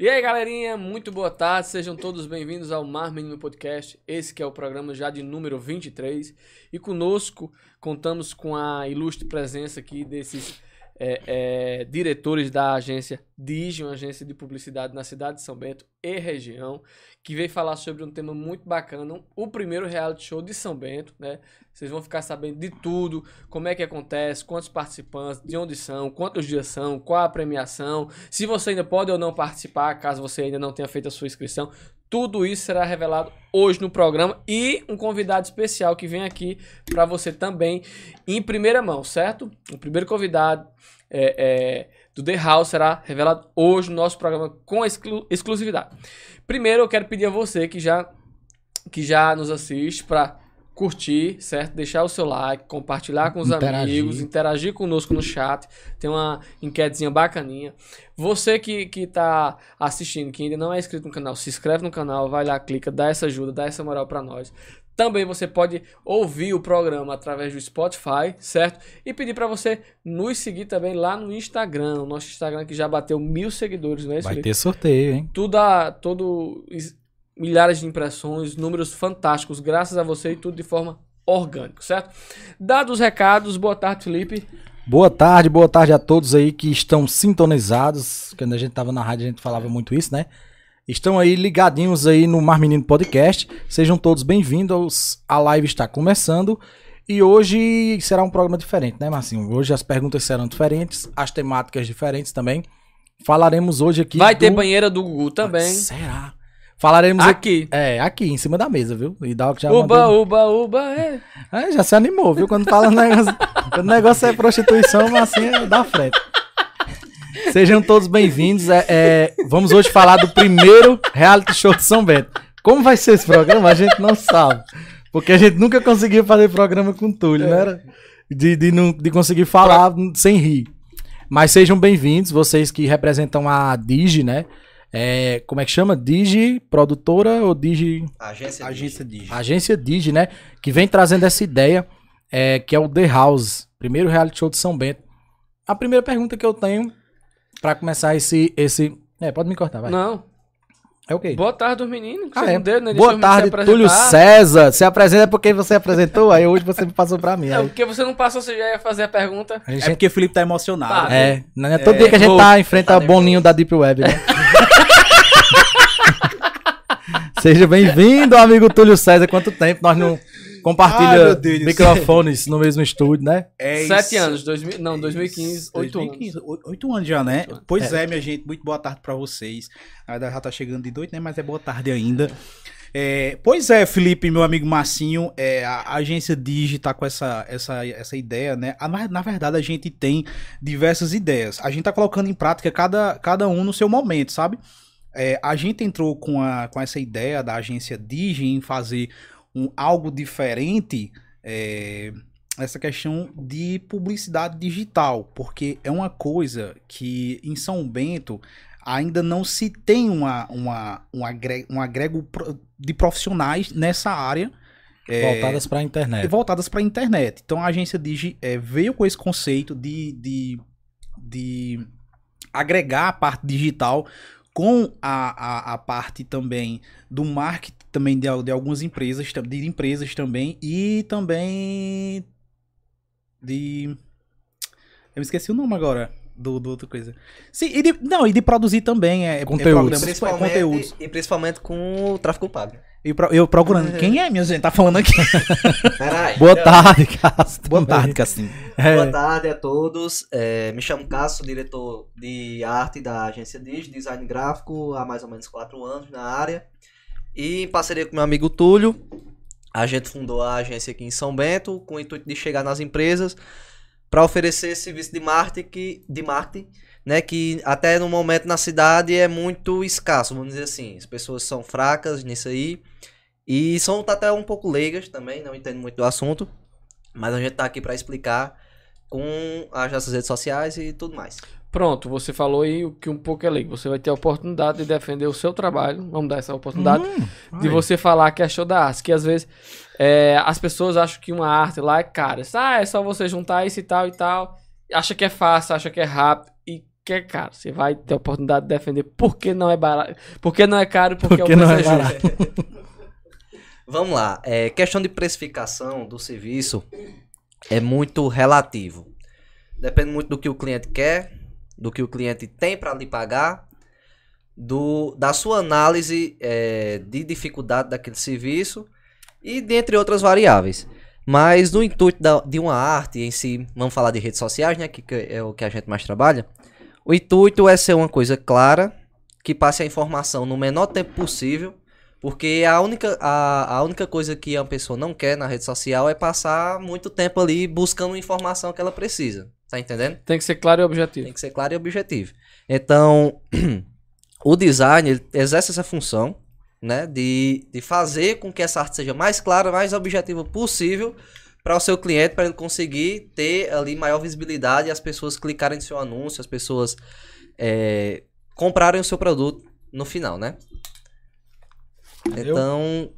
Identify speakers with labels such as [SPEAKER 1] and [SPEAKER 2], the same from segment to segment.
[SPEAKER 1] E aí, galerinha, muito boa tarde. Sejam todos bem-vindos ao Mar Menino Podcast. Esse que é o programa já de número 23. E conosco contamos com a ilustre presença aqui desses é, é, diretores da agência Digion, agência de publicidade na cidade de São Bento e região, que veio falar sobre um tema muito bacana, o primeiro reality show de São Bento, né? Vocês vão ficar sabendo de tudo, como é que acontece, quantos participantes, de onde são, quantos dias são, qual a premiação, se você ainda pode ou não participar, caso você ainda não tenha feito a sua inscrição. Tudo isso será revelado hoje no programa e um convidado especial que vem aqui para você também em primeira mão, certo? O primeiro convidado é, é, do The House será revelado hoje no nosso programa com exclu- exclusividade. Primeiro, eu quero pedir a você que já, que já nos assiste para curtir, certo? Deixar o seu like, compartilhar com os
[SPEAKER 2] Interagir.
[SPEAKER 1] amigos, interagir conosco no chat. Tem uma enquetezinha bacaninha. Você que, que tá assistindo, que ainda não é inscrito no canal, se inscreve no canal, vai lá, clica, dá essa ajuda, dá essa moral para nós. Também você pode ouvir o programa através do Spotify, certo? E pedir para você nos seguir também lá no Instagram, o nosso Instagram que já bateu mil seguidores, não é isso,
[SPEAKER 2] Vai
[SPEAKER 1] Felipe?
[SPEAKER 2] ter sorteio, hein?
[SPEAKER 1] tudo a, todo is- milhares de impressões, números fantásticos, graças a você e tudo de forma orgânica, certo? Dados os recados, boa tarde, Felipe.
[SPEAKER 2] Boa tarde, boa tarde a todos aí que estão sintonizados. Quando a gente tava na rádio, a gente falava muito isso, né? Estão aí ligadinhos aí no Mar Menino Podcast. Sejam todos bem-vindos. A live está começando. E hoje será um programa diferente, né, Marcinho? Hoje as perguntas serão diferentes, as temáticas diferentes também. Falaremos hoje aqui.
[SPEAKER 1] Vai
[SPEAKER 2] do-
[SPEAKER 1] ter banheira do Gugu também.
[SPEAKER 2] Será? Falaremos aqui.
[SPEAKER 1] Aqui.
[SPEAKER 2] É, aqui, em cima da mesa, viu? E dá o que já
[SPEAKER 1] Uba,
[SPEAKER 2] mandou-
[SPEAKER 1] uba, uba, é.
[SPEAKER 2] É, já se animou, viu? Quando fala um negócio. quando o negócio é prostituição, mas assim é da frente. Sejam todos bem-vindos. É, é, vamos hoje falar do primeiro reality show de São Bento. Como vai ser esse programa? A gente não sabe. Porque a gente nunca conseguiu fazer programa com Túlio, né? Era De, de, não, de conseguir falar sem rir. Mas sejam bem-vindos, vocês que representam a Digi, né? É, como é que chama? Digi Produtora ou Digi.
[SPEAKER 3] Agência, Digi.
[SPEAKER 2] A agência Digi, né? Que vem trazendo essa ideia, é, que é o The House, primeiro reality show de São Bento. A primeira pergunta que eu tenho pra começar esse. esse... É, pode me cortar, vai.
[SPEAKER 1] Não.
[SPEAKER 2] É o quê?
[SPEAKER 1] Boa tarde, os meninos. que
[SPEAKER 2] Ah,
[SPEAKER 1] você
[SPEAKER 2] é.
[SPEAKER 1] não deu, né? Deixa
[SPEAKER 2] Boa
[SPEAKER 1] eu me
[SPEAKER 2] tarde,
[SPEAKER 1] se
[SPEAKER 2] Túlio
[SPEAKER 1] apresentar.
[SPEAKER 2] César. Se apresenta porque você apresentou, aí hoje você me passou pra mim.
[SPEAKER 1] É,
[SPEAKER 2] aí.
[SPEAKER 1] porque você não passou, você já ia fazer a pergunta.
[SPEAKER 2] A gente-
[SPEAKER 3] É porque o Felipe tá emocionado.
[SPEAKER 1] Tá.
[SPEAKER 2] É, não é todo dia que a gente tá em frente ao Boninho da Deep Web, né? Seja bem-vindo, amigo Túlio César. Quanto tempo nós não
[SPEAKER 3] Ai,
[SPEAKER 2] compartilha
[SPEAKER 3] meu Deus do
[SPEAKER 2] microfones no mesmo estúdio, né?
[SPEAKER 3] É
[SPEAKER 1] Sete
[SPEAKER 3] isso.
[SPEAKER 1] anos, dois mil, não, 2015, oito anos.
[SPEAKER 3] 2015, oi- Oito anos já, né? Pois é. minha gente, muito boa tarde pra vocês. Na verdade, já tá chegando de noite, né? Mas é boa tarde ainda. É, pois é, Felipe, meu amigo Marcinho, é, a a agência Digi tá com essa, essa, essa ideia, né? A- na- na verdade, a gente tem diversas ideias. A gente tá colocando em prática cada, cada um no seu momento, sabe? É, a gente entrou com, a, com essa ideia da agência Digi em fazer um, algo diferente é, essa questão de publicidade digital, porque é uma coisa que em São Bento ainda não se tem uma, uma, um, agre, um agrego pro- de profissionais nessa área
[SPEAKER 2] Voltadas pra internet.
[SPEAKER 3] voltadas para a internet. Então a agência Digi eh, veio com esse conceito de, de, de agregar a parte digital com a, a, a parte também do marketing também de, al- de algumas empresas, tam- de empresas também, e também de. Eu me esqueci o nome agora. Do, do outra coisa. Sim, e de- não, e de produzir também. É, é
[SPEAKER 2] Conteúdos.
[SPEAKER 3] programas, é
[SPEAKER 4] Principalmente,
[SPEAKER 3] conteúdos.
[SPEAKER 4] E, principalmente com o tráfico pago.
[SPEAKER 3] E pro- eu procurando. Quem é, minha gente? Tá falando aqui.
[SPEAKER 4] Peraí.
[SPEAKER 2] Boa tarde, Castro.
[SPEAKER 3] Boa tarde, Cassim.
[SPEAKER 4] Boa
[SPEAKER 2] É,
[SPEAKER 4] tarde a todos. É, me chamo Cássio, sou diretor de arte da agência Diz, design gráfico, há mais ou menos quatro anos na área. E em parceria com meu amigo Túlio, a gente fundou a agência aqui em São Bento com o intuito de chegar nas empresas para oferecer serviço de marketing, que- de marketing né, que até no momento na cidade é muito escasso, vamos dizer assim. As pessoas são fracas nisso aí e são até um pouco leigas também, não entendem muito do assunto, mas a gente tá aqui para explicar com as nossas redes sociais e tudo mais.
[SPEAKER 1] Pronto, você falou aí o que um pouco é lei. Você vai ter a oportunidade de defender o seu trabalho. Vamos dar essa oportunidade. de você falar que achou da arte. Que às vezes é, as pessoas acham que uma arte lá é cara. Ah, é só você juntar isso e tal e tal. Acha que é fácil, acha que é rápido. E que é caro. Você vai ter a oportunidade de defender por que não é barato, por que não é caro, porque,
[SPEAKER 2] Porque
[SPEAKER 1] o preço
[SPEAKER 2] não
[SPEAKER 1] é,
[SPEAKER 2] é
[SPEAKER 1] justo.
[SPEAKER 2] barato.
[SPEAKER 4] Vamos lá. É, questão de precificação do serviço é muito relativo. Depende muito do que o cliente quer, do que o cliente tem para lhe pagar, do, da sua análise é, de dificuldade daquele serviço e dentre outras variáveis. Mas no intuito da- de uma arte em si, vamos falar de redes sociais, né? Que, que é o que a gente mais trabalha. O intuito é ser uma coisa clara, que passe a informação no menor tempo possível porque a única, a, a única coisa que uma pessoa não quer na rede social é passar muito tempo ali buscando informação que ela precisa. Tá entendendo?
[SPEAKER 1] Tem que ser claro e objetivo.
[SPEAKER 4] Tem que ser claro e objetivo. Então, o design ele exerce essa função, né, de, de fazer com que essa arte seja mais clara, mais objetiva possível para o seu cliente, para ele conseguir ter ali maior visibilidade e as pessoas clicarem no seu anúncio, as pessoas eh, comprarem o seu produto no final, né?
[SPEAKER 3] Entendeu?
[SPEAKER 4] Então,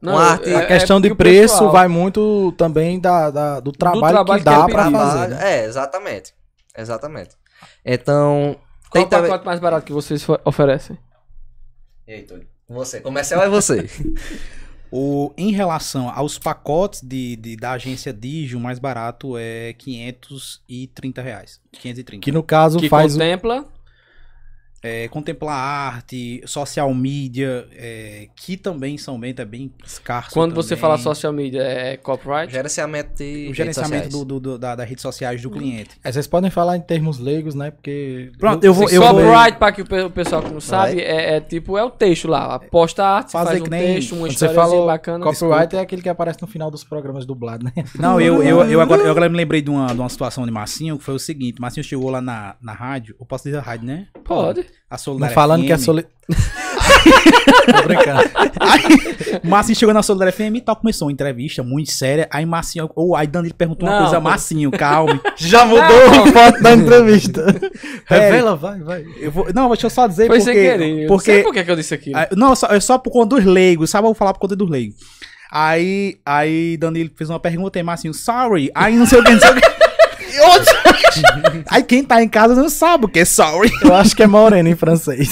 [SPEAKER 1] Não,
[SPEAKER 4] Uma arte-
[SPEAKER 1] é-
[SPEAKER 2] A questão
[SPEAKER 1] é
[SPEAKER 2] de
[SPEAKER 1] porque o
[SPEAKER 2] preço
[SPEAKER 1] pessoal-
[SPEAKER 2] vai muito também da, da- do, trabalho
[SPEAKER 1] trabalho
[SPEAKER 2] que
[SPEAKER 1] que
[SPEAKER 2] dá
[SPEAKER 1] ele
[SPEAKER 2] pra
[SPEAKER 1] trabalha.
[SPEAKER 2] fazer. né?
[SPEAKER 4] É, exatamente. Exatamente. Então,
[SPEAKER 1] Qual é
[SPEAKER 4] tem
[SPEAKER 1] o pacote
[SPEAKER 4] também...
[SPEAKER 1] mais barato que vocês fo- oferecem?
[SPEAKER 4] Eita, você. Comercial é você.
[SPEAKER 3] O, em relação aos pacotes de, de- da agência Digio, o mais barato é 530 reais. 530.
[SPEAKER 2] Que no caso
[SPEAKER 1] Que
[SPEAKER 2] faz o-
[SPEAKER 1] contempla.
[SPEAKER 3] É, contemplar arte, social media, é, que também são bem, é bem escasso.
[SPEAKER 1] Quando você
[SPEAKER 3] também.
[SPEAKER 1] fala social media, é copyright?
[SPEAKER 4] Gerenciamento de
[SPEAKER 3] O
[SPEAKER 4] redes
[SPEAKER 3] gerenciamento
[SPEAKER 4] sociais.
[SPEAKER 3] do, do- do- da- das redes sociais do cliente.
[SPEAKER 2] É, vocês podem falar em termos leigos, né? Porque.
[SPEAKER 3] Pronto, eu vou-
[SPEAKER 1] copyright, para que o pe- o pessoal que não sabe, é, é tipo, é o texto lá. Posta a arte,
[SPEAKER 3] Fazer
[SPEAKER 1] faz um
[SPEAKER 3] que nem-
[SPEAKER 1] texto, uma
[SPEAKER 2] Quando você
[SPEAKER 1] história
[SPEAKER 2] falou
[SPEAKER 1] bacana.
[SPEAKER 2] copyright é aquele que aparece no final dos programas dublados, né?
[SPEAKER 3] Não, eu, eu, eu, agora, eu agora me lembrei de uma, de uma situação de Marcinho, que foi o seguinte: Marcinho chegou lá na, na rádio, eu posso dizer a rádio, né?
[SPEAKER 1] Pode.
[SPEAKER 3] A
[SPEAKER 2] Não
[SPEAKER 3] Solidária
[SPEAKER 2] falando que é
[SPEAKER 3] FM.
[SPEAKER 2] solitário. Tô brincando.
[SPEAKER 3] O Marcinho chegou na Soledad FM e tal, começou uma entrevista muito séria. Aí Marcinho, ou aí Danilo perguntou uma
[SPEAKER 1] Não,
[SPEAKER 3] coisa,
[SPEAKER 1] pô.
[SPEAKER 3] Marcinho, calma.
[SPEAKER 2] Já mudou a foto da entrevista. Revela, vai, vai.
[SPEAKER 3] É, Eu vou, não, deixa eu só dizer
[SPEAKER 1] Foi
[SPEAKER 3] porque.
[SPEAKER 1] sem querer. Eu
[SPEAKER 3] Porque.
[SPEAKER 1] Não sei por que que eu disse aquilo.
[SPEAKER 3] Ah, Não, é só, é só por conta dos leigos, sabe? Eu vou falar por conta dos leigos. Aí, aí Danilo fez uma pergunta e Marcinho, sorry. Aí não sei o que, não sei o que. E outro- aí quem tá em casa não sabe o que é sorry.
[SPEAKER 2] Eu acho que é moreno em francês.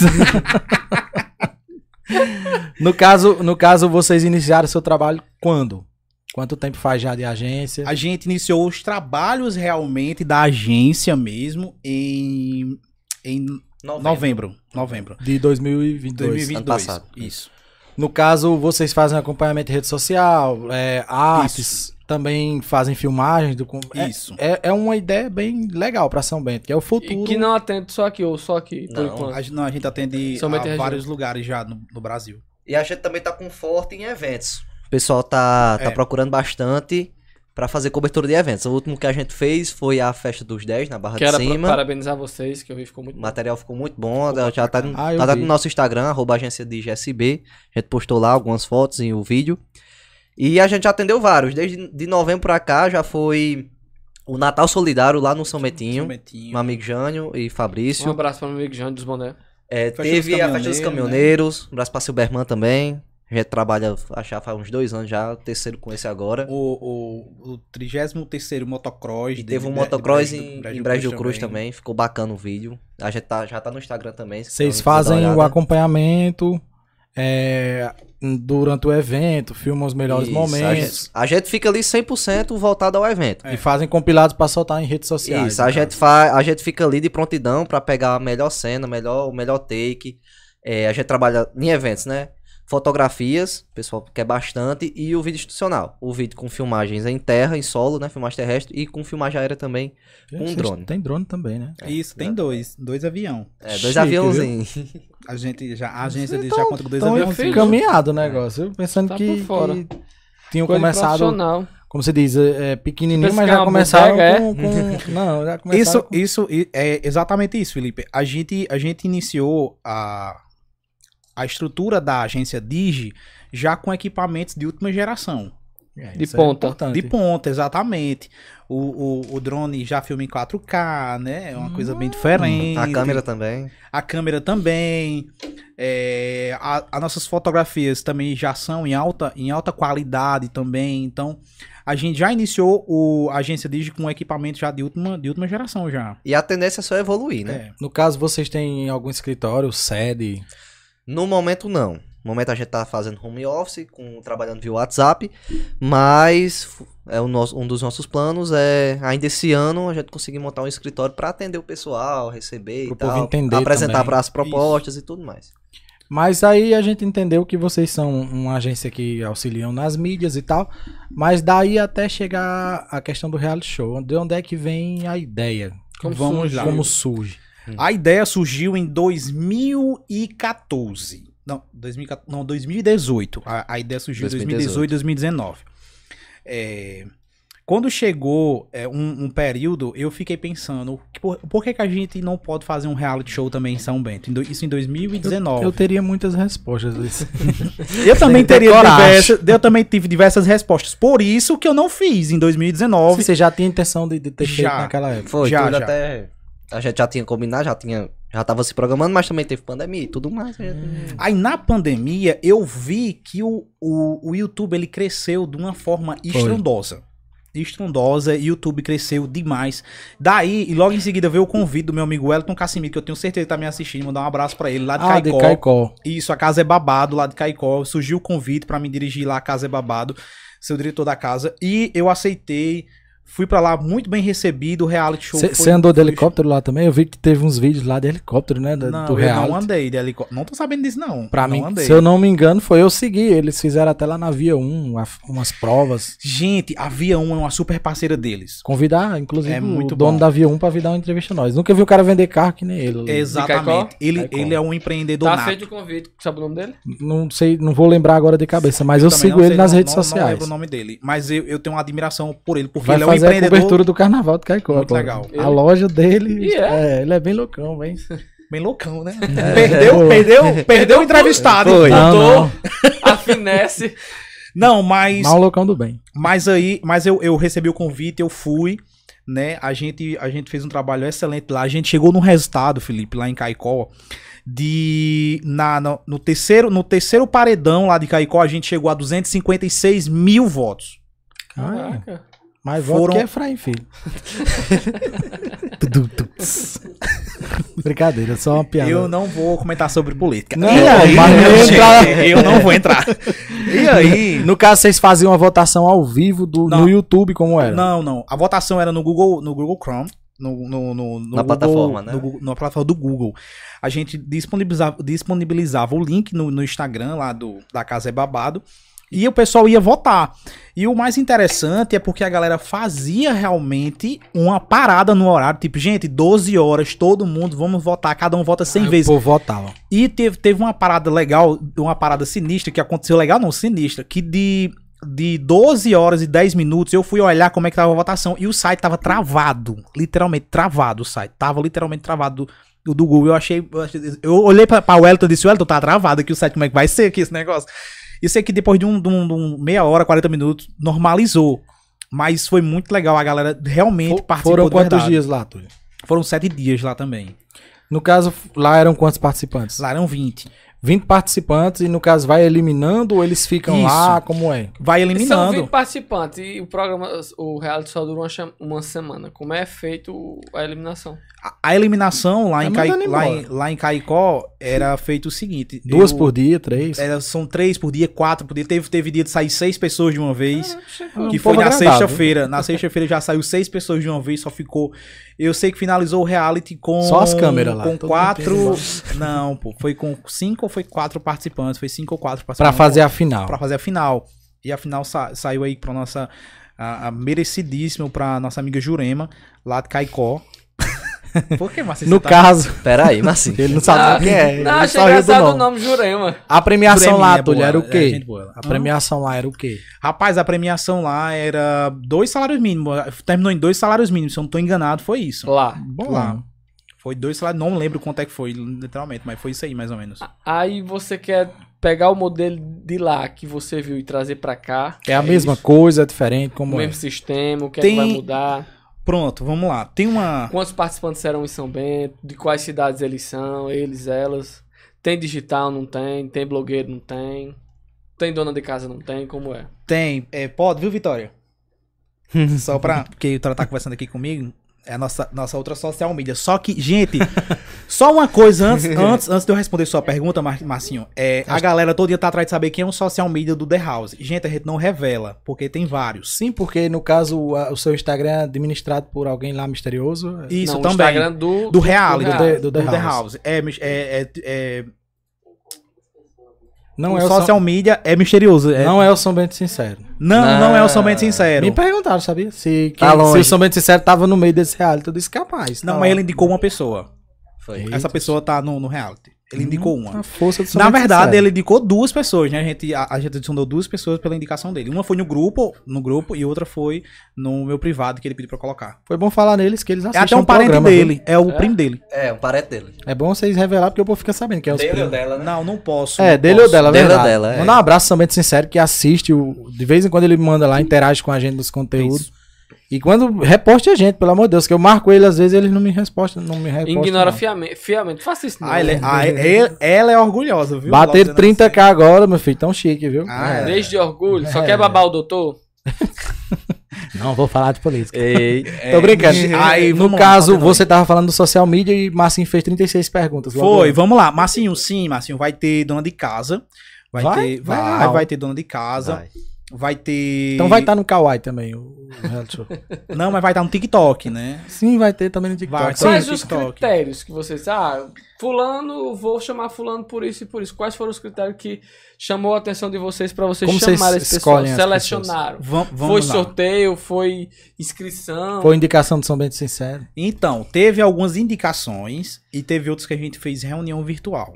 [SPEAKER 2] no, caso, no caso, vocês iniciaram seu trabalho quando? Quanto tempo faz já de agência?
[SPEAKER 3] A gente iniciou os trabalhos realmente da agência mesmo em, em
[SPEAKER 4] Novembro.
[SPEAKER 3] novembro. Novembro.
[SPEAKER 2] De 2022.
[SPEAKER 3] 2022.
[SPEAKER 4] Ano passado.
[SPEAKER 3] Isso.
[SPEAKER 2] No caso, vocês fazem acompanhamento de rede social, é, artes, também fazem filmagens. Do, com- é-
[SPEAKER 3] Isso.
[SPEAKER 2] É, é uma ideia bem legal pra São Bento, que é o futuro.
[SPEAKER 1] E que não atende só aqui, ou só aqui, por
[SPEAKER 4] Não,
[SPEAKER 1] enquanto.
[SPEAKER 3] A, gente- não, a gente atende
[SPEAKER 1] Somente
[SPEAKER 3] a
[SPEAKER 1] região.
[SPEAKER 3] vários lugares já no, no Brasil.
[SPEAKER 4] E a gente também tá com forte em eventos. O pessoal tá, tá
[SPEAKER 3] É.
[SPEAKER 4] procurando bastante pra fazer cobertura de eventos. O último que a gente fez foi a festa dos 10 na Barra
[SPEAKER 1] Quero
[SPEAKER 4] de
[SPEAKER 1] pra-
[SPEAKER 4] Cima.
[SPEAKER 1] parabenizar vocês, que eu vi ficou muito
[SPEAKER 4] O
[SPEAKER 1] bom.
[SPEAKER 4] material ficou muito bom. já tá, no-
[SPEAKER 2] Ah, eu
[SPEAKER 4] tá
[SPEAKER 2] vi.
[SPEAKER 4] no nosso Instagram, arroba agência de GSB. A gente postou lá algumas fotos e o vídeo. E a gente já atendeu vários. Desde de novembro pra cá já foi o Natal Solidário lá no São Metinho.
[SPEAKER 3] Sometinho.
[SPEAKER 4] Meu amigo Jânio e
[SPEAKER 1] Um
[SPEAKER 4] Fabrício.
[SPEAKER 1] abraço para meu amigo Jânio dos Boné.
[SPEAKER 4] É,
[SPEAKER 3] Festa
[SPEAKER 4] teve
[SPEAKER 3] dos
[SPEAKER 4] a festa dos
[SPEAKER 3] Caminhoneiros, né?
[SPEAKER 4] caminhoneiros. Um abraço pra Silberman também. A gente trabalha, acho que faz uns dois anos já, o terceiro com esse agora.
[SPEAKER 3] O, o, o 33 motocross.
[SPEAKER 4] E
[SPEAKER 3] de-
[SPEAKER 4] teve um
[SPEAKER 3] de-
[SPEAKER 4] motocross
[SPEAKER 3] de
[SPEAKER 4] em,
[SPEAKER 3] Brejo
[SPEAKER 4] em Brejo do Cruz também. ficou bacana o vídeo. A gente tá, já tá no Instagram também. se
[SPEAKER 2] Vocês
[SPEAKER 4] quiser dar Então, uma
[SPEAKER 2] fazem o
[SPEAKER 4] olhada.
[SPEAKER 2] acompanhamento é, durante o evento, filmam os melhores
[SPEAKER 4] Isso, A
[SPEAKER 2] momentos
[SPEAKER 4] gente, a gente fica ali 100% voltado ao
[SPEAKER 3] É.
[SPEAKER 4] evento.
[SPEAKER 2] e fazem compilados pra soltar em redes sociais.
[SPEAKER 4] é.
[SPEAKER 2] né?
[SPEAKER 4] Isso, a gente, fa... a gente fica ali de prontidão pra pegar a melhor cena, melhor, o melhor take. É, a gente trabalha em eventos, né? Fotografias, o pessoal quer bastante, e o vídeo institucional. O vídeo com filmagens em terra, em solo, né? Filmagem terrestre e com filmagem aérea também.
[SPEAKER 2] Gente,
[SPEAKER 4] um
[SPEAKER 2] vocês
[SPEAKER 4] drone.
[SPEAKER 2] Tem drone também, né?
[SPEAKER 3] Isso, tem
[SPEAKER 4] né?
[SPEAKER 3] dois. Dois avião.
[SPEAKER 4] É, dois
[SPEAKER 2] Chique,
[SPEAKER 4] aviãozinhos.
[SPEAKER 3] A gente já, a agência dele
[SPEAKER 2] Então-
[SPEAKER 3] já conta com dois
[SPEAKER 2] Então eu
[SPEAKER 3] aviões.
[SPEAKER 1] filho.
[SPEAKER 2] caminhado o negócio. Eu pensando
[SPEAKER 1] Tá
[SPEAKER 2] que,
[SPEAKER 1] por fora.
[SPEAKER 2] que tinham
[SPEAKER 1] Coisa de
[SPEAKER 2] começado,
[SPEAKER 1] profissional.
[SPEAKER 2] como se diz, é, é, pequenininho,
[SPEAKER 1] Pensa
[SPEAKER 2] mas
[SPEAKER 1] que é
[SPEAKER 2] já
[SPEAKER 1] uma
[SPEAKER 2] começaram
[SPEAKER 1] bodega, é?
[SPEAKER 2] com, com- Não, já começaram
[SPEAKER 3] Isso,
[SPEAKER 2] com...
[SPEAKER 3] isso i- é exatamente isso, Felipe. A gente, a gente iniciou a, a estrutura da agência Digi já com equipamentos de última geração.
[SPEAKER 2] É,
[SPEAKER 1] de
[SPEAKER 2] isso é
[SPEAKER 1] ponta.
[SPEAKER 2] importante.
[SPEAKER 3] De ponta, exatamente. O, o, o drone já filma em 4K, né? É uma coisa bem diferente.
[SPEAKER 4] Hum, A câmera também.
[SPEAKER 3] A câmera também. É, a- as nossas fotografias também já são em alta, em alta qualidade também. Então, a gente já iniciou o a agência Digi com equipamento já de última, de última geração já.
[SPEAKER 4] E a tendência é só evoluir, né?
[SPEAKER 3] É.
[SPEAKER 2] No caso, vocês têm algum escritório, sede?
[SPEAKER 4] No momento, não. No momento, a gente tá fazendo home office, com, trabalhando via WhatsApp, mas fu- é o nosso, um dos nossos planos é, ainda esse ano, a gente conseguir montar um escritório para atender o pessoal, receber
[SPEAKER 2] Pro
[SPEAKER 4] e
[SPEAKER 2] povo
[SPEAKER 4] tal,
[SPEAKER 2] entender
[SPEAKER 4] apresentar
[SPEAKER 2] também.
[SPEAKER 4] para as propostas e tudo mais.
[SPEAKER 2] Mas aí a gente entendeu que vocês são uma agência que auxiliam nas mídias e tal. Mas daí até chegar a questão do reality show. De onde é que vem a ideia?
[SPEAKER 1] Como
[SPEAKER 3] Vamos
[SPEAKER 1] surgiu?
[SPEAKER 3] lá.
[SPEAKER 2] Como surge?
[SPEAKER 3] A ideia surgiu em 2014. Não, 2014, não 2018. A, a ideia surgiu em 2018, 2019. É, quando chegou é, um, um período, eu fiquei pensando, que por, por que, que a gente não pode fazer um reality show também em São Bento? Em do- Isso em 2019.
[SPEAKER 2] Eu teria muitas respostas disso.
[SPEAKER 3] Eu
[SPEAKER 2] Tem
[SPEAKER 3] também
[SPEAKER 2] que ter
[SPEAKER 3] teria
[SPEAKER 2] coragem.
[SPEAKER 3] diversas, eu também tive diversas respostas. Por isso que eu não fiz em 2019.
[SPEAKER 2] Você já tinha intenção de, de ter feito
[SPEAKER 3] Já.
[SPEAKER 2] naquela época.
[SPEAKER 4] Foi,
[SPEAKER 3] Já,
[SPEAKER 4] tudo
[SPEAKER 3] já.
[SPEAKER 4] até. A gente já tinha combinado, já tinha. Já tava se programando, mas também teve pandemia e tudo mais. a gente não-
[SPEAKER 3] Aí na pandemia eu vi que o, o, o YouTube ele cresceu de uma forma estrondosa. Estrondosa, YouTube cresceu demais. Daí, e logo em seguida veio o convite do meu amigo Wellington Cassimiro, que eu tenho certeza que tá me assistindo, mandar um abraço pra ele lá de
[SPEAKER 2] Ah, de
[SPEAKER 3] Caicó.
[SPEAKER 2] Caicó.
[SPEAKER 3] Isso, a casa é babado lá de Caicó. Surgiu o convite pra me dirigir lá, a casa é babado, ser o diretor da casa. E eu aceitei, fui pra lá muito bem recebido, o reality show. foi-
[SPEAKER 2] Você andou de
[SPEAKER 3] foi-
[SPEAKER 2] helicóptero lá também? Eu vi que teve uns vídeos lá de helicóptero, né? da-
[SPEAKER 3] Não,
[SPEAKER 2] do
[SPEAKER 3] eu
[SPEAKER 2] reality.
[SPEAKER 3] não andei de helicóptero. Não tô sabendo disso, não.
[SPEAKER 2] Pra
[SPEAKER 3] não
[SPEAKER 2] mim,
[SPEAKER 3] andei.
[SPEAKER 2] se eu não me engano, foi eu seguir. Eles fizeram até lá na Via 1 a- umas provas.
[SPEAKER 3] Gente, a Via 1 é uma super parceira deles.
[SPEAKER 2] Convidar, inclusive,
[SPEAKER 3] É muito
[SPEAKER 2] o dono
[SPEAKER 3] bom.
[SPEAKER 2] da Via 1 pra vir dar uma entrevista a nós. Nunca vi o cara vender carro que nem ele.
[SPEAKER 3] Exatamente. Ele,
[SPEAKER 2] Caicó.
[SPEAKER 3] ele é um empreendedor
[SPEAKER 1] Tá
[SPEAKER 3] nato.
[SPEAKER 1] feito o convite. Sabe o nome dele?
[SPEAKER 2] Não sei, não vou lembrar agora de cabeça, mas eu,
[SPEAKER 3] também
[SPEAKER 2] sigo
[SPEAKER 3] não
[SPEAKER 2] ele
[SPEAKER 3] sei-
[SPEAKER 2] nas
[SPEAKER 3] não-
[SPEAKER 2] redes
[SPEAKER 3] não- Não
[SPEAKER 2] sociais.
[SPEAKER 3] lembro o nome dele, mas eu, eu tenho uma admiração por ele, porque
[SPEAKER 2] Vai
[SPEAKER 3] ele é
[SPEAKER 2] fazer
[SPEAKER 3] um
[SPEAKER 2] a
[SPEAKER 3] empreendedor
[SPEAKER 2] cobertura do carnaval do Caicó.
[SPEAKER 3] Muito
[SPEAKER 2] agora.
[SPEAKER 3] legal.
[SPEAKER 2] A loja dele.
[SPEAKER 1] E
[SPEAKER 2] é, ele é bem loucão, bem.
[SPEAKER 3] bem loucão, né? perdeu,
[SPEAKER 2] Pô.
[SPEAKER 3] perdeu, perdeu o entrevistado. então
[SPEAKER 4] Foi.
[SPEAKER 2] Não, É, não.
[SPEAKER 1] A finesse.
[SPEAKER 3] Não, mas
[SPEAKER 2] Mal loucão do bem.
[SPEAKER 3] Mas aí, mas eu, eu recebi o convite, eu fui, né? A gente, a gente fez um trabalho excelente lá. A gente chegou num resultado, Felipe, lá em Caicó, de na no, no terceiro, no terceiro paredão lá de Caicó, a gente chegou a 256 mil votos.
[SPEAKER 2] Ah,
[SPEAKER 1] Caraca.
[SPEAKER 2] mas
[SPEAKER 3] Foram-
[SPEAKER 2] voto que é Efraim, filho. Tudum, tum, tss. Brincadeira, só uma piada.
[SPEAKER 3] Eu não vou comentar sobre política.
[SPEAKER 2] Não,
[SPEAKER 3] E aí,
[SPEAKER 2] mas não
[SPEAKER 3] gente,
[SPEAKER 2] entra-
[SPEAKER 3] eu não vou entrar. E aí,
[SPEAKER 2] No caso, vocês faziam a votação ao vivo do,
[SPEAKER 3] Não.
[SPEAKER 2] no YouTube, como era?
[SPEAKER 3] Não, não. A votação era no Google, no Google Chrome. No, no, no- no
[SPEAKER 4] Na
[SPEAKER 3] Google-
[SPEAKER 4] plataforma, né?
[SPEAKER 3] no Google- na plataforma do Google. A gente disponibilizava, disponibilizava o link no, no Instagram lá do, da Casa é Babado. E o pessoal ia votar. E o mais interessante é porque a galera fazia realmente uma parada no horário. Tipo, gente, 12 horas, todo mundo, vamos votar. Cada um vota 100
[SPEAKER 2] Aí
[SPEAKER 3] vezes.
[SPEAKER 2] O povo votava.
[SPEAKER 3] E teve, teve uma parada legal, uma parada sinistra, que aconteceu legal, não, sinistra, que de, de 12 horas e 10 minutos eu fui olhar como é que tava a votação e o site tava travado, literalmente travado o site, tava literalmente travado do, do Google. Eu achei, eu achei- eu olhei pra, pra Wellington e disse, Wellington, tá travado aqui o site, como é que vai ser aqui esse negócio? Eu sei que depois de um, de um- de um meia hora, 40 minutos, normalizou. Mas foi muito legal, a galera realmente
[SPEAKER 2] Fo-
[SPEAKER 3] participou
[SPEAKER 2] Foram
[SPEAKER 3] de
[SPEAKER 2] quantos
[SPEAKER 3] verdade.
[SPEAKER 2] dias lá, Túlio?
[SPEAKER 3] Foram sete dias lá também.
[SPEAKER 2] No caso, f- lá eram quantos participantes?
[SPEAKER 3] Lá eram 20.
[SPEAKER 2] 20 participantes e no caso vai eliminando ou eles ficam
[SPEAKER 3] Isso.
[SPEAKER 2] lá, como é?
[SPEAKER 3] Vai
[SPEAKER 1] São
[SPEAKER 3] eliminando.
[SPEAKER 1] 20 participantes e o programa, o reality só dura uma, cham- uma semana. Como é feito a eliminação?
[SPEAKER 3] A- A eliminação lá,
[SPEAKER 2] Tá
[SPEAKER 3] em, Cai-
[SPEAKER 2] mandando
[SPEAKER 3] lá, em,
[SPEAKER 2] embora.
[SPEAKER 3] lá em Caicó era feito o É, seguinte:
[SPEAKER 2] Duas
[SPEAKER 3] eu-
[SPEAKER 2] por dia, três?
[SPEAKER 3] era- são três por dia, quatro por dia. Teve, teve dia de sair seis pessoas de uma vez.
[SPEAKER 2] um
[SPEAKER 3] que foi
[SPEAKER 2] povo
[SPEAKER 3] na
[SPEAKER 2] agradável.
[SPEAKER 3] sexta-feira. Na sexta-feira já saiu seis pessoas de uma vez, só ficou. Eu sei que finalizou o reality com.
[SPEAKER 2] Só as câmeras lá.
[SPEAKER 3] Com
[SPEAKER 2] Todo
[SPEAKER 3] quatro.
[SPEAKER 2] mundo
[SPEAKER 3] Não, pô. Foi com cinco ou foi quatro participantes? Foi cinco ou quatro
[SPEAKER 2] Pra
[SPEAKER 3] participantes.
[SPEAKER 2] fazer a final.
[SPEAKER 3] Pra fazer a final. E a final sa- saiu aí pra nossa. A, a merecidíssima pra nossa amiga Jurema, lá de Caicó. Por que, Marcelo?
[SPEAKER 2] No
[SPEAKER 3] você tá-
[SPEAKER 2] caso,
[SPEAKER 4] Pera aí, mas assim.
[SPEAKER 2] ele não sabe nem o que é.
[SPEAKER 1] Ah, Não,
[SPEAKER 2] ele
[SPEAKER 1] achei
[SPEAKER 2] só riu do
[SPEAKER 1] engraçado o
[SPEAKER 2] nome.
[SPEAKER 1] nome Jurema.
[SPEAKER 2] A premiação
[SPEAKER 3] Prêmio,
[SPEAKER 2] lá,
[SPEAKER 3] né,
[SPEAKER 2] Túlio,
[SPEAKER 3] boa,
[SPEAKER 2] era o
[SPEAKER 3] é,
[SPEAKER 2] quê?
[SPEAKER 3] gente boa.
[SPEAKER 2] a premiação lá era o quê?
[SPEAKER 3] Rapaz, a premiação lá era dois salários mínimos. Terminou em dois salários mínimos, se eu não tô enganado, foi isso.
[SPEAKER 1] Lá.
[SPEAKER 2] Bom,
[SPEAKER 3] Lá. Foi dois salários, não lembro quanto é que foi, literalmente, mas foi isso aí, mais ou menos.
[SPEAKER 1] Aí você quer pegar o modelo de lá que você viu e trazer pra cá.
[SPEAKER 2] é a mesma coisa, é diferente,
[SPEAKER 1] O
[SPEAKER 2] como é?
[SPEAKER 1] mesmo sistema, o que
[SPEAKER 3] Tem-
[SPEAKER 1] é que vai mudar.
[SPEAKER 3] Pronto, vamos lá. Tem uma.
[SPEAKER 1] Quantos participantes serão em São Bento? De quais cidades eles são? Eles, elas? Tem digital? Não tem? Tem blogueiro? Não tem? Tem dona de casa? Não tem? Como é?
[SPEAKER 3] Tem. É, pode, viu, Vitória? Só pra. Porque o Tro tá conversando aqui comigo. É a nossa, nossa outra social media. Só que, gente, só uma coisa antes, antes, antes de eu responder sua pergunta, Mar- Marcinho. É, a galera todo dia tá atrás de saber quem é um social media do The House. Gente, a gente não revela, porque tem vários.
[SPEAKER 2] Sim, porque no caso o, a- o seu Instagram é administrado por alguém lá misterioso. é-
[SPEAKER 3] Isso
[SPEAKER 1] Não, o
[SPEAKER 3] também.
[SPEAKER 1] Instagram do,
[SPEAKER 3] Do reality, do,
[SPEAKER 1] do
[SPEAKER 3] The,
[SPEAKER 1] reality.
[SPEAKER 3] do The House. É, mis- é, é, é-
[SPEAKER 2] Não
[SPEAKER 3] o
[SPEAKER 2] é o
[SPEAKER 3] social media é misterioso.
[SPEAKER 2] São,
[SPEAKER 3] é-
[SPEAKER 2] não é o São Bento Sincero.
[SPEAKER 3] não,
[SPEAKER 4] Não.
[SPEAKER 3] não é
[SPEAKER 1] Ah.
[SPEAKER 3] o somente sincero.
[SPEAKER 2] Me perguntaram, sabia? Se, quem-
[SPEAKER 4] Tá
[SPEAKER 2] se
[SPEAKER 4] longe.
[SPEAKER 2] o São Bento Sincero tava no meio desse reality, eu disse é capaz.
[SPEAKER 3] Não, mas ele indicou uma pessoa.
[SPEAKER 4] Foi.
[SPEAKER 3] Essa pessoa tá no, no reality. Ele
[SPEAKER 2] Hum,
[SPEAKER 3] indicou uma.
[SPEAKER 2] A força do São
[SPEAKER 3] Na
[SPEAKER 2] Bento
[SPEAKER 3] verdade,
[SPEAKER 2] Sincero.
[SPEAKER 3] ele indicou duas pessoas, né? A gente, a, a gente adicionou duas pessoas pela indicação dele. Uma foi no grupo, no grupo, e outra foi no meu privado que ele pediu pra eu colocar.
[SPEAKER 2] Foi bom falar neles que eles
[SPEAKER 3] É
[SPEAKER 2] assistem
[SPEAKER 3] até um
[SPEAKER 2] o
[SPEAKER 3] parente
[SPEAKER 2] programa,
[SPEAKER 3] dele, é o
[SPEAKER 1] É?
[SPEAKER 3] primo dele.
[SPEAKER 4] É, um parente dele.
[SPEAKER 2] viu? É bom vocês revelar porque o povo fica sabendo que é os
[SPEAKER 4] Dele ou
[SPEAKER 2] primos.
[SPEAKER 4] dela, né?
[SPEAKER 3] Não, não posso.
[SPEAKER 2] É,
[SPEAKER 3] não
[SPEAKER 2] dele ou
[SPEAKER 3] posso.
[SPEAKER 2] dela, é
[SPEAKER 4] Dele ou
[SPEAKER 2] verdade.
[SPEAKER 4] dela, é.
[SPEAKER 2] Manda um abraço também sincero que assiste. O... De vez em quando ele manda lá, interage com a gente nos conteúdos.
[SPEAKER 3] Isso.
[SPEAKER 2] E quando reposte a gente, pelo amor de Deus, que eu marco ele, às vezes ele não me responde, não me responde.
[SPEAKER 1] Ignora
[SPEAKER 2] não.
[SPEAKER 1] fiamente. fiamente. Faça isso não.
[SPEAKER 3] Ah, ele é- ah, ele- ela é orgulhosa, viu?
[SPEAKER 2] Bater
[SPEAKER 3] Logo né, dizendo assim.
[SPEAKER 2] 30k agora, meu filho, tão chique, viu?
[SPEAKER 3] Ah, é.
[SPEAKER 1] Desde de orgulho. Só quer babar o doutor?
[SPEAKER 2] Não, vou falar de política.
[SPEAKER 4] Ei,
[SPEAKER 2] Tô brincando.
[SPEAKER 3] É,
[SPEAKER 2] Aí, no
[SPEAKER 3] vamos lá,
[SPEAKER 2] caso,
[SPEAKER 3] continua.
[SPEAKER 2] você tava falando do social media e Marcinho fez 36 perguntas.
[SPEAKER 3] assim.
[SPEAKER 2] logo
[SPEAKER 3] Foi,
[SPEAKER 2] eu.
[SPEAKER 3] vamos lá. Marcinho, sim, Marcinho, vai ter dona de casa. Vai,
[SPEAKER 2] Vai?
[SPEAKER 3] ter.
[SPEAKER 2] Vai
[SPEAKER 3] Vai,
[SPEAKER 2] lá.
[SPEAKER 3] vai ter dona de casa. Vai,
[SPEAKER 4] vai.
[SPEAKER 3] ter.
[SPEAKER 2] Então vai estar no Kawaii também, o o reality show.
[SPEAKER 3] Não, mas vai estar no TikTok, né?
[SPEAKER 2] Sim, vai ter também no TikTok.
[SPEAKER 3] Vai,
[SPEAKER 2] Sim.
[SPEAKER 1] Quais
[SPEAKER 3] sim,
[SPEAKER 1] os
[SPEAKER 3] TikTok.
[SPEAKER 1] critérios que vocês. Ah, Fulano, vou chamar Fulano por isso e por isso. Quais foram os critérios que chamou a atenção de vocês pra vocês
[SPEAKER 2] Como vocês
[SPEAKER 1] chamarem esse pessoal?
[SPEAKER 2] escolhem as
[SPEAKER 1] Selecionaram.
[SPEAKER 3] Vam- Vamos
[SPEAKER 1] Foi
[SPEAKER 3] lá.
[SPEAKER 1] sorteio, foi inscrição.
[SPEAKER 2] Foi indicação do São Bento Sincero.
[SPEAKER 3] Então, teve algumas indicações e teve outros que a gente fez reunião virtual.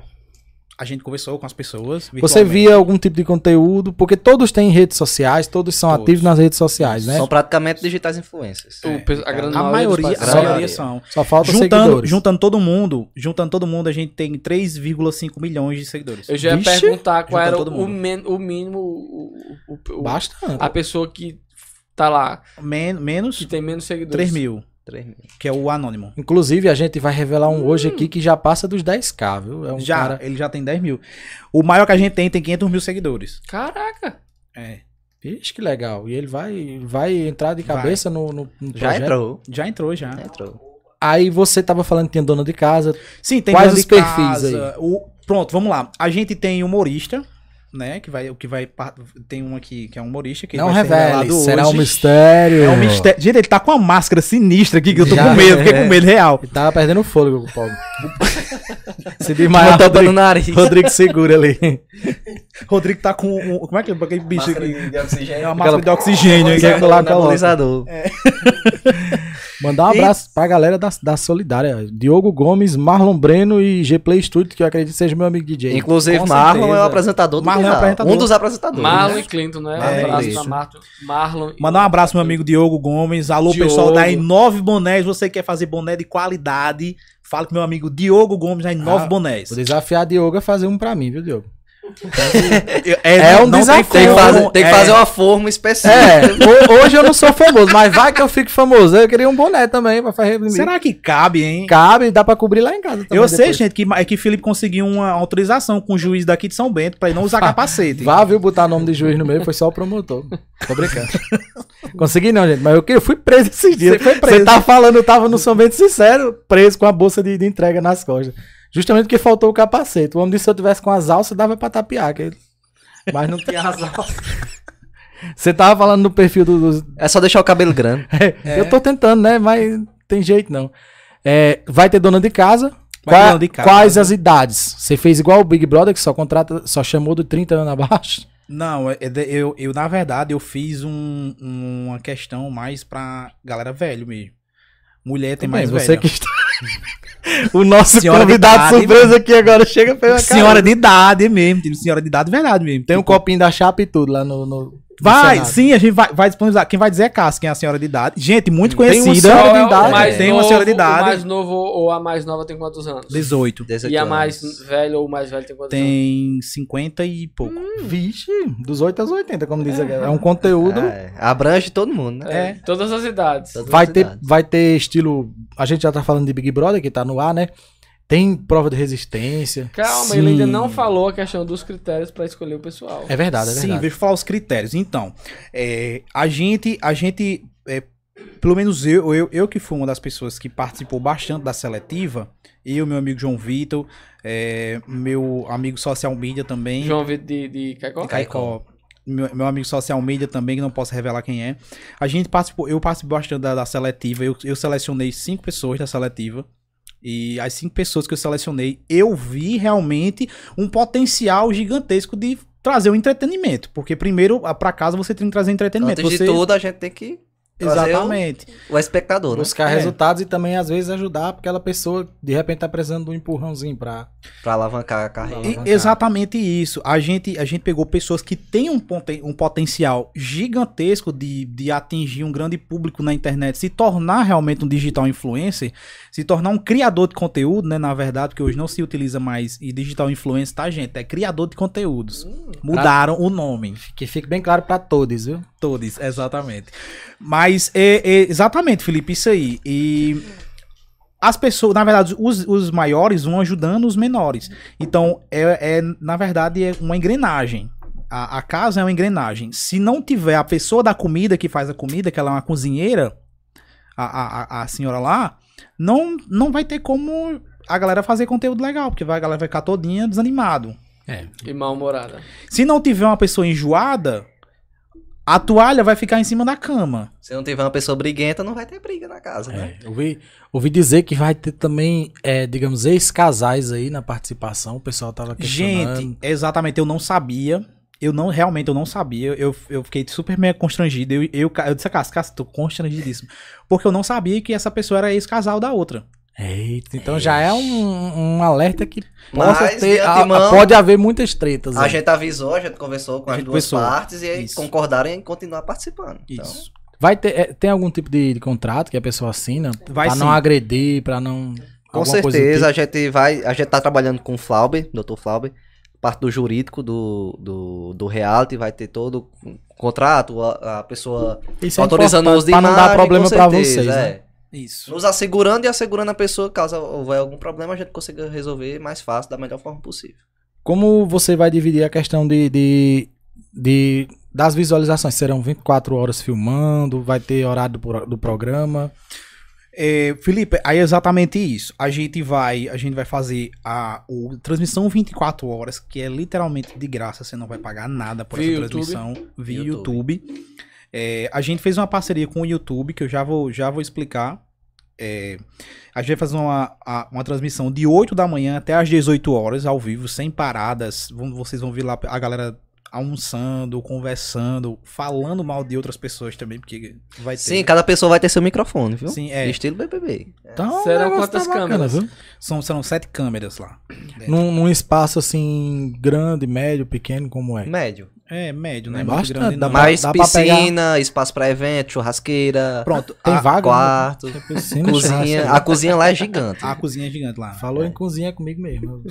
[SPEAKER 3] A gente conversou com as pessoas.
[SPEAKER 2] Você
[SPEAKER 3] virtualmente.
[SPEAKER 2] via algum tipo de conteúdo? Porque todos têm redes sociais, todos são
[SPEAKER 3] Todos.
[SPEAKER 2] ativos nas redes sociais, né? É.
[SPEAKER 4] São praticamente digitais influencers.
[SPEAKER 1] O pe- a grande
[SPEAKER 3] É, A
[SPEAKER 1] dos
[SPEAKER 3] maioria, a
[SPEAKER 1] participantes.
[SPEAKER 3] maioria são.
[SPEAKER 2] Só faltam
[SPEAKER 3] Juntando,
[SPEAKER 2] seguidores.
[SPEAKER 3] juntando todo mundo, juntando todo mundo, a gente tem 3,5 milhões de seguidores.
[SPEAKER 1] Eu já ia
[SPEAKER 2] Vixe,
[SPEAKER 1] perguntar qual
[SPEAKER 3] juntou
[SPEAKER 1] era
[SPEAKER 3] todo
[SPEAKER 1] o,
[SPEAKER 3] mundo.
[SPEAKER 1] men- o mínimo, o, o- o-
[SPEAKER 2] Bastante.
[SPEAKER 1] a pessoa que tá lá,
[SPEAKER 3] Men- menos
[SPEAKER 1] que tem menos seguidores.
[SPEAKER 3] 3 mil,
[SPEAKER 4] 3 mil.
[SPEAKER 3] que é o anônimo.
[SPEAKER 2] Inclusive, a gente vai revelar um hoje aqui que já passa dos 10k, viu? É um
[SPEAKER 3] já,
[SPEAKER 2] cara...
[SPEAKER 3] ele já tem 10 mil. O maior que a gente tem tem 500 mil seguidores.
[SPEAKER 1] Caraca!
[SPEAKER 3] É.
[SPEAKER 2] Ixi, que legal. E ele vai, vai entrar de
[SPEAKER 3] Vai.
[SPEAKER 2] cabeça no, no, no
[SPEAKER 4] Já
[SPEAKER 2] projeto.
[SPEAKER 4] entrou.
[SPEAKER 3] Já entrou, já.
[SPEAKER 4] Já entrou.
[SPEAKER 2] Aí você tava falando que tem dona de casa.
[SPEAKER 3] Sim, tem
[SPEAKER 2] Quais
[SPEAKER 3] dona
[SPEAKER 2] os
[SPEAKER 3] de
[SPEAKER 2] perfis
[SPEAKER 3] casa, o- pronto, vamos lá. A gente tem humorista, né? Que vai, o que vai par- tem um aqui que é humorista que
[SPEAKER 2] não
[SPEAKER 3] vai ser
[SPEAKER 2] revele,
[SPEAKER 3] revelado
[SPEAKER 2] será
[SPEAKER 3] hoje.
[SPEAKER 2] um mistério.
[SPEAKER 3] É um mistério. Gente, ele tá com uma máscara sinistra aqui que eu tô
[SPEAKER 2] Já,
[SPEAKER 3] com medo, fiquei
[SPEAKER 4] é.
[SPEAKER 3] com medo real.
[SPEAKER 2] Ele tava perdendo o fôlego, o Paulo. Se
[SPEAKER 4] Mas
[SPEAKER 2] desmaiar,
[SPEAKER 4] tá dando
[SPEAKER 2] Rodrigo,
[SPEAKER 4] nariz.
[SPEAKER 2] Rodrigo segura ali.
[SPEAKER 3] Rodrigo tá com um, como é que é aquele bicho aqui?
[SPEAKER 4] de
[SPEAKER 3] É
[SPEAKER 4] oxigênio.
[SPEAKER 3] uma máscara de oxigênio é aqui.
[SPEAKER 2] Aquela- lá, coloca.
[SPEAKER 4] Nebulizador.
[SPEAKER 3] É,
[SPEAKER 2] Mandar um
[SPEAKER 3] E-
[SPEAKER 2] abraço pra galera da, da Solidária. Diogo Gomes, Marlon Breno e G-Play Studio, que eu acredito que seja meu amigo DJ.
[SPEAKER 4] Inclusive,
[SPEAKER 3] Com
[SPEAKER 4] Marlon é
[SPEAKER 3] certeza.
[SPEAKER 4] o apresentador do
[SPEAKER 3] Marlon é o
[SPEAKER 4] canal.
[SPEAKER 3] apresentador.
[SPEAKER 4] Um dos apresentadores.
[SPEAKER 1] Marlon
[SPEAKER 4] né?
[SPEAKER 1] e Clinton, né?
[SPEAKER 4] É,
[SPEAKER 1] um abraço
[SPEAKER 4] isso.
[SPEAKER 1] pra Marlon. Marlon e-
[SPEAKER 3] Mandar um abraço, meu amigo Diogo Gomes. Alô,
[SPEAKER 1] Diogo.
[SPEAKER 3] pessoal da Inove Bonés. Você quer fazer boné de qualidade? Fala com meu amigo Diogo Gomes da Inove
[SPEAKER 2] Ah,
[SPEAKER 3] Bonés.
[SPEAKER 2] Vou desafiar a Diogo a fazer um pra mim, viu, Diogo?
[SPEAKER 3] É,
[SPEAKER 2] um
[SPEAKER 3] não tem
[SPEAKER 2] desafio.
[SPEAKER 4] Tem que
[SPEAKER 3] como,
[SPEAKER 4] fazer, tem que
[SPEAKER 3] é.
[SPEAKER 4] fazer uma forma específica.
[SPEAKER 2] É, ho- hoje eu não sou famoso, mas vai que eu fico famoso. Eu queria um boné também pra fazer.
[SPEAKER 3] Será que cabe, hein?
[SPEAKER 2] Cabe e dá pra cobrir lá em casa também.
[SPEAKER 3] Eu sei,
[SPEAKER 2] depois.
[SPEAKER 3] gente, que, é que Felipe conseguiu uma autorização com o juiz daqui de São Bento pra ele não usar capacete.
[SPEAKER 2] Vá, viu, botar nome de juiz no meio, foi só o promotor. Tô brincando. Consegui não, gente, mas eu, que- eu fui preso esses dias.
[SPEAKER 3] Você foi preso.
[SPEAKER 2] Você tá falando, eu tava no somente sincero, preso com a bolsa de, de entrega nas costas. Justamente porque faltou o capacete. O homem disse que se eu tivesse com as alças, dava pra tapear. que ele- Mas não tinha as alças. Você tava falando no perfil do, dos-
[SPEAKER 4] É só deixar o cabelo grande.
[SPEAKER 3] É.
[SPEAKER 2] Eu tô tentando, né? Mas tem jeito não. É, vai ter dona de casa.
[SPEAKER 3] Vai ter
[SPEAKER 2] Qua-
[SPEAKER 3] dona de casa.
[SPEAKER 2] Quais as idades? Você fez igual o Big Brother, que só contrata, só chamou do 30 anos abaixo?
[SPEAKER 3] Não, é- é de- eu, eu, na verdade, eu fiz um- uma questão mais pra galera velho mesmo. Mulher tem
[SPEAKER 2] Bem,
[SPEAKER 3] mais
[SPEAKER 2] você
[SPEAKER 3] velho.
[SPEAKER 2] que está... O nosso
[SPEAKER 3] Senhora
[SPEAKER 2] convidado
[SPEAKER 3] de idade,
[SPEAKER 2] surpresa aqui agora chega pela
[SPEAKER 3] Senhora de idade mesmo, tipo, senhora de idade verdade mesmo.
[SPEAKER 2] Tem um
[SPEAKER 3] copo.
[SPEAKER 2] copinho da chapa e tudo lá no. no-
[SPEAKER 3] Vai,
[SPEAKER 2] no Senado.
[SPEAKER 3] sim, a gente vai, vai disponibilizar. Quem vai dizer é Cássio, quem é a senhora de idade. Gente, muito
[SPEAKER 2] Tem um uma
[SPEAKER 3] conhecida.
[SPEAKER 2] senhora de
[SPEAKER 1] Qual é o
[SPEAKER 2] idade,
[SPEAKER 1] mais
[SPEAKER 3] Tem uma
[SPEAKER 1] novo,
[SPEAKER 3] senhora de
[SPEAKER 1] O
[SPEAKER 3] idade.
[SPEAKER 1] mais novo ou a mais nova tem quantos anos?
[SPEAKER 3] 18.
[SPEAKER 4] 18
[SPEAKER 1] E a
[SPEAKER 4] anos.
[SPEAKER 1] mais velha ou o mais velho tem quantos anos?
[SPEAKER 3] Tem 50 e pouco.
[SPEAKER 2] Hum, Vixe, dos 8 aos 80, como diz aqui. É um conteúdo.
[SPEAKER 4] Ah, é. Abrange todo mundo, né?
[SPEAKER 1] É, Todas as idades.
[SPEAKER 4] Todas
[SPEAKER 2] Vai
[SPEAKER 4] as
[SPEAKER 2] ter,
[SPEAKER 4] idades.
[SPEAKER 2] vai ter estilo. A gente já tá falando de Big Brother, que tá no ar, né? Tem prova de resistência.
[SPEAKER 1] Calma,
[SPEAKER 3] Sim.
[SPEAKER 1] ele ainda não falou a questão dos critérios pra escolher o pessoal.
[SPEAKER 2] É verdade, é
[SPEAKER 3] Sim,
[SPEAKER 2] verdade.
[SPEAKER 3] deixa eu falar os critérios. Então, é, a gente, a gente é, pelo menos eu, eu, eu que fui uma das pessoas que participou bastante da seletiva, eu, meu amigo João Vitor, é, meu amigo social media também.
[SPEAKER 1] João Vitor de, de Caicó?
[SPEAKER 3] de Caicó. Meu, meu amigo social media também, que não posso revelar quem é. A gente participou, eu participei bastante da, da seletiva, eu, eu selecionei cinco pessoas da seletiva. E as cinco pessoas que eu selecionei, eu vi realmente um potencial gigantesco de trazer o entretenimento. Porque primeiro, a- pra casa, você tem que trazer entretenimento.
[SPEAKER 4] Antes de
[SPEAKER 3] Você-
[SPEAKER 4] tudo, a gente tem que trazer um
[SPEAKER 3] Exatamente.
[SPEAKER 4] o, o espectador, né?
[SPEAKER 2] Buscar
[SPEAKER 3] É.
[SPEAKER 2] resultados e também, às vezes, ajudar aquela pessoa, de repente, tá precisando de um empurrãozinho pra.
[SPEAKER 4] Pra alavancar a carreira.
[SPEAKER 3] E- exatamente isso. A gente, a gente pegou pessoas que têm um, ponte- um potencial gigantesco de, de atingir um grande público na internet, se tornar realmente um digital influencer, se tornar um criador de conteúdo, né? Na verdade, porque hoje não se utiliza mais e digital influencer, tá, gente? É criador de conteúdos. Mudaram o nome.
[SPEAKER 2] Que fique bem claro pra todos, viu?
[SPEAKER 3] Todos, exatamente. Mas, é, é, exatamente, Felipe, isso aí. E as pessoas, na verdade, os, os maiores vão ajudando os menores. Então, é, é, na verdade, é uma engrenagem. A, a casa é uma engrenagem. Se não tiver a pessoa da comida que faz a comida, que ela é uma cozinheira, a, a, a- a senhora lá, não, não vai ter como a galera fazer conteúdo legal, porque vai, a galera vai ficar todinha desanimado.
[SPEAKER 2] É.
[SPEAKER 1] E mal-humorada.
[SPEAKER 3] Se não tiver uma pessoa enjoada, a toalha vai ficar em cima da cama.
[SPEAKER 4] Se não tiver uma pessoa briguenta, não vai ter briga na casa, né?
[SPEAKER 2] É, ouvi, ouvi dizer que vai ter também, é, digamos, ex-casais aí na participação. O pessoal tava questionando.
[SPEAKER 3] Gente, exatamente, eu não sabia. Eu não, realmente, eu não sabia. Eu, eu fiquei super meio constrangido. Eu, eu, eu disse, Cássio, Cássio, tô constrangidíssimo. Porque eu não sabia que essa pessoa era ex-casal da outra.
[SPEAKER 2] Eita, então já é um, um alerta que
[SPEAKER 4] Mas,
[SPEAKER 2] possa ter,
[SPEAKER 4] de
[SPEAKER 2] a- a-
[SPEAKER 4] antemão,
[SPEAKER 2] pode haver muitas tretas.
[SPEAKER 4] a
[SPEAKER 2] aí.
[SPEAKER 4] gente avisou, a gente conversou com
[SPEAKER 3] A
[SPEAKER 4] as
[SPEAKER 3] gente
[SPEAKER 4] duas
[SPEAKER 3] conversou.
[SPEAKER 4] partes e aí
[SPEAKER 3] Isso.
[SPEAKER 4] concordaram em continuar participando. Então,
[SPEAKER 3] Isso.
[SPEAKER 2] Vai ter, é, tem algum tipo de, de contrato que a pessoa assina
[SPEAKER 3] Vai
[SPEAKER 2] pra
[SPEAKER 3] sim.
[SPEAKER 2] não agredir, pra não.
[SPEAKER 4] Com
[SPEAKER 2] alguma coisa do tipo?
[SPEAKER 4] certeza, a gente vai. A gente tá trabalhando com o Flauber, Dr. Flauber, parte do jurídico do, do, do reality, vai ter todo o contrato, a, a pessoa
[SPEAKER 2] Isso é
[SPEAKER 4] autorizando o uso de
[SPEAKER 2] pra não dar
[SPEAKER 4] imagem,
[SPEAKER 2] problema
[SPEAKER 4] com
[SPEAKER 2] pra
[SPEAKER 4] certeza,
[SPEAKER 2] vocês, né?
[SPEAKER 4] é.
[SPEAKER 3] Isso.
[SPEAKER 4] Nos assegurando e assegurando a pessoa, caso houver algum problema, a gente consiga resolver mais fácil, da melhor forma possível.
[SPEAKER 2] Como você vai dividir a questão de, de, de- das visualizações? Serão 24 horas filmando, vai ter horário do, pro- do programa.
[SPEAKER 3] É, Felipe, aí é exatamente isso. A gente vai, a gente vai fazer a, o- transmissão 24 horas, que é literalmente de graça, você não vai pagar nada por
[SPEAKER 1] Via
[SPEAKER 3] essa
[SPEAKER 1] YouTube.
[SPEAKER 3] transmissão via
[SPEAKER 4] YouTube.
[SPEAKER 3] YouTube. É, a gente fez uma parceria com o YouTube, que eu já vou, já vou explicar. É, a gente vai fazer uma, a- uma transmissão de 8 da manhã até as 18 horas, ao vivo, sem paradas. Vão- Vocês vão ver lá a galera almoçando, conversando, falando mal de outras pessoas também, porque vai ter.
[SPEAKER 4] Sim, cada pessoa vai ter seu microfone, viu?
[SPEAKER 3] Sim, é.
[SPEAKER 4] Estilo BBB.
[SPEAKER 3] Ah, um
[SPEAKER 2] Então,
[SPEAKER 1] Serão
[SPEAKER 2] o negócio
[SPEAKER 1] quantas
[SPEAKER 3] tá
[SPEAKER 2] bacana,
[SPEAKER 1] câmeras?
[SPEAKER 2] viu?
[SPEAKER 3] São, serão sete câmeras lá.
[SPEAKER 2] Num, num espaço assim, grande, médio, pequeno, como é.
[SPEAKER 4] Médio.
[SPEAKER 3] É, médio, né?
[SPEAKER 2] É
[SPEAKER 3] Muito
[SPEAKER 2] bastante,
[SPEAKER 3] grande,
[SPEAKER 2] dá
[SPEAKER 3] não.
[SPEAKER 2] pra-
[SPEAKER 4] Mais
[SPEAKER 2] dá pra
[SPEAKER 4] piscina, espaço pra evento, churrasqueira,
[SPEAKER 3] Pronto,
[SPEAKER 2] Tem
[SPEAKER 3] a,
[SPEAKER 2] vaga?
[SPEAKER 4] quarto,
[SPEAKER 2] né? Piscina,
[SPEAKER 4] cozinha.
[SPEAKER 2] churrasco. né? Ah,
[SPEAKER 4] A cozinha lá é gigante.
[SPEAKER 3] a cozinha é gigante lá.
[SPEAKER 2] Falou em cozinha comigo mesmo.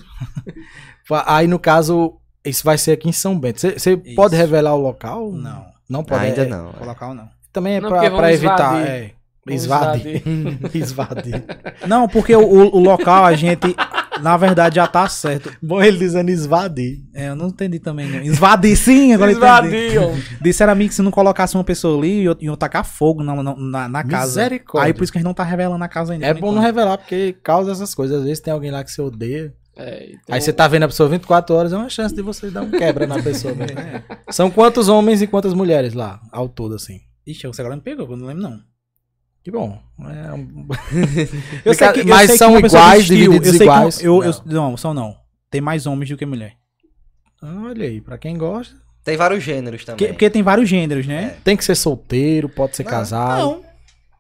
[SPEAKER 2] Aí, no caso, isso vai ser aqui em São Bento. Você
[SPEAKER 3] Isso.
[SPEAKER 2] pode revelar o local?
[SPEAKER 3] Não,
[SPEAKER 2] Não pode.
[SPEAKER 4] Ainda
[SPEAKER 2] é-
[SPEAKER 4] não. é.
[SPEAKER 3] colocar ou não.
[SPEAKER 2] Também é
[SPEAKER 1] Não,
[SPEAKER 2] pra,
[SPEAKER 1] porque vão
[SPEAKER 2] pra evitar.
[SPEAKER 1] esvadir.
[SPEAKER 2] É,
[SPEAKER 1] Vão
[SPEAKER 2] esvadir. Esvadir.
[SPEAKER 3] Não, porque o, o- o local a gente, na verdade, já tá certo.
[SPEAKER 2] Bom, ele dizendo esvadir.
[SPEAKER 3] É, eu não entendi também, não. Esvadi sim, agora eu entendi.
[SPEAKER 1] Invadiam.
[SPEAKER 3] Disseram a mim que se não colocasse uma pessoa ali, iam, iam tacar fogo na, na, na- na casa.
[SPEAKER 2] Misericórdia.
[SPEAKER 3] Aí por isso que a gente não tá revelando a casa ainda.
[SPEAKER 2] É
[SPEAKER 3] por
[SPEAKER 2] bom não
[SPEAKER 3] enquanto.
[SPEAKER 2] revelar, porque causa essas coisas. Às vezes tem alguém lá que você odeia.
[SPEAKER 1] É, então-
[SPEAKER 2] Aí você tá vendo a pessoa 24 horas, é uma chance de você dar um quebra na pessoa. né? São quantos homens e quantas mulheres lá, ao todo, assim?
[SPEAKER 3] Ixi, você agora me pegou, eu não lembro não.
[SPEAKER 2] Que bom. É um-
[SPEAKER 3] Eu sei que, eu
[SPEAKER 2] Mas
[SPEAKER 3] sei que
[SPEAKER 2] são
[SPEAKER 3] uma pessoa
[SPEAKER 2] iguais,
[SPEAKER 3] vestiu,
[SPEAKER 2] divididos
[SPEAKER 3] eu sei que
[SPEAKER 2] iguais?
[SPEAKER 3] eu- eu- não, são não. Tem mais homens do que mulher.
[SPEAKER 2] Olha aí, pra quem gosta.
[SPEAKER 4] Tem vários gêneros também.
[SPEAKER 3] Porque, porque tem vários gêneros, né?
[SPEAKER 2] Tem que ser solteiro, pode ser
[SPEAKER 4] Não,
[SPEAKER 2] casado.
[SPEAKER 3] Não.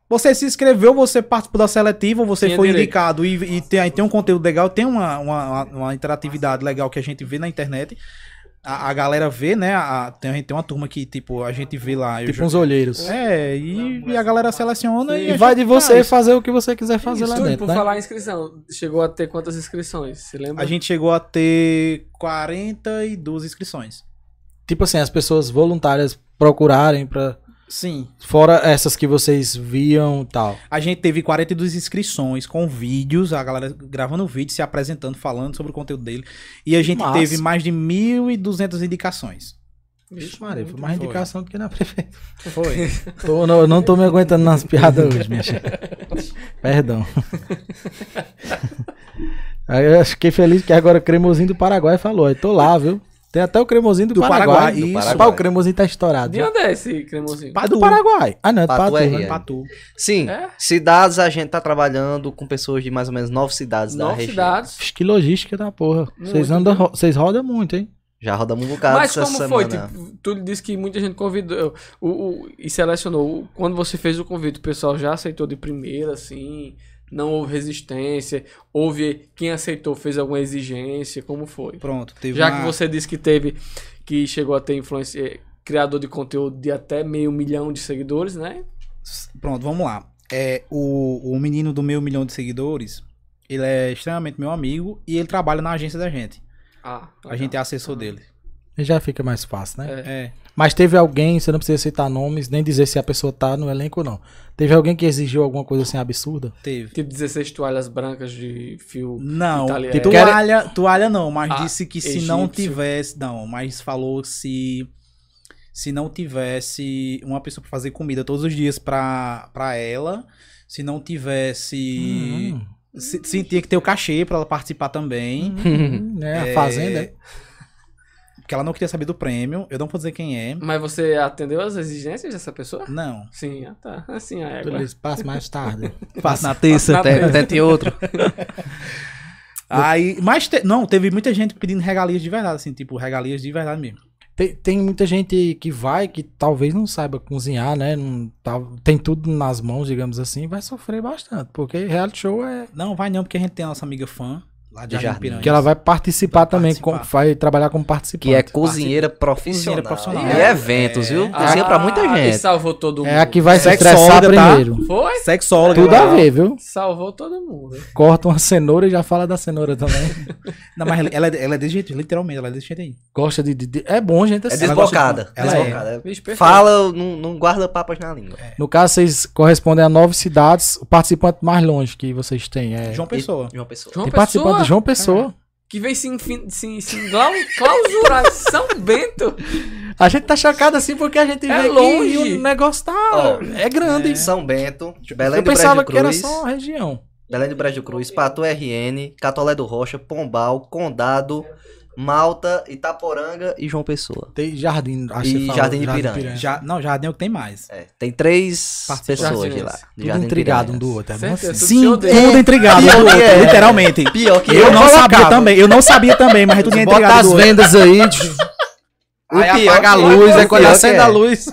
[SPEAKER 3] Você se inscreveu, você participou da seletiva, você
[SPEAKER 1] Tinha
[SPEAKER 3] foi
[SPEAKER 1] direito.
[SPEAKER 3] indicado e, e tem, aí tem um conteúdo legal, tem uma, uma, uma interatividade legal que a gente vê na internet. A, a galera vê, né? A, tem, a gente tem uma turma que, tipo, a gente vê lá. eu
[SPEAKER 2] Tipo
[SPEAKER 3] já-
[SPEAKER 2] uns olheiros.
[SPEAKER 3] É, e, e a galera seleciona e,
[SPEAKER 2] E
[SPEAKER 3] a
[SPEAKER 2] vai
[SPEAKER 3] gente
[SPEAKER 2] de você
[SPEAKER 3] faz.
[SPEAKER 2] fazer o que você quiser fazer lá
[SPEAKER 1] Isso,
[SPEAKER 2] dentro,
[SPEAKER 1] por
[SPEAKER 2] né?
[SPEAKER 1] falar em inscrição, chegou a ter quantas inscrições? Você lembra?
[SPEAKER 3] A gente chegou a ter 42 inscrições.
[SPEAKER 2] Tipo assim, as pessoas voluntárias procurarem pra.
[SPEAKER 3] Sim.
[SPEAKER 2] Fora essas que vocês viam e tal.
[SPEAKER 3] A gente teve 42 inscrições com vídeos, a galera gravando vídeo, se apresentando, falando sobre o conteúdo dele. E a gente
[SPEAKER 2] Massa.
[SPEAKER 3] teve mais de 1.200 indicações.
[SPEAKER 2] Vixe, Maria, foi mais
[SPEAKER 1] Foi.
[SPEAKER 2] indicação do que na prefeitura.
[SPEAKER 1] Foi.
[SPEAKER 2] Tô- não, eu não tô me aguentando nas piadas hoje, minha gente. Perdão. Aí eu fiquei feliz que agora o cremosinho do Paraguai falou. Eu tô lá, viu? Tem até o cremosinho do,
[SPEAKER 3] Do
[SPEAKER 2] Paraguai.
[SPEAKER 3] Paraguai,
[SPEAKER 2] Do
[SPEAKER 3] isso.
[SPEAKER 2] Paraguai. Pá, o cremosinho tá estourado.
[SPEAKER 1] De onde é esse cremosinho?
[SPEAKER 2] É do Paraguai. Ah, não, é do
[SPEAKER 4] Patu
[SPEAKER 2] Patu.
[SPEAKER 4] é
[SPEAKER 2] né?
[SPEAKER 4] real.
[SPEAKER 3] Patu.
[SPEAKER 4] Sim,
[SPEAKER 1] É?
[SPEAKER 4] cidades a gente tá trabalhando com pessoas de mais ou menos nove cidades da
[SPEAKER 1] Nove
[SPEAKER 4] região.
[SPEAKER 1] cidades.
[SPEAKER 2] Vixe, Que logística da porra.
[SPEAKER 1] Muito.
[SPEAKER 2] Vocês andam, ro- vocês rodam muito, hein?
[SPEAKER 4] Já rodamos um bocado
[SPEAKER 1] Mas
[SPEAKER 4] essa
[SPEAKER 1] como foi?
[SPEAKER 4] semana.
[SPEAKER 1] Tipo, tu disse que muita gente convidou o, o- e selecionou. O- Quando você fez o convite, o pessoal já aceitou de primeira, assim? Não houve resistência? Houve quem aceitou fez alguma exigência? Como foi?
[SPEAKER 3] Pronto, teve
[SPEAKER 1] Já
[SPEAKER 3] uma-
[SPEAKER 1] que você disse que teve, que chegou a ter influência, eh, criador de conteúdo de até meio milhão de seguidores, né?
[SPEAKER 3] Pronto, vamos lá. É, o, o menino do meio milhão de seguidores, ele é extremamente meu amigo e ele trabalha na agência da gente.
[SPEAKER 1] Ah,
[SPEAKER 3] A gente é assessor dele.
[SPEAKER 2] E já fica mais fácil, né?
[SPEAKER 3] É.
[SPEAKER 2] Mas teve alguém, você não precisa citar nomes, nem dizer se a pessoa tá no elenco ou não. Teve alguém que exigiu alguma coisa assim absurda?
[SPEAKER 3] Teve.
[SPEAKER 1] Tipo 16 toalhas brancas de fio.
[SPEAKER 3] Não,
[SPEAKER 1] Itali-
[SPEAKER 3] tipo,
[SPEAKER 1] é.
[SPEAKER 3] toalha, toalha não, mas
[SPEAKER 1] Ah,
[SPEAKER 3] disse que se não
[SPEAKER 1] egípcio.
[SPEAKER 3] tivesse. Não, mas falou se. Se não tivesse uma pessoa pra fazer comida todos os dias pra, pra ela. Se não tivesse.
[SPEAKER 2] Hum,
[SPEAKER 3] Se, se tinha que ter o cachê pra ela participar também.
[SPEAKER 2] hum, é, a fazenda. é.
[SPEAKER 3] Porque ela não queria saber do prêmio. Eu não vou dizer quem é.
[SPEAKER 1] Mas você atendeu as exigências dessa pessoa?
[SPEAKER 3] Não.
[SPEAKER 1] Sim, ah, tá. Assim, a
[SPEAKER 2] Tu
[SPEAKER 1] égua.
[SPEAKER 2] lhes passa mais tarde.
[SPEAKER 3] Faço na terça.
[SPEAKER 1] Na
[SPEAKER 4] Até,
[SPEAKER 1] terça.
[SPEAKER 4] até tem outro.
[SPEAKER 3] Aí, mas te- não, teve muita gente pedindo regalias de verdade, assim, tipo, regalias de verdade mesmo.
[SPEAKER 2] Tem, tem muita gente que vai que talvez não saiba cozinhar, né? Não tá- tem tudo nas mãos, digamos assim, vai sofrer bastante, porque reality show é
[SPEAKER 3] Não, vai não, porque a gente tem a nossa amiga fã lá de
[SPEAKER 4] De
[SPEAKER 3] Jardim
[SPEAKER 4] Jardim.
[SPEAKER 3] Piranhas.
[SPEAKER 2] que ela vai participar também,
[SPEAKER 3] participar.
[SPEAKER 2] com- vai trabalhar como participante.
[SPEAKER 4] Que é cozinheira profissional.
[SPEAKER 3] Cozinheira profissional.
[SPEAKER 4] E
[SPEAKER 3] É.
[SPEAKER 4] eventos, viu?
[SPEAKER 1] Ah,
[SPEAKER 4] Cozinha Assim pra muita
[SPEAKER 1] e
[SPEAKER 4] gente.
[SPEAKER 1] salvou todo mundo.
[SPEAKER 2] É a que vai se
[SPEAKER 3] Sexóloga,
[SPEAKER 2] estressar
[SPEAKER 3] tá?
[SPEAKER 2] primeiro.
[SPEAKER 1] Foi?
[SPEAKER 3] Sexóloga.
[SPEAKER 2] Tudo
[SPEAKER 3] ela-
[SPEAKER 2] a ver, viu?
[SPEAKER 1] Salvou todo mundo.
[SPEAKER 2] Corta uma cenoura e já fala da cenoura também.
[SPEAKER 3] Não, mas ela, ela é desse jeito, literalmente, ela é desse jeito aí.
[SPEAKER 2] Gosta de, de- de- É bom, gente.
[SPEAKER 4] É
[SPEAKER 2] assim.
[SPEAKER 3] des- gosta de-
[SPEAKER 4] desbocada.
[SPEAKER 3] ela é.
[SPEAKER 4] desbocada.
[SPEAKER 1] Bicho, perfeito.
[SPEAKER 4] Fala, não, não guarda papas na língua.
[SPEAKER 2] No caso, vocês correspondem a nove cidades. O participante mais longe que vocês têm é.
[SPEAKER 3] João Pessoa.
[SPEAKER 4] De uma pessoa.
[SPEAKER 1] João
[SPEAKER 2] Tem
[SPEAKER 1] Pessoa,
[SPEAKER 2] participante de João Pessoa.
[SPEAKER 1] que veio se, infin... se, se clau- clausurar em São Bento.
[SPEAKER 2] A gente tá chocado assim porque a gente
[SPEAKER 1] É
[SPEAKER 2] vê
[SPEAKER 1] longe.
[SPEAKER 2] que o negócio tá.
[SPEAKER 4] Ó,
[SPEAKER 2] é grande.
[SPEAKER 4] São Bento, Belém
[SPEAKER 2] Eu
[SPEAKER 4] do
[SPEAKER 2] pensava
[SPEAKER 4] Brejo
[SPEAKER 2] que era
[SPEAKER 4] Cruz,
[SPEAKER 2] só a região.
[SPEAKER 4] Belém do Brejo Cruz, Patu RN, Catolé do Rocha, Pombal, Condado, Malta, Itaporanga e João Pessoa.
[SPEAKER 2] Tem jardim, acho
[SPEAKER 4] E
[SPEAKER 2] que você falou,
[SPEAKER 4] Jardim de Piranha.
[SPEAKER 3] Já, não, Jardim é o que tem mais.
[SPEAKER 4] É, tem três
[SPEAKER 3] Participantes.
[SPEAKER 4] pessoas de
[SPEAKER 1] Jardinense.
[SPEAKER 4] lá. de
[SPEAKER 2] Tudo
[SPEAKER 4] Jardim
[SPEAKER 2] intrigado um
[SPEAKER 4] Piranhas.
[SPEAKER 2] do outro. É bom
[SPEAKER 1] Certeza,
[SPEAKER 2] assim.
[SPEAKER 1] tudo
[SPEAKER 3] Sim,
[SPEAKER 1] se
[SPEAKER 3] tudo
[SPEAKER 1] odeia.
[SPEAKER 3] intrigado,
[SPEAKER 2] né?
[SPEAKER 4] Pior
[SPEAKER 3] um
[SPEAKER 4] que
[SPEAKER 3] do outro,
[SPEAKER 4] é.
[SPEAKER 3] literalmente.
[SPEAKER 4] Pior que
[SPEAKER 3] Eu
[SPEAKER 4] eu.
[SPEAKER 3] não
[SPEAKER 2] colocava.
[SPEAKER 3] sabia também, eu não sabia também, mas tu tinha intrigado.
[SPEAKER 2] Bota as
[SPEAKER 3] do outro.
[SPEAKER 2] vendas aí.
[SPEAKER 4] O
[SPEAKER 2] aí apaga
[SPEAKER 4] pior
[SPEAKER 2] a
[SPEAKER 4] que é,
[SPEAKER 2] luz,
[SPEAKER 4] o
[SPEAKER 2] aí quando
[SPEAKER 4] pior que
[SPEAKER 2] acende a
[SPEAKER 4] é.
[SPEAKER 2] luz.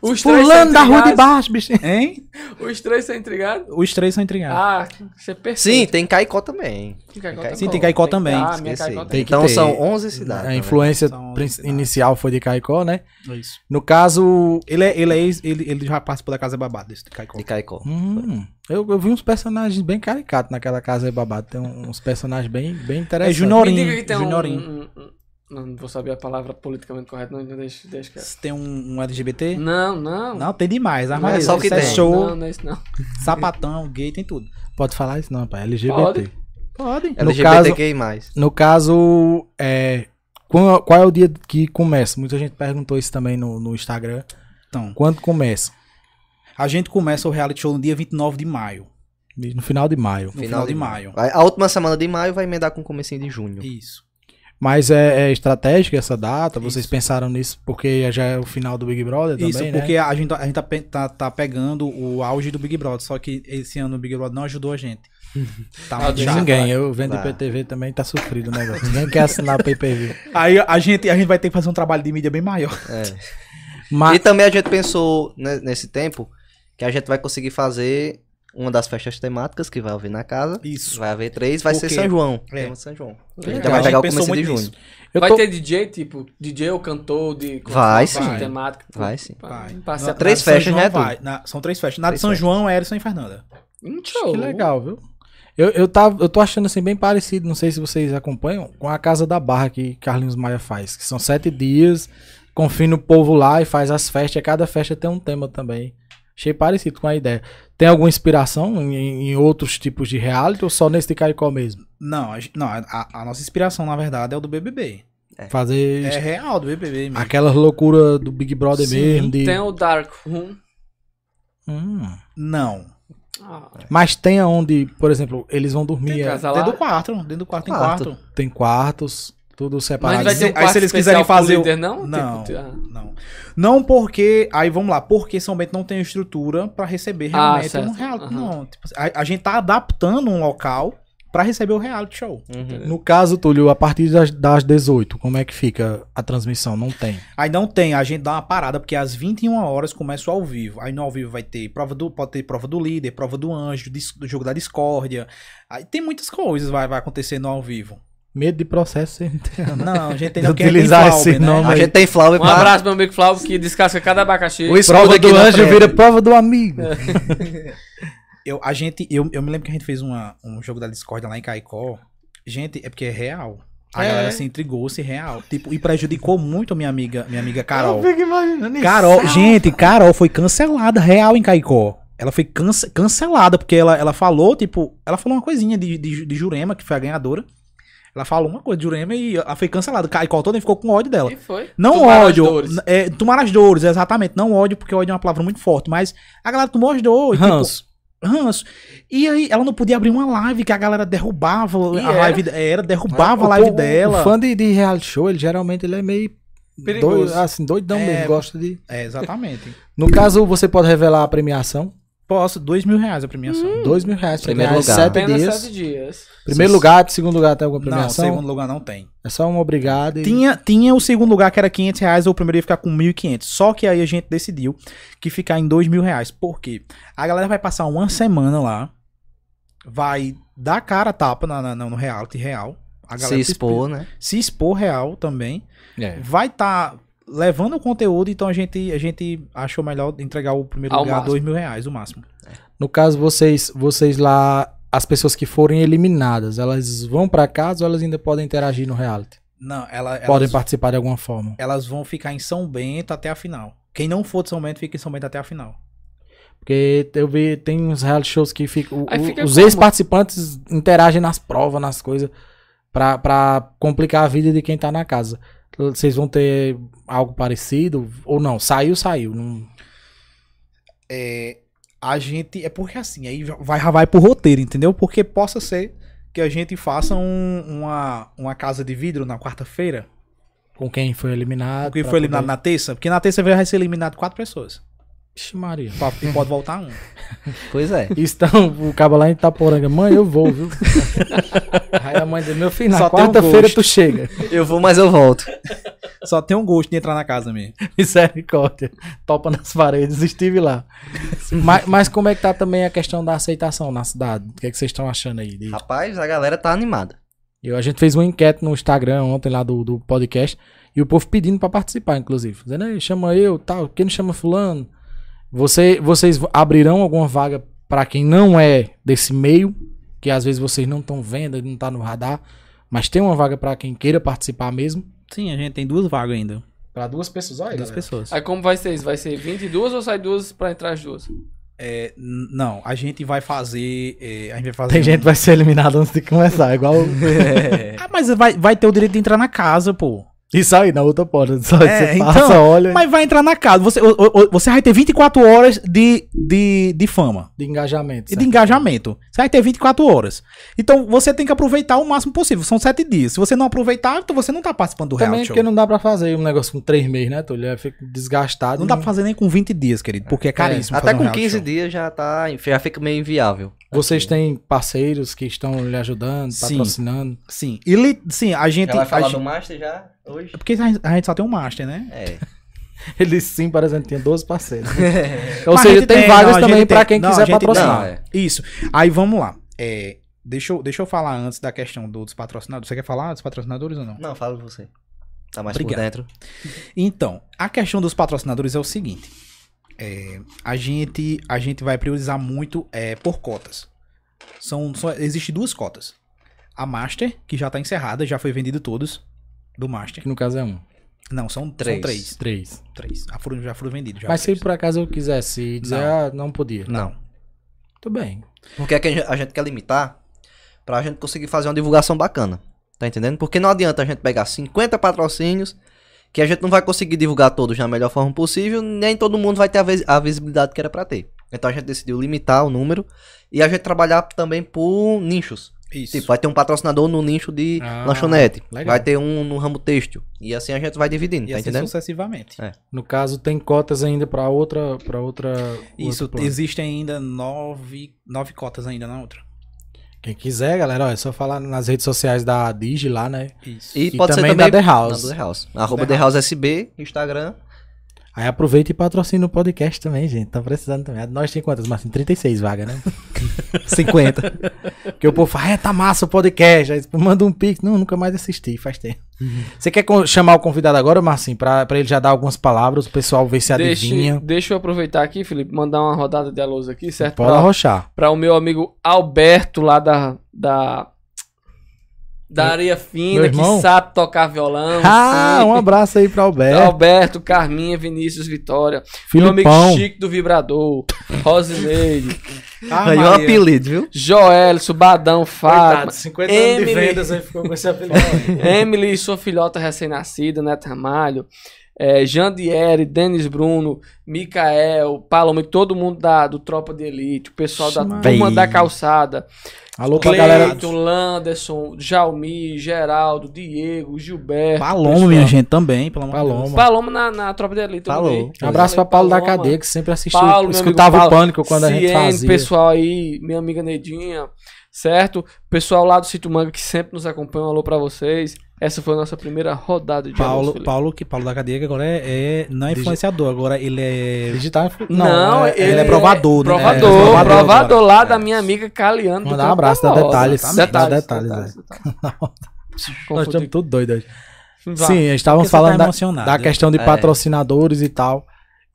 [SPEAKER 1] Os três
[SPEAKER 2] Pulando da
[SPEAKER 1] são
[SPEAKER 2] rua de
[SPEAKER 1] intrigados.
[SPEAKER 2] baixo, bichinho.
[SPEAKER 3] Hein?
[SPEAKER 1] Os três são intrigados.
[SPEAKER 3] Os três são intrigados.
[SPEAKER 1] Ah, você é
[SPEAKER 4] Sim,
[SPEAKER 1] perfeito.
[SPEAKER 4] tem Caicó também.
[SPEAKER 1] Sim, tá tem,
[SPEAKER 4] tem-
[SPEAKER 3] Sim, tem Caicó também.
[SPEAKER 1] Ah, minha
[SPEAKER 4] Esqueci.
[SPEAKER 1] Caicó tem.
[SPEAKER 2] Tem que
[SPEAKER 4] Então
[SPEAKER 2] ter.
[SPEAKER 4] são 11 cidades.
[SPEAKER 2] A
[SPEAKER 4] né?
[SPEAKER 2] influência
[SPEAKER 3] São
[SPEAKER 2] prin-
[SPEAKER 3] cidades.
[SPEAKER 2] inicial foi de Caicó, né?
[SPEAKER 3] Isso.
[SPEAKER 2] No caso.
[SPEAKER 3] Ele, é, ele, é, ex- ele, ele já participou da Casa Babada, desse Caicó.
[SPEAKER 4] De Caicó.
[SPEAKER 2] hum, eu, eu vi uns personagens bem caricatos naquela casa aí babado. Tem um- uns personagens bem, bem interessantes.
[SPEAKER 3] É Juniorinho.
[SPEAKER 1] Me diga que tem um-
[SPEAKER 3] Juniorinho.
[SPEAKER 1] um- um- um- Não não vou saber a palavra politicamente correta, não, deixa, deixa quieto.
[SPEAKER 3] Tem um, um LGBT?
[SPEAKER 1] Não, não.
[SPEAKER 3] Não, tem demais.
[SPEAKER 1] Não é
[SPEAKER 3] Armaria,
[SPEAKER 4] é só o que
[SPEAKER 3] sex
[SPEAKER 4] tem.
[SPEAKER 3] show,
[SPEAKER 1] Não, não é isso não.
[SPEAKER 3] sapatão, gay, tem tudo.
[SPEAKER 2] Pode falar isso não, pai. É LGBT.
[SPEAKER 1] Pode.
[SPEAKER 3] Podem.
[SPEAKER 2] No
[SPEAKER 4] LGBTQI+. mais.
[SPEAKER 2] No caso, é, qual, qual é o dia que começa? Muita gente perguntou isso também no, no Instagram.
[SPEAKER 3] Então,
[SPEAKER 2] Quando começa?
[SPEAKER 3] a gente começa o reality show no dia 29 de maio.
[SPEAKER 2] No final de maio.
[SPEAKER 3] No final de maio.
[SPEAKER 4] Vai- A última semana de maio vai emendar com o comecinho de junho.
[SPEAKER 3] Isso.
[SPEAKER 2] Mas é, é estratégica essa data? Vocês
[SPEAKER 3] Isso.
[SPEAKER 2] pensaram nisso porque já é o final do Big Brother também,
[SPEAKER 3] Isso,
[SPEAKER 2] né?
[SPEAKER 3] porque a gente, a gente tá, pe- tá, tá pegando o auge do Big Brother, só que esse ano o Big Brother não ajudou a gente. Tá
[SPEAKER 1] Ah,
[SPEAKER 3] muito
[SPEAKER 2] De
[SPEAKER 1] Já,
[SPEAKER 3] chato.
[SPEAKER 2] ninguém, eu vendo
[SPEAKER 4] Vai.
[SPEAKER 2] IPTV também tá sofrido o negócio. Ninguém quer assinar PPV.
[SPEAKER 3] Aí a gente, a gente vai ter que fazer um trabalho de mídia bem maior.
[SPEAKER 4] É. E
[SPEAKER 2] Mas
[SPEAKER 4] também a gente pensou né, nesse tempo que a gente vai conseguir fazer uma das festas temáticas que vai haver na casa.
[SPEAKER 3] Isso.
[SPEAKER 4] Vai haver três, vai
[SPEAKER 3] Por
[SPEAKER 4] ser
[SPEAKER 3] quê?
[SPEAKER 4] São João.
[SPEAKER 3] É.
[SPEAKER 4] Tema de São João. A gente
[SPEAKER 1] Legal.
[SPEAKER 4] Então vai pegar o
[SPEAKER 3] Pensou
[SPEAKER 4] começo de
[SPEAKER 3] muito
[SPEAKER 4] junho.
[SPEAKER 3] nisso.
[SPEAKER 2] eu
[SPEAKER 1] Vai
[SPEAKER 2] tô...
[SPEAKER 1] ter DJ, tipo, DJ ou cantor de...
[SPEAKER 4] Vai,
[SPEAKER 1] com- com
[SPEAKER 3] sim.
[SPEAKER 1] Temática.
[SPEAKER 4] Vai, sim.
[SPEAKER 3] Vai.
[SPEAKER 1] Passa
[SPEAKER 3] Na-
[SPEAKER 4] Três
[SPEAKER 3] na de São
[SPEAKER 4] festas,
[SPEAKER 3] João
[SPEAKER 4] né,
[SPEAKER 3] vai. Na- são três festas. Na de
[SPEAKER 4] Três
[SPEAKER 3] São
[SPEAKER 4] festas.
[SPEAKER 3] João, Erison e Fernanda.
[SPEAKER 1] Um show.
[SPEAKER 2] Que legal, viu? Eu, eu, tava, eu tô achando assim bem parecido, não sei se vocês acompanham, com a Casa da Barra que Carlinhos Maia faz, que são sete dias, confina o povo lá e faz as festas, e cada festa tem um tema também. Achei parecido com a ideia. Tem alguma inspiração em, em outros tipos de reality ou só nesse de Caicó mesmo?
[SPEAKER 3] Não, a, gen- não a, a- a nossa inspiração, na verdade, é o do BBB.
[SPEAKER 2] Fazer
[SPEAKER 3] É real do BBB mesmo.
[SPEAKER 2] aquelas loucuras do Big Brother
[SPEAKER 3] Sim,
[SPEAKER 2] mesmo. De...
[SPEAKER 1] Tem o Dark Room.
[SPEAKER 2] Hum.
[SPEAKER 3] Não.
[SPEAKER 1] Ah,
[SPEAKER 2] Mas tem onde, por exemplo, eles vão dormir.
[SPEAKER 1] Tem
[SPEAKER 2] é,
[SPEAKER 4] Tá
[SPEAKER 1] casa lá.
[SPEAKER 3] Dentro do quarto, dentro do quarto tem
[SPEAKER 4] Quarto.
[SPEAKER 3] quarto.
[SPEAKER 2] tem quartos, tudo
[SPEAKER 1] Mas
[SPEAKER 2] separado.
[SPEAKER 1] vai ter um
[SPEAKER 3] Aí se eles
[SPEAKER 1] quarto
[SPEAKER 3] quiserem
[SPEAKER 1] especial pro
[SPEAKER 3] fazer o-
[SPEAKER 1] Líder, não?
[SPEAKER 3] Não.
[SPEAKER 1] Tem- ah.
[SPEAKER 3] Não. Não porque. Aí vamos lá, porque São Bento não tem estrutura pra receber
[SPEAKER 1] Ah,
[SPEAKER 3] realmente
[SPEAKER 1] certo.
[SPEAKER 3] um reality.
[SPEAKER 1] Aham.
[SPEAKER 3] Não, tipo, a, a gente tá adaptando um local pra receber o reality show.
[SPEAKER 2] No caso, Túlio, a partir das, das 18, como é que fica a transmissão? Não tem.
[SPEAKER 3] Aí não tem, a gente dá uma parada, porque às 21 horas começa o ao vivo. Aí no ao vivo vai ter prova do. Pode ter prova do líder, prova do anjo, dis- do jogo da discórdia. Aí tem muitas coisas vai, vai acontecer no ao vivo.
[SPEAKER 2] Medo de processo. você não tem.
[SPEAKER 3] Não, a gente tem não é porque
[SPEAKER 2] Utilizar
[SPEAKER 3] tem Valve,
[SPEAKER 2] esse nome.
[SPEAKER 4] A gente tem Flávio
[SPEAKER 1] Um abraço meu amigo Flávio que descasca cada abacaxi.
[SPEAKER 4] O escudo
[SPEAKER 2] Prova
[SPEAKER 4] aqui
[SPEAKER 2] do
[SPEAKER 4] na
[SPEAKER 2] anjo
[SPEAKER 4] frente.
[SPEAKER 2] vira prova do amigo.
[SPEAKER 3] Eu, a gente, eu, eu me lembro que a gente fez uma- um jogo da Discord lá em Caicó. Gente, é porque é real. A
[SPEAKER 1] É.
[SPEAKER 3] galera se intrigou, se real. Tipo, e prejudicou muito a minha amiga, minha amiga
[SPEAKER 2] Eu
[SPEAKER 3] Carol.
[SPEAKER 2] fico imaginando isso.
[SPEAKER 3] Carol, gente, Carol foi cancelada real em Caicó. Ela foi cance- cancelada, porque ela, ela falou, tipo, ela falou uma coisinha de, de, de Jurema, que foi a ganhadora. Ela falou uma coisa de Jurema e ela foi cancelada. Caicó toda ficou com ódio dela.
[SPEAKER 1] E foi.
[SPEAKER 3] Não
[SPEAKER 1] Tomar as
[SPEAKER 3] ódio.
[SPEAKER 1] dores.
[SPEAKER 3] n- É, tomar as dores, exatamente. Não ódio, porque ódio é uma palavra muito forte. Mas a galera tomou as dores. tipo,
[SPEAKER 2] Ranço.
[SPEAKER 3] ranço. E aí ela não podia abrir uma live que a galera derrubava
[SPEAKER 1] E
[SPEAKER 3] a
[SPEAKER 1] era?
[SPEAKER 3] live de- era derrubava a
[SPEAKER 2] O-
[SPEAKER 3] live
[SPEAKER 2] o-
[SPEAKER 3] dela.
[SPEAKER 2] O fã de, de reality show, ele geralmente ele é meio
[SPEAKER 1] Perigoso.
[SPEAKER 2] doido, assim, doidão
[SPEAKER 3] É.
[SPEAKER 2] mesmo, gosta de.
[SPEAKER 3] É, exatamente.
[SPEAKER 2] No caso, você pode revelar a premiação.
[SPEAKER 3] Posso, dois mil reais a premiação.
[SPEAKER 2] Dois mil reais.
[SPEAKER 4] Primeiro
[SPEAKER 2] reais,
[SPEAKER 4] lugar.
[SPEAKER 2] Sete
[SPEAKER 1] Apenas
[SPEAKER 2] dias.
[SPEAKER 1] sete dias.
[SPEAKER 2] Primeiro
[SPEAKER 3] Sim.
[SPEAKER 2] lugar, segundo lugar tem alguma
[SPEAKER 3] Não,
[SPEAKER 2] premiação.
[SPEAKER 3] segundo lugar não tem.
[SPEAKER 2] É só um obrigado. e-
[SPEAKER 3] Tinha, tinha o segundo lugar que era 500 reais, o primeiro ia ficar com 1.500. Só que aí a gente decidiu que ficar em dois mil reais. Por quê? A galera vai passar uma semana lá, vai dar cara a tapa na, na- no reality real. A
[SPEAKER 4] Se
[SPEAKER 3] galera
[SPEAKER 4] expor, né?
[SPEAKER 3] Se expor real também.
[SPEAKER 2] É.
[SPEAKER 3] vai estar levando o conteúdo, então a gente, a gente achou melhor entregar o primeiro
[SPEAKER 1] Ao
[SPEAKER 3] lugar
[SPEAKER 1] máximo.
[SPEAKER 3] dois mil reais, o máximo.
[SPEAKER 2] No caso, vocês, vocês lá, as pessoas que forem eliminadas, elas vão pra casa ou elas ainda podem interagir no reality?
[SPEAKER 3] Não, ela, elas,
[SPEAKER 2] Podem participar de alguma forma.
[SPEAKER 3] elas vão ficar em São Bento até a final. Quem não for de São Bento, fica em São Bento até a final.
[SPEAKER 2] Porque eu vi, tem uns reality shows que ficam.
[SPEAKER 1] Aí fica
[SPEAKER 2] os
[SPEAKER 1] como?
[SPEAKER 2] ex-participantes interagem nas provas, nas coisas, pra, pra complicar a vida de quem tá na casa. Vocês vão ter algo parecido? Ou não? Saiu, saiu. Não...
[SPEAKER 3] É, a gente. É porque assim, aí já vai, já vai pro roteiro, entendeu? Porque possa ser que a gente faça um- uma, uma casa de vidro na quarta-feira.
[SPEAKER 2] Com quem foi eliminado.
[SPEAKER 3] Porque
[SPEAKER 2] pra
[SPEAKER 3] foi eliminado
[SPEAKER 2] poder-
[SPEAKER 3] na terça. Porque na terça vai ser eliminado quatro pessoas.
[SPEAKER 2] Vixe, Maria.
[SPEAKER 3] Pra- E pode voltar um.
[SPEAKER 4] Pois é.
[SPEAKER 2] Estão, o cabo lá em Itaporanga, mãe, eu vou, viu? Aí a mãe dele, meu filho, na
[SPEAKER 3] Só tem um
[SPEAKER 2] quarta-feira
[SPEAKER 3] gosto.
[SPEAKER 2] tu chega.
[SPEAKER 4] Eu vou, mas eu volto.
[SPEAKER 3] Só tem um gosto de entrar na casa mesmo.
[SPEAKER 2] Misericórdia. Topa nas paredes, estive lá. mas, mas como é que tá também a questão da aceitação na cidade? O que, é que vocês estão achando aí? De-
[SPEAKER 4] Rapaz, a galera tá animada.
[SPEAKER 2] Eu, a gente fez uma enquete no Instagram ontem lá do, do podcast e o povo pedindo pra participar, inclusive. Dizendo, "Ei, chama eu, tal, quem não chama fulano? Você, vocês abrirão alguma vaga pra quem não é desse meio, que às vezes vocês não estão vendo, não tá no radar, mas tem uma vaga pra quem queira participar mesmo?
[SPEAKER 3] Sim, a gente tem duas vagas ainda.
[SPEAKER 2] Pra duas pessoas, olha.
[SPEAKER 3] Duas pessoas.
[SPEAKER 1] Aí como vai ser isso? Vai ser 22 ou sai duas pra entrar as duas?
[SPEAKER 3] É, n- não, a gente vai fazer. é, a gente vai fazer.
[SPEAKER 2] Tem
[SPEAKER 3] um-
[SPEAKER 2] gente que vai ser eliminada antes de começar, é igual.
[SPEAKER 3] Ah, mas vai, vai ter o direito de entrar na casa, pô.
[SPEAKER 2] Isso aí, na outra porta. Só
[SPEAKER 3] É,
[SPEAKER 2] você
[SPEAKER 3] então,
[SPEAKER 2] passa, olha.
[SPEAKER 3] Mas vai entrar na casa. Você, o- o- o- você vai ter 24 horas de, de, de fama
[SPEAKER 2] De engajamento.
[SPEAKER 3] e de
[SPEAKER 2] certo?
[SPEAKER 3] engajamento. Você vai ter 24 horas. Então você tem que aproveitar o máximo possível. São sete dias. Se você não aproveitar, então você não tá participando do
[SPEAKER 2] Também
[SPEAKER 3] reality show.
[SPEAKER 2] porque não dá pra fazer um negócio com três meses, né, Túlio? Eu fico desgastado.
[SPEAKER 3] Não dá pra fazer nem com 20 dias, querido, porque é caríssimo.
[SPEAKER 4] Até
[SPEAKER 3] fazer um
[SPEAKER 4] com
[SPEAKER 3] reality
[SPEAKER 4] 15
[SPEAKER 3] show.
[SPEAKER 4] dias já tá. Já fica meio inviável. Assim.
[SPEAKER 2] Vocês têm parceiros que estão lhe ajudando,
[SPEAKER 3] Sim.
[SPEAKER 2] patrocinando.
[SPEAKER 3] Sim. E li- sim, a gente.
[SPEAKER 4] Já vai
[SPEAKER 3] a
[SPEAKER 4] falar
[SPEAKER 3] gente-
[SPEAKER 4] do Master já hoje?
[SPEAKER 3] É porque a gente- a gente só tem um master, né?
[SPEAKER 4] É.
[SPEAKER 2] Eles sim, por exemplo, tinha 12 parceiros. Então, Ou
[SPEAKER 3] né? Mas a
[SPEAKER 2] seja,
[SPEAKER 3] gente
[SPEAKER 2] tem,
[SPEAKER 3] tem,
[SPEAKER 2] vagas
[SPEAKER 3] não, a
[SPEAKER 2] também
[SPEAKER 3] gente
[SPEAKER 2] pra
[SPEAKER 3] tem.
[SPEAKER 2] quem
[SPEAKER 3] Não, a
[SPEAKER 2] quiser
[SPEAKER 3] gente tem,
[SPEAKER 2] patrocinar.
[SPEAKER 4] Não, é.
[SPEAKER 3] Isso. Aí vamos lá. É, deixa, eu, deixa eu falar antes da questão dos patrocinadores. Você quer falar dos patrocinadores ou não?
[SPEAKER 4] Não, fala você. Tá mais
[SPEAKER 3] Obrigado.
[SPEAKER 4] por dentro.
[SPEAKER 3] Então, a questão dos patrocinadores é o seguinte. É, a, gente, a gente vai priorizar muito é, por cotas. São, só, existe duas cotas. A Master, que já está encerrada, já foi vendido todos do Master.
[SPEAKER 2] Que no caso é um.
[SPEAKER 3] Não, são três.
[SPEAKER 4] Três.
[SPEAKER 3] São três.
[SPEAKER 2] Três.
[SPEAKER 3] três. Já foram, já foram vendidos. já
[SPEAKER 2] Mas se
[SPEAKER 3] três.
[SPEAKER 2] por acaso eu quisesse dizer,
[SPEAKER 3] Não.
[SPEAKER 2] ah, não podia.
[SPEAKER 3] Não.
[SPEAKER 2] Tudo bem.
[SPEAKER 4] Porque é que a gente- a gente quer limitar pra gente conseguir fazer uma divulgação bacana. Tá entendendo? Porque não adianta a gente pegar 50 patrocínios que a gente não vai conseguir divulgar todos da melhor forma possível, nem todo mundo vai ter a, vis- a visibilidade que era pra ter. Então a gente decidiu limitar o número e a gente trabalhar também por nichos.
[SPEAKER 3] Isso.
[SPEAKER 4] Tipo, vai ter um patrocinador no nicho de
[SPEAKER 3] Ah,
[SPEAKER 4] lanchonete,
[SPEAKER 2] legal.
[SPEAKER 4] vai ter um no ramo têxtil. E assim a gente vai dividindo,
[SPEAKER 3] e
[SPEAKER 4] tá
[SPEAKER 3] assim
[SPEAKER 4] entendendo? É,
[SPEAKER 3] sucessivamente.
[SPEAKER 2] No caso, tem cotas ainda pra outra. Pra outra outro
[SPEAKER 3] Isso,
[SPEAKER 2] plano.
[SPEAKER 3] existem ainda nove, nove cotas ainda na outra.
[SPEAKER 2] Quem quiser, galera, ó, é só falar nas redes sociais da Digi lá, né?
[SPEAKER 3] Isso.
[SPEAKER 4] E,
[SPEAKER 2] E
[SPEAKER 4] pode
[SPEAKER 2] também
[SPEAKER 4] ser também
[SPEAKER 2] da The
[SPEAKER 4] na
[SPEAKER 2] House.
[SPEAKER 4] The House. Arroba The House SB, Instagram.
[SPEAKER 2] Aí aproveita e patrocina o podcast também, gente. Tá precisando também. Nós tem quantas, Marcinho? 36 vagas, né? 50. Porque o povo fala, é, tá massa o podcast. Aí manda um pix. Não, nunca mais assisti, faz tempo. Você quer con- chamar o convidado agora, Marcinho? Pra, pra ele já dar algumas palavras, o pessoal ver se
[SPEAKER 1] Deixa,
[SPEAKER 2] adivinha.
[SPEAKER 1] deixa eu aproveitar aqui, Felipe, mandar uma rodada de alôs aqui, certo?
[SPEAKER 2] Pode
[SPEAKER 1] Pra-
[SPEAKER 2] arrochar.
[SPEAKER 1] para o meu amigo Alberto lá da da, da Areia Fina,
[SPEAKER 2] meu
[SPEAKER 1] que
[SPEAKER 2] irmão?
[SPEAKER 1] sabe tocar violão.
[SPEAKER 2] Ah,
[SPEAKER 1] Então, sim.
[SPEAKER 2] um abraço aí pra Alberto.
[SPEAKER 1] Alberto, Carminha, Vinícius, Vitória. Então, Meu
[SPEAKER 2] Filipão.
[SPEAKER 1] amigo Chico do Vibrador, Rosineide,
[SPEAKER 3] Ah,
[SPEAKER 4] Aí o apelido, viu?
[SPEAKER 1] Joelson, Badão, Fátima,
[SPEAKER 3] 50
[SPEAKER 1] anos de Emily. vendas,
[SPEAKER 3] aí ficou com esse apelido.
[SPEAKER 1] Emily e sua filhota recém-nascida, Neto Ramalho, eh, Jandieri, Denis Bruno, Micael, Paloma, e todo mundo da, do Tropa de Elite, o pessoal da
[SPEAKER 2] Ixi,
[SPEAKER 1] Turma
[SPEAKER 2] Maria.
[SPEAKER 1] da Calçada,
[SPEAKER 2] Alô pra galera.
[SPEAKER 1] Cleiton, Landerson, Jaumi, Geraldo, Diego, Gilberto.
[SPEAKER 3] Paloma, minha gente, também, pelo amor de
[SPEAKER 2] Paloma.
[SPEAKER 3] Deus.
[SPEAKER 1] Paloma na, na tropa de elite. eu
[SPEAKER 4] Falou.
[SPEAKER 1] vi.
[SPEAKER 2] Um abraço pra
[SPEAKER 1] Falei,
[SPEAKER 2] Paulo da
[SPEAKER 1] Paloma.
[SPEAKER 2] Cadeia, que sempre assistiu,
[SPEAKER 1] Paulo, meu
[SPEAKER 2] escutava
[SPEAKER 1] amigo
[SPEAKER 2] o pânico quando a gente
[SPEAKER 1] CN,
[SPEAKER 2] fazia.
[SPEAKER 1] é pessoal aí, minha amiga Nedinha, certo? Pessoal lá do Sítio Manga que sempre nos acompanha, um alô pra vocês. Essa foi a nossa primeira rodada de alôs,
[SPEAKER 3] Paulo,
[SPEAKER 1] Felipe.
[SPEAKER 3] Paulo, que Paulo da cadeia que agora é, é- não é
[SPEAKER 2] Digi-
[SPEAKER 3] influenciador, agora ele é
[SPEAKER 2] Digital influ-
[SPEAKER 1] Não,
[SPEAKER 2] é-
[SPEAKER 1] ele,
[SPEAKER 3] ele é provador, né?
[SPEAKER 1] Provador,
[SPEAKER 2] É,
[SPEAKER 1] provador,
[SPEAKER 2] provador
[SPEAKER 1] lá da minha amiga Caliano. do
[SPEAKER 2] Mandar um
[SPEAKER 1] Campo
[SPEAKER 2] abraço, dá
[SPEAKER 1] Rosa.
[SPEAKER 2] detalhes,
[SPEAKER 1] Detalhes,
[SPEAKER 2] dá detalhes, né? Nós
[SPEAKER 1] Confundi.
[SPEAKER 2] estamos tudo doidos hoje.
[SPEAKER 1] Vá.
[SPEAKER 2] Sim, nós estávamos
[SPEAKER 3] Porque você
[SPEAKER 2] falando
[SPEAKER 3] tá
[SPEAKER 2] da-
[SPEAKER 3] emocionado,
[SPEAKER 2] da,
[SPEAKER 3] né?
[SPEAKER 2] questão de
[SPEAKER 4] É.
[SPEAKER 2] patrocinadores e tal.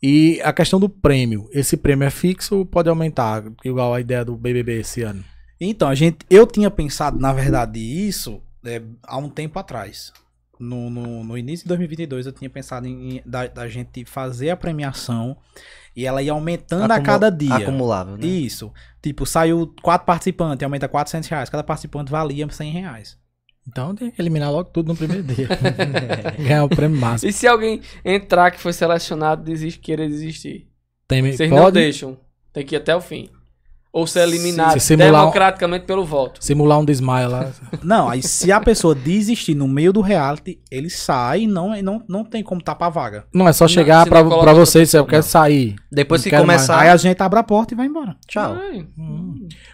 [SPEAKER 2] E a questão do prêmio. Esse prêmio é fixo ou pode aumentar? Igual a ideia do BBB esse ano.
[SPEAKER 3] Então, a gente, eu tinha pensado, na verdade, isso é, há um tempo atrás. No, no, no início de 2022, eu tinha pensado em, em- da, da gente fazer a premiação e ela ir aumentando a
[SPEAKER 4] Acumul-
[SPEAKER 3] cada dia.
[SPEAKER 4] Acumulável, né?
[SPEAKER 3] Isso. Tipo, saiu quatro participantes, aumenta 400 reais. Cada participante valia 100 reais.
[SPEAKER 2] Então tem que eliminar logo tudo no primeiro dia. Ganhar o prêmio máximo.
[SPEAKER 1] E se alguém entrar que foi selecionado, desiste, queira desistir?
[SPEAKER 2] Tem,
[SPEAKER 1] Vocês não
[SPEAKER 2] pode
[SPEAKER 1] deixam. Tem que ir até o fim. Ou ser eliminado
[SPEAKER 2] Se simular um-
[SPEAKER 1] democraticamente pelo voto.
[SPEAKER 2] simular um desmaio lá.
[SPEAKER 3] Não, aí se a pessoa desistir no meio do reality, ele sai e não, e não, não tem como tapar a vaga.
[SPEAKER 2] Não, é só
[SPEAKER 1] Não,
[SPEAKER 2] chegar
[SPEAKER 1] se não
[SPEAKER 2] pra,
[SPEAKER 1] coloca-
[SPEAKER 2] pra vocês, eu quero sair.
[SPEAKER 4] Depois
[SPEAKER 2] Não
[SPEAKER 4] que
[SPEAKER 2] quero
[SPEAKER 4] começar.
[SPEAKER 3] Aí a gente abre a porta e vai embora.
[SPEAKER 4] Tchau.
[SPEAKER 1] Ai,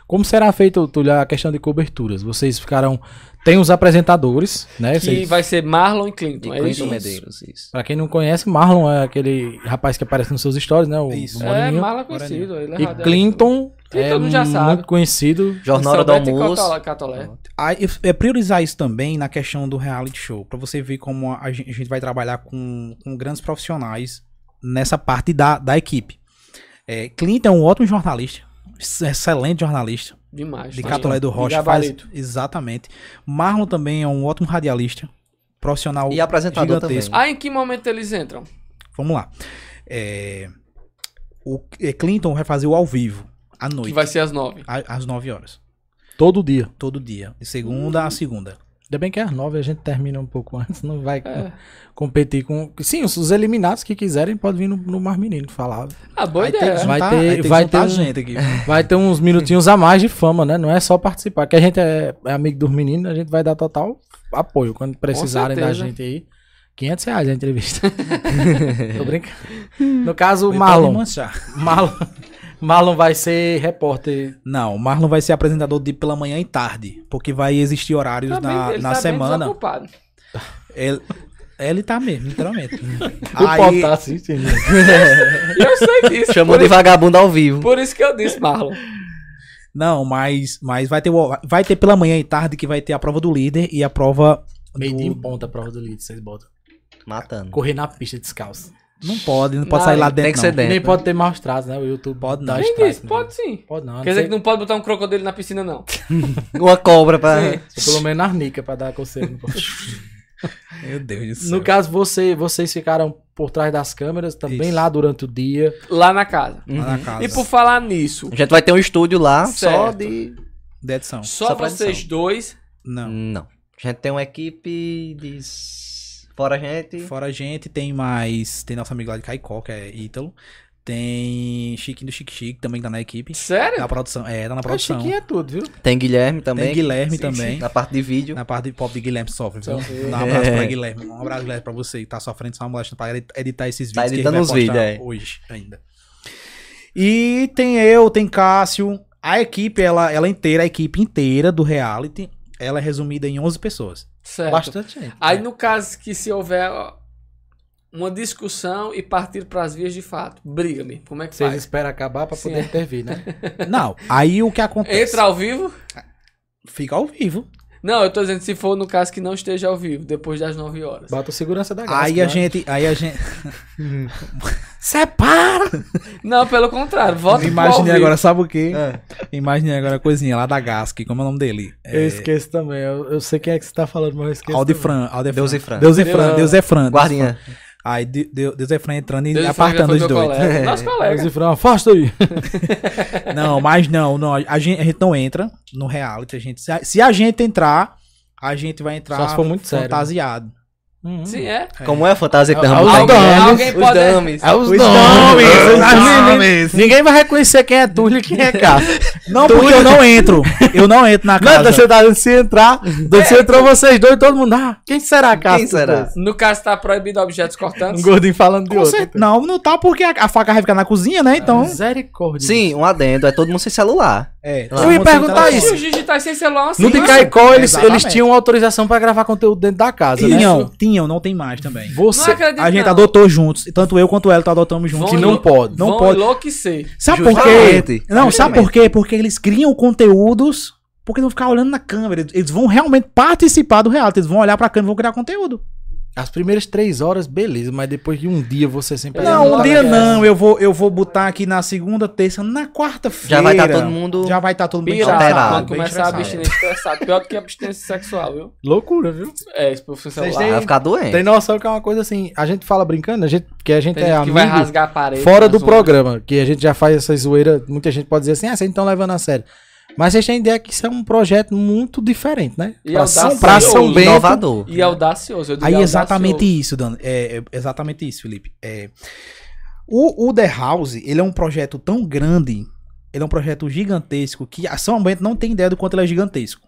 [SPEAKER 2] Como será feito, Tulio, a questão de coberturas? Vocês ficarão. Tem os apresentadores,
[SPEAKER 1] que
[SPEAKER 2] né? Vocês-
[SPEAKER 1] vai ser Marlon e Clinton.
[SPEAKER 4] De
[SPEAKER 1] é
[SPEAKER 4] Clinton
[SPEAKER 1] isso?
[SPEAKER 4] Medeiros, Tipo, isso.
[SPEAKER 2] Pra quem não conhece, Marlon é aquele rapaz que aparece nos seus stories, né? O
[SPEAKER 3] Isso.
[SPEAKER 2] o
[SPEAKER 1] É,
[SPEAKER 2] moreninho.
[SPEAKER 1] Marlon é conhecido. Ele é
[SPEAKER 2] E
[SPEAKER 1] radar.
[SPEAKER 2] Clinton é
[SPEAKER 1] Clinton já
[SPEAKER 2] muito
[SPEAKER 1] sabe.
[SPEAKER 2] conhecido.
[SPEAKER 4] Jornal do
[SPEAKER 1] Souberto e
[SPEAKER 4] almoço.
[SPEAKER 1] Catolé- Catolé.
[SPEAKER 3] Aí, é é priorizar isso também na questão do reality show, pra você ver como a gen- a gente vai trabalhar com, com grandes profissionais nessa parte da, da equipe. É, Clinton é um ótimo jornalista, ex- excelente jornalista,
[SPEAKER 1] Demais.
[SPEAKER 3] de
[SPEAKER 1] demais.
[SPEAKER 3] Catolé do
[SPEAKER 1] De
[SPEAKER 3] Rocha. Faz,
[SPEAKER 1] gabarito.
[SPEAKER 3] exatamente. Marlon também é um ótimo radialista, profissional.
[SPEAKER 4] E apresentador também.
[SPEAKER 3] Gigantesco.
[SPEAKER 1] Ah, em que momento eles entram?
[SPEAKER 3] Vamos lá. É, o é, Clinton vai fazer o ao vivo, à
[SPEAKER 1] Que
[SPEAKER 3] noite,
[SPEAKER 1] vai ser às nove.
[SPEAKER 3] a- às 9 horas,
[SPEAKER 2] Todo dia.
[SPEAKER 3] todo dia, de segunda a segunda.
[SPEAKER 2] Ainda bem que é às nove a gente termina um pouco antes, não vai
[SPEAKER 1] É.
[SPEAKER 2] competir com. Sim, os, os eliminados que quiserem podem vir no, no Mar Menino que falava.
[SPEAKER 1] Ah, boa
[SPEAKER 3] Aí tem
[SPEAKER 1] ideia.
[SPEAKER 3] que
[SPEAKER 2] Vai
[SPEAKER 3] juntar-
[SPEAKER 2] ter-
[SPEAKER 3] É, tá, aí tem que
[SPEAKER 2] vai
[SPEAKER 3] juntar
[SPEAKER 2] ter
[SPEAKER 3] a
[SPEAKER 2] um-
[SPEAKER 3] gente aqui.
[SPEAKER 2] Vai ter uns minutinhos a mais de fama, né? Não é só participar. Que a gente é, é amigo dos meninos, a gente vai dar total apoio quando precisarem da
[SPEAKER 1] certeza.
[SPEAKER 2] gente aí. 500 reais a entrevista. Tô brincando. No caso, o
[SPEAKER 3] Ele pode
[SPEAKER 2] Marlon.
[SPEAKER 3] manchar.
[SPEAKER 2] Marlon. Marlon vai ser repórter.
[SPEAKER 3] Não, o Marlon vai ser apresentador de pela manhã e tarde, porque vai existir horários
[SPEAKER 1] Tá bem,
[SPEAKER 3] na,
[SPEAKER 1] ele
[SPEAKER 3] na
[SPEAKER 1] tá bem
[SPEAKER 3] semana.
[SPEAKER 1] desocupado.
[SPEAKER 3] Ele, ele tá mesmo, literalmente.
[SPEAKER 2] O
[SPEAKER 3] Aí,
[SPEAKER 2] Potassi, entendeu?
[SPEAKER 1] Eu sei disso.
[SPEAKER 4] Chamou
[SPEAKER 1] por,
[SPEAKER 4] Ah, de
[SPEAKER 1] isso,
[SPEAKER 4] vagabundo ao vivo.
[SPEAKER 1] por isso que eu disse, Marlon.
[SPEAKER 3] não, mas, mas vai, ter, o- vai ter pela manhã e tarde que vai ter a prova do líder e a prova.
[SPEAKER 2] Meio dia
[SPEAKER 3] do-
[SPEAKER 2] em ponta a prova do líder, vocês botam.
[SPEAKER 4] Matando.
[SPEAKER 2] Correr na pista descalço.
[SPEAKER 3] Não pode, não
[SPEAKER 2] Ah,
[SPEAKER 3] pode
[SPEAKER 1] Não,
[SPEAKER 2] é,
[SPEAKER 3] sair lá
[SPEAKER 4] tem
[SPEAKER 3] dentro.
[SPEAKER 4] que ser
[SPEAKER 3] não.
[SPEAKER 2] E
[SPEAKER 4] dentro.
[SPEAKER 2] nem
[SPEAKER 4] né?
[SPEAKER 2] pode ter maus tratos, né? O YouTube pode dar
[SPEAKER 1] Quem
[SPEAKER 2] strike,
[SPEAKER 1] disse?
[SPEAKER 2] né?
[SPEAKER 1] Pode sim.
[SPEAKER 2] Pode não.
[SPEAKER 1] Quer dizer que não pode botar um crocodilo na piscina, não.
[SPEAKER 4] Uma cobra pra.
[SPEAKER 1] Sim.
[SPEAKER 2] Pelo menos arnica pra dar conselho. não pode.
[SPEAKER 3] Meu Deus do céu.
[SPEAKER 2] no caso, você, vocês ficaram por trás das câmeras também
[SPEAKER 3] Isso.
[SPEAKER 2] lá durante o dia.
[SPEAKER 1] Lá na casa.
[SPEAKER 4] Uhum.
[SPEAKER 3] Lá na casa. Então,
[SPEAKER 1] E por falar nisso,
[SPEAKER 4] A gente vai ter um estúdio lá só
[SPEAKER 1] Certo.
[SPEAKER 4] de.
[SPEAKER 3] Da edição.
[SPEAKER 1] só
[SPEAKER 4] Só pra
[SPEAKER 1] vocês dois
[SPEAKER 3] Não.
[SPEAKER 4] Não. A gente tem uma equipe de. s- Fora a gente.
[SPEAKER 3] Fora a gente, tem mais. Tem nosso amigo lá de Caicó, que é Ítalo. Tem Chiquinho do Chique Chique, também tá na equipe.
[SPEAKER 1] Sério?
[SPEAKER 3] Na produção. É, tá na
[SPEAKER 2] É,
[SPEAKER 3] produção.
[SPEAKER 2] Chiquinho é tudo, viu?
[SPEAKER 4] Tem Guilherme também.
[SPEAKER 3] Tem Guilherme
[SPEAKER 4] Sim,
[SPEAKER 3] também.
[SPEAKER 4] sim, Na parte de vídeo.
[SPEAKER 3] Na parte de pop de Guilherme sofre, viu?
[SPEAKER 1] Sofre.
[SPEAKER 3] Dá um abraço
[SPEAKER 4] É.
[SPEAKER 3] pra Guilherme. Um abraço, Guilherme, pra você que tá sofrendo só uma moléstia pra edi- editar esses vídeos.
[SPEAKER 4] Tá
[SPEAKER 3] que a gente
[SPEAKER 4] editando
[SPEAKER 3] vai
[SPEAKER 4] os
[SPEAKER 3] postar
[SPEAKER 4] vídeos, é.
[SPEAKER 3] Hoje ainda. E tem eu, tem Cássio. A equipe, ela, ela inteira, a equipe inteira do reality, ela é resumida em 11 pessoas.
[SPEAKER 1] Certo.
[SPEAKER 3] Bastante gente.
[SPEAKER 1] Aí
[SPEAKER 3] É.
[SPEAKER 1] no caso que se houver ó, uma discussão e partir para as vias de fato, briga-me. Como é que
[SPEAKER 2] Vocês
[SPEAKER 1] faz?
[SPEAKER 2] esperam acabar pra
[SPEAKER 1] Sim,
[SPEAKER 2] poder
[SPEAKER 1] é.
[SPEAKER 2] intervir, né?
[SPEAKER 3] Não, aí o que acontece?
[SPEAKER 1] Entra ao vivo?
[SPEAKER 3] Fica ao vivo.
[SPEAKER 1] Não, eu tô dizendo se for no caso que não esteja ao vivo, depois das 9 horas.
[SPEAKER 2] Bota o segurança da né? graça.
[SPEAKER 3] Aí a
[SPEAKER 2] claro.
[SPEAKER 3] gente. Aí a gente. Separa!
[SPEAKER 1] Não, pelo contrário, volta
[SPEAKER 3] Imaginei
[SPEAKER 1] pro ao vivo.
[SPEAKER 3] agora, sabe o quê?
[SPEAKER 4] É.
[SPEAKER 3] Imaginei agora a coisinha lá da Gasque, como é o nome dele?
[SPEAKER 2] Eu esqueço também. Eu, eu sei quem é que você tá falando, mas eu esqueço. também.
[SPEAKER 3] Aldefran, Aldefran.
[SPEAKER 4] Deus e Fran.
[SPEAKER 3] Deus é Fran,
[SPEAKER 1] Deus-
[SPEAKER 3] Deus é Fran.
[SPEAKER 4] Guardinha.
[SPEAKER 3] Aí de- de- Deus é Fran entrando e
[SPEAKER 1] Deus do céu, já
[SPEAKER 3] apartando
[SPEAKER 1] foi
[SPEAKER 3] os
[SPEAKER 1] meu
[SPEAKER 3] dois. É.
[SPEAKER 1] Colega. Nosso
[SPEAKER 2] Mas
[SPEAKER 1] colega.
[SPEAKER 2] e Fran, afasta aí.
[SPEAKER 3] Não, mas não, não. A gente, a gente não entra no reality. A gente, se, a, se a gente entrar, a gente vai entrar
[SPEAKER 2] Só se for muito sério. né?
[SPEAKER 3] fantasiado.
[SPEAKER 2] Uhum.
[SPEAKER 1] Sim, é.
[SPEAKER 4] Como é a fantasia que
[SPEAKER 2] É,
[SPEAKER 4] derramou
[SPEAKER 2] é os
[SPEAKER 4] sangue?
[SPEAKER 2] dummies.
[SPEAKER 1] Alguém
[SPEAKER 4] Os
[SPEAKER 1] pode-
[SPEAKER 4] dummies.
[SPEAKER 2] É os
[SPEAKER 3] Os
[SPEAKER 2] nomes.
[SPEAKER 3] nomes,
[SPEAKER 2] As
[SPEAKER 3] os
[SPEAKER 2] meninas.
[SPEAKER 3] nomes.
[SPEAKER 2] Ninguém vai reconhecer quem é Túlio e quem é Cássio.
[SPEAKER 3] Não, porque eu não entro. Eu não entro
[SPEAKER 2] Não,
[SPEAKER 3] na casa. É.
[SPEAKER 2] você tá, se entrar, se entrou vocês dois, todo mundo, ah, quem será Cássio?
[SPEAKER 4] Quem será?
[SPEAKER 1] No caso tá proibido objetos
[SPEAKER 2] Um
[SPEAKER 1] cortantes.
[SPEAKER 2] gordinho falando de
[SPEAKER 3] Com
[SPEAKER 2] outro.
[SPEAKER 3] certeza. Não, não tá porque a, a faca vai ficar na cozinha, né? Então.
[SPEAKER 2] Misericórdia.
[SPEAKER 4] Sim, um adendo. É todo mundo sem celular.
[SPEAKER 3] É,
[SPEAKER 4] Eu
[SPEAKER 3] todo
[SPEAKER 2] ia
[SPEAKER 3] mundo sem
[SPEAKER 2] perguntar
[SPEAKER 3] telefone.
[SPEAKER 1] E
[SPEAKER 2] isso.
[SPEAKER 1] os digitais sem celular assim.
[SPEAKER 2] No de Caicó, eles, eles
[SPEAKER 3] Exatamente.
[SPEAKER 2] tinham autorização pra gravar conteúdo dentro da casa, né?
[SPEAKER 3] Tinham, tinham, não tem mais também.
[SPEAKER 1] Não
[SPEAKER 2] Você
[SPEAKER 1] acredito,
[SPEAKER 3] A gente
[SPEAKER 1] não.
[SPEAKER 3] adotou juntos. Tanto eu quanto ela tá adotamos juntos.
[SPEAKER 2] que
[SPEAKER 1] Vão
[SPEAKER 2] não
[SPEAKER 1] enlou-
[SPEAKER 2] pode.
[SPEAKER 3] não
[SPEAKER 1] vão
[SPEAKER 3] pode.
[SPEAKER 1] enlouquecer.
[SPEAKER 3] Sabe Ah, por quê?
[SPEAKER 4] Justamente.
[SPEAKER 3] Não, sabe
[SPEAKER 4] Justamente.
[SPEAKER 3] por quê? Porque eles criam conteúdos porque não ficar olhando na câmera. Eles- Eles vão realmente participar do reality. Eles vão olhar pra câmera e vão criar conteúdo.
[SPEAKER 2] As primeiras três horas, beleza, mas depois de um dia você sempre... né?
[SPEAKER 3] Não, um
[SPEAKER 1] tá
[SPEAKER 3] dia
[SPEAKER 1] ligado.
[SPEAKER 3] não. Eu vou, eu vou botar aqui na segunda, terça, na quarta-feira.
[SPEAKER 4] Já vai estar todo mundo.
[SPEAKER 3] Já vai estar todo mundo
[SPEAKER 1] Pirado.
[SPEAKER 4] Alterado,
[SPEAKER 1] Quando
[SPEAKER 3] bem
[SPEAKER 1] começar a
[SPEAKER 3] estressado.
[SPEAKER 1] abstinência estressada. Pior do que a abstinência sexual, viu?
[SPEAKER 2] Loucura, viu?
[SPEAKER 1] É, isso pro celular.
[SPEAKER 2] têm-
[SPEAKER 4] Vai ficar doente.
[SPEAKER 2] Tem noção que é uma coisa assim, a gente fala brincando, a gente, porque a gente
[SPEAKER 1] Tem
[SPEAKER 2] é
[SPEAKER 1] gente que
[SPEAKER 2] amigo
[SPEAKER 1] vai rasgar a parede. tá
[SPEAKER 2] fora
[SPEAKER 1] na
[SPEAKER 2] do
[SPEAKER 1] zona.
[SPEAKER 2] programa, que a gente já faz essa zoeira, muita gente pode dizer assim, ah, vocês não estão levando a sério. Mas vocês têm ideia que isso é um projeto muito diferente, né?
[SPEAKER 1] E
[SPEAKER 2] pra, São,
[SPEAKER 1] audacioso.
[SPEAKER 2] pra São Bento,
[SPEAKER 4] Inovador.
[SPEAKER 1] E é audacioso. Eu digo
[SPEAKER 3] Aí
[SPEAKER 1] audacioso.
[SPEAKER 3] exatamente isso, Dan. É, é exatamente isso, Felipe. É, o, o The House, ele é um projeto tão grande, ele é um projeto gigantesco, que a São Bento não tem ideia do quanto ele é gigantesco.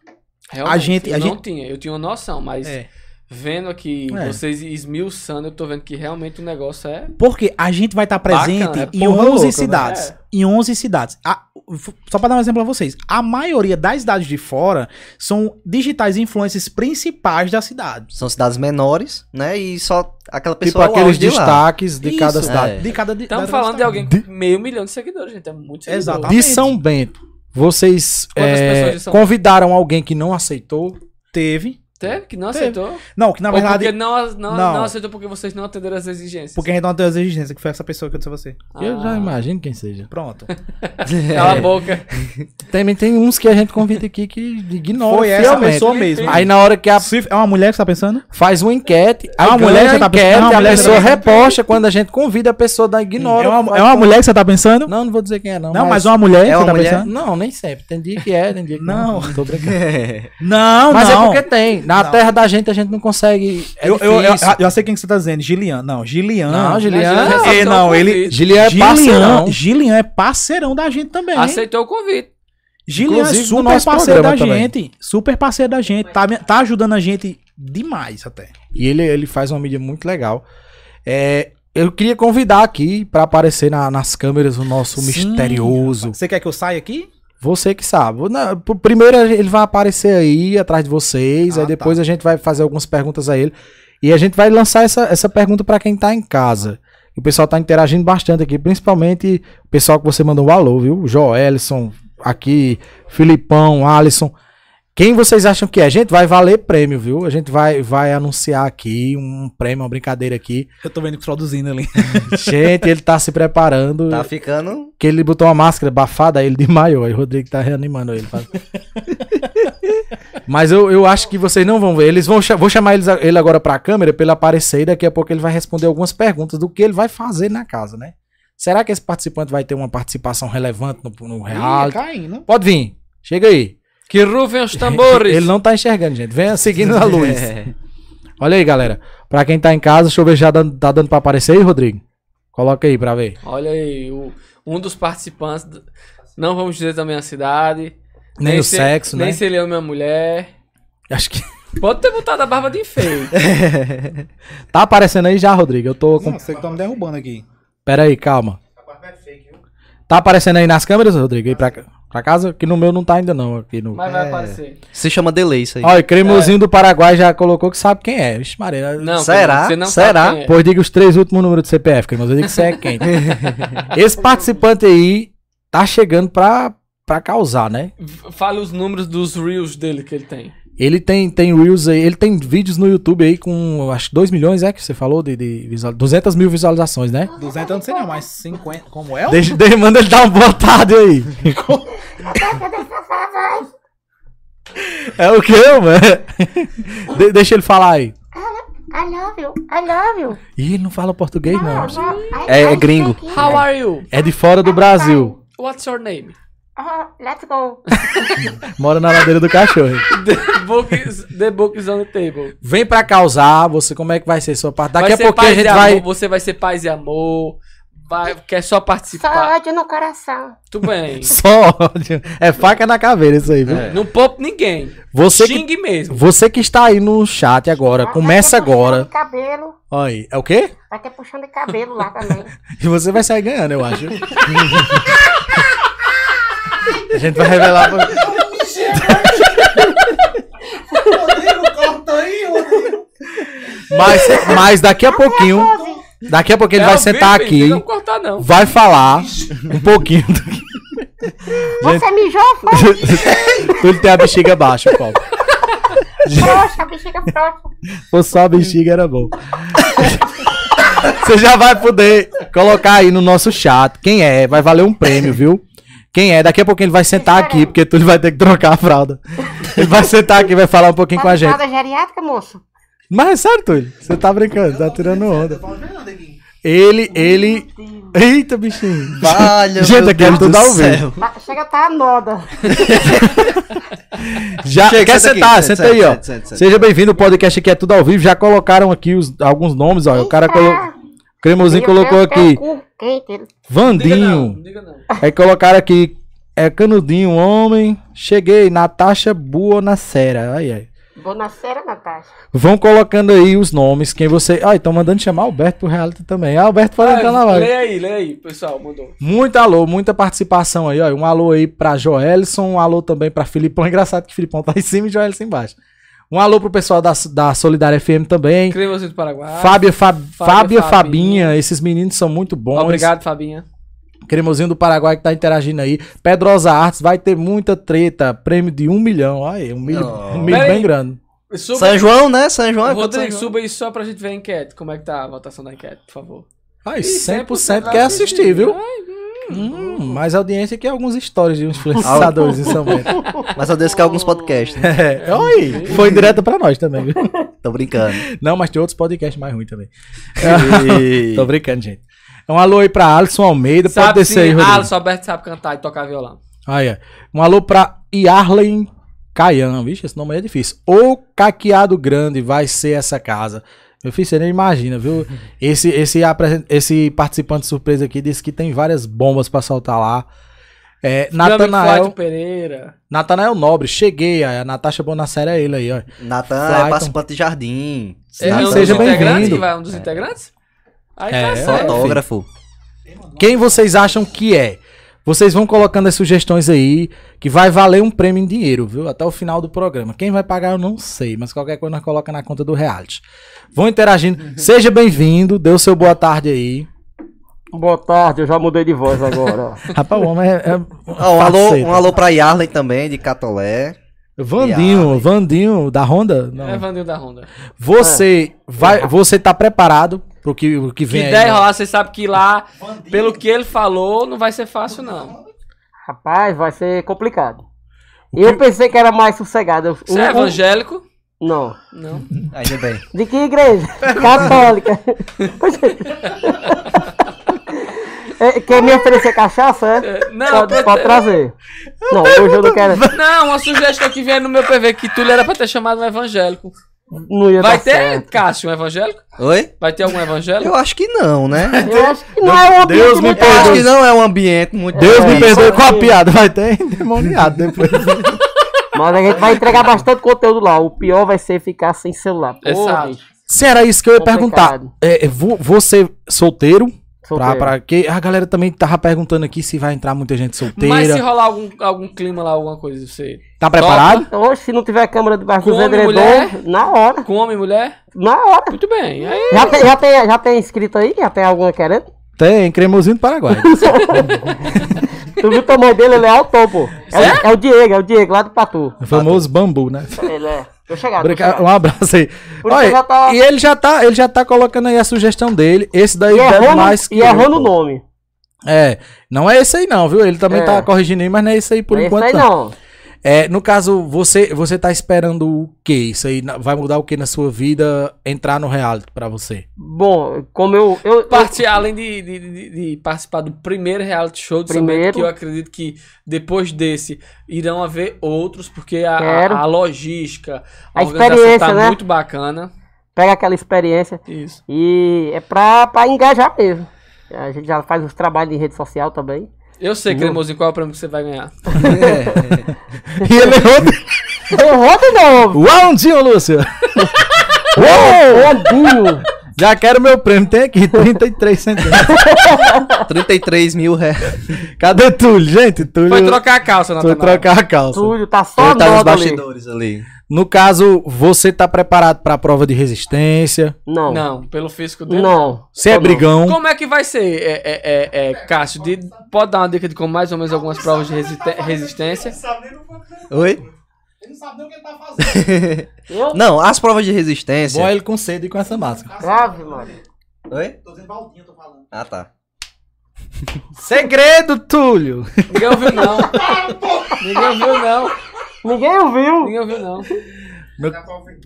[SPEAKER 1] Realmente,
[SPEAKER 3] A gente-
[SPEAKER 1] eu
[SPEAKER 3] a
[SPEAKER 1] não
[SPEAKER 3] gente-
[SPEAKER 1] tinha. Eu tinha uma noção, mas
[SPEAKER 2] É.
[SPEAKER 1] vendo aqui
[SPEAKER 3] É.
[SPEAKER 1] vocês esmiuçando, eu tô vendo que realmente o negócio é.
[SPEAKER 3] Porque a gente vai estar presente
[SPEAKER 1] Bacana,
[SPEAKER 3] em
[SPEAKER 2] porra
[SPEAKER 3] 11
[SPEAKER 2] louca, né?
[SPEAKER 3] cidades.
[SPEAKER 1] É.
[SPEAKER 3] Em 11 cidades. A- f- só pra dar um exemplo pra vocês. A maioria das cidades de fora são digitais influencers principais da cidade.
[SPEAKER 4] São cidades menores, né? E só aquela
[SPEAKER 2] tipo
[SPEAKER 4] pessoa. é o
[SPEAKER 2] aqueles
[SPEAKER 4] auge de lá.
[SPEAKER 2] destaques de
[SPEAKER 3] Isso,
[SPEAKER 2] cada
[SPEAKER 3] é.
[SPEAKER 2] cidade.
[SPEAKER 3] De cada de-
[SPEAKER 1] Estamos
[SPEAKER 3] cada
[SPEAKER 1] falando de
[SPEAKER 3] cidade.
[SPEAKER 1] alguém com meio milhão de seguidores, gente. É muito seguidor.
[SPEAKER 3] Exatamente.
[SPEAKER 2] De São Bento, vocês
[SPEAKER 1] Quantas
[SPEAKER 2] é,
[SPEAKER 1] pessoas de São
[SPEAKER 2] convidaram alguém que não aceitou?
[SPEAKER 3] Teve.
[SPEAKER 1] Teve que não
[SPEAKER 3] Teve.
[SPEAKER 1] aceitou.
[SPEAKER 3] Não, que na
[SPEAKER 1] Ou
[SPEAKER 3] verdade.
[SPEAKER 1] porque não, não,
[SPEAKER 3] não.
[SPEAKER 1] não aceitou porque vocês não atenderam as exigências.
[SPEAKER 3] Porque a gente não tem as exigências, que foi essa pessoa que eu É. disse a você.
[SPEAKER 2] Eu já
[SPEAKER 1] Ah,
[SPEAKER 2] imagino quem seja.
[SPEAKER 3] Pronto.
[SPEAKER 1] Cala a boca.
[SPEAKER 2] Também tem uns que a gente convida aqui que ignoram
[SPEAKER 3] Foi essa
[SPEAKER 2] fielmente.
[SPEAKER 3] pessoa mesmo.
[SPEAKER 2] Aí na hora que a
[SPEAKER 3] Se- é uma mulher que você tá pensando?
[SPEAKER 2] faz uma enquete, aí
[SPEAKER 3] É uma
[SPEAKER 2] ganha
[SPEAKER 3] mulher que
[SPEAKER 2] a
[SPEAKER 3] você tá
[SPEAKER 2] enquete,
[SPEAKER 3] pensando? É uma
[SPEAKER 2] a
[SPEAKER 3] mulher que você
[SPEAKER 2] pessoa
[SPEAKER 3] tá
[SPEAKER 2] reposta quando a gente convida, a pessoa da ignora.
[SPEAKER 3] é uma,
[SPEAKER 2] Faz
[SPEAKER 3] é uma
[SPEAKER 2] com-
[SPEAKER 3] mulher que você tá pensando?
[SPEAKER 2] Não, não vou dizer quem é, não.
[SPEAKER 3] Não, mas uma mulher
[SPEAKER 4] É
[SPEAKER 3] que
[SPEAKER 4] uma
[SPEAKER 3] você tá
[SPEAKER 4] mulher?
[SPEAKER 3] pensando?
[SPEAKER 2] Não, nem sempre. Tem dia que é, tem dia que não.
[SPEAKER 3] Não.
[SPEAKER 2] Tô brincando.
[SPEAKER 4] É,
[SPEAKER 3] Não,
[SPEAKER 2] Mas
[SPEAKER 3] não.
[SPEAKER 2] é porque tem. Na
[SPEAKER 3] Não.
[SPEAKER 2] terra da gente, a gente não consegue. É
[SPEAKER 3] eu, eu, eu,
[SPEAKER 2] difícil.
[SPEAKER 3] eu sei quem que você tá dizendo. Gilian. Não, Gilian.
[SPEAKER 2] Não, Gilian-
[SPEAKER 1] Mas já
[SPEAKER 3] É,
[SPEAKER 1] aceitou
[SPEAKER 3] não,
[SPEAKER 1] o
[SPEAKER 3] ele-
[SPEAKER 1] convite.
[SPEAKER 2] Gilian é parceirão.
[SPEAKER 3] Gilian, Gilian é parceirão da gente também. É, hein?
[SPEAKER 1] Aceitou o convite.
[SPEAKER 3] Gilian é
[SPEAKER 2] Inclusive no
[SPEAKER 3] super
[SPEAKER 2] nosso
[SPEAKER 3] parceiro da
[SPEAKER 2] programa também.
[SPEAKER 3] gente. Super parceiro da gente. Tá, me- tá ajudando a gente demais até.
[SPEAKER 2] E ele, ele faz uma mídia muito legal. É, eu queria convidar aqui pra aparecer na- nas câmeras o nosso
[SPEAKER 3] Sim,
[SPEAKER 2] misterioso.
[SPEAKER 3] Você quer que eu saia aqui?
[SPEAKER 2] Você que sabe. Vou- na- pr- primeiro ele vai aparecer aí atrás de vocês,
[SPEAKER 3] Ah,
[SPEAKER 2] aí depois
[SPEAKER 3] tá.
[SPEAKER 2] a gente vai fazer algumas perguntas a ele. E a gente vai lançar essa, essa pergunta pra quem tá em casa. O pessoal tá interagindo bastante aqui, principalmente o pessoal que você mandou um alô, viu? Joelson aqui, Filipão, Alisson. Quem vocês acham que é? gente vai valer prêmio, viu? A gente vai, vai anunciar aqui um prêmio, uma brincadeira aqui.
[SPEAKER 3] Eu tô vendo que produzindo ali.
[SPEAKER 2] Gente, ele tá se preparando.
[SPEAKER 4] Tá ficando.
[SPEAKER 2] Que ele botou uma máscara bafada aí ele desmaiou. Aí o Rodrigo tá reanimando ele. fala. Mas eu, eu acho que vocês não vão ver. Eles vão cha- vou chamar eles a- ele agora pra câmera pra ele aparecer e daqui a pouco ele vai responder algumas perguntas do que ele vai fazer na casa, né? Será que esse participante vai ter uma participação relevante no, no
[SPEAKER 3] Ih, é
[SPEAKER 2] reality?
[SPEAKER 3] caindo.
[SPEAKER 2] Pode vir. Chega aí.
[SPEAKER 1] Que rufem os tambores.
[SPEAKER 2] Ele não tá enxergando, gente. Venha seguindo a luz.
[SPEAKER 4] É.
[SPEAKER 2] Olha aí, galera. Pra quem tá em casa, deixa eu ver já dando- tá dando pra aparecer aí, Rodrigo. Coloca aí pra ver.
[SPEAKER 1] Olha aí, o- um dos participantes. do- Não vamos dizer também a cidade.
[SPEAKER 2] Nem, o
[SPEAKER 1] se-
[SPEAKER 2] sexo, né?
[SPEAKER 1] Nem se ele é minha mulher.
[SPEAKER 2] Acho que.
[SPEAKER 1] Pode ter botado a barba de enfeite.
[SPEAKER 2] Tá aparecendo aí já, Rodrigo. Eu tô. Com...
[SPEAKER 3] Não, você que tá me derrubando aqui.
[SPEAKER 2] Pera aí, calma. Tá aparecendo aí nas câmeras, Rodrigo? Aí pra, pra casa? Que no meu não tá ainda, não. Aqui no...
[SPEAKER 1] Mas vai aparecer.
[SPEAKER 4] Se chama delay isso aí.
[SPEAKER 2] Olha, o cremosinho do Paraguai já colocou que sabe quem é. Vixe, Maria.
[SPEAKER 1] Não,
[SPEAKER 4] Será?
[SPEAKER 1] Você não
[SPEAKER 4] Será?
[SPEAKER 1] sabe quem é.
[SPEAKER 2] Pois diga os três últimos números do CPF, que eu digo que você é quem. Esse participante aí tá chegando pra, pra causar, né?
[SPEAKER 1] F- Fala os números dos reels dele que ele tem.
[SPEAKER 2] Ele tem, tem Reels aí, ele tem vídeos no YouTube aí com, acho que 2 milhões, é que você falou, de, de visual, 200 mil visualizações, né?
[SPEAKER 3] 200 eu não sei não, mas 50. Como
[SPEAKER 1] um
[SPEAKER 3] é?
[SPEAKER 2] Deixa, deixa- manda ele dar uma botada aí. é o que, mano? De- deixa ele falar aí.
[SPEAKER 5] I love you. I love you. Ah,
[SPEAKER 2] Ih, ele não fala português, não.
[SPEAKER 5] I-
[SPEAKER 4] É- é
[SPEAKER 5] I
[SPEAKER 4] gringo.
[SPEAKER 5] speak
[SPEAKER 1] How
[SPEAKER 5] English.
[SPEAKER 1] are you?
[SPEAKER 2] É de fora do Brasil.
[SPEAKER 1] What's your name?
[SPEAKER 5] Oh, let's go.
[SPEAKER 2] Mora na ladeira do cachorro.
[SPEAKER 1] The book is, the book is on the table.
[SPEAKER 2] Vem pra causar, você, como é que vai ser sua parte? Daqui
[SPEAKER 1] Vai
[SPEAKER 2] a
[SPEAKER 1] ser
[SPEAKER 2] pouquinho a
[SPEAKER 1] paz
[SPEAKER 2] gente
[SPEAKER 1] e
[SPEAKER 2] vai.
[SPEAKER 1] amor, Você vai ser paz e amor. Vai, quer só
[SPEAKER 5] Só
[SPEAKER 1] participar.
[SPEAKER 5] ódio no coração.
[SPEAKER 1] Tudo bem.
[SPEAKER 2] Só ódio. É faca na caveira isso aí, viu?
[SPEAKER 1] Não poupe ninguém.
[SPEAKER 2] Você que
[SPEAKER 1] Xingue mesmo.
[SPEAKER 2] Você que está aí no chat agora, começa
[SPEAKER 5] Vai ter puxão
[SPEAKER 2] agora.
[SPEAKER 5] de cabelo.
[SPEAKER 2] Olha aí, é o quê?
[SPEAKER 5] Vai ter puxão de cabelo lá também.
[SPEAKER 2] E você vai sair ganhando, eu acho. a gente vai revelar. pra-
[SPEAKER 3] Corta aí,
[SPEAKER 2] Mas, mas daqui a pouquinho,
[SPEAKER 5] Pose.
[SPEAKER 2] daqui a pouquinho ele
[SPEAKER 1] É
[SPEAKER 2] vai
[SPEAKER 1] ao vivo,
[SPEAKER 2] sentar
[SPEAKER 1] hein?
[SPEAKER 2] aqui,
[SPEAKER 1] Não cortar, não.
[SPEAKER 2] vai falar um pouquinho. do-
[SPEAKER 5] Você mijou, foi?
[SPEAKER 2] Tu ele tem a bexiga baixa, Paulo.
[SPEAKER 5] Frouxa, a bexiga frouxa.
[SPEAKER 2] Ou só a bexiga era bom. Você já vai poder colocar aí no nosso chat quem é, vai valer um prêmio, viu? Quem é, daqui a pouquinho ele vai sentar aqui, porque tu vai ter que trocar a fralda. Ele vai sentar aqui e vai falar um pouquinho com a gente.
[SPEAKER 5] Fralda Tá geriátrica, moço.
[SPEAKER 2] Mas é sério, Túlio, você tá brincando, tá tirando onda.
[SPEAKER 3] Rodrigo.
[SPEAKER 2] Ele, ele. Eita, bichinho.
[SPEAKER 4] Valeu,
[SPEAKER 2] Gente, aqui é tudo ao vivo.
[SPEAKER 5] Ba- Chega, tá a moda.
[SPEAKER 2] Já,
[SPEAKER 4] Chega,
[SPEAKER 2] quer
[SPEAKER 4] senta
[SPEAKER 2] sentar?
[SPEAKER 4] aqui,
[SPEAKER 2] Senta,
[SPEAKER 4] Ah, senta,
[SPEAKER 2] aí, ó.
[SPEAKER 4] senta, senta, senta.
[SPEAKER 2] Seja bem-vindo ao podcast que é tudo ao vivo. Já colocaram aqui os- alguns nomes, ó. O cara
[SPEAKER 5] Eita.
[SPEAKER 2] colocou. Cremosinho
[SPEAKER 5] Meu
[SPEAKER 2] colocou
[SPEAKER 5] Deus, tem
[SPEAKER 2] aqui.
[SPEAKER 5] cu quente.
[SPEAKER 1] Diga não,
[SPEAKER 2] Vandinho.
[SPEAKER 1] diga não.
[SPEAKER 2] Aí colocaram aqui. É Canudinho, homem. Cheguei, Natasha Buonacera. Aí, aí.
[SPEAKER 5] Bonacera, Natasha.
[SPEAKER 2] Vão colocando aí os nomes, quem você. Ah, estão mandando chamar Alberto pro reality também. Ah, Alberto pode entrar na
[SPEAKER 1] Ah,
[SPEAKER 2] live.
[SPEAKER 1] lê aí, lê aí, pessoal, mandou.
[SPEAKER 2] Muito alô, muita participação aí, ó. Um alô aí pra Joelson, um alô também pra Filipão. Engraçado que Filipão tá em cima e Joelson embaixo. Um alô pro pessoal da, da Solidária FM também.
[SPEAKER 1] Cremos do Paraguai.
[SPEAKER 2] Fábia, Fab-
[SPEAKER 1] Fábia,
[SPEAKER 2] Fábia, Fabinha, esses meninos são muito bons.
[SPEAKER 1] Obrigado, Fabinha.
[SPEAKER 2] Cremosinho do Paraguai que tá interagindo aí. Pedrosa Artes vai ter muita treta. Prêmio de um milhão. Aí, um milho,
[SPEAKER 4] Não.
[SPEAKER 2] um milho
[SPEAKER 1] Peraí.
[SPEAKER 2] bem grande.
[SPEAKER 1] Suba,
[SPEAKER 4] São João, né? São João é contra São
[SPEAKER 1] Rodrigo,
[SPEAKER 4] João.
[SPEAKER 1] suba aí só pra gente ver a enquete. Como é que tá a votação da enquete, por favor. Ih,
[SPEAKER 2] Ai,
[SPEAKER 1] é
[SPEAKER 2] 100%,
[SPEAKER 1] 100%
[SPEAKER 2] quer
[SPEAKER 1] vai
[SPEAKER 2] assistir, viu?
[SPEAKER 1] Ai,
[SPEAKER 2] Hum, mais audiência que alguns stories de influenciadores em São Bento.
[SPEAKER 4] Mas eu disse que é alguns podcasts. né?
[SPEAKER 2] É, oi, foi direto pra nós também, viu?
[SPEAKER 4] Tô brincando.
[SPEAKER 2] Não, mas tem outros podcasts mais ruins também.
[SPEAKER 4] E-
[SPEAKER 2] Tô brincando, gente. Um alô aí pra Alisson Almeida. pode
[SPEAKER 1] sabe
[SPEAKER 2] descer aí,
[SPEAKER 1] sim,
[SPEAKER 2] Rodrigo.
[SPEAKER 1] Alisson Alberto sabe cantar e tocar violão.
[SPEAKER 2] Aí, ó. Um alô pra Yarlen Caian. Vixe, esse nome aí é difícil. O Caqueado Grande vai ser essa casa. Meu filho, você nem imagina, viu? Esse, esse, apresen- esse participante surpresa aqui disse que tem várias bombas pra soltar lá. É,
[SPEAKER 1] Meu amigo
[SPEAKER 2] Natanael,
[SPEAKER 1] Flávio Pereira.
[SPEAKER 2] Natanael Nobre, cheguei. aí, A Natasha Bonacera é ele aí, ó.
[SPEAKER 4] Natan
[SPEAKER 2] Flyton.
[SPEAKER 4] é participante de jardim.
[SPEAKER 1] É
[SPEAKER 2] Não,
[SPEAKER 1] um dos
[SPEAKER 2] seja bem-vindo.
[SPEAKER 1] integrantes que vai, um dos integrantes? Aí
[SPEAKER 2] É,
[SPEAKER 1] tá
[SPEAKER 4] É,
[SPEAKER 1] certo.
[SPEAKER 4] Fotógrafo.
[SPEAKER 2] Quem vocês acham que é? Vocês vão colocando as sugestões aí, que vai valer um prêmio em dinheiro, viu? Até o final do programa. Quem vai pagar eu não sei, mas qualquer coisa nós coloca na conta do reality. Vão interagindo. Seja bem-vindo, dê o seu boa tarde aí.
[SPEAKER 6] Boa tarde, eu já mudei de voz agora.
[SPEAKER 2] Rapaz, o homem é. é
[SPEAKER 4] Ah, um, alô,
[SPEAKER 2] faceta.
[SPEAKER 4] um alô pra Yarley também, de Catolé.
[SPEAKER 2] Vandinho, Vandinho da Honda? Não.
[SPEAKER 1] É Vandinho da Ronda.
[SPEAKER 2] Você vai, você tá preparado pro que, o
[SPEAKER 1] Que
[SPEAKER 2] que vem aí?
[SPEAKER 1] ideia
[SPEAKER 2] né?
[SPEAKER 1] rolar, você sabe que lá, pelo que ele falou, não vai ser fácil, não.
[SPEAKER 6] Rapaz, vai ser complicado. E eu pensei que era mais sossegado. Eu-
[SPEAKER 1] Você é
[SPEAKER 6] um- um-
[SPEAKER 1] evangélico?
[SPEAKER 6] Não.
[SPEAKER 1] Não.
[SPEAKER 4] Ainda bem.
[SPEAKER 6] De que igreja? Católica. É, Quem me oferecer cachaça, é?
[SPEAKER 1] É, Não,
[SPEAKER 6] Pode,
[SPEAKER 1] pode-
[SPEAKER 6] pode trazer. Não, hoje eu não quero.
[SPEAKER 1] não, uma sugestão que vier no meu PV, que Túlio era pra ter chamado um evangélico.
[SPEAKER 6] Não ia
[SPEAKER 1] Vai
[SPEAKER 6] dar
[SPEAKER 1] ter,
[SPEAKER 6] certo.
[SPEAKER 1] Cássio, um evangélico?
[SPEAKER 4] Oi?
[SPEAKER 1] Vai ter algum evangélico?
[SPEAKER 4] Eu acho que não, né?
[SPEAKER 5] Eu acho que não é o
[SPEAKER 2] Deus
[SPEAKER 5] ambiente
[SPEAKER 2] me
[SPEAKER 5] muito
[SPEAKER 4] Eu acho
[SPEAKER 5] bom.
[SPEAKER 4] que não é um ambiente muito.
[SPEAKER 2] Deus me
[SPEAKER 4] bom.
[SPEAKER 2] perdoe
[SPEAKER 6] só
[SPEAKER 2] com a
[SPEAKER 6] que-
[SPEAKER 2] piada, vai ter endemoniado depois.
[SPEAKER 6] Mas a gente vai entregar bastante conteúdo lá. O pior vai ser ficar sem celular. Porra,
[SPEAKER 1] Exato.
[SPEAKER 6] bicho.
[SPEAKER 2] Sim, era isso que eu ia perguntar.
[SPEAKER 6] Complicado.
[SPEAKER 2] É, é, vo- você solteiro? Pra,
[SPEAKER 6] Solteiro.
[SPEAKER 2] pra que a galera também tava perguntando aqui se vai entrar muita gente
[SPEAKER 1] Mas se
[SPEAKER 2] solteira.
[SPEAKER 1] rolar algum, algum clima lá, alguma coisa, você
[SPEAKER 2] Tá preparado?
[SPEAKER 6] Então, hoje, se não tiver câmera debaixo do
[SPEAKER 1] Come,
[SPEAKER 6] vendedor,
[SPEAKER 1] mulher.
[SPEAKER 6] na hora.
[SPEAKER 1] com homem e mulher?
[SPEAKER 6] Na hora.
[SPEAKER 1] Muito bem. Aí,
[SPEAKER 6] Já tem, já, tem, já tem inscrito aí? Já tem alguma querendo?
[SPEAKER 2] Tem, cremosinho do Paraguai.
[SPEAKER 6] Tu viu o tamanho dele? Ele é alto, pô. É, o- é o Diego, é o Diego, lá do Patu.
[SPEAKER 2] O famoso bambu, né?
[SPEAKER 6] Ele é. Tô chegado, tô
[SPEAKER 2] Brinca-
[SPEAKER 6] chegado.
[SPEAKER 2] Um abraço aí.
[SPEAKER 6] Por isso
[SPEAKER 2] Olha,
[SPEAKER 6] já tá-
[SPEAKER 2] E ele já tá, ele já tá colocando aí a sugestão dele. Esse daí
[SPEAKER 6] E
[SPEAKER 2] bebe
[SPEAKER 6] errou,
[SPEAKER 2] mais
[SPEAKER 6] no, e errou
[SPEAKER 2] eu,
[SPEAKER 6] no
[SPEAKER 2] pô.
[SPEAKER 6] nome.
[SPEAKER 2] É, não é esse aí não, viu? Ele também
[SPEAKER 6] É.
[SPEAKER 2] tá corrigindo aí, mas não é esse aí por
[SPEAKER 6] Não é isso
[SPEAKER 2] enquanto
[SPEAKER 6] aí,
[SPEAKER 2] não.
[SPEAKER 6] não.
[SPEAKER 2] É, no caso, você você tá esperando o quê? Isso aí na- vai mudar o que na sua vida entrar no reality pra você?
[SPEAKER 6] Bom, como eu. eu, eu-
[SPEAKER 1] parte, além de, de- de- de participar do primeiro reality show do Primeiro.
[SPEAKER 6] Primeiro.
[SPEAKER 1] que eu acredito que depois desse irão haver outros, porque a,
[SPEAKER 6] Quero.
[SPEAKER 1] a, a logística, a,
[SPEAKER 6] A
[SPEAKER 1] organização
[SPEAKER 6] experiência,
[SPEAKER 1] tá
[SPEAKER 6] né?
[SPEAKER 1] muito bacana.
[SPEAKER 6] pega aquela experiência
[SPEAKER 1] Isso.
[SPEAKER 6] e é pra, pra engajar mesmo. A gente já faz uns trabalhos em rede social também.
[SPEAKER 1] Eu sei, Cremosinho, qual é o prêmio que você vai ganhar.
[SPEAKER 2] e ele errou de
[SPEAKER 6] Errou de novo!
[SPEAKER 2] Roundinho, um Lúcio! Um
[SPEAKER 6] Rodinho!
[SPEAKER 2] Já quero meu prêmio, tem aqui 33 centavos.
[SPEAKER 4] É, 33 mil reais.
[SPEAKER 2] Cadê Túlio? Gente, Túlio
[SPEAKER 1] Foi trocar a calça,
[SPEAKER 2] foi
[SPEAKER 1] Natanael.
[SPEAKER 2] trocar a calça.
[SPEAKER 6] Túlio, tá só
[SPEAKER 4] Ele tá nos
[SPEAKER 6] nódoa ali.
[SPEAKER 4] bastidores ali.
[SPEAKER 2] No caso, você tá preparado pra prova de resistência?
[SPEAKER 6] Não. Não.
[SPEAKER 1] Não, pelo físico dele.
[SPEAKER 6] Não.
[SPEAKER 2] Você é
[SPEAKER 6] Tô não.
[SPEAKER 2] brigão?
[SPEAKER 1] Como é que vai ser, é, é, é, é, Cássio? De- pode dar uma dica de como mais ou menos algumas provas de resiste- resistência?
[SPEAKER 4] Oi?
[SPEAKER 6] Eu?
[SPEAKER 4] Não, as provas de resistência.
[SPEAKER 2] ele com sede e com essa máscara.
[SPEAKER 6] Grave, mano.
[SPEAKER 4] Oi? Tô falando. Ah, tá.
[SPEAKER 2] Segredo, Túlio!
[SPEAKER 1] Ninguém ouviu, não. Ninguém ouviu, não.
[SPEAKER 6] Ninguém ouviu.
[SPEAKER 1] Ninguém ouviu, não.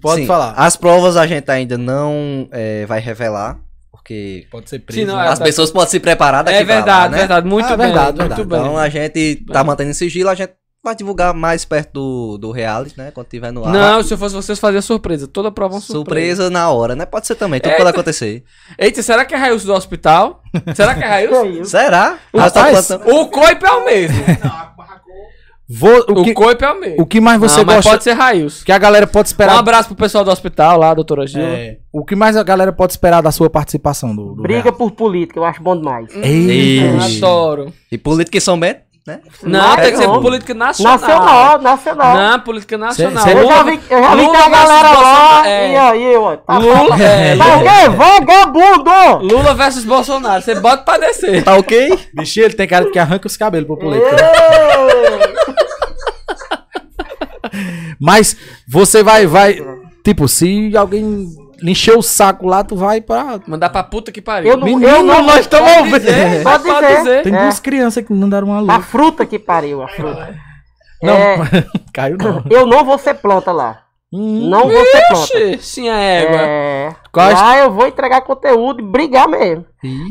[SPEAKER 2] Pode
[SPEAKER 4] Sim,
[SPEAKER 2] falar.
[SPEAKER 4] As provas a gente ainda não eh, vai revelar, porque
[SPEAKER 2] Pode ser né?
[SPEAKER 1] Se não, é,
[SPEAKER 4] as
[SPEAKER 1] tá-
[SPEAKER 4] pessoas podem se preparar daqui
[SPEAKER 1] É
[SPEAKER 4] pra lá,
[SPEAKER 1] verdade,
[SPEAKER 4] né?
[SPEAKER 1] verdade. Muito
[SPEAKER 2] Ah,
[SPEAKER 1] bem,
[SPEAKER 2] verdade,
[SPEAKER 1] muito
[SPEAKER 2] verdade.
[SPEAKER 1] bem.
[SPEAKER 4] Então a gente tá mantendo em sigilo, a gente vai divulgar mais perto do, do reality, né? Quando tiver no ar.
[SPEAKER 1] Não, se eu fosse vocês, fazia surpresa. Toda prova é uma surpresa.
[SPEAKER 4] Surpresa na hora, né? Pode ser também, tudo
[SPEAKER 1] Eita.
[SPEAKER 4] pode acontecer.
[SPEAKER 1] Eita, será que é Railson do hospital? Será que é Railson?
[SPEAKER 6] Isso.
[SPEAKER 4] Será?
[SPEAKER 2] Rapaz,
[SPEAKER 4] Ah, tá plantando-
[SPEAKER 1] o coipe é o mesmo.
[SPEAKER 2] Vou- o,
[SPEAKER 1] O,
[SPEAKER 2] que,
[SPEAKER 1] coipe é o mesmo.
[SPEAKER 2] o que mais você
[SPEAKER 1] Não, mas
[SPEAKER 2] gosta?
[SPEAKER 1] pode ser Railson.
[SPEAKER 2] Que a galera pode
[SPEAKER 1] Um
[SPEAKER 2] esperar.
[SPEAKER 1] abraço pro pessoal do hospital lá, doutora Gil.
[SPEAKER 2] É, o que mais a galera pode esperar da sua participação do, do
[SPEAKER 6] Briga por política, eu acho bom demais.
[SPEAKER 1] Eu
[SPEAKER 2] reality? Ei,
[SPEAKER 1] adoro.
[SPEAKER 4] E política em São Bento, né?
[SPEAKER 1] Não, tem que ser
[SPEAKER 6] não.
[SPEAKER 1] política nacional.
[SPEAKER 6] Nacional, nacional.
[SPEAKER 1] Não, política nacional.
[SPEAKER 2] Cê- cê-
[SPEAKER 6] Eu já vi, eu já vi que a galera
[SPEAKER 1] versus
[SPEAKER 6] lá.
[SPEAKER 1] Bolsonaro.
[SPEAKER 6] E
[SPEAKER 1] É.
[SPEAKER 6] aí, ó. Tá,
[SPEAKER 1] Lula, é,
[SPEAKER 6] tá
[SPEAKER 1] Lula-
[SPEAKER 6] alguém? Vagabundo!
[SPEAKER 1] Lula versus Bolsonaro. Você bota pra descer.
[SPEAKER 4] Tá ok?
[SPEAKER 2] Bichinho, ele tem cara de que arranca os cabelos pro político.
[SPEAKER 6] Ei!
[SPEAKER 2] Mas você vai, vai. Tipo, se alguém lhe encher o saco lá, tu vai pra.
[SPEAKER 1] Mandar pra puta que pariu.
[SPEAKER 6] Eu não,
[SPEAKER 2] Menino,
[SPEAKER 6] eu não
[SPEAKER 2] nós estamos
[SPEAKER 1] Pode
[SPEAKER 2] ouvindo.
[SPEAKER 1] dizer,
[SPEAKER 6] Pode
[SPEAKER 1] pode
[SPEAKER 6] dizer.
[SPEAKER 1] dizer.
[SPEAKER 2] Tem
[SPEAKER 6] É.
[SPEAKER 2] duas crianças que não deram uma
[SPEAKER 6] A
[SPEAKER 2] luz.
[SPEAKER 6] fruta que pariu, a fruta.
[SPEAKER 2] Não,
[SPEAKER 6] É,
[SPEAKER 2] caiu não.
[SPEAKER 6] eu não vou ser planta lá.
[SPEAKER 2] Hum,
[SPEAKER 6] Não vou ser planta.
[SPEAKER 1] Oxi, sim, a égua.
[SPEAKER 6] É,
[SPEAKER 2] Quais-
[SPEAKER 6] lá eu vou entregar conteúdo e brigar mesmo.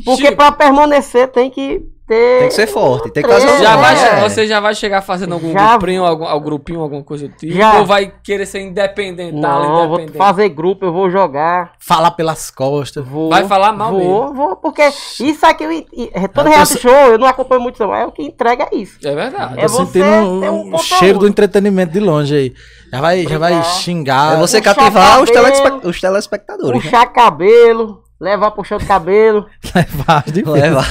[SPEAKER 6] Porque
[SPEAKER 1] Chico.
[SPEAKER 6] pra permanecer tem que ter.
[SPEAKER 4] Tem que ser forte, tem que fazer
[SPEAKER 6] É.
[SPEAKER 1] Já vai
[SPEAKER 4] É.
[SPEAKER 1] che- Você já vai chegar fazendo algum
[SPEAKER 6] Já-
[SPEAKER 1] grupinho, algum, algum grupinho, alguma coisa do tipo?
[SPEAKER 6] Já.
[SPEAKER 1] Ou vai querer ser independente? tá?
[SPEAKER 6] Não, eu vou
[SPEAKER 1] independente.
[SPEAKER 6] fazer grupo, eu vou jogar.
[SPEAKER 2] Falar pelas costas.
[SPEAKER 6] Vou,
[SPEAKER 1] Vai falar mal
[SPEAKER 6] Vou, vou, porque isso aqui eu, e- é todo
[SPEAKER 2] Eu tô
[SPEAKER 6] reality
[SPEAKER 2] se-
[SPEAKER 6] show, eu não acompanho muito, não. É o que entrega é isso.
[SPEAKER 1] É verdade.
[SPEAKER 6] É
[SPEAKER 2] Tô
[SPEAKER 6] você
[SPEAKER 2] sentindo
[SPEAKER 6] ter um
[SPEAKER 2] o
[SPEAKER 6] conteúdo.
[SPEAKER 2] cheiro do entretenimento de longe aí. Já vai, já vai xingar.
[SPEAKER 4] É você
[SPEAKER 6] Puxar
[SPEAKER 1] Ah,
[SPEAKER 4] cativar os,
[SPEAKER 6] cabelo.
[SPEAKER 4] telespe- os telespectadores. né?
[SPEAKER 6] Puxar cabelo, levar puxando cabelo.
[SPEAKER 2] levar de
[SPEAKER 4] Leva.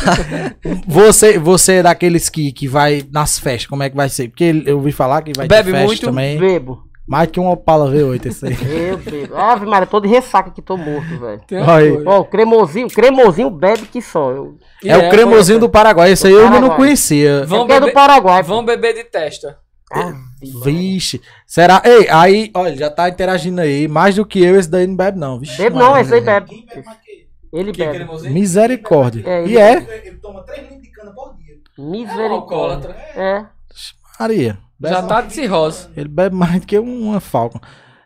[SPEAKER 2] Você, você é daqueles que, que vai nas festas, como é que vai ser? Porque eu ouvi falar que vai
[SPEAKER 1] Bebe
[SPEAKER 2] ter festa
[SPEAKER 1] muito?
[SPEAKER 2] também.
[SPEAKER 6] Bebo.
[SPEAKER 2] Mais que um Opala V8 esse aí.
[SPEAKER 6] Meu Deus. Ave Maria, tô de ressaca que tô morto, velho.
[SPEAKER 1] Tem uma
[SPEAKER 2] Olha aí.
[SPEAKER 1] coisa.
[SPEAKER 6] Ó, o cremosinho, cremosinho bebe que só. Eu,
[SPEAKER 1] E
[SPEAKER 2] é o cremosinho do Paraguai, esse aí eu ainda não
[SPEAKER 6] Paraguai.
[SPEAKER 2] conhecia.
[SPEAKER 1] Vão
[SPEAKER 6] é que é do
[SPEAKER 1] beber-
[SPEAKER 6] Paraguai. pô.
[SPEAKER 1] né? Vão beber de testa.
[SPEAKER 6] Ave Maria.
[SPEAKER 2] Vixe, será? Ei, aí, olha, já tá interagindo aí. Mais do que eu, esse daí não bebe não. Vixe,
[SPEAKER 6] Bebe
[SPEAKER 2] Maria. né?
[SPEAKER 6] não, esse aí bebe. Ele bebe.
[SPEAKER 2] Misericórdia.
[SPEAKER 6] É, ele
[SPEAKER 2] e é?
[SPEAKER 3] Ele toma 3 litros de cana por dia.
[SPEAKER 6] Misericórdia. É.
[SPEAKER 2] Maria.
[SPEAKER 1] Já tá de cirrose.
[SPEAKER 2] Ele bebe mais do que um, uma falcon.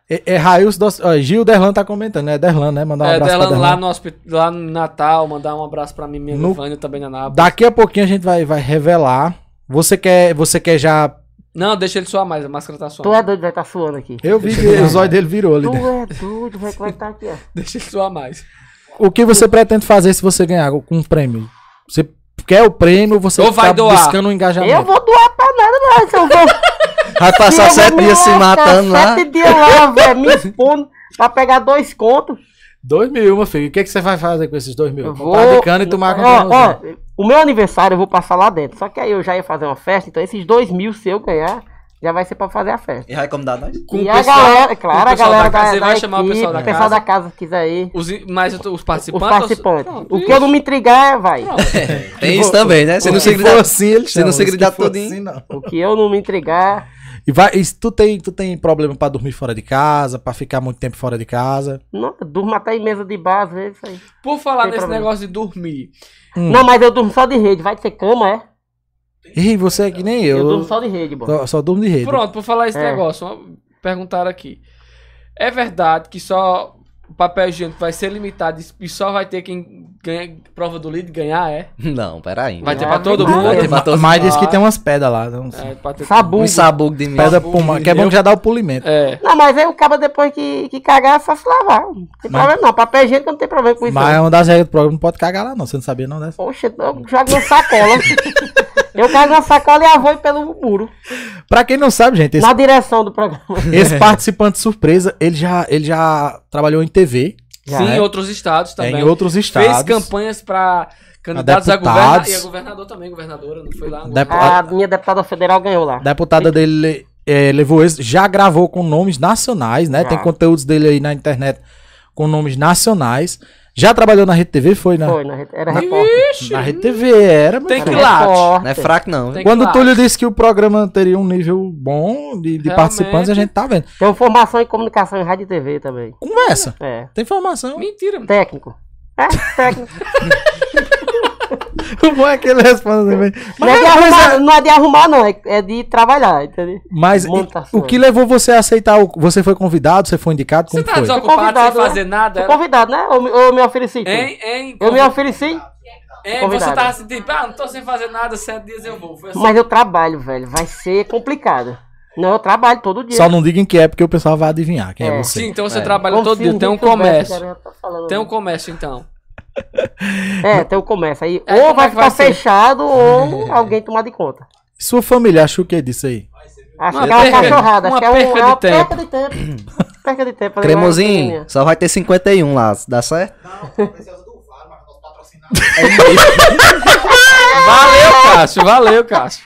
[SPEAKER 2] É, é Rails dos- ó, Gil Derlan tá comentando, né? Derlan, né? Mandar um
[SPEAKER 1] é,
[SPEAKER 2] abraço
[SPEAKER 1] dela
[SPEAKER 2] pra Derlan.
[SPEAKER 1] lá no, hospi- lá no Natal, mandar um abraço pra mim, minha
[SPEAKER 2] No-
[SPEAKER 1] Vânia também na Napa.
[SPEAKER 2] Daqui a pouquinho a gente vai, vai revelar. Você quer, você quer já.
[SPEAKER 1] Não, deixa ele suar mais, a máscara tá
[SPEAKER 6] Tu
[SPEAKER 1] suando.
[SPEAKER 6] é doido, vai tá suando aqui.
[SPEAKER 2] Eu vi que o zóio dele virou ali.
[SPEAKER 6] Tu é doido, vai que vai tá aqui, ó.
[SPEAKER 1] Deixa ele suar mais.
[SPEAKER 2] O que você pretende fazer se você ganhar com um prêmio? Você quer o prêmio ou você
[SPEAKER 1] Ou vai doar.
[SPEAKER 2] buscando um engajamento?
[SPEAKER 6] Eu vou doar pra nada, não. Se eu vou
[SPEAKER 4] Vai passar
[SPEAKER 6] eu vou
[SPEAKER 4] Tá sete
[SPEAKER 6] me
[SPEAKER 4] dias se
[SPEAKER 1] tá
[SPEAKER 6] lascar
[SPEAKER 4] matando lá.
[SPEAKER 6] Sete dias lá, velho, me expondo pra pegar dois contos.
[SPEAKER 2] Dois mil, meu filho. O que, é que você vai fazer com esses dois mil?
[SPEAKER 6] Eu
[SPEAKER 2] Comprar
[SPEAKER 6] vou-
[SPEAKER 2] Tá de né? cana e tomar com
[SPEAKER 6] Ó, ó,
[SPEAKER 2] cana.
[SPEAKER 6] o meu aniversário eu vou passar lá dentro. Só que aí eu já ia fazer uma festa, então esses dois mil, se eu ganhar, já vai ser pra fazer a festa.
[SPEAKER 4] E vai como dá nós?
[SPEAKER 1] Com
[SPEAKER 6] e
[SPEAKER 1] o
[SPEAKER 6] a
[SPEAKER 1] pessoal,
[SPEAKER 6] galera,
[SPEAKER 1] com o
[SPEAKER 6] claro, a
[SPEAKER 1] pessoal
[SPEAKER 6] galera
[SPEAKER 1] da casa,
[SPEAKER 6] da,
[SPEAKER 1] você
[SPEAKER 6] da
[SPEAKER 1] vai chamar o
[SPEAKER 6] equipe,
[SPEAKER 1] pessoal da
[SPEAKER 6] pessoal
[SPEAKER 1] casa.
[SPEAKER 6] da casa quiser ir.
[SPEAKER 1] Os, in- mas os
[SPEAKER 6] Os
[SPEAKER 1] participantes.
[SPEAKER 6] participantes.
[SPEAKER 1] Pronto,
[SPEAKER 6] O que eu não
[SPEAKER 1] isso.
[SPEAKER 6] me intrigar, é, vai.
[SPEAKER 4] Tem isso também, né? Você não se
[SPEAKER 2] Se for
[SPEAKER 4] grita.
[SPEAKER 2] assim, ele
[SPEAKER 4] se não
[SPEAKER 2] chama.
[SPEAKER 4] se gritar
[SPEAKER 2] for
[SPEAKER 4] tudinho.
[SPEAKER 2] assim, não.
[SPEAKER 6] O que eu não me intrigar.
[SPEAKER 2] E vai, e se tu tem, tu tem problema pra dormir fora de casa, pra ficar muito tempo fora de casa?
[SPEAKER 6] Não, eu durmo até em mesa de bar, às vezes. Aí.
[SPEAKER 1] Por falar
[SPEAKER 6] Tem
[SPEAKER 1] nesse
[SPEAKER 6] problema.
[SPEAKER 1] negócio de dormir.
[SPEAKER 2] Hum.
[SPEAKER 6] Não, mas eu durmo só de rede. Vai ser cama, é?
[SPEAKER 2] Ih, você é que nem
[SPEAKER 6] Eu,
[SPEAKER 2] eu.
[SPEAKER 6] durmo só de rede, bom.
[SPEAKER 2] só, só durmo de rede.
[SPEAKER 1] Pronto, por falar esse
[SPEAKER 6] É.
[SPEAKER 1] negócio, ó, perguntaram aqui. É verdade que só o papel higiênico vai ser limitado e só vai ter quem ganha prova do líder ganhar, é? Ah,
[SPEAKER 4] Não, peraí.
[SPEAKER 1] Vai ter
[SPEAKER 6] É
[SPEAKER 1] pra todo
[SPEAKER 6] verdade.
[SPEAKER 1] mundo?
[SPEAKER 4] Vai ter pra todo
[SPEAKER 2] Mas diz
[SPEAKER 1] Ah.
[SPEAKER 2] que tem umas pedras lá. então,
[SPEAKER 1] É, pra ter-
[SPEAKER 6] Sabu.
[SPEAKER 4] Um sabugo de mim.
[SPEAKER 2] pedra pulmão, que é bom que já dá o polimento.
[SPEAKER 1] É.
[SPEAKER 6] Não, mas aí o cara depois que, que cagar é só se lavar. Não tem
[SPEAKER 2] Mas-
[SPEAKER 6] problema não. Papel higiênico não tem problema com isso.
[SPEAKER 2] Mas é
[SPEAKER 6] não.
[SPEAKER 2] uma das regras do programa, não pode cagar lá não, você não sabia não dessa?
[SPEAKER 6] Poxa, eu jogo na sacola. eu cago na sacola e avô pelo muro.
[SPEAKER 2] Pra quem não sabe, gente, esse,
[SPEAKER 6] Na direção do programa.
[SPEAKER 2] esse participante surpresa, ele já, ele já trabalhou em TV,
[SPEAKER 1] Sim,
[SPEAKER 2] é.
[SPEAKER 1] em outros estados
[SPEAKER 2] é,
[SPEAKER 1] também.
[SPEAKER 2] em
[SPEAKER 1] Tá
[SPEAKER 2] outros
[SPEAKER 1] Fez
[SPEAKER 2] estados.
[SPEAKER 1] campanhas pra candidatos a,
[SPEAKER 2] deputados.
[SPEAKER 1] governar e a governador também, governadora, não foi lá?
[SPEAKER 2] Depu- Ah.
[SPEAKER 6] A minha deputada federal ganhou lá.
[SPEAKER 2] A deputada dele eh, levou esse, já gravou com nomes nacionais, né? Tem
[SPEAKER 1] Ah.
[SPEAKER 6] Já.
[SPEAKER 2] conteúdos dele aí na internet com nomes nacionais. Já trabalhou na Rede TV, foi, né?
[SPEAKER 6] Foi, na, re- era repórter.
[SPEAKER 2] Na Rede TV era, meu
[SPEAKER 1] Tem
[SPEAKER 2] filho.
[SPEAKER 1] que ir lá.
[SPEAKER 6] Repórter.
[SPEAKER 4] Não é fraco, não. viu?
[SPEAKER 1] Tem que
[SPEAKER 2] Quando o
[SPEAKER 1] lá.
[SPEAKER 2] Túlio disse que o programa teria um nível bom de, de
[SPEAKER 1] Realmente.
[SPEAKER 2] participantes, a gente tá vendo.
[SPEAKER 6] Tenho formação em comunicação em rádio e TV também.
[SPEAKER 2] Conversa.
[SPEAKER 6] É.
[SPEAKER 2] Tem informação.
[SPEAKER 1] Mentira, mano.
[SPEAKER 6] Técnico. É, técnico.
[SPEAKER 2] O bom é que ele responde também.
[SPEAKER 6] Não é de arrumar, não, é de, arrumar, não é, é de trabalhar, entendeu?
[SPEAKER 2] Mas e-
[SPEAKER 6] Montação.
[SPEAKER 2] o que levou você a aceitar? o- Você foi convidado? Você foi indicado?
[SPEAKER 1] Você
[SPEAKER 2] Como
[SPEAKER 1] tá
[SPEAKER 2] foi?
[SPEAKER 1] desocupado sem
[SPEAKER 6] Convidado, né?
[SPEAKER 1] fazer nada?
[SPEAKER 6] Fui
[SPEAKER 1] era?
[SPEAKER 6] convidado, né? Eu, me- eu me ofereci. Túlio.
[SPEAKER 1] Hein, hein?
[SPEAKER 6] Eu me ofereci,
[SPEAKER 1] hein você
[SPEAKER 6] convidado.
[SPEAKER 1] tava assim, tipo, ah, não tô sem fazer nada, sete dias eu vou. Foi assim.
[SPEAKER 6] mas eu trabalho, velho. Vai ser complicado. Não, eu trabalho todo dia.
[SPEAKER 2] Só não digam que é, porque o pessoal vai adivinhar quem é,
[SPEAKER 6] É.
[SPEAKER 2] você.
[SPEAKER 1] Sim, então você
[SPEAKER 4] É.
[SPEAKER 1] trabalha
[SPEAKER 6] Confio
[SPEAKER 1] todo dia, tem um
[SPEAKER 6] em quem conversa,
[SPEAKER 1] comércio.
[SPEAKER 6] cara, eu tô falando.
[SPEAKER 1] Tem um comércio, então.
[SPEAKER 6] É, tem um comércio. Aí,
[SPEAKER 1] É, como
[SPEAKER 6] ou
[SPEAKER 1] é
[SPEAKER 6] vai
[SPEAKER 1] que vai
[SPEAKER 6] ficar
[SPEAKER 1] ser?
[SPEAKER 6] fechado, ou alguém tomar de conta.
[SPEAKER 2] Sua família achou o que disso aí?
[SPEAKER 6] Acho
[SPEAKER 1] Uma
[SPEAKER 6] que é uma
[SPEAKER 1] perca-
[SPEAKER 6] cachorrada.
[SPEAKER 1] uma
[SPEAKER 6] Acho que é, um,
[SPEAKER 1] perca
[SPEAKER 6] é uma
[SPEAKER 1] de tempo.
[SPEAKER 6] perca de tempo. perca de tempo. falei,
[SPEAKER 4] Cremosinho,
[SPEAKER 6] vai,
[SPEAKER 4] só vai ter 51 lá, dá certo?
[SPEAKER 1] Valeu, Cássio, valeu, Cássio.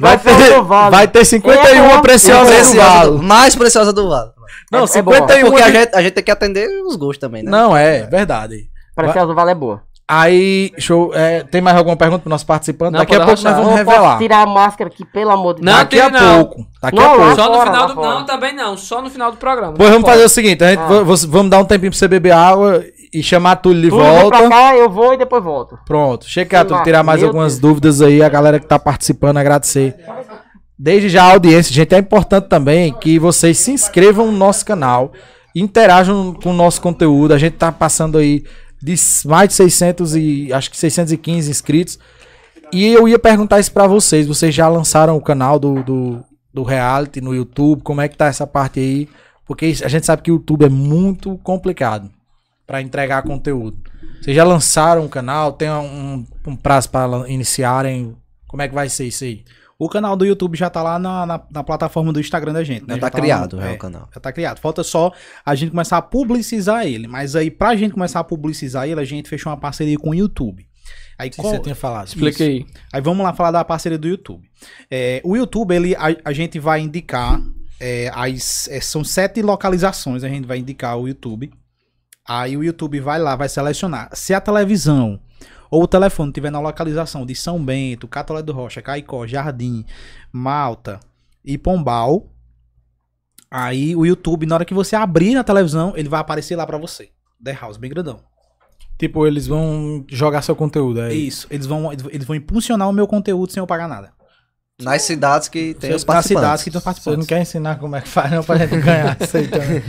[SPEAKER 6] Vai ter o seu vale.
[SPEAKER 2] vai ter 51
[SPEAKER 6] É, é.
[SPEAKER 1] um
[SPEAKER 2] preciosa do
[SPEAKER 4] Preciosa do-
[SPEAKER 2] Galo.
[SPEAKER 4] mais preciosa do Valo.
[SPEAKER 2] Não,
[SPEAKER 6] É- é boa.
[SPEAKER 1] um
[SPEAKER 4] Porque
[SPEAKER 2] 51
[SPEAKER 4] a
[SPEAKER 2] de-
[SPEAKER 4] gente, a gente tem que atender os gostos também, né?
[SPEAKER 2] Não, é, verdade.
[SPEAKER 6] Preciosa do Vale é boa.
[SPEAKER 2] Aí, show. é, tem mais alguma pergunta pro nosso participante?
[SPEAKER 1] Não,
[SPEAKER 2] Daqui a
[SPEAKER 1] pode
[SPEAKER 2] pouco nós
[SPEAKER 1] arrochar.
[SPEAKER 2] vamos
[SPEAKER 6] não posso
[SPEAKER 2] revelar.
[SPEAKER 6] tirar a máscara aqui, pelo amor de
[SPEAKER 1] Não,
[SPEAKER 2] Daqui a
[SPEAKER 1] tira não.
[SPEAKER 2] pouco. Daqui
[SPEAKER 6] Não,
[SPEAKER 2] a pouco.
[SPEAKER 6] lá.
[SPEAKER 1] Só no
[SPEAKER 6] fora,
[SPEAKER 1] final
[SPEAKER 6] lá
[SPEAKER 1] do.
[SPEAKER 6] fora.
[SPEAKER 1] Não, também não. Só no final do programa.
[SPEAKER 2] Pois vamos
[SPEAKER 1] Fora.
[SPEAKER 2] fazer o seguinte: a gente,
[SPEAKER 6] Ah.
[SPEAKER 2] vo- você- vamos dar um tempinho pra você beber água e chamar Túlio de
[SPEAKER 6] Tudo vem pra
[SPEAKER 2] volta.
[SPEAKER 6] cá, eu vou e depois volto.
[SPEAKER 2] Pronto, checar,
[SPEAKER 6] Sim,
[SPEAKER 2] tu tirar mais
[SPEAKER 6] meu
[SPEAKER 2] algumas
[SPEAKER 6] Deus.
[SPEAKER 2] dúvidas aí, a galera que tá participando, agradecer. Desde já a audiência, gente, é importante também que vocês se inscrevam no nosso canal, interajam com o nosso conteúdo. A gente tá passando aí de s- mais de 600 e acho que 615 inscritos. E eu ia perguntar isso pra vocês, vocês já lançaram o canal do, do, do reality no YouTube, como é que tá essa parte aí? Porque a gente sabe que o YouTube é muito complicado pra entregar conteúdo. Vocês já lançaram um canal? Tem um, um prazo para iniciarem? Como é que vai ser isso aí?
[SPEAKER 3] O canal do YouTube já tá lá na, na, na plataforma do Instagram da gente, né?
[SPEAKER 4] Já tá
[SPEAKER 3] lá
[SPEAKER 4] criado
[SPEAKER 3] no-
[SPEAKER 4] já
[SPEAKER 3] é,
[SPEAKER 4] o canal.
[SPEAKER 3] Já tá criado. Falta só a gente começar a publicizar ele. Mas aí, pra gente começar a publicizar ele, a gente fechou uma parceria com o YouTube. Aí,
[SPEAKER 2] Que
[SPEAKER 3] com-
[SPEAKER 2] você tinha falado.
[SPEAKER 1] Explica aí.
[SPEAKER 3] Aí vamos lá falar da parceria do YouTube. É, o YouTube, ele, a, a gente vai indicar. é, as, é, são sete localizações, a gente vai indicar o YouTube. Aí o YouTube vai lá, vai selecionar. Se a televisão ou o telefone tiver na localização de São Bento, Catolé do Rocha, Caicó, Jardim, Malta e Pombal, aí o YouTube, na hora que você abrir na televisão, ele vai aparecer lá pra você. The House, bem grandão.
[SPEAKER 2] Tipo, eles vão jogar seu conteúdo é aí.
[SPEAKER 3] Isso, eles vão, eles vão impulsionar o meu conteúdo sem eu pagar nada.
[SPEAKER 4] Nas cidades que tem os
[SPEAKER 3] Nas
[SPEAKER 4] participantes.
[SPEAKER 3] cidades que estão
[SPEAKER 2] Você não
[SPEAKER 3] participando.
[SPEAKER 2] quer ensinar como é que faz, não, pra gente ganhar isso aí também.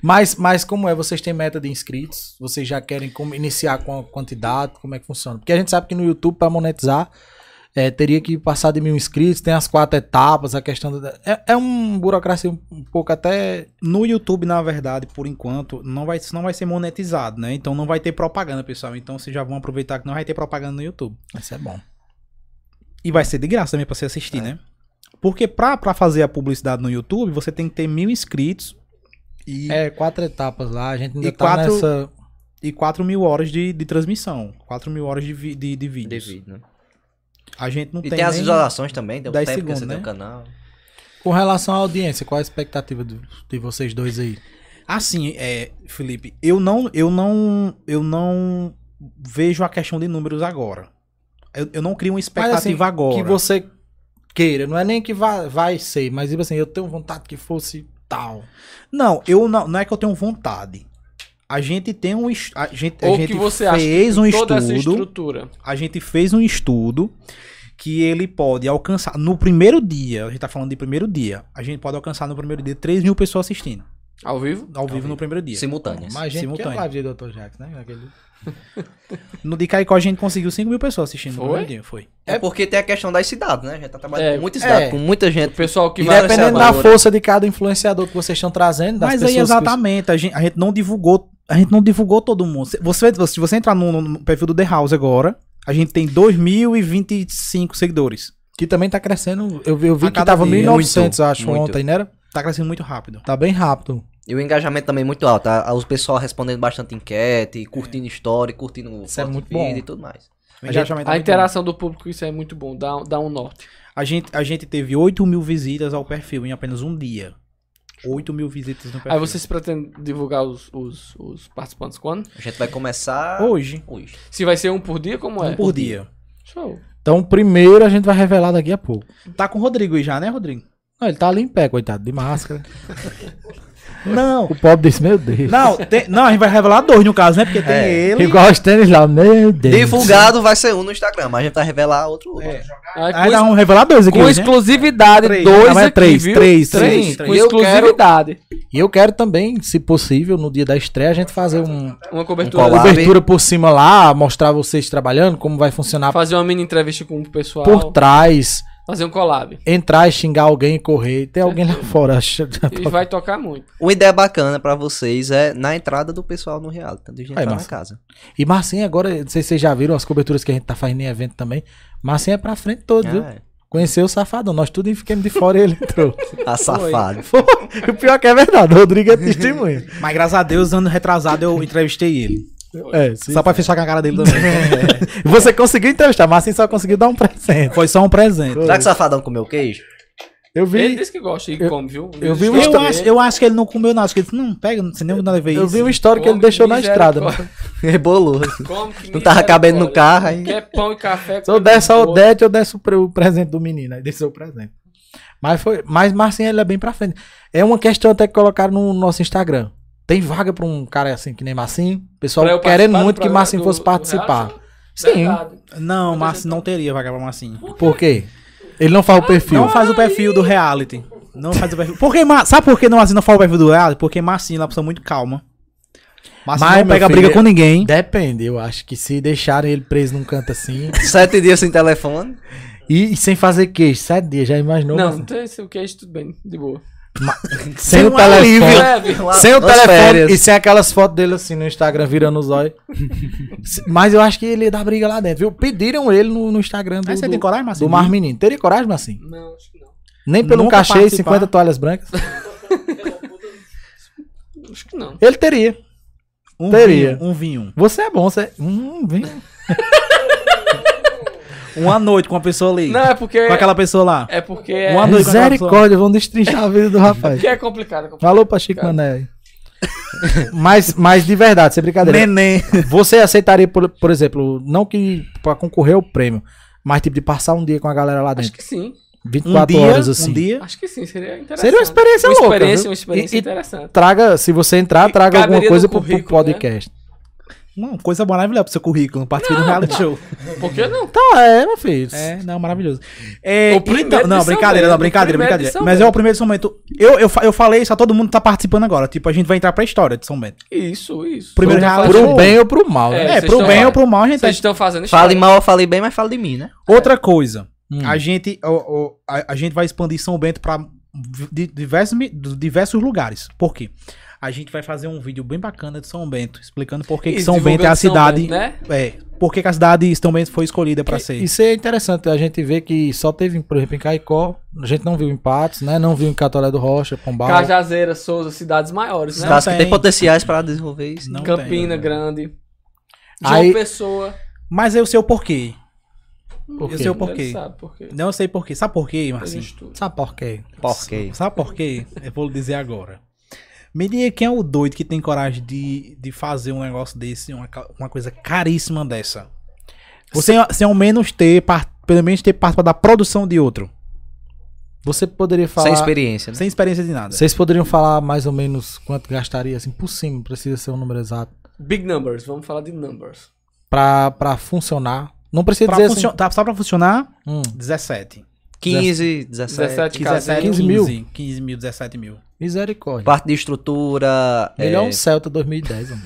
[SPEAKER 2] Mas, mas como é? Vocês têm meta de inscritos? Vocês já querem como, iniciar com a quantidade? Como é que funciona? Porque a gente sabe que no YouTube, pra monetizar, é, teria que passar de mil inscritos, tem as quatro etapas, a questão da. É, é um burocracia um um pouco até.
[SPEAKER 3] No YouTube, na verdade, por enquanto, não vai, isso não vai ser monetizado, né? Então não vai ter propaganda, pessoal. Então vocês já vão aproveitar que não vai ter propaganda no YouTube.
[SPEAKER 2] Isso é bom. É.
[SPEAKER 3] E vai ser de graça também pra você assistir, né? Porque pra, pra fazer a publicidade no YouTube, você tem que ter mil inscritos e,
[SPEAKER 2] É, quatro etapas lá, a gente ainda
[SPEAKER 3] E
[SPEAKER 2] tá
[SPEAKER 3] quatro-
[SPEAKER 2] nessa.
[SPEAKER 3] e 4 mil horas de, de transmissão. 4 mil horas de, vi- de, de vídeos.
[SPEAKER 4] Devido, né?
[SPEAKER 3] A gente não
[SPEAKER 4] E
[SPEAKER 3] tem.
[SPEAKER 4] tem as
[SPEAKER 3] nem-
[SPEAKER 4] visualizações também, tem o
[SPEAKER 3] 10
[SPEAKER 4] tempo que você
[SPEAKER 3] segundos,
[SPEAKER 4] tem o
[SPEAKER 3] né?
[SPEAKER 4] canal.
[SPEAKER 2] Com relação à audiência, qual a expectativa do- de vocês dois aí?
[SPEAKER 3] Assim, é, Felipe, eu não, eu não, eu não vejo a questão de números agora. Eu, eu não crio uma expectativa
[SPEAKER 1] assim,
[SPEAKER 3] agora.
[SPEAKER 2] que você queira. Não é nem que vá, vai ser, mas tipo assim, eu tenho vontade que fosse tal.
[SPEAKER 3] Não, eu não, não é que eu tenho vontade. A gente tem um, es- a gente, a
[SPEAKER 1] Ou
[SPEAKER 3] gente
[SPEAKER 1] que você acha
[SPEAKER 3] fez um
[SPEAKER 1] toda essa
[SPEAKER 3] estudo,
[SPEAKER 1] estrutura.
[SPEAKER 3] a gente fez um estudo que ele pode alcançar no primeiro dia. A gente tá falando de primeiro dia. A gente pode alcançar no primeiro dia 3 mil pessoas assistindo
[SPEAKER 1] Ao vivo?
[SPEAKER 3] ao vivo no primeiro dia.
[SPEAKER 4] Simultâneas.
[SPEAKER 2] Mas gente que é
[SPEAKER 3] simultâneo.
[SPEAKER 2] live de Dr. Jax, né? Aquele-
[SPEAKER 3] No de Caicó a gente conseguiu 5 mil pessoas assistindo
[SPEAKER 1] Foi?
[SPEAKER 3] no primeiro dia, foi.
[SPEAKER 4] É porque tem a questão das cidades, né? A gente tá trabalhando
[SPEAKER 1] É,
[SPEAKER 4] com muita cidade,
[SPEAKER 2] é.
[SPEAKER 4] com muita
[SPEAKER 1] O
[SPEAKER 4] gente.
[SPEAKER 1] pessoal que vai
[SPEAKER 4] Dependendo
[SPEAKER 2] Independente
[SPEAKER 1] nessa
[SPEAKER 2] da
[SPEAKER 1] lavoura.
[SPEAKER 2] força de cada influenciador que vocês estão trazendo, das
[SPEAKER 3] Mas
[SPEAKER 2] pessoas
[SPEAKER 3] aí
[SPEAKER 2] que-
[SPEAKER 3] exatamente, a gente, a gente não divulgou, a gente não divulgou todo mundo. Se você, se você entrar no, no perfil do The House agora, a gente tem 2025 seguidores.
[SPEAKER 2] que também tá crescendo. Eu, vi- eu vi
[SPEAKER 3] A
[SPEAKER 2] que
[SPEAKER 3] cada
[SPEAKER 2] tava
[SPEAKER 3] dia.
[SPEAKER 2] 1.900, eu acho,
[SPEAKER 4] Muito.
[SPEAKER 2] ontem, né? Era?
[SPEAKER 3] Tá crescendo muito rápido.
[SPEAKER 2] Tá bem rápido.
[SPEAKER 4] E o engajamento também é muito alto. A- a- Os pessoal respondendo bastante enquete, curtindo história, curtindo
[SPEAKER 2] Isso é
[SPEAKER 4] foto de
[SPEAKER 2] muito
[SPEAKER 4] vida
[SPEAKER 2] bom.
[SPEAKER 4] e tudo mais.
[SPEAKER 3] O
[SPEAKER 2] A
[SPEAKER 3] engajamento
[SPEAKER 1] A
[SPEAKER 3] é muito
[SPEAKER 1] interação do público, isso é muito bom, dá, dá um norte.
[SPEAKER 3] bom. A gente, a gente teve 8 mil visitas ao perfil em apenas um dia. 8 mil visitas no perfil.
[SPEAKER 1] Aí vocês pretendem divulgar os, os, os participantes quando?
[SPEAKER 4] A gente vai começar
[SPEAKER 3] Hoje,
[SPEAKER 4] hoje.
[SPEAKER 1] Se vai ser um por dia, como é?
[SPEAKER 3] um por dia.
[SPEAKER 1] Show.
[SPEAKER 2] Então, primeiro a gente vai revelar daqui a pouco.
[SPEAKER 3] Tá com o Rodrigo aí já, né, Rodrigo?
[SPEAKER 2] Não, ele tá ali em pé, coitado, de máscara.
[SPEAKER 3] Não.
[SPEAKER 2] O pobre disse, meu Deus.
[SPEAKER 3] Não, tem- não, a gente vai revelar dois no caso, né? Porque tem
[SPEAKER 4] É.
[SPEAKER 3] ele.
[SPEAKER 2] Igual os tênis lá, meu Deus.
[SPEAKER 4] Divulgado vai ser um no Instagram, mas a gente vai revelar outro.
[SPEAKER 3] É.
[SPEAKER 1] Aí,
[SPEAKER 3] Aí
[SPEAKER 1] com,
[SPEAKER 3] nós vamos revelar dois aqui.
[SPEAKER 1] com
[SPEAKER 3] hoje, né?
[SPEAKER 1] exclusividade,
[SPEAKER 3] Três.
[SPEAKER 1] dois
[SPEAKER 2] Não, é
[SPEAKER 1] aqui,
[SPEAKER 2] três,
[SPEAKER 1] viu?
[SPEAKER 2] três,
[SPEAKER 1] três,
[SPEAKER 3] três,
[SPEAKER 1] com
[SPEAKER 3] três.
[SPEAKER 2] Eu quero-
[SPEAKER 1] exclusividade.
[SPEAKER 2] E eu quero também, se possível, no dia da estreia, a gente fazer um,
[SPEAKER 1] Uma cobertura,
[SPEAKER 4] Um
[SPEAKER 2] uma
[SPEAKER 4] collab.
[SPEAKER 2] cobertura por cima lá, mostrar vocês trabalhando, como vai funcionar
[SPEAKER 1] fazer uma mini entrevista com o pessoal,
[SPEAKER 2] por trás,
[SPEAKER 1] fazer um collab.
[SPEAKER 2] entrar e xingar alguém e correr. Tem alguém lá fora. acho-
[SPEAKER 1] E vai tocar muito.
[SPEAKER 4] Uma ideia bacana pra vocês é na entrada do pessoal no real, tanto de gente
[SPEAKER 2] Aí,
[SPEAKER 4] entrar na
[SPEAKER 2] massa.
[SPEAKER 4] casa.
[SPEAKER 2] E Marcinho, agora, não sei se vocês já viram as coberturas que a gente tá fazendo em evento também. Marcinho é pra frente todo, viu?
[SPEAKER 4] Ah, é.
[SPEAKER 2] Conheceu o safadão. Nós tudo ficamos de fora e ele entrou.
[SPEAKER 4] Tá safado.
[SPEAKER 2] E o pior é que é verdade, o Rodrigo é testemunha.
[SPEAKER 3] Mas graças a Deus, ano retrasado, eu entrevistei ele.
[SPEAKER 2] É, sim.
[SPEAKER 3] Só pra fechar com a cara dele também.
[SPEAKER 2] Você conseguiu entrevistar, Marcinho só conseguiu dar um presente.
[SPEAKER 3] Foi só um presente.
[SPEAKER 4] Será que o safadão comeu queijo?
[SPEAKER 2] Eu vi.
[SPEAKER 1] Ele disse que gosta e
[SPEAKER 2] eu-
[SPEAKER 1] come, viu?
[SPEAKER 2] eu vi um
[SPEAKER 1] Ele
[SPEAKER 3] Eu
[SPEAKER 1] gosta
[SPEAKER 3] acho,
[SPEAKER 1] dele.
[SPEAKER 3] eu acho que ele não comeu, não. Acho que ele disse, não, pega, você nem nada a ver
[SPEAKER 2] Eu
[SPEAKER 3] isso.
[SPEAKER 2] vi uma história que ele
[SPEAKER 1] Come
[SPEAKER 2] deixou na estrada. né?
[SPEAKER 1] misericórdia.
[SPEAKER 4] Rebolou.
[SPEAKER 1] Como que
[SPEAKER 4] Não tava
[SPEAKER 1] misericórdia.
[SPEAKER 4] cabendo no carro aí.
[SPEAKER 1] Quer pão e café.
[SPEAKER 2] Se eu desse a Odete, eu desse o, pre- o presente do menino. Aí desceu o presente. Mas foi. Mas Marcinho, ele é bem pra frente. É uma questão até que colocaram no nosso Instagram. Tem vaga pra um cara assim que nem Marcinho? O
[SPEAKER 1] Pra
[SPEAKER 2] Pessoal
[SPEAKER 1] eu
[SPEAKER 2] querendo
[SPEAKER 1] participar do
[SPEAKER 2] muito que
[SPEAKER 1] programa
[SPEAKER 2] Marcinho
[SPEAKER 1] do-
[SPEAKER 2] fosse
[SPEAKER 1] do
[SPEAKER 2] participar.
[SPEAKER 1] reality
[SPEAKER 2] Sim.
[SPEAKER 1] Verdade.
[SPEAKER 3] Não, mas não teria vaga pra Marcinho.
[SPEAKER 2] Por quê? Ele não faz o perfil.
[SPEAKER 3] Não faz o perfil do reality. Não faz o perfil. Porque, Ma- sabe por que não, Marcinho não faz o perfil do reality? Porque Marcinho é uma pessoa muito calma. Marcinho
[SPEAKER 2] Mas,
[SPEAKER 3] não pega
[SPEAKER 2] meu
[SPEAKER 3] briga
[SPEAKER 2] filho, é-
[SPEAKER 3] com ninguém.
[SPEAKER 2] Depende, eu acho que se deixarem ele preso num canto assim.
[SPEAKER 4] Sete dias sem telefone.
[SPEAKER 2] e, e sem fazer queixo, sete dias, já imaginou?
[SPEAKER 1] Não,
[SPEAKER 2] Marcinho?
[SPEAKER 1] não tem o queijo, tudo bem, de boa.
[SPEAKER 2] sem o
[SPEAKER 4] um
[SPEAKER 2] telefone.
[SPEAKER 4] alívio.
[SPEAKER 1] Leve.
[SPEAKER 2] Sem o
[SPEAKER 4] Nas
[SPEAKER 2] telefone
[SPEAKER 4] férias.
[SPEAKER 2] e sem aquelas fotos dele assim no Instagram virando os olhos. Se- Mas eu acho que ele ia dar briga lá dentro, viu? Pediram ele no, no Instagram do,
[SPEAKER 3] Mas você tem
[SPEAKER 2] do,
[SPEAKER 3] coragem, Marcinho?
[SPEAKER 2] do Mar Menino. Teria coragem, mas assim?
[SPEAKER 1] Não, acho que não.
[SPEAKER 2] Nem pelo
[SPEAKER 3] Nunca
[SPEAKER 2] cachê e
[SPEAKER 3] participar.
[SPEAKER 2] 50 toalhas brancas.
[SPEAKER 1] Acho que não.
[SPEAKER 2] Ele teria.
[SPEAKER 3] Um
[SPEAKER 2] Teria.
[SPEAKER 3] vinho, um vinho.
[SPEAKER 2] Você é bom, você. Hum, vem.
[SPEAKER 3] Uma noite com uma pessoa ali.
[SPEAKER 1] Não, é porque.
[SPEAKER 3] Com aquela pessoa lá.
[SPEAKER 1] É porque. É,
[SPEAKER 3] Uma- noite com aquela
[SPEAKER 2] Misericórdia, vamos destrinchar a vida do rapaz.
[SPEAKER 1] porque é complicado. é complicado.
[SPEAKER 2] Falou pra Chico Mané aí. Mas, mas de verdade, sem brincadeira.
[SPEAKER 3] Neném.
[SPEAKER 2] Você aceitaria, por, por exemplo, não que pra concorrer ao prêmio, mas tipo de passar um dia com a galera lá
[SPEAKER 1] Acho
[SPEAKER 2] dentro.
[SPEAKER 1] que sim.
[SPEAKER 2] 24
[SPEAKER 3] um dia,
[SPEAKER 2] horas assim.
[SPEAKER 3] um dia.
[SPEAKER 1] Acho que sim, seria interessante.
[SPEAKER 2] Seria uma experiência
[SPEAKER 1] uma
[SPEAKER 2] louca.
[SPEAKER 1] experiência,
[SPEAKER 2] viu?
[SPEAKER 1] uma experiência
[SPEAKER 2] E- e
[SPEAKER 1] interessante.
[SPEAKER 2] traga, se você entrar, traga
[SPEAKER 1] Caberia
[SPEAKER 2] alguma coisa
[SPEAKER 1] no
[SPEAKER 2] pro, pro
[SPEAKER 1] currículo, né?
[SPEAKER 2] podcast.
[SPEAKER 3] Não, coisa maravilhosa pro seu currículo. Participei do reality show.
[SPEAKER 1] Por que não?
[SPEAKER 2] Tá, é, meu filho.
[SPEAKER 3] É, não, maravilhoso. É,
[SPEAKER 1] O primeiro
[SPEAKER 3] então-
[SPEAKER 1] de
[SPEAKER 3] não,
[SPEAKER 1] São
[SPEAKER 3] brincadeira,
[SPEAKER 1] Bento,
[SPEAKER 3] não,
[SPEAKER 1] o
[SPEAKER 3] brincadeira,
[SPEAKER 1] primeiro de
[SPEAKER 3] brincadeira.
[SPEAKER 1] São
[SPEAKER 3] Mas é
[SPEAKER 1] Bento.
[SPEAKER 3] o primeiro de São Bento. Eu, eu, fa- eu falei isso, a todo mundo tá participando agora. Tipo, a gente vai entrar pra história de São Bento.
[SPEAKER 1] Isso, isso.
[SPEAKER 3] Primeiro
[SPEAKER 1] Vocês
[SPEAKER 3] reality
[SPEAKER 1] estão
[SPEAKER 3] show.
[SPEAKER 2] Pro bem ou pro mal,
[SPEAKER 1] É,
[SPEAKER 2] né?
[SPEAKER 3] É,
[SPEAKER 1] vocês
[SPEAKER 3] pro
[SPEAKER 1] tão-
[SPEAKER 3] bem ou pro mal a
[SPEAKER 1] fazendo-
[SPEAKER 3] gente tá.
[SPEAKER 1] Vocês estão fazendo isso.
[SPEAKER 4] Fale mal, eu falei bem, mas fale de mim, né?
[SPEAKER 3] Outra coisa,
[SPEAKER 2] Hum.
[SPEAKER 3] a gente o- o- a, a gente vai expandir São Bento pra di- diversos, mi- diversos lugares. Por quê? A gente vai fazer um vídeo bem bacana de São Bento, explicando por que, que São Bento é a cidade.
[SPEAKER 1] né?
[SPEAKER 3] É, por que, que a cidade de São Bento foi escolhida pra ser.
[SPEAKER 2] Isso é interessante, a gente vê que só teve, por exemplo, em Caicó, a gente não viu empates, né? Não viu em Catolé do Rocha, Pombal.
[SPEAKER 1] Cajazeira, Souza, cidades maiores, né?
[SPEAKER 3] Não
[SPEAKER 4] Cidades que
[SPEAKER 3] tem.
[SPEAKER 4] tem potenciais para desenvolver isso. né?
[SPEAKER 3] Não tem. né?
[SPEAKER 1] Campina Grande. João
[SPEAKER 2] Aí-
[SPEAKER 1] Pessoa.
[SPEAKER 3] Mas eu sei o porquê.
[SPEAKER 2] Por
[SPEAKER 3] Eu
[SPEAKER 2] quê?
[SPEAKER 3] sei o
[SPEAKER 1] Ele
[SPEAKER 3] porquê. Assim.
[SPEAKER 1] sabe por quê.
[SPEAKER 3] Não sei porquê. Sabe por quê,
[SPEAKER 1] Ele
[SPEAKER 3] Marcinho?
[SPEAKER 1] estuda.
[SPEAKER 2] Sabe por quê?
[SPEAKER 4] Porque
[SPEAKER 3] Sabe por quê? Eu vou lhe dizer agora. Me diga quem é o doido que tem coragem de, de fazer um negócio desse, uma, ca- uma coisa caríssima dessa. Você, sem ao menos ter, par- pelo menos ter participado da produção de outro.
[SPEAKER 2] Você poderia falar.
[SPEAKER 4] sem experiência, né?
[SPEAKER 3] Sem experiência de nada.
[SPEAKER 2] Vocês poderiam falar mais ou menos quanto gastaria, assim, por cima, não precisa ser um número exato.
[SPEAKER 1] Big Numbers, vamos falar de numbers.
[SPEAKER 2] Pra, pra funcionar. Não precisa
[SPEAKER 3] Pra
[SPEAKER 2] dizer
[SPEAKER 3] funcio-
[SPEAKER 2] assim.
[SPEAKER 3] tá, só pra funcionar,
[SPEAKER 2] hum,
[SPEAKER 3] 17.
[SPEAKER 4] 15, 17,
[SPEAKER 1] 17
[SPEAKER 3] 17,
[SPEAKER 1] 15
[SPEAKER 2] 15 mil.
[SPEAKER 3] 15 mil, 17 mil.
[SPEAKER 2] misericórdia.
[SPEAKER 4] parte de estrutura. é,
[SPEAKER 2] Melhor um Celta 2010, mano.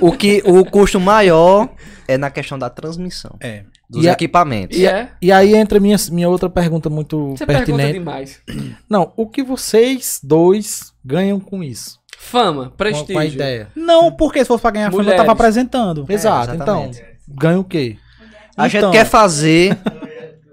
[SPEAKER 4] o que o custo maior é na questão da transmissão
[SPEAKER 3] É.
[SPEAKER 4] dos
[SPEAKER 2] E a-
[SPEAKER 4] equipamentos.
[SPEAKER 1] E é.
[SPEAKER 2] E aí entra minha, minha outra pergunta muito
[SPEAKER 1] Você pergunta
[SPEAKER 2] pertinente.
[SPEAKER 1] demais.
[SPEAKER 2] Não, o que vocês dois ganham com isso?
[SPEAKER 1] Fama,
[SPEAKER 2] Com a-
[SPEAKER 1] prestígio.
[SPEAKER 2] Com a ideia.
[SPEAKER 3] Não, porque se fosse pra ganhar fama, eu
[SPEAKER 1] Mulheres.
[SPEAKER 3] tava apresentando.
[SPEAKER 2] Exato, então.
[SPEAKER 4] exatamente.
[SPEAKER 2] Ganha o quê?
[SPEAKER 4] A
[SPEAKER 3] Então.
[SPEAKER 4] gente quer fazer.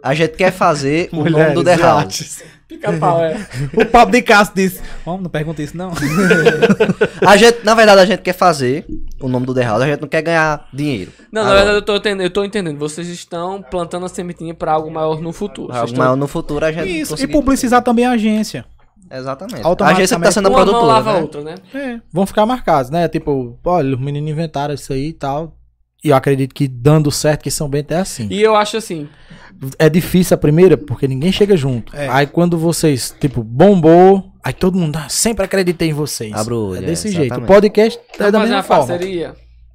[SPEAKER 4] A gente quer fazer o nome do The
[SPEAKER 3] Mulheres,
[SPEAKER 4] House.
[SPEAKER 1] Pica-pau, é.
[SPEAKER 3] O Pablo de Castro disse: Vamos, não pergunta isso, não.
[SPEAKER 4] A gente, na verdade, a gente quer fazer o nome do The House. A gente não quer ganhar dinheiro.
[SPEAKER 1] Não, na
[SPEAKER 4] Agora.
[SPEAKER 1] verdade eu tô, entendendo, eu tô entendendo. Vocês estão plantando a sementinha pra algo maior no futuro. Vocês
[SPEAKER 4] Algo
[SPEAKER 1] estão-
[SPEAKER 4] maior no futuro a gente
[SPEAKER 3] Isso, e
[SPEAKER 4] conseguir-
[SPEAKER 3] publicizar também a agência.
[SPEAKER 4] Exatamente. A
[SPEAKER 3] Automaticamente.
[SPEAKER 4] agência que tá sendo a
[SPEAKER 1] Uma mão
[SPEAKER 4] produtora.
[SPEAKER 1] lava a
[SPEAKER 4] Né?
[SPEAKER 1] outra, né?
[SPEAKER 3] É.
[SPEAKER 2] Vão ficar marcados, né? Tipo, olha, os meninos inventaram isso aí e tal. E eu acredito que dando certo que São Bento é assim.
[SPEAKER 1] E eu acho assim,
[SPEAKER 2] É difícil a primeira, porque ninguém chega junto.
[SPEAKER 3] É.
[SPEAKER 2] Aí quando vocês, tipo, bombou, aí todo mundo ah, sempre acreditei em vocês.
[SPEAKER 4] Abre o olho,
[SPEAKER 2] é
[SPEAKER 4] é,
[SPEAKER 2] desse
[SPEAKER 4] exatamente.
[SPEAKER 2] jeito. O podcast é
[SPEAKER 1] tá
[SPEAKER 2] da
[SPEAKER 1] fazendo
[SPEAKER 2] mesma
[SPEAKER 1] uma
[SPEAKER 2] forma.
[SPEAKER 1] parceria.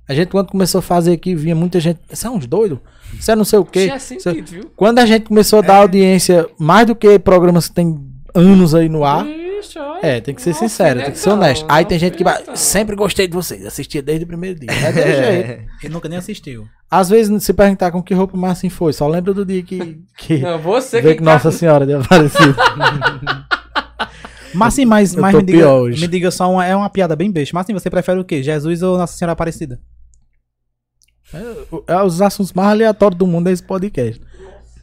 [SPEAKER 2] A gente, quando começou a fazer aqui, vinha muita gente. Você é uns doido? Você é não sei o quê.
[SPEAKER 1] Tinha
[SPEAKER 2] Você-
[SPEAKER 1] sentido, viu?
[SPEAKER 2] Quando a gente começou a dar audiência, mais do que programas que tem anos aí no ar.
[SPEAKER 1] Ixi, olha.
[SPEAKER 2] É, tem que ser
[SPEAKER 1] Nossa,
[SPEAKER 2] sincero, tem que ser honesto.
[SPEAKER 1] legal,
[SPEAKER 2] Aí tem gente que vai,
[SPEAKER 1] legal.
[SPEAKER 2] sempre gostei de vocês, assistia desde o primeiro dia. É desse jeito.
[SPEAKER 3] Ele nunca nem assistiu.
[SPEAKER 2] Às vezes se perguntar com que roupa o Marcinho foi, só lembra do dia que, que,
[SPEAKER 1] Não, você
[SPEAKER 2] vê
[SPEAKER 1] que, tá-
[SPEAKER 2] que Nossa Senhora deu aparecido.
[SPEAKER 3] Mas sim, mas,
[SPEAKER 2] Eu
[SPEAKER 3] mas
[SPEAKER 2] tô
[SPEAKER 3] me, diga,
[SPEAKER 2] pior hoje.
[SPEAKER 3] me diga só, uma, é uma piada bem besta. Mas sim, você prefere o quê? Jesus ou Nossa Senhora Aparecida?
[SPEAKER 2] É, é os assuntos mais aleatórios do mundo é esse podcast.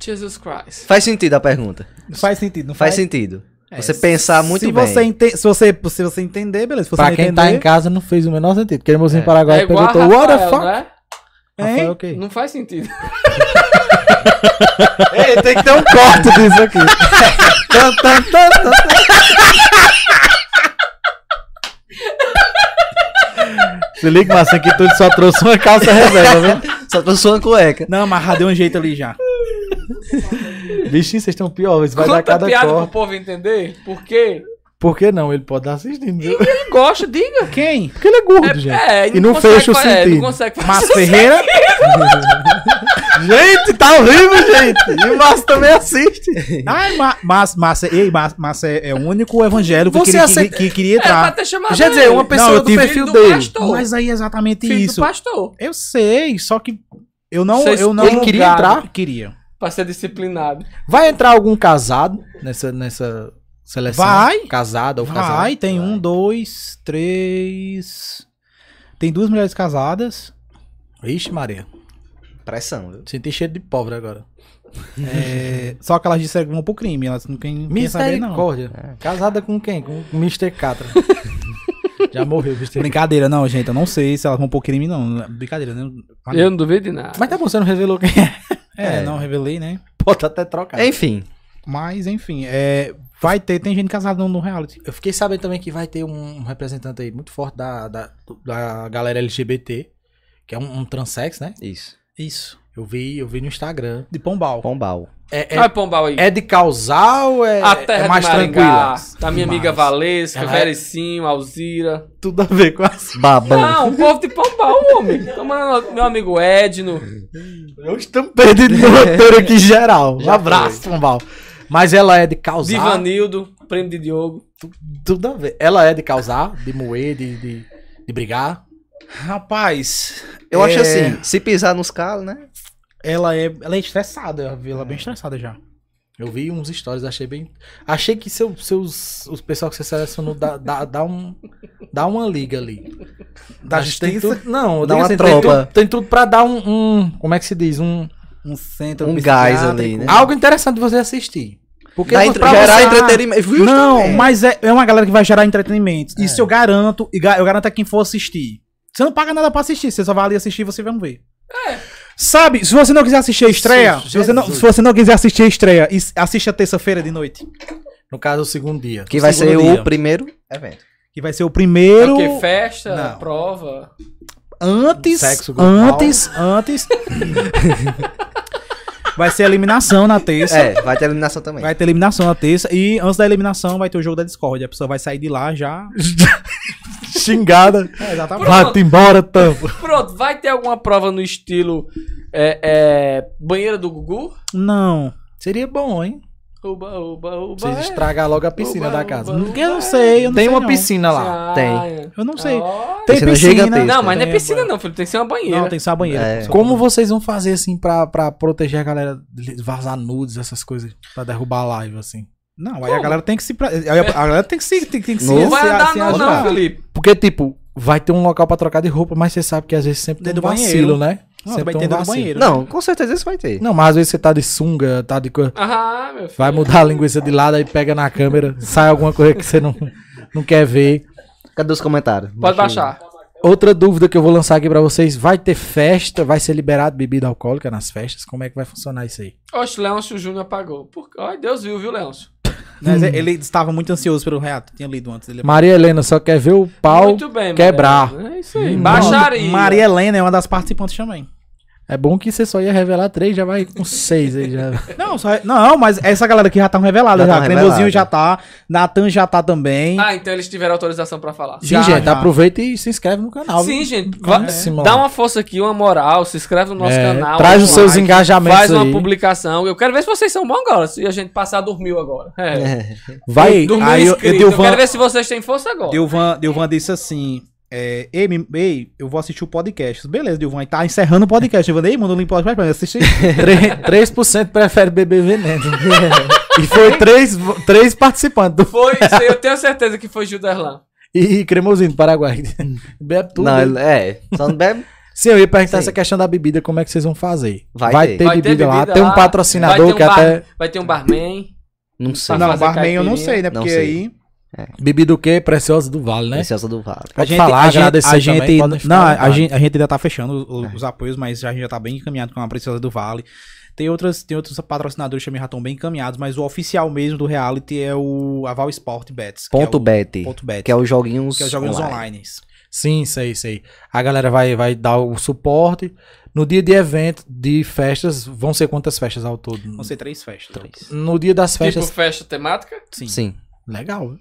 [SPEAKER 1] Jesus Christ.
[SPEAKER 4] Faz sentido a pergunta.
[SPEAKER 3] Não faz sentido, não
[SPEAKER 4] Faz
[SPEAKER 3] faz,
[SPEAKER 4] sentido.
[SPEAKER 3] É,
[SPEAKER 4] Você pensar muito
[SPEAKER 3] se
[SPEAKER 4] bem.
[SPEAKER 3] Você ente- se, você, se você entender, beleza. Se você
[SPEAKER 2] pra
[SPEAKER 3] não
[SPEAKER 2] quem
[SPEAKER 3] entender,
[SPEAKER 2] tá em casa não fez o menor sentido. Porque o mozinho
[SPEAKER 4] É.
[SPEAKER 2] Paraguai
[SPEAKER 1] é igual a
[SPEAKER 2] perguntou, what the
[SPEAKER 1] Rafael,
[SPEAKER 2] fuck?
[SPEAKER 1] né?
[SPEAKER 3] Hein?
[SPEAKER 2] Rafael, ok.
[SPEAKER 1] Não faz sentido.
[SPEAKER 4] Ei, tem que ter um
[SPEAKER 2] Então Corta disso aqui.
[SPEAKER 4] Tan, tan, tan, tan.
[SPEAKER 2] Se liga, Marcinho, que tudo só trouxe uma calça reserva, viu?
[SPEAKER 4] Só trouxe uma cueca.
[SPEAKER 3] Não, mas já deu um jeito ali já.
[SPEAKER 2] Bichinho, vocês estão pior, isso vai
[SPEAKER 1] Conta
[SPEAKER 2] dar cada
[SPEAKER 1] piada
[SPEAKER 2] corte.
[SPEAKER 1] pro povo entender, porque
[SPEAKER 2] Por que não? Ele pode estar assistindo, viu?
[SPEAKER 1] ele gosta, diga.
[SPEAKER 3] Quem?
[SPEAKER 2] Porque ele é gordo, gente.
[SPEAKER 1] É,
[SPEAKER 2] e não
[SPEAKER 1] consegue
[SPEAKER 2] fecha o
[SPEAKER 1] fa- é,
[SPEAKER 2] sentido.
[SPEAKER 1] não consegue fazer
[SPEAKER 3] Márcio Ferreira?
[SPEAKER 2] Gente, tá horrível, gente. E o Márcio também assiste.
[SPEAKER 3] Ai, Ma- mas, mas, ei, mas, mas é, é o único evangélico
[SPEAKER 2] Você
[SPEAKER 3] que, queria-
[SPEAKER 2] aceita-
[SPEAKER 3] que- que queria
[SPEAKER 1] Era É, pra
[SPEAKER 3] entrar.
[SPEAKER 1] ter chamado
[SPEAKER 2] Quer dizer,
[SPEAKER 1] ele.
[SPEAKER 2] uma pessoa
[SPEAKER 3] eu
[SPEAKER 2] do
[SPEAKER 3] tive-
[SPEAKER 2] perfil
[SPEAKER 1] filho do
[SPEAKER 2] dele.
[SPEAKER 1] pastor.
[SPEAKER 3] Mas aí é exatamente
[SPEAKER 1] Filho do
[SPEAKER 3] isso.
[SPEAKER 1] pastor.
[SPEAKER 3] Eu sei, só que eu não,
[SPEAKER 1] Vocês-
[SPEAKER 3] eu não
[SPEAKER 1] ele queria
[SPEAKER 2] entrar?
[SPEAKER 3] Queria.
[SPEAKER 1] Pra ser disciplinado.
[SPEAKER 2] Vai entrar algum casado nessa, nessa
[SPEAKER 4] Assim,
[SPEAKER 2] seleção?
[SPEAKER 3] Vai.
[SPEAKER 2] Casada ou casado?
[SPEAKER 3] Vai, tem um, dois, três. Tem duas mulheres casadas.
[SPEAKER 2] Ixi, Maria.
[SPEAKER 4] Pressão, viu?
[SPEAKER 2] Senti cheiro de pobre agora.
[SPEAKER 3] é, só que elas disseram que vão pro crime. Elas não querem não querem saber, não.
[SPEAKER 2] Misericórdia. Casada com quem? Com o Mr. Catra. Já morreu, Mr. Catra.
[SPEAKER 3] Brincadeira, não, gente. Eu não sei se elas vão pro crime, não. Brincadeira, né?
[SPEAKER 1] Eu não duvido de nada.
[SPEAKER 2] Mas tá bom, você não revelou quem é.
[SPEAKER 3] É,
[SPEAKER 4] É.
[SPEAKER 3] não revelei, né?
[SPEAKER 2] Pode até trocar.
[SPEAKER 4] Enfim,
[SPEAKER 3] Mas, enfim, é, vai ter. Tem gente casada no, no reality.
[SPEAKER 2] Eu fiquei sabendo também que vai ter um representante aí muito forte da, da, da galera LGBT, que é um, um transex, né?
[SPEAKER 4] isso.
[SPEAKER 3] Isso.
[SPEAKER 2] Eu vi, eu vi no Instagram.
[SPEAKER 3] De Pombal.
[SPEAKER 4] Pombal.
[SPEAKER 2] É, é-
[SPEAKER 1] Vai, Pombal aí.
[SPEAKER 2] é de causal? É,
[SPEAKER 1] a terra
[SPEAKER 2] é mais
[SPEAKER 1] de Maringá,
[SPEAKER 2] tranquila?
[SPEAKER 1] da minha amiga
[SPEAKER 2] Demais.
[SPEAKER 1] Valesca,
[SPEAKER 2] Ela é-
[SPEAKER 1] Vericinho, Alzira.
[SPEAKER 2] Tudo a ver com as babas.
[SPEAKER 1] Não, o povo de Pombal, homem. Toma meu amigo Edno.
[SPEAKER 2] Eu estou perdido no roteiro aqui geral. Um
[SPEAKER 1] Já
[SPEAKER 2] abraço, Pombal. Mas ela é de causar.
[SPEAKER 1] Divanildo, primo de Diogo.
[SPEAKER 2] Tudo a ver. Ela é de causar, de moer, de, de, de brigar.
[SPEAKER 3] Rapaz,
[SPEAKER 4] Eu acho
[SPEAKER 3] é,
[SPEAKER 4] assim, se pisar nos calos, né?
[SPEAKER 3] Ela é, ela é estressada, eu vi ela bem estressada já.
[SPEAKER 2] Eu vi uns stories, achei bem. Achei que seu, seus, os pessoal que você selecionou dá, dá, dá, um, dá uma liga ali.
[SPEAKER 3] Da
[SPEAKER 2] Mas tem
[SPEAKER 3] justiça?
[SPEAKER 2] tudo- não, eu
[SPEAKER 4] Dá
[SPEAKER 2] digo
[SPEAKER 4] uma
[SPEAKER 2] assim, Tem
[SPEAKER 4] tropa.
[SPEAKER 2] tudo, tem tudo pra dar um, um- Como é que se diz? Um,
[SPEAKER 3] Um centro
[SPEAKER 4] Um gás ali,
[SPEAKER 3] psiquiátrico.
[SPEAKER 4] né?
[SPEAKER 2] algo interessante você assistir. Porque
[SPEAKER 4] Dá
[SPEAKER 2] pra
[SPEAKER 4] entre-
[SPEAKER 2] você-
[SPEAKER 4] gerar entretenimento. Viu,
[SPEAKER 3] Não,
[SPEAKER 4] também?
[SPEAKER 3] mas é, é uma galera que vai gerar entretenimento.
[SPEAKER 2] É.
[SPEAKER 3] Isso eu garanto, e ga- eu garanto a quem for assistir. Você não paga nada pra assistir, você só vai ali assistir e você vai ver. Sabe, se você não quiser assistir a estreia,
[SPEAKER 2] Jesus.
[SPEAKER 3] se você, não, se você não quiser assistir a estreia, is- assiste a terça-feira de noite.
[SPEAKER 2] No caso, o segundo dia.
[SPEAKER 4] Que vai ser
[SPEAKER 2] segundo
[SPEAKER 4] o
[SPEAKER 2] dia.
[SPEAKER 4] primeiro evento.
[SPEAKER 3] Que vai ser o
[SPEAKER 1] É
[SPEAKER 3] primeiro.
[SPEAKER 1] o quê? Festa,
[SPEAKER 3] Não.
[SPEAKER 1] prova.
[SPEAKER 3] Antes.
[SPEAKER 2] Sexo grupal.
[SPEAKER 3] antes. Antes. vai ser a eliminação na terça.
[SPEAKER 4] É, vai ter eliminação também.
[SPEAKER 3] Vai ter eliminação na terça. E antes da eliminação vai ter o jogo da Discord. A pessoa vai sair de lá já.
[SPEAKER 2] Xingada.
[SPEAKER 3] É, exatamente.
[SPEAKER 2] Vai-te embora, tampo.
[SPEAKER 1] Pronto, vai ter alguma prova no estilo é, é, banheira do Gugu?
[SPEAKER 3] Não.
[SPEAKER 2] Seria bom, hein?
[SPEAKER 1] Uba, uba, uba.
[SPEAKER 2] Vocês
[SPEAKER 1] é.
[SPEAKER 2] estragar logo a piscina
[SPEAKER 1] Oba,
[SPEAKER 2] da casa.
[SPEAKER 1] oba,
[SPEAKER 3] Eu não
[SPEAKER 1] oba.
[SPEAKER 3] sei, eu não
[SPEAKER 2] Tem
[SPEAKER 3] sei
[SPEAKER 2] uma
[SPEAKER 3] não.
[SPEAKER 2] piscina lá.
[SPEAKER 1] Ah,
[SPEAKER 4] Tem.
[SPEAKER 1] é.
[SPEAKER 3] Eu não sei.
[SPEAKER 1] Ó.
[SPEAKER 3] Tem
[SPEAKER 4] Piscina
[SPEAKER 3] piscina.
[SPEAKER 4] gigantesca.
[SPEAKER 1] Não, mas não é
[SPEAKER 3] Tem
[SPEAKER 1] piscina
[SPEAKER 3] agora.
[SPEAKER 1] não, filho. Tem que ser uma banheira.
[SPEAKER 3] Não, tem só a banheira.
[SPEAKER 4] É.
[SPEAKER 3] Só
[SPEAKER 2] Como vocês vão fazer, assim, pra, pra proteger a galera? de Vazar nudes, essas coisas, pra derrubar a live, assim.
[SPEAKER 3] Não, aí a
[SPEAKER 1] Como?
[SPEAKER 3] galera tem que se. pra- aí A a galera tem que se. Tem, tem que se, assim,
[SPEAKER 1] Não vai
[SPEAKER 3] se-
[SPEAKER 1] andar
[SPEAKER 3] se
[SPEAKER 1] não, não,
[SPEAKER 3] ajudar.
[SPEAKER 1] Felipe.
[SPEAKER 2] Porque, tipo, vai ter um local pra trocar de roupa, mas você sabe que às vezes sempre tem
[SPEAKER 3] Dentro
[SPEAKER 2] um
[SPEAKER 3] do banheiro.
[SPEAKER 2] vacilo, né?
[SPEAKER 3] Não,
[SPEAKER 2] sempre
[SPEAKER 3] vai ter
[SPEAKER 2] tem um
[SPEAKER 3] dentro do
[SPEAKER 2] vacilo.
[SPEAKER 3] banheiro.
[SPEAKER 4] Não, com certeza isso vai ter.
[SPEAKER 2] Não, mas às vezes você tá de sunga, tá de coisa.
[SPEAKER 1] Ah, meu filho.
[SPEAKER 2] Vai mudar a linguiça de lado, aí pega na câmera, sai alguma coisa que você não, não quer ver.
[SPEAKER 4] Cadê os comentários?
[SPEAKER 1] Pode baixar.
[SPEAKER 2] Outra dúvida que eu vou lançar aqui pra vocês: vai ter festa? Vai ser liberado bebida alcoólica nas festas? Como é que vai funcionar isso aí?
[SPEAKER 1] Oxe, Leôncio Júnior apagou. Por... Ai, Deus viu, viu, Leôncio?
[SPEAKER 3] Mas ele estava muito ansioso pelo reato. Tinha lido antes. Ele...
[SPEAKER 2] Maria Helena só quer ver o pau.
[SPEAKER 1] bem,
[SPEAKER 2] quebrar.
[SPEAKER 1] Maria. É isso aí.
[SPEAKER 2] Hum.
[SPEAKER 1] Baixaria.
[SPEAKER 3] Maria Helena é uma das participantes também.
[SPEAKER 2] É bom que você só ia revelar três, já vai com seis aí já.
[SPEAKER 3] Não, só- é- não, mas essa galera aqui já tá revelada.
[SPEAKER 4] Já
[SPEAKER 3] Já,
[SPEAKER 4] tão
[SPEAKER 3] Cremosinho
[SPEAKER 4] revelada.
[SPEAKER 3] já tá. Natan já tá também.
[SPEAKER 1] um Ah, então eles tiveram autorização pra falar.
[SPEAKER 2] Sim,
[SPEAKER 3] Já,
[SPEAKER 2] gente,
[SPEAKER 3] já.
[SPEAKER 2] aproveita e se inscreve no canal.
[SPEAKER 1] Sim,
[SPEAKER 2] viu?
[SPEAKER 1] gente.
[SPEAKER 2] Vamos
[SPEAKER 1] va-
[SPEAKER 2] sim, Tá um mano.
[SPEAKER 1] Dá uma força aqui, uma moral. Se inscreve no nosso
[SPEAKER 2] É,
[SPEAKER 1] canal. um
[SPEAKER 2] Traz os
[SPEAKER 1] like,
[SPEAKER 2] seus engajamentos
[SPEAKER 1] Faz uma
[SPEAKER 2] aí.
[SPEAKER 1] publicação. Eu quero ver se vocês são bons agora. Se a gente passar, dormiu agora. É.
[SPEAKER 2] Vai.
[SPEAKER 1] Dormiu
[SPEAKER 3] Aí eu- eu
[SPEAKER 1] inscrito. Eu,
[SPEAKER 3] dei o van-
[SPEAKER 1] quero ver se vocês têm força agora.
[SPEAKER 3] Dilvan, Dilvan disse assim. É, ei, me- ei, eu vou assistir o podcast. Beleza, Dilvan. aí Tá encerrando o podcast. Dilvan, ei, manda o link pro podcast pra mim assistir.
[SPEAKER 2] 3%, 3% prefere beber veneno. e foi três, três participantes. do-
[SPEAKER 1] Foi isso aí, eu tenho certeza que foi Gil Derlan.
[SPEAKER 2] e Cremosinho do Paraguai. Bebe tudo.
[SPEAKER 4] Não,
[SPEAKER 2] hein?
[SPEAKER 4] ele- é. Só não bebe.
[SPEAKER 2] Sim, eu ia perguntar
[SPEAKER 4] Sim.
[SPEAKER 2] essa questão da bebida, como é que vocês vão fazer?
[SPEAKER 4] Vai ter.
[SPEAKER 2] ter,
[SPEAKER 1] Vai ter
[SPEAKER 2] bebida, lá,
[SPEAKER 1] bebida
[SPEAKER 2] tem um
[SPEAKER 1] lá,
[SPEAKER 2] patrocinador
[SPEAKER 1] vai ter um
[SPEAKER 2] que
[SPEAKER 1] bar-
[SPEAKER 2] até...
[SPEAKER 1] Vai ter um barman.
[SPEAKER 4] Não sei.
[SPEAKER 1] Não.
[SPEAKER 3] Ah, não,
[SPEAKER 1] fazer
[SPEAKER 3] barman eu não
[SPEAKER 1] caipirinha.
[SPEAKER 3] sei, né?
[SPEAKER 4] Não
[SPEAKER 3] Porque
[SPEAKER 4] sei.
[SPEAKER 3] aí.
[SPEAKER 2] Bebida o quê? Preciosa do Vale, né?
[SPEAKER 4] Preciosa do Vale.
[SPEAKER 2] Pode falar, agradecer
[SPEAKER 3] a
[SPEAKER 2] também,
[SPEAKER 3] gente-
[SPEAKER 2] podem
[SPEAKER 3] não,
[SPEAKER 2] falar,
[SPEAKER 3] a
[SPEAKER 2] vai.
[SPEAKER 3] gente, a gente ainda tá fechando os, os apoios, mas a gente já tá bem encaminhado com a Preciosa do Vale. Tem, outras, tem outros patrocinadores também já estão bem encaminhados, mas o oficial mesmo do reality é o Aval Sport Bets. que
[SPEAKER 4] Ponto
[SPEAKER 3] é o,
[SPEAKER 4] bet.
[SPEAKER 3] Ponto bet.
[SPEAKER 4] Que é os joguinhos
[SPEAKER 3] que é os joguinhos online.
[SPEAKER 2] Sim, sei, sei. A galera vai, vai dar o suporte. No dia de evento, de festas, vão ser quantas festas ao todo?
[SPEAKER 3] Vão ser três festas.
[SPEAKER 2] No dia das
[SPEAKER 1] Tipo
[SPEAKER 2] festas,
[SPEAKER 1] festa temática.
[SPEAKER 3] Sim.
[SPEAKER 4] Sim.
[SPEAKER 2] legal. viu?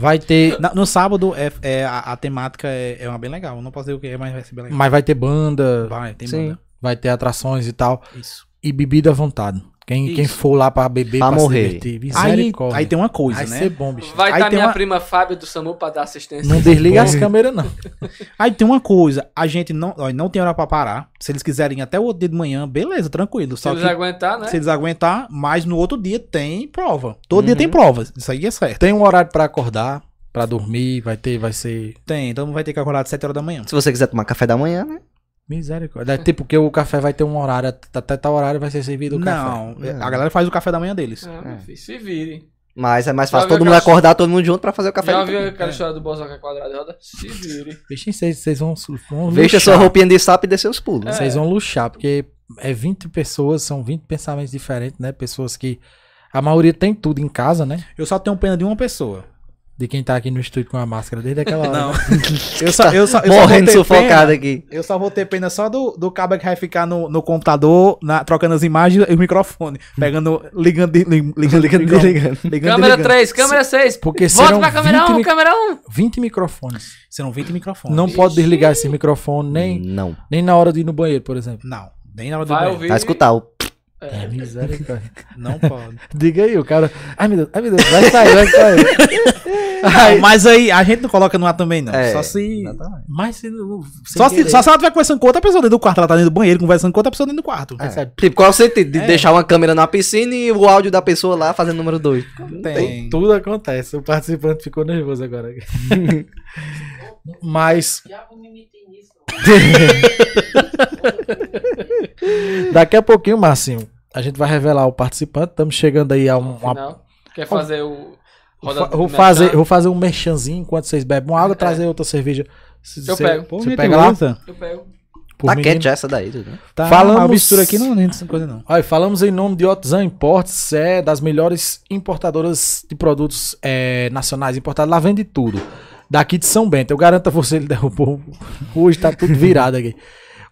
[SPEAKER 2] Vai ter,
[SPEAKER 3] Na- no sábado, é, é a, a temática é, é uma bem legal. Não posso dizer o que é, mas vai ser bem legal.
[SPEAKER 2] mas vai ter banda,
[SPEAKER 3] Vai, tem
[SPEAKER 4] Sim.
[SPEAKER 3] banda.
[SPEAKER 2] vai ter atrações e tal.
[SPEAKER 3] Isso.
[SPEAKER 2] E bebida à vontade. Quem,
[SPEAKER 3] Isso.
[SPEAKER 2] quem for lá pra beber,
[SPEAKER 4] Pra
[SPEAKER 2] pra
[SPEAKER 4] morrer.
[SPEAKER 2] se divertir.
[SPEAKER 3] Aí,
[SPEAKER 2] Misericórdia.
[SPEAKER 3] aí tem uma coisa,
[SPEAKER 2] Vai
[SPEAKER 3] né?
[SPEAKER 2] ser bom, bicho.
[SPEAKER 1] Vai
[SPEAKER 3] Aí
[SPEAKER 1] estar
[SPEAKER 3] tem
[SPEAKER 1] minha
[SPEAKER 3] uma-
[SPEAKER 1] prima Fábia do SAMU pra dar assistência.
[SPEAKER 2] Não desliga as câmeras, não.
[SPEAKER 3] Aí tem uma coisa, a gente não, ó, não tem hora pra parar. Se eles quiserem ir até o outro dia de manhã, beleza, tranquilo.
[SPEAKER 1] Se
[SPEAKER 3] Só
[SPEAKER 1] eles
[SPEAKER 3] que
[SPEAKER 1] aguentar, né?
[SPEAKER 3] se eles aguentar, mas no outro dia tem prova. Todo dia tem prova. Isso aí é certo.
[SPEAKER 2] Tem um horário pra acordar, pra dormir, vai ter, vai ser.
[SPEAKER 3] Tem, então não vai ter que acordar às 7 horas da manhã.
[SPEAKER 4] Se você quiser tomar café da manhã, né?
[SPEAKER 2] Misericórdia. É tipo que o café vai ter um horário, at- até tal horário vai ser servido o café.
[SPEAKER 3] não, é, a galera faz o café da manhã deles.
[SPEAKER 1] Ah,
[SPEAKER 2] É.
[SPEAKER 1] meu filho, se virem.
[SPEAKER 4] Mas é mais
[SPEAKER 1] Já
[SPEAKER 4] fácil
[SPEAKER 1] viu
[SPEAKER 4] todo mundo
[SPEAKER 1] aquela-
[SPEAKER 4] acordar, todo mundo junto pra fazer o café.
[SPEAKER 1] Já
[SPEAKER 4] da
[SPEAKER 1] ouviu
[SPEAKER 4] manhã.
[SPEAKER 2] é.
[SPEAKER 1] aquela história do Bolsoca Quadrado de Roda? Se virem.
[SPEAKER 2] Deixa vocês, vocês vão, su- vão
[SPEAKER 4] Veja
[SPEAKER 2] luxar. É.
[SPEAKER 4] sua roupinha de sapo e dê seus pulos.
[SPEAKER 2] Vocês vão luxar, porque é 20 pessoas, são 20 pensamentos diferentes, né? Pessoas que. A maioria tem tudo em casa, né?
[SPEAKER 3] Eu só tenho pena de uma pessoa.
[SPEAKER 2] de quem tá aqui no estúdio com a máscara desde aquela hora.
[SPEAKER 3] Não.
[SPEAKER 2] né?
[SPEAKER 3] Eu só, eu só, eu só
[SPEAKER 4] Morrendo
[SPEAKER 3] vou ter pena-
[SPEAKER 4] sufocado aqui.
[SPEAKER 3] Eu só vou ter pena só do, do cabo que vai ficar no, no computador, na- trocando as imagens e o microfone. Ligando, ligando, de- li- ligando, ligando, ligando, ligando, ligando.
[SPEAKER 1] Câmera 3, câmera 6.
[SPEAKER 2] Porque
[SPEAKER 1] Volta
[SPEAKER 2] serão
[SPEAKER 1] pra câmera
[SPEAKER 2] 20
[SPEAKER 1] 1,
[SPEAKER 2] mi-
[SPEAKER 1] câmera 1.
[SPEAKER 2] 20 microfones.
[SPEAKER 3] Serão 20 microfones.
[SPEAKER 2] Não pode desligar esse microfone nem,
[SPEAKER 4] Não.
[SPEAKER 2] nem na hora de ir no banheiro, por exemplo.
[SPEAKER 3] Não, nem na hora do
[SPEAKER 1] Vai
[SPEAKER 3] banheiro.
[SPEAKER 1] ouvir.
[SPEAKER 4] Vai escutar o...
[SPEAKER 2] É, misericórdia.
[SPEAKER 3] Não pode.
[SPEAKER 2] Diga aí, o cara. Ai, meu Deus, ai, meu Deus, vai sair, vai sair.
[SPEAKER 3] Não, mas aí, a gente não coloca no ar também, não.
[SPEAKER 4] É,
[SPEAKER 3] só se...
[SPEAKER 2] Mas se não. sem
[SPEAKER 3] Só se,
[SPEAKER 2] querer.
[SPEAKER 3] só se ela estiver conversando com outra pessoa dentro do quarto. Ela tá dentro do banheiro conversando com outra pessoa dentro do quarto.
[SPEAKER 2] Aí sabe,
[SPEAKER 4] Tipo, qual é o sentido de deixar uma câmera na piscina e o áudio da pessoa lá fazendo número Tá 2?
[SPEAKER 3] Tem.
[SPEAKER 2] Tudo acontece. O participante ficou nervoso agora. Mas. Daqui a pouquinho, Marcinho, a gente vai revelar o participante. Estamos chegando aí a um. a-
[SPEAKER 1] Final. Quer fazer o.
[SPEAKER 2] vou
[SPEAKER 1] roda
[SPEAKER 2] fa- vou,
[SPEAKER 1] do
[SPEAKER 2] fazer,
[SPEAKER 1] mercado?
[SPEAKER 2] vou fazer um merchanzinho enquanto vocês bebem uma água, trazer outra cerveja. Se-
[SPEAKER 1] Eu
[SPEAKER 2] se-
[SPEAKER 1] pego.
[SPEAKER 3] Pô,
[SPEAKER 2] Você
[SPEAKER 3] minha
[SPEAKER 2] pega lá?
[SPEAKER 3] beleza.
[SPEAKER 1] Eu pego.
[SPEAKER 2] por
[SPEAKER 4] Tá
[SPEAKER 2] menino.
[SPEAKER 4] quente já essa daí, né?
[SPEAKER 3] Tá,
[SPEAKER 2] Falamos-
[SPEAKER 3] Falamos... A mistura aqui não entra essa coisa, não.
[SPEAKER 2] Olha, falamos em nome de Otzan Imports, é das melhores importadoras de produtos é, nacionais importados. Lá vende tudo. Daqui de São Bento. Eu garanto a você, ele derrubou. Hoje tá tudo virado aqui.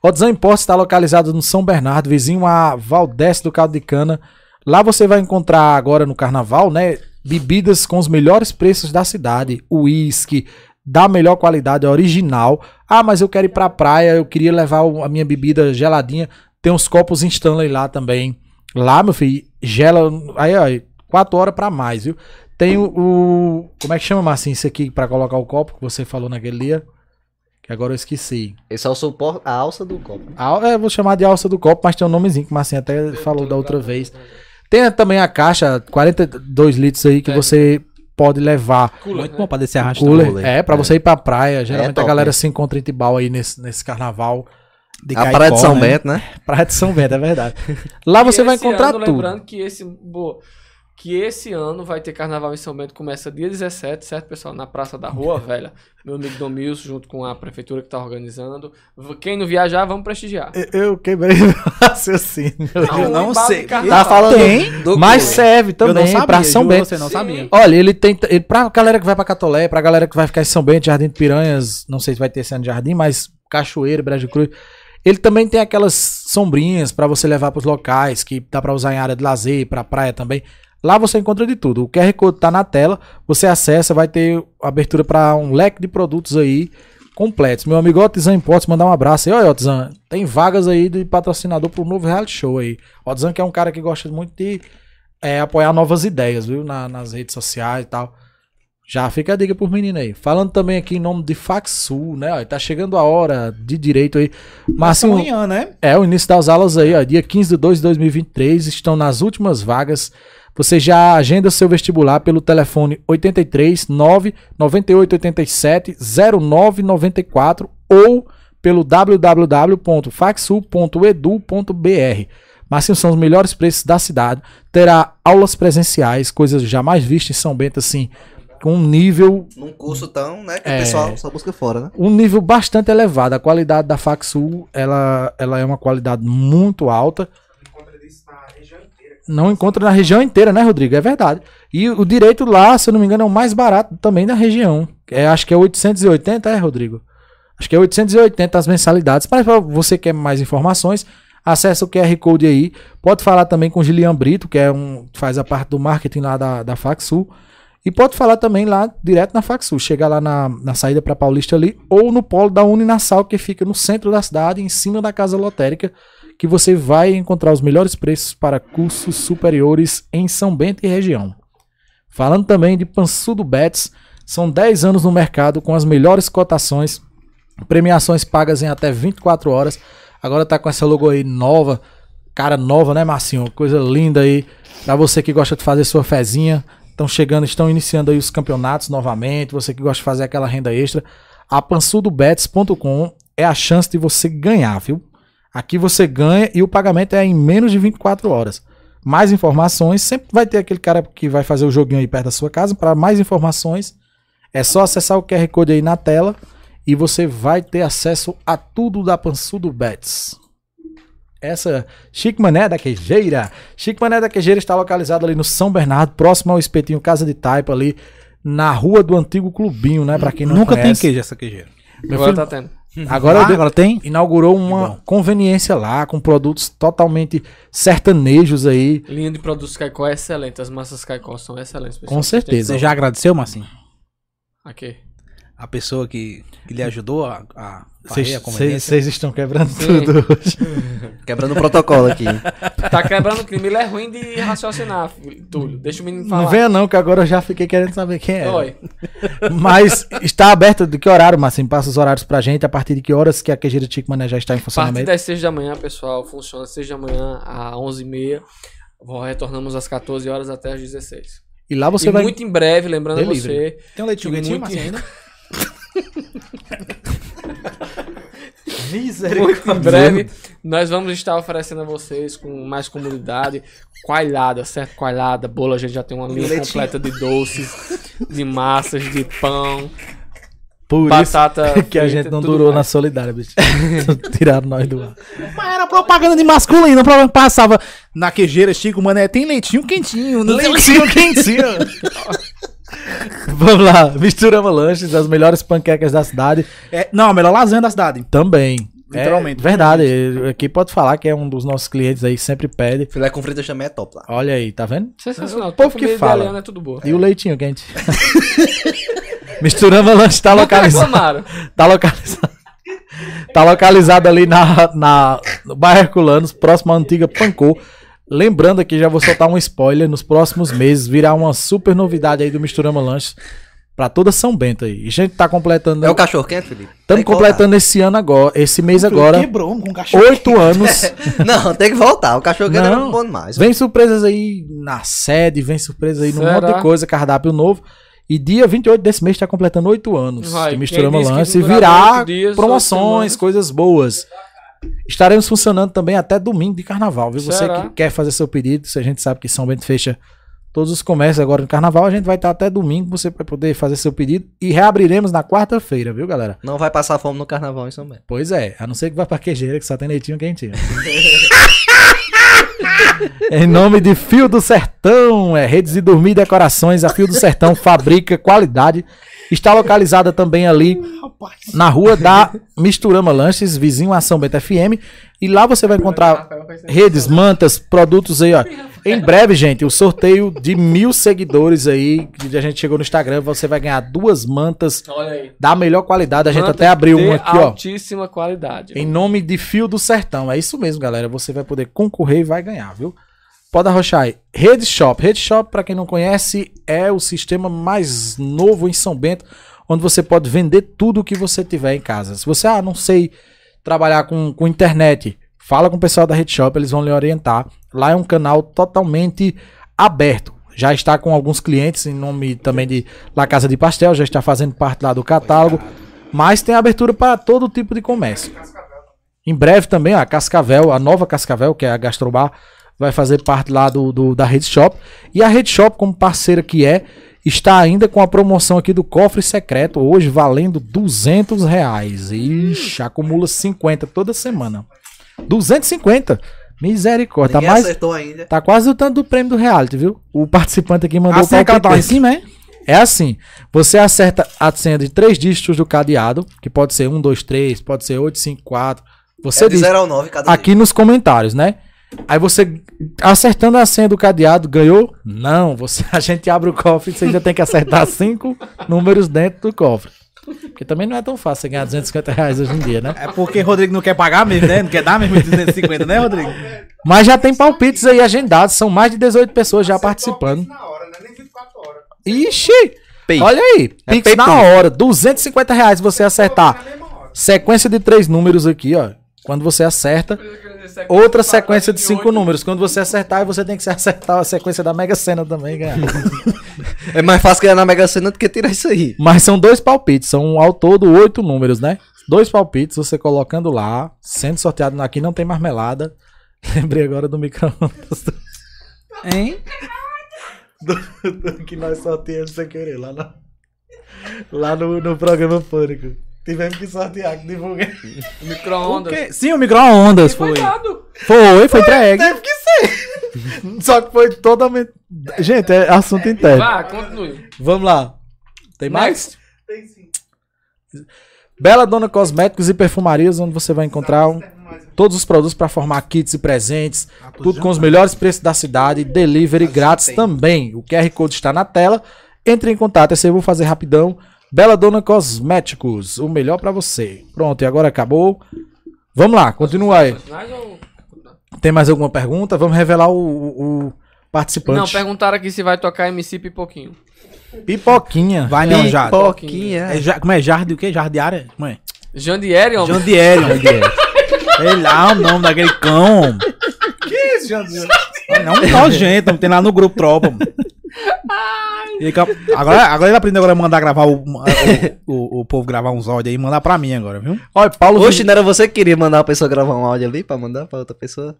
[SPEAKER 2] Otzan Imports está localizado no São Bernardo, vizinho a Valdeste do Caldo de Cana. Lá você vai encontrar agora no carnaval, né? Bebidas com os melhores preços da cidade. Uísque da melhor qualidade, é original. Ah, mas eu quero ir pra praia, eu queria levar o- a minha bebida geladinha. Tem uns copos Stanley lá também. Lá, meu filho, gela. Aí, ó, quatro horas pra mais, viu? Tem o, o- Como é que chama, Marcinho, isso aqui pra colocar o copo que você falou naquele dia? Que agora eu esqueci.
[SPEAKER 4] Esse é o suporte, a alça do copo.
[SPEAKER 2] Al- é, vou chamar de alça do copo, mas tem um nomezinho que o Marcinho até falou da outra vez. Tem também a caixa, 42 litros aí, que
[SPEAKER 1] É.
[SPEAKER 2] você pode levar.
[SPEAKER 1] Cooler,
[SPEAKER 3] Muito
[SPEAKER 1] né?
[SPEAKER 3] bom pra descer arrastando.
[SPEAKER 2] Cooler.
[SPEAKER 4] cooler.
[SPEAKER 2] É, pra você ir pra praia. Geralmente a
[SPEAKER 4] top,
[SPEAKER 2] galera
[SPEAKER 4] né?
[SPEAKER 2] se encontra em Tibau aí nesse, nesse carnaval.
[SPEAKER 3] De
[SPEAKER 4] A
[SPEAKER 3] Caicó,
[SPEAKER 4] Praia de São
[SPEAKER 3] né?
[SPEAKER 4] Bento, né?
[SPEAKER 2] Praia de São Bento, é verdade. Lá você
[SPEAKER 1] E
[SPEAKER 2] vai
[SPEAKER 1] esse
[SPEAKER 2] encontrar
[SPEAKER 1] ano,
[SPEAKER 2] tudo.
[SPEAKER 1] Lembrando que esse, boa, que esse ano vai ter carnaval em São Bento, começa dia 17, certo, pessoal? Na Praça da Rua Velha. Meu amigo Domilson, junto com a prefeitura que tá organizando. V- Quem não viajar, vamos prestigiar.
[SPEAKER 2] Eu- Eu quebrei o
[SPEAKER 3] assim.
[SPEAKER 2] raciocínio.
[SPEAKER 3] Eu não
[SPEAKER 1] Um embalo de
[SPEAKER 3] sei.
[SPEAKER 1] carnaval.
[SPEAKER 4] Tá falando
[SPEAKER 3] Tem,
[SPEAKER 4] do
[SPEAKER 2] Mas
[SPEAKER 4] cooler.
[SPEAKER 2] serve
[SPEAKER 3] Eu não
[SPEAKER 2] também
[SPEAKER 3] sabia,
[SPEAKER 2] pra São
[SPEAKER 3] juro,
[SPEAKER 2] Bento.
[SPEAKER 3] Você não
[SPEAKER 1] Sim.
[SPEAKER 3] sabia.
[SPEAKER 2] Olha, ele tem. Ele, pra galera que vai pra Catolé, pra galera que vai ficar em São Bento, Jardim de Piranhas, não sei se vai ter esse ano de jardim, mas Cachoeira, Brejo Cruz. Ele também tem aquelas sombrinhas pra você levar pros locais, que dá pra usar em área de lazer, pra praia também. Lá você encontra de tudo. O QR Code tá na tela, você acessa, vai ter abertura pra um leque de produtos aí completos. Meu amigo Otizan Importes, mandar um abraço aí. Olha, Otizan, tem vagas aí de patrocinador pro novo reality show aí. Otizan que é um cara que gosta muito de é, apoiar novas ideias, viu? Na- nas redes sociais e tal. Já fica a dica pros meninos aí. Falando também aqui em nome de Faxul, né? Ó, tá chegando a hora de direito aí.
[SPEAKER 3] Passa
[SPEAKER 2] Márcio,
[SPEAKER 3] amanhã, né?
[SPEAKER 2] é, o início das aulas aí, ó, dia 15 de 2 de 2023, estão nas últimas vagas. Você já agenda seu vestibular pelo telefone 83 9 98 87 09 94 ou pelo www.faxu.edu.br. Marcinho, são os melhores preços da cidade. Terá aulas presenciais, coisas jamais vistas em São Bento, assim, com um nível
[SPEAKER 4] Num curso tão, né? Que
[SPEAKER 2] É.
[SPEAKER 4] o pessoal só busca fora, né?
[SPEAKER 2] um nível bastante elevado. A qualidade da Faxul, ela, ela é uma qualidade muito alta. Não encontra na região inteira, né, Rodrigo? É verdade. E o direito lá, se eu não me engano, é o mais barato também da região. É, acho que é 880, é, Rodrigo? Acho que é 880 as mensalidades. Mas para você que quer mais informações, acessa o QR Code aí. Pode falar também com o Gilian Brito, que é um faz a parte do marketing lá da, da Faxul. E pode falar também lá direto na Faxul. Chega lá na, na saída para Paulista ali, ou no polo da Uninassal, que fica no centro da cidade, em cima da Casa Lotérica, que você vai encontrar os melhores preços para cursos superiores em São Bento e região. Falando também de Pansudo Bets, são 10 anos no mercado com as melhores cotações, premiações pagas em até 24 horas. Agora tá com essa logo aí nova, cara nova, né, Marcinho? Coisa linda aí. Pra você que gosta de fazer sua fezinha, estão chegando, estão iniciando aí os campeonatos novamente. Você que gosta de fazer aquela renda extra, a pansudobets.com é a chance de você ganhar, viu? Aqui você ganha e o pagamento é em menos de 24 horas. Mais informações, sempre vai ter aquele cara que vai fazer o joguinho aí perto da sua casa. Para mais informações, é só acessar o QR Code aí na tela e você vai ter acesso a tudo da Pansudo Bets. Essa Chique Mané da Quejeira. Chique Mané da Quejeira está localizado ali no São Bernardo, próximo ao Espetinho Casa de Taipa ali, na rua do antigo clubinho, né? Pra quem não
[SPEAKER 3] Nunca tem
[SPEAKER 2] conhece.
[SPEAKER 3] queijo essa queijeira.
[SPEAKER 2] Meu
[SPEAKER 1] Agora tá
[SPEAKER 2] filho,
[SPEAKER 1] tendo.
[SPEAKER 2] agora, Uhum.
[SPEAKER 3] Ah,
[SPEAKER 2] eu dei-
[SPEAKER 3] agora tem?
[SPEAKER 2] inaugurou
[SPEAKER 3] Que
[SPEAKER 2] uma conveniência lá com produtos totalmente sertanejos aí.
[SPEAKER 1] Linha de produtos Caicó é excelente. As massas Caicó são excelentes. pessoal.
[SPEAKER 2] Com
[SPEAKER 1] Vocês têm que-
[SPEAKER 2] certeza.
[SPEAKER 3] Você já agradeceu, Marcinho?
[SPEAKER 1] Aqui.
[SPEAKER 3] A pessoa que, que lhe ajudou a, a
[SPEAKER 2] Vocês
[SPEAKER 3] varrer a
[SPEAKER 2] vocês-
[SPEAKER 3] conveniência?
[SPEAKER 2] vocês estão quebrando
[SPEAKER 1] Sim.
[SPEAKER 2] tudo hoje.
[SPEAKER 4] Quebrando o protocolo aqui.
[SPEAKER 1] Tá quebrando o crime. Ele é ruim de raciocinar, filho, Túlio. Deixa o menino falar.
[SPEAKER 2] Não venha não, que agora eu já fiquei querendo saber quem é.
[SPEAKER 1] Oi.
[SPEAKER 2] Mas está aberto de que horário, Marcinho? Passa os horários pra gente, a partir de que horas que a queijeira Tico Mané já está em
[SPEAKER 1] A partir
[SPEAKER 2] funcionamento.
[SPEAKER 1] das 6 da manhã, pessoal, funciona 6 da manhã a 11h30. Vó- Retornamos às 14 horas até às 16
[SPEAKER 2] E lá você
[SPEAKER 1] E
[SPEAKER 2] vai.
[SPEAKER 1] muito em breve, lembrando a
[SPEAKER 2] Delivery.
[SPEAKER 1] você.
[SPEAKER 3] Tem um leitinho
[SPEAKER 1] E
[SPEAKER 3] quentinho,
[SPEAKER 1] muito-
[SPEAKER 3] Marcinho, ainda?
[SPEAKER 1] Muito em breve, nós vamos estar oferecendo a vocês com mais comunidade, coalhada, certo? Coalhada, bolo, a gente já tem uma linha
[SPEAKER 3] Leitinho.
[SPEAKER 1] completa de doces, de massas, de pão,
[SPEAKER 2] Por isso
[SPEAKER 1] batata.
[SPEAKER 2] que a
[SPEAKER 1] frita,
[SPEAKER 2] gente não
[SPEAKER 1] tudo
[SPEAKER 2] durou na
[SPEAKER 1] mais.
[SPEAKER 2] solidária, bicho. Tiraram nós do ar.
[SPEAKER 3] Mas era propaganda de masculino, pro- passava na queijeira, Chico, mané, tem leitinho quentinho, não tem leitinho quentinho.
[SPEAKER 2] Vamos lá, misturamos lanches, as melhores panquecas da cidade
[SPEAKER 3] É, não, a melhor lasanha da cidade.
[SPEAKER 2] também.
[SPEAKER 3] Literalmente.
[SPEAKER 2] É verdade,
[SPEAKER 4] né,
[SPEAKER 2] eu- aqui pode falar que é um dos nossos clientes aí, sempre pede.
[SPEAKER 4] Filé com fritas também é top lá.
[SPEAKER 2] Olha aí, tá vendo?
[SPEAKER 1] Sensacional. O
[SPEAKER 2] povo
[SPEAKER 1] povo
[SPEAKER 2] que
[SPEAKER 1] que
[SPEAKER 2] fala.
[SPEAKER 1] fala. é tudo boa.
[SPEAKER 2] E o leitinho quente. misturamos lanches, tá
[SPEAKER 1] Nunca
[SPEAKER 2] localizado.
[SPEAKER 1] reclamaram.
[SPEAKER 2] Tá localizado. Tá localizado ali na, na, no bairro Herculanos, próximo à antiga Pancô. Lembrando aqui, já vou soltar um spoiler, nos próximos meses virá uma super novidade aí do Misturama Lanches pra toda São Bento aí. E a gente tá completando,
[SPEAKER 4] É o cachorro quente, Felipe? Tem
[SPEAKER 2] estamos
[SPEAKER 4] que voltar.
[SPEAKER 2] completando esse ano agora, esse mês agora,
[SPEAKER 3] Quebrou um com cachorro.
[SPEAKER 2] oito anos.
[SPEAKER 4] Não, tem que voltar. O cachorro quente era
[SPEAKER 2] Não.
[SPEAKER 4] bom demais.
[SPEAKER 2] Vem surpresas aí na sede, vem surpresas aí num
[SPEAKER 1] Será?
[SPEAKER 2] monte de coisa, cardápio novo. E dia 28 desse mês está completando oito anos
[SPEAKER 1] Vai,
[SPEAKER 2] do
[SPEAKER 1] quem
[SPEAKER 2] Misturama
[SPEAKER 1] disse que
[SPEAKER 2] Lance e
[SPEAKER 1] durava
[SPEAKER 2] virá
[SPEAKER 1] oito dias,
[SPEAKER 2] promoções,
[SPEAKER 1] oito semanas?
[SPEAKER 2] coisas boas. Estaremos funcionando também até domingo de carnaval, viu? Você
[SPEAKER 1] Será?
[SPEAKER 2] que quer fazer seu pedido, se a gente sabe que São Bento fecha todos os comércios agora no carnaval, a gente vai estar até domingo, você vai poder fazer seu pedido e reabriremos na quarta-feira, viu, galera?
[SPEAKER 4] Não vai passar fome no carnaval em São Bento.
[SPEAKER 2] Pois é, a não ser que vá pra queijeira, que só tem leitinho quentinho. em nome de Fio do Sertão, é redes de dormir e decorações, a Fio do Sertão fabrica qualidade. Está localizada também ali na rua da Misturama Lanches, vizinho à São Bento FM. E lá você vai encontrar redes, mantas, produtos aí, ó. Em breve, gente, o sorteio de mil seguidores aí, que a gente chegou no Instagram, você vai ganhar duas mantas
[SPEAKER 1] Olha aí.
[SPEAKER 2] da melhor qualidade. A gente
[SPEAKER 1] Manta
[SPEAKER 2] até abriu
[SPEAKER 1] de
[SPEAKER 2] uma aqui, ó.
[SPEAKER 1] Altíssima qualidade.
[SPEAKER 2] Em nome de Fio do Sertão. É isso mesmo, galera. Você vai poder concorrer e vai ganhar, viu? Pode arrochar aí. Rede Shop. Rede Shop, pra quem não conhece, é o sistema mais novo em São Bento, onde você pode vender tudo que você tiver em casa. Se você, ah, não sei trabalhar com, com internet, fala com o pessoal da Rede Shop, eles vão lhe orientar. Lá é um canal totalmente aberto. Já está com alguns clientes em nome também de La Casa de Pastel, já está fazendo parte lá do catálogo. Mas tem abertura para todo tipo de comércio. Em breve também ó, a Cascavel, a nova Cascavel, que é a Gastrobar, vai fazer parte lá do, do- da Rede Shop. E a Rede Shop, como parceira que é, está ainda com a promoção aqui do cofre secreto, hoje valendo 200 reais. Ixi, acumula 50 toda semana. 250? Misericórdia. Tá,
[SPEAKER 4] Ninguém
[SPEAKER 2] mais,
[SPEAKER 4] acertou ainda.
[SPEAKER 2] tá quase o tanto do prêmio do reality, viu? O participante aqui mandou
[SPEAKER 3] Assim é que ela tá lá em
[SPEAKER 2] palpitês.
[SPEAKER 3] cima, é?
[SPEAKER 2] É assim, você acerta a senha de três dígitos do cadeado, que pode ser 1, 2, 3, pode ser 8, 5, 4. Você
[SPEAKER 4] É de
[SPEAKER 2] diz
[SPEAKER 4] 0 ao 9 cada
[SPEAKER 2] aqui nos comentários, né? Aí você acertando a senha do cadeado, ganhou? Não, você a gente abre o cofre e você ainda tem que acertar cinco números dentro do cofre. Porque também não é tão fácil você ganhar 250 reais hoje em dia, né?
[SPEAKER 3] É porque Rodrigo não quer pagar mesmo, né? Não quer dar mesmo 250, né, Rodrigo?
[SPEAKER 2] Mas já tem palpites aí agendados, são mais de 18 pessoas já participando. Ixi!
[SPEAKER 4] Pix.
[SPEAKER 2] Olha aí,
[SPEAKER 4] É
[SPEAKER 2] Pix
[SPEAKER 4] Pay
[SPEAKER 2] na
[SPEAKER 4] Pix.
[SPEAKER 2] hora, 250 reais você acertar. Sequência de três números aqui, ó. Quando você acerta, outra sequência de cinco números. Quando você acertar, você tem que se acertar a sequência da Mega Sena também, né? cara.
[SPEAKER 4] dia. É mais fácil ganhar na Mega Sena do que tirar isso aí.
[SPEAKER 2] Mas são dois palpites, são ao todo oito números, né? Dois palpites, você colocando lá, sendo sorteado aqui, não tem marmelada. Lembrei agora do micro-ondas.
[SPEAKER 3] Hein?
[SPEAKER 2] do, do que nós sorteamos sem querer, lá, na- lá no, no programa Pânico. Tivemos que sortear, que divulguei.
[SPEAKER 1] Micro-ondas.
[SPEAKER 3] Porque- Sim, o micro-ondas foi.
[SPEAKER 1] Cuidado.
[SPEAKER 2] Foi, foi entregue. Teve que ser. Só que foi totalmente. Gente, é assunto interno.
[SPEAKER 1] Vá, continue.
[SPEAKER 2] Vamos lá. Tem mais? Bela Dona Cosméticos e Perfumarias, onde você vai encontrar um- todos os produtos para formar kits e presentes,
[SPEAKER 3] Ah,
[SPEAKER 2] tudo com os melhores preços da cidade, delivery
[SPEAKER 3] Mas
[SPEAKER 2] grátis
[SPEAKER 3] tem.
[SPEAKER 2] também. O QR Code está na tela. Entre em contato, esse eu vou fazer rapidão. Bela Dona Cosméticos, o melhor para você. Pronto, e agora acabou. Vamos lá, continua aí.
[SPEAKER 1] Personagens ou-
[SPEAKER 2] Tem mais alguma pergunta? Vamos revelar o, o- o participante.
[SPEAKER 1] Não, perguntaram aqui se vai tocar MC Pipoquinho.
[SPEAKER 2] Pipoquinha.
[SPEAKER 3] Vai não, Jade.
[SPEAKER 2] Pipoquinha.
[SPEAKER 3] É, ja- como é? Jardim o quê? Jardiária? Como é?
[SPEAKER 1] Jandieri, homem.
[SPEAKER 3] Jandieri, homem. Sei lá o nome daquele cão. homem. Não, nojento, homem. tem lá no grupo tropa. homem. E que- Agora, agora ele aprendeu agora a mandar gravar o, o, o, o povo gravar uns áudios aí e mandar pra mim agora, viu?
[SPEAKER 2] Olha, Paulo.
[SPEAKER 4] Oxe, não era você que queria mandar uma pessoa gravar um áudio ali pra mandar pra outra pessoa?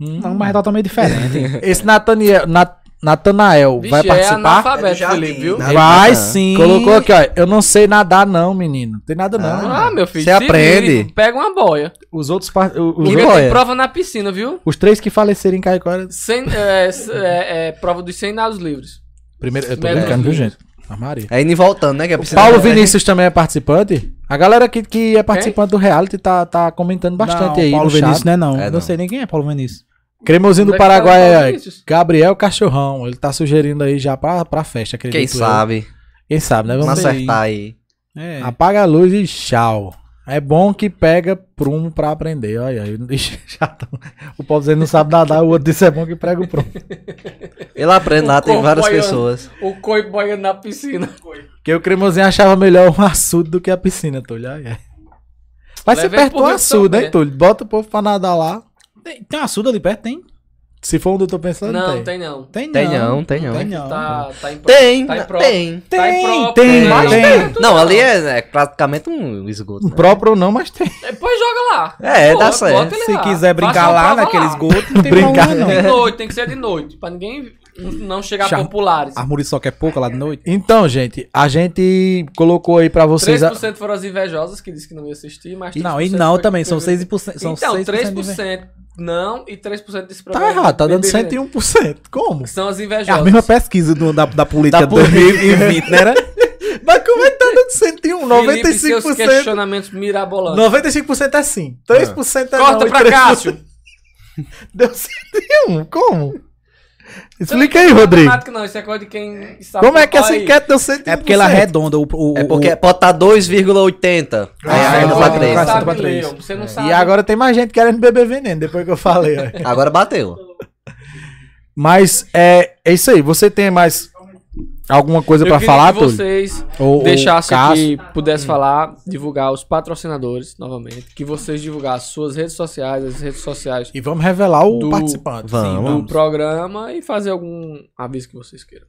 [SPEAKER 2] Hum,
[SPEAKER 3] Não, mas tá meio diferente.
[SPEAKER 2] Esse Nataniel, Na- Natanael
[SPEAKER 1] Bicho,
[SPEAKER 2] vai
[SPEAKER 1] é
[SPEAKER 2] participar?
[SPEAKER 1] analfabeto,
[SPEAKER 4] É do jardim,
[SPEAKER 1] Felipe, viu?
[SPEAKER 4] né?
[SPEAKER 3] Vai sim.
[SPEAKER 2] É, Colocou aqui, ó. Eu não sei nadar, não, menino. Tem nada, não.
[SPEAKER 1] Ah, meu filho.
[SPEAKER 4] Você
[SPEAKER 1] se
[SPEAKER 4] aprende.
[SPEAKER 1] vire, Pega uma boia.
[SPEAKER 2] Os outros. par- o- é. Os,
[SPEAKER 1] Porque
[SPEAKER 4] boia?
[SPEAKER 1] tem prova na piscina, viu?
[SPEAKER 2] os três que faleceram em Caicora.
[SPEAKER 1] Sem, é, s- é, é, prova dos 100 nados livres.
[SPEAKER 2] Primeiro, eu tô
[SPEAKER 1] Melhor
[SPEAKER 2] brincando, viu,
[SPEAKER 1] vídeo.
[SPEAKER 2] gente? A Maria.
[SPEAKER 4] Aí nem voltando, né? Que a piscina-
[SPEAKER 2] Paulo Vinícius também é participante. A galera que, que é participante do reality tá, tá comentando bastante
[SPEAKER 3] Não,
[SPEAKER 2] aí.
[SPEAKER 3] Paulo
[SPEAKER 2] no chat.
[SPEAKER 3] Vinícius não é não.
[SPEAKER 4] É,
[SPEAKER 3] Eu
[SPEAKER 4] não.
[SPEAKER 3] não sei nem quem é Paulo Vinícius.
[SPEAKER 2] Cremosinho
[SPEAKER 1] Onde é
[SPEAKER 2] do
[SPEAKER 1] que tá o Paulo
[SPEAKER 2] Paraguai, é
[SPEAKER 1] Vinícius?
[SPEAKER 2] Gabriel Cachorrão. Ele tá sugerindo aí já pra, pra festa, acredito.
[SPEAKER 4] Quem
[SPEAKER 2] eu.
[SPEAKER 4] sabe?
[SPEAKER 2] Quem sabe, né?
[SPEAKER 4] Não
[SPEAKER 2] Vamos ver.
[SPEAKER 4] acertar aí.
[SPEAKER 3] É.
[SPEAKER 2] Apaga a luz e tchau. É bom que pega prumo pra aprender. Olha aí, já tão- o povo dizendo não sabe nadar, o outro disse é bom que prega o prumo.
[SPEAKER 4] Ele aprende lá, tem
[SPEAKER 1] corpo
[SPEAKER 4] várias
[SPEAKER 1] boiando.
[SPEAKER 4] pessoas.
[SPEAKER 1] O coi boia na piscina.
[SPEAKER 2] Porque o cremosinho achava melhor um açude do que a piscina, Túlio. Olha aí. Vai ser
[SPEAKER 1] Leva
[SPEAKER 2] perto
[SPEAKER 1] pro
[SPEAKER 2] do
[SPEAKER 1] Rio
[SPEAKER 2] açude,
[SPEAKER 1] também.
[SPEAKER 2] hein, Túlio? Bota o povo pra nadar lá.
[SPEAKER 3] Tem, tem uma suda ali perto, tem?
[SPEAKER 2] Se for onde eu tô pensando,
[SPEAKER 1] Não,
[SPEAKER 2] tem.
[SPEAKER 1] tem não.
[SPEAKER 3] Tem não.
[SPEAKER 4] Tem não, tem não.
[SPEAKER 3] Tem não.
[SPEAKER 1] Tá, tá em prova.
[SPEAKER 4] Tem,
[SPEAKER 1] Tá em prova.
[SPEAKER 4] tem.
[SPEAKER 1] Tá em
[SPEAKER 3] Tem,
[SPEAKER 1] prova,
[SPEAKER 3] tem,
[SPEAKER 1] né?
[SPEAKER 3] tem.
[SPEAKER 4] Não, ali é, é praticamente um esgoto.
[SPEAKER 2] Um
[SPEAKER 4] né?
[SPEAKER 2] próprio não, mas tem.
[SPEAKER 1] Depois joga lá.
[SPEAKER 4] É, dá certo.
[SPEAKER 1] ele
[SPEAKER 3] Se
[SPEAKER 1] lá.
[SPEAKER 3] quiser brincar
[SPEAKER 1] Ah, Faça uma
[SPEAKER 3] lá
[SPEAKER 1] prova
[SPEAKER 3] naquele esgoto, não tem
[SPEAKER 2] Brincar.
[SPEAKER 3] problema,
[SPEAKER 1] De
[SPEAKER 3] não.
[SPEAKER 1] noite, tem que ser de noite. Pra ninguém não chegar
[SPEAKER 3] Chá.
[SPEAKER 1] populares.
[SPEAKER 2] Ah,
[SPEAKER 3] A muriçoca é pouca lá de noite.
[SPEAKER 2] Então, gente, a gente colocou aí pra vocês. A...
[SPEAKER 1] 3% foram as invejosas que disse que não ia assistir, mas.
[SPEAKER 3] Não,
[SPEAKER 1] 3%
[SPEAKER 3] e
[SPEAKER 1] foi
[SPEAKER 3] não
[SPEAKER 1] que
[SPEAKER 3] também, são
[SPEAKER 1] escreveu.
[SPEAKER 3] 6%. São
[SPEAKER 1] Então,
[SPEAKER 3] 6% de
[SPEAKER 1] 3% não e 3% desse
[SPEAKER 2] Tá
[SPEAKER 1] programa.
[SPEAKER 2] errado, tá dando
[SPEAKER 1] BBB.
[SPEAKER 2] 101%. Como?
[SPEAKER 1] São as
[SPEAKER 3] É a
[SPEAKER 1] invejosas.
[SPEAKER 3] mesma pesquisa do- da, da política
[SPEAKER 2] Da
[SPEAKER 3] de 2020, né? era?
[SPEAKER 2] Mas como é que tá dando 101?
[SPEAKER 1] Felipe, seus questionamentos mirabolantes.
[SPEAKER 2] 95% é sim. 3% é não.
[SPEAKER 1] Corta
[SPEAKER 2] e
[SPEAKER 1] pra
[SPEAKER 2] 3%
[SPEAKER 1] Cássio.
[SPEAKER 2] Deu 101. Como? Explica
[SPEAKER 1] Isso
[SPEAKER 2] aí,
[SPEAKER 1] não é
[SPEAKER 2] Rodrigo.
[SPEAKER 1] matemática, Não, isso é coisa de quem está
[SPEAKER 2] Como é que essa
[SPEAKER 1] Olha aí.
[SPEAKER 2] enquete deu 101%?
[SPEAKER 3] É porque ela arredonda o. o, o
[SPEAKER 4] É porque pode estar 2,80. Aí
[SPEAKER 2] Ah,
[SPEAKER 4] arredonda
[SPEAKER 1] Você
[SPEAKER 4] É, pra
[SPEAKER 1] não
[SPEAKER 4] três.
[SPEAKER 3] Cássio,
[SPEAKER 1] sabe
[SPEAKER 3] pra três.
[SPEAKER 1] ler, Você não sabe.
[SPEAKER 2] É. E agora tem mais gente querendo beber veneno, depois que eu falei. ó.
[SPEAKER 4] Agora bateu.
[SPEAKER 2] Mas é, é isso aí. Você tem mais alguma coisa
[SPEAKER 1] eu
[SPEAKER 2] pra
[SPEAKER 1] queria
[SPEAKER 2] falar,
[SPEAKER 1] que
[SPEAKER 2] Túlio?
[SPEAKER 1] vocês
[SPEAKER 2] Ou, ou
[SPEAKER 1] deixasse
[SPEAKER 2] Cássio?
[SPEAKER 1] aqui, pudesse falar, divulgar os patrocinadores novamente, que vocês divulgassem suas redes sociais, as redes sociais
[SPEAKER 2] E vamos revelar o
[SPEAKER 1] Do-
[SPEAKER 2] participante.
[SPEAKER 4] Vamos.
[SPEAKER 1] do programa e fazer algum aviso que vocês queiram.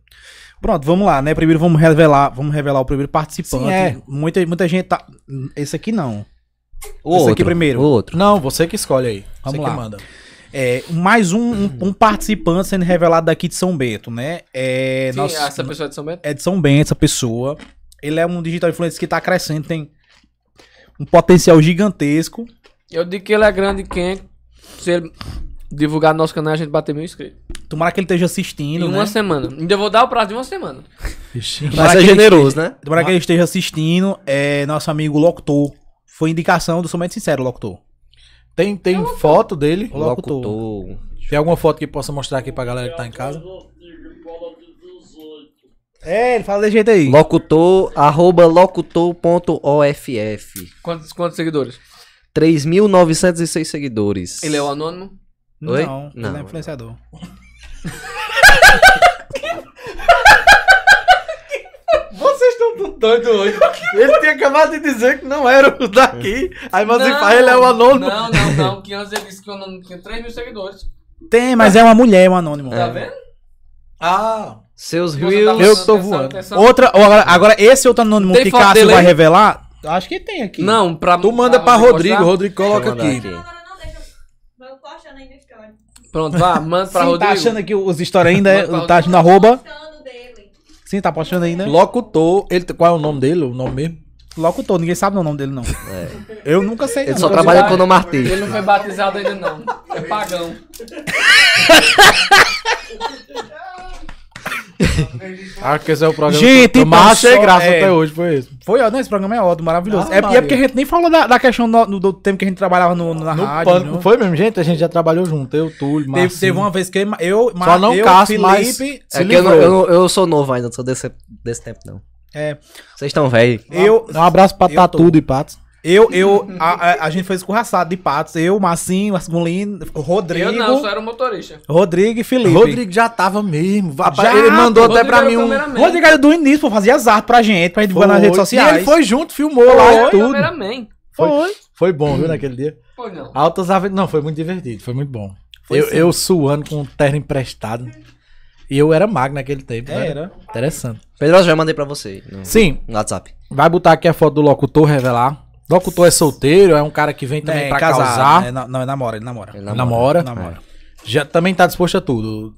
[SPEAKER 3] Pronto, vamos lá, né? Primeiro vamos revelar, vamos revelar o primeiro participante.
[SPEAKER 2] Sim, é.
[SPEAKER 3] muita, muita gente tá. Esse aqui não.
[SPEAKER 4] O
[SPEAKER 3] Esse aqui
[SPEAKER 4] outro.
[SPEAKER 3] primeiro.
[SPEAKER 4] O outro.
[SPEAKER 2] Não, você que escolhe aí.
[SPEAKER 3] Vamos
[SPEAKER 2] você
[SPEAKER 3] lá.
[SPEAKER 2] que manda.
[SPEAKER 3] É, mais um, um, um participante sendo revelado daqui de São Bento, né? É,
[SPEAKER 1] Sim,
[SPEAKER 3] nosso-
[SPEAKER 1] essa pessoa de São Bento.
[SPEAKER 3] é de São Bento, essa pessoa. Ele é um digital influencer que tá crescendo, tem um potencial gigantesco.
[SPEAKER 1] Eu digo que ele é grande quem se ele divulgar no nosso canal a gente bater mil inscritos.
[SPEAKER 3] Tomara que ele esteja
[SPEAKER 1] Em
[SPEAKER 3] assistindo,
[SPEAKER 1] uma
[SPEAKER 2] é?
[SPEAKER 3] né?
[SPEAKER 1] semana. Ainda vou dar o prazo de uma semana.
[SPEAKER 4] Mas é generoso, né?
[SPEAKER 3] Tomara que ele esteja assistindo. É, nosso amigo Locutor. Foi indicação do Somente Sincero, Locutor.
[SPEAKER 2] Tem, tem foto dele?
[SPEAKER 3] Locutor.
[SPEAKER 4] Locutor.
[SPEAKER 2] Tem alguma foto que possa mostrar aqui pra galera que tá em casa?
[SPEAKER 3] É, ele fala desse jeito aí.
[SPEAKER 4] Locutor, arroba locutor.off.
[SPEAKER 1] Quantos, quantos seguidores?
[SPEAKER 4] 3.906 seguidores.
[SPEAKER 1] Ele é o anônimo?
[SPEAKER 4] Oi?
[SPEAKER 3] Não, ele
[SPEAKER 4] Não.
[SPEAKER 3] é influenciador.
[SPEAKER 2] Vocês estão tudo doido hoje. Ele tinha acabado de dizer que não era o daqui. Aí você
[SPEAKER 1] Não,
[SPEAKER 2] fala, ele é o anônimo.
[SPEAKER 1] Não, não, não. Que antes ele disse que o anônimo tinha 3 mil seguidores.
[SPEAKER 3] Tem, mas é uma mulher, é um anônimo.
[SPEAKER 1] Tá vendo?
[SPEAKER 2] Ah,
[SPEAKER 4] Seus
[SPEAKER 1] Você tá
[SPEAKER 4] reels.
[SPEAKER 2] Eu
[SPEAKER 1] prestando
[SPEAKER 2] tô
[SPEAKER 1] atenção,
[SPEAKER 2] voando.
[SPEAKER 1] atenção.
[SPEAKER 3] Outra, ó, agora, agora esse outro anônimo
[SPEAKER 1] Tem
[SPEAKER 3] que
[SPEAKER 1] foto
[SPEAKER 3] Cássio
[SPEAKER 1] dele
[SPEAKER 3] vai
[SPEAKER 1] aí?
[SPEAKER 3] revelar. Acho que tem aqui.
[SPEAKER 1] Não, pra
[SPEAKER 2] tu manda pra
[SPEAKER 1] você
[SPEAKER 2] Rodrigo,
[SPEAKER 1] mostrar?
[SPEAKER 2] Rodrigo coloca
[SPEAKER 4] Deixa eu mandar
[SPEAKER 2] aqui.
[SPEAKER 4] aqui.
[SPEAKER 7] Agora não, deixa eu. Vou postando aí no story.
[SPEAKER 1] Pronto, vá, manda pra
[SPEAKER 3] Sim,
[SPEAKER 1] Rodrigo.
[SPEAKER 3] tá achando aqui os stories ainda?
[SPEAKER 1] Manda pra
[SPEAKER 3] é? tá achando arroba?
[SPEAKER 7] Postando dele.
[SPEAKER 3] Sim, tá postando ainda?
[SPEAKER 2] Locutor, ele, qual é o nome dele? O nome mesmo?
[SPEAKER 3] Locutor, ninguém sabe o nome dele, não. Eu nunca sei.
[SPEAKER 4] É. Ele
[SPEAKER 3] não.
[SPEAKER 4] só
[SPEAKER 3] Eu-
[SPEAKER 4] trabalha
[SPEAKER 1] vai.
[SPEAKER 4] com o nome artístico.
[SPEAKER 1] Ele não foi batizado ainda, não. É pagão.
[SPEAKER 2] Acho que esse é o programa.
[SPEAKER 3] Gente,
[SPEAKER 2] que eu
[SPEAKER 3] então
[SPEAKER 2] mais achei
[SPEAKER 3] só-
[SPEAKER 2] graça
[SPEAKER 3] é.
[SPEAKER 2] até hoje, foi isso.
[SPEAKER 3] Foi ótimo, né? Esse programa é ótimo, maravilhoso.
[SPEAKER 2] Ah,
[SPEAKER 3] é, e é porque
[SPEAKER 2] Maria.
[SPEAKER 3] a gente nem falou da, da questão no- no- do tempo que a gente trabalhava no, na
[SPEAKER 2] No
[SPEAKER 3] rádio.
[SPEAKER 2] pânico,
[SPEAKER 3] não.
[SPEAKER 2] foi mesmo, gente? A gente já trabalhou junto, eu, Túlio,
[SPEAKER 3] Teve,
[SPEAKER 2] Marcinho.
[SPEAKER 3] teve uma vez que eu, eu
[SPEAKER 2] Só não
[SPEAKER 3] eu,
[SPEAKER 2] Cássio,
[SPEAKER 3] Felipe,
[SPEAKER 2] mas-
[SPEAKER 4] É que eu, não- eu não- eu sou novo ainda, não sou desse, desse tempo, não.
[SPEAKER 3] É.
[SPEAKER 4] Vocês estão velho.
[SPEAKER 3] eu,
[SPEAKER 2] Um abraço pra
[SPEAKER 3] Eu
[SPEAKER 2] Tatudo e Patos.
[SPEAKER 3] eu, eu, a, a- a gente foi escorraçado de patos. Eu, Marcinho, Marculino, Rodrigo,
[SPEAKER 1] Eu não, só era o motorista.
[SPEAKER 3] Rodrigo e Felipe.
[SPEAKER 2] Rodrigo já tava mesmo. rapaz,
[SPEAKER 3] Já,
[SPEAKER 2] ele mandou
[SPEAKER 1] pô,
[SPEAKER 2] até pra
[SPEAKER 1] Rodrigo
[SPEAKER 2] mim
[SPEAKER 1] era o
[SPEAKER 2] um.
[SPEAKER 1] cameraman.
[SPEAKER 3] Rodrigo era do início, pô, fazia azar pra gente, pra gente divulgar nas redes
[SPEAKER 2] E
[SPEAKER 3] sociais.
[SPEAKER 2] ele foi junto, filmou
[SPEAKER 1] Pô,
[SPEAKER 2] lá
[SPEAKER 1] eu
[SPEAKER 2] e tudo.
[SPEAKER 1] era man.
[SPEAKER 2] Foi. Foi bom, viu, naquele dia.
[SPEAKER 1] Pô, não.
[SPEAKER 2] Altas aventuras. Não, foi muito divertido, foi muito bom. eu, eu suando com um terno emprestado. E eu era magro naquele tempo.
[SPEAKER 3] É,
[SPEAKER 2] Era.
[SPEAKER 3] era.
[SPEAKER 2] Interessante.
[SPEAKER 4] Pedro, eu já mandei pra você no,
[SPEAKER 2] Sim,
[SPEAKER 4] no WhatsApp.
[SPEAKER 2] vai botar aqui a foto do locutor, revelar. Locutor é solteiro, é um cara que vem também
[SPEAKER 3] É,
[SPEAKER 2] pra
[SPEAKER 3] casado,
[SPEAKER 2] causar.
[SPEAKER 3] né? Não, não, ele namora, ele namora.
[SPEAKER 4] Ele
[SPEAKER 2] Namora.
[SPEAKER 3] Namora.
[SPEAKER 2] Já também tá disposto a tudo.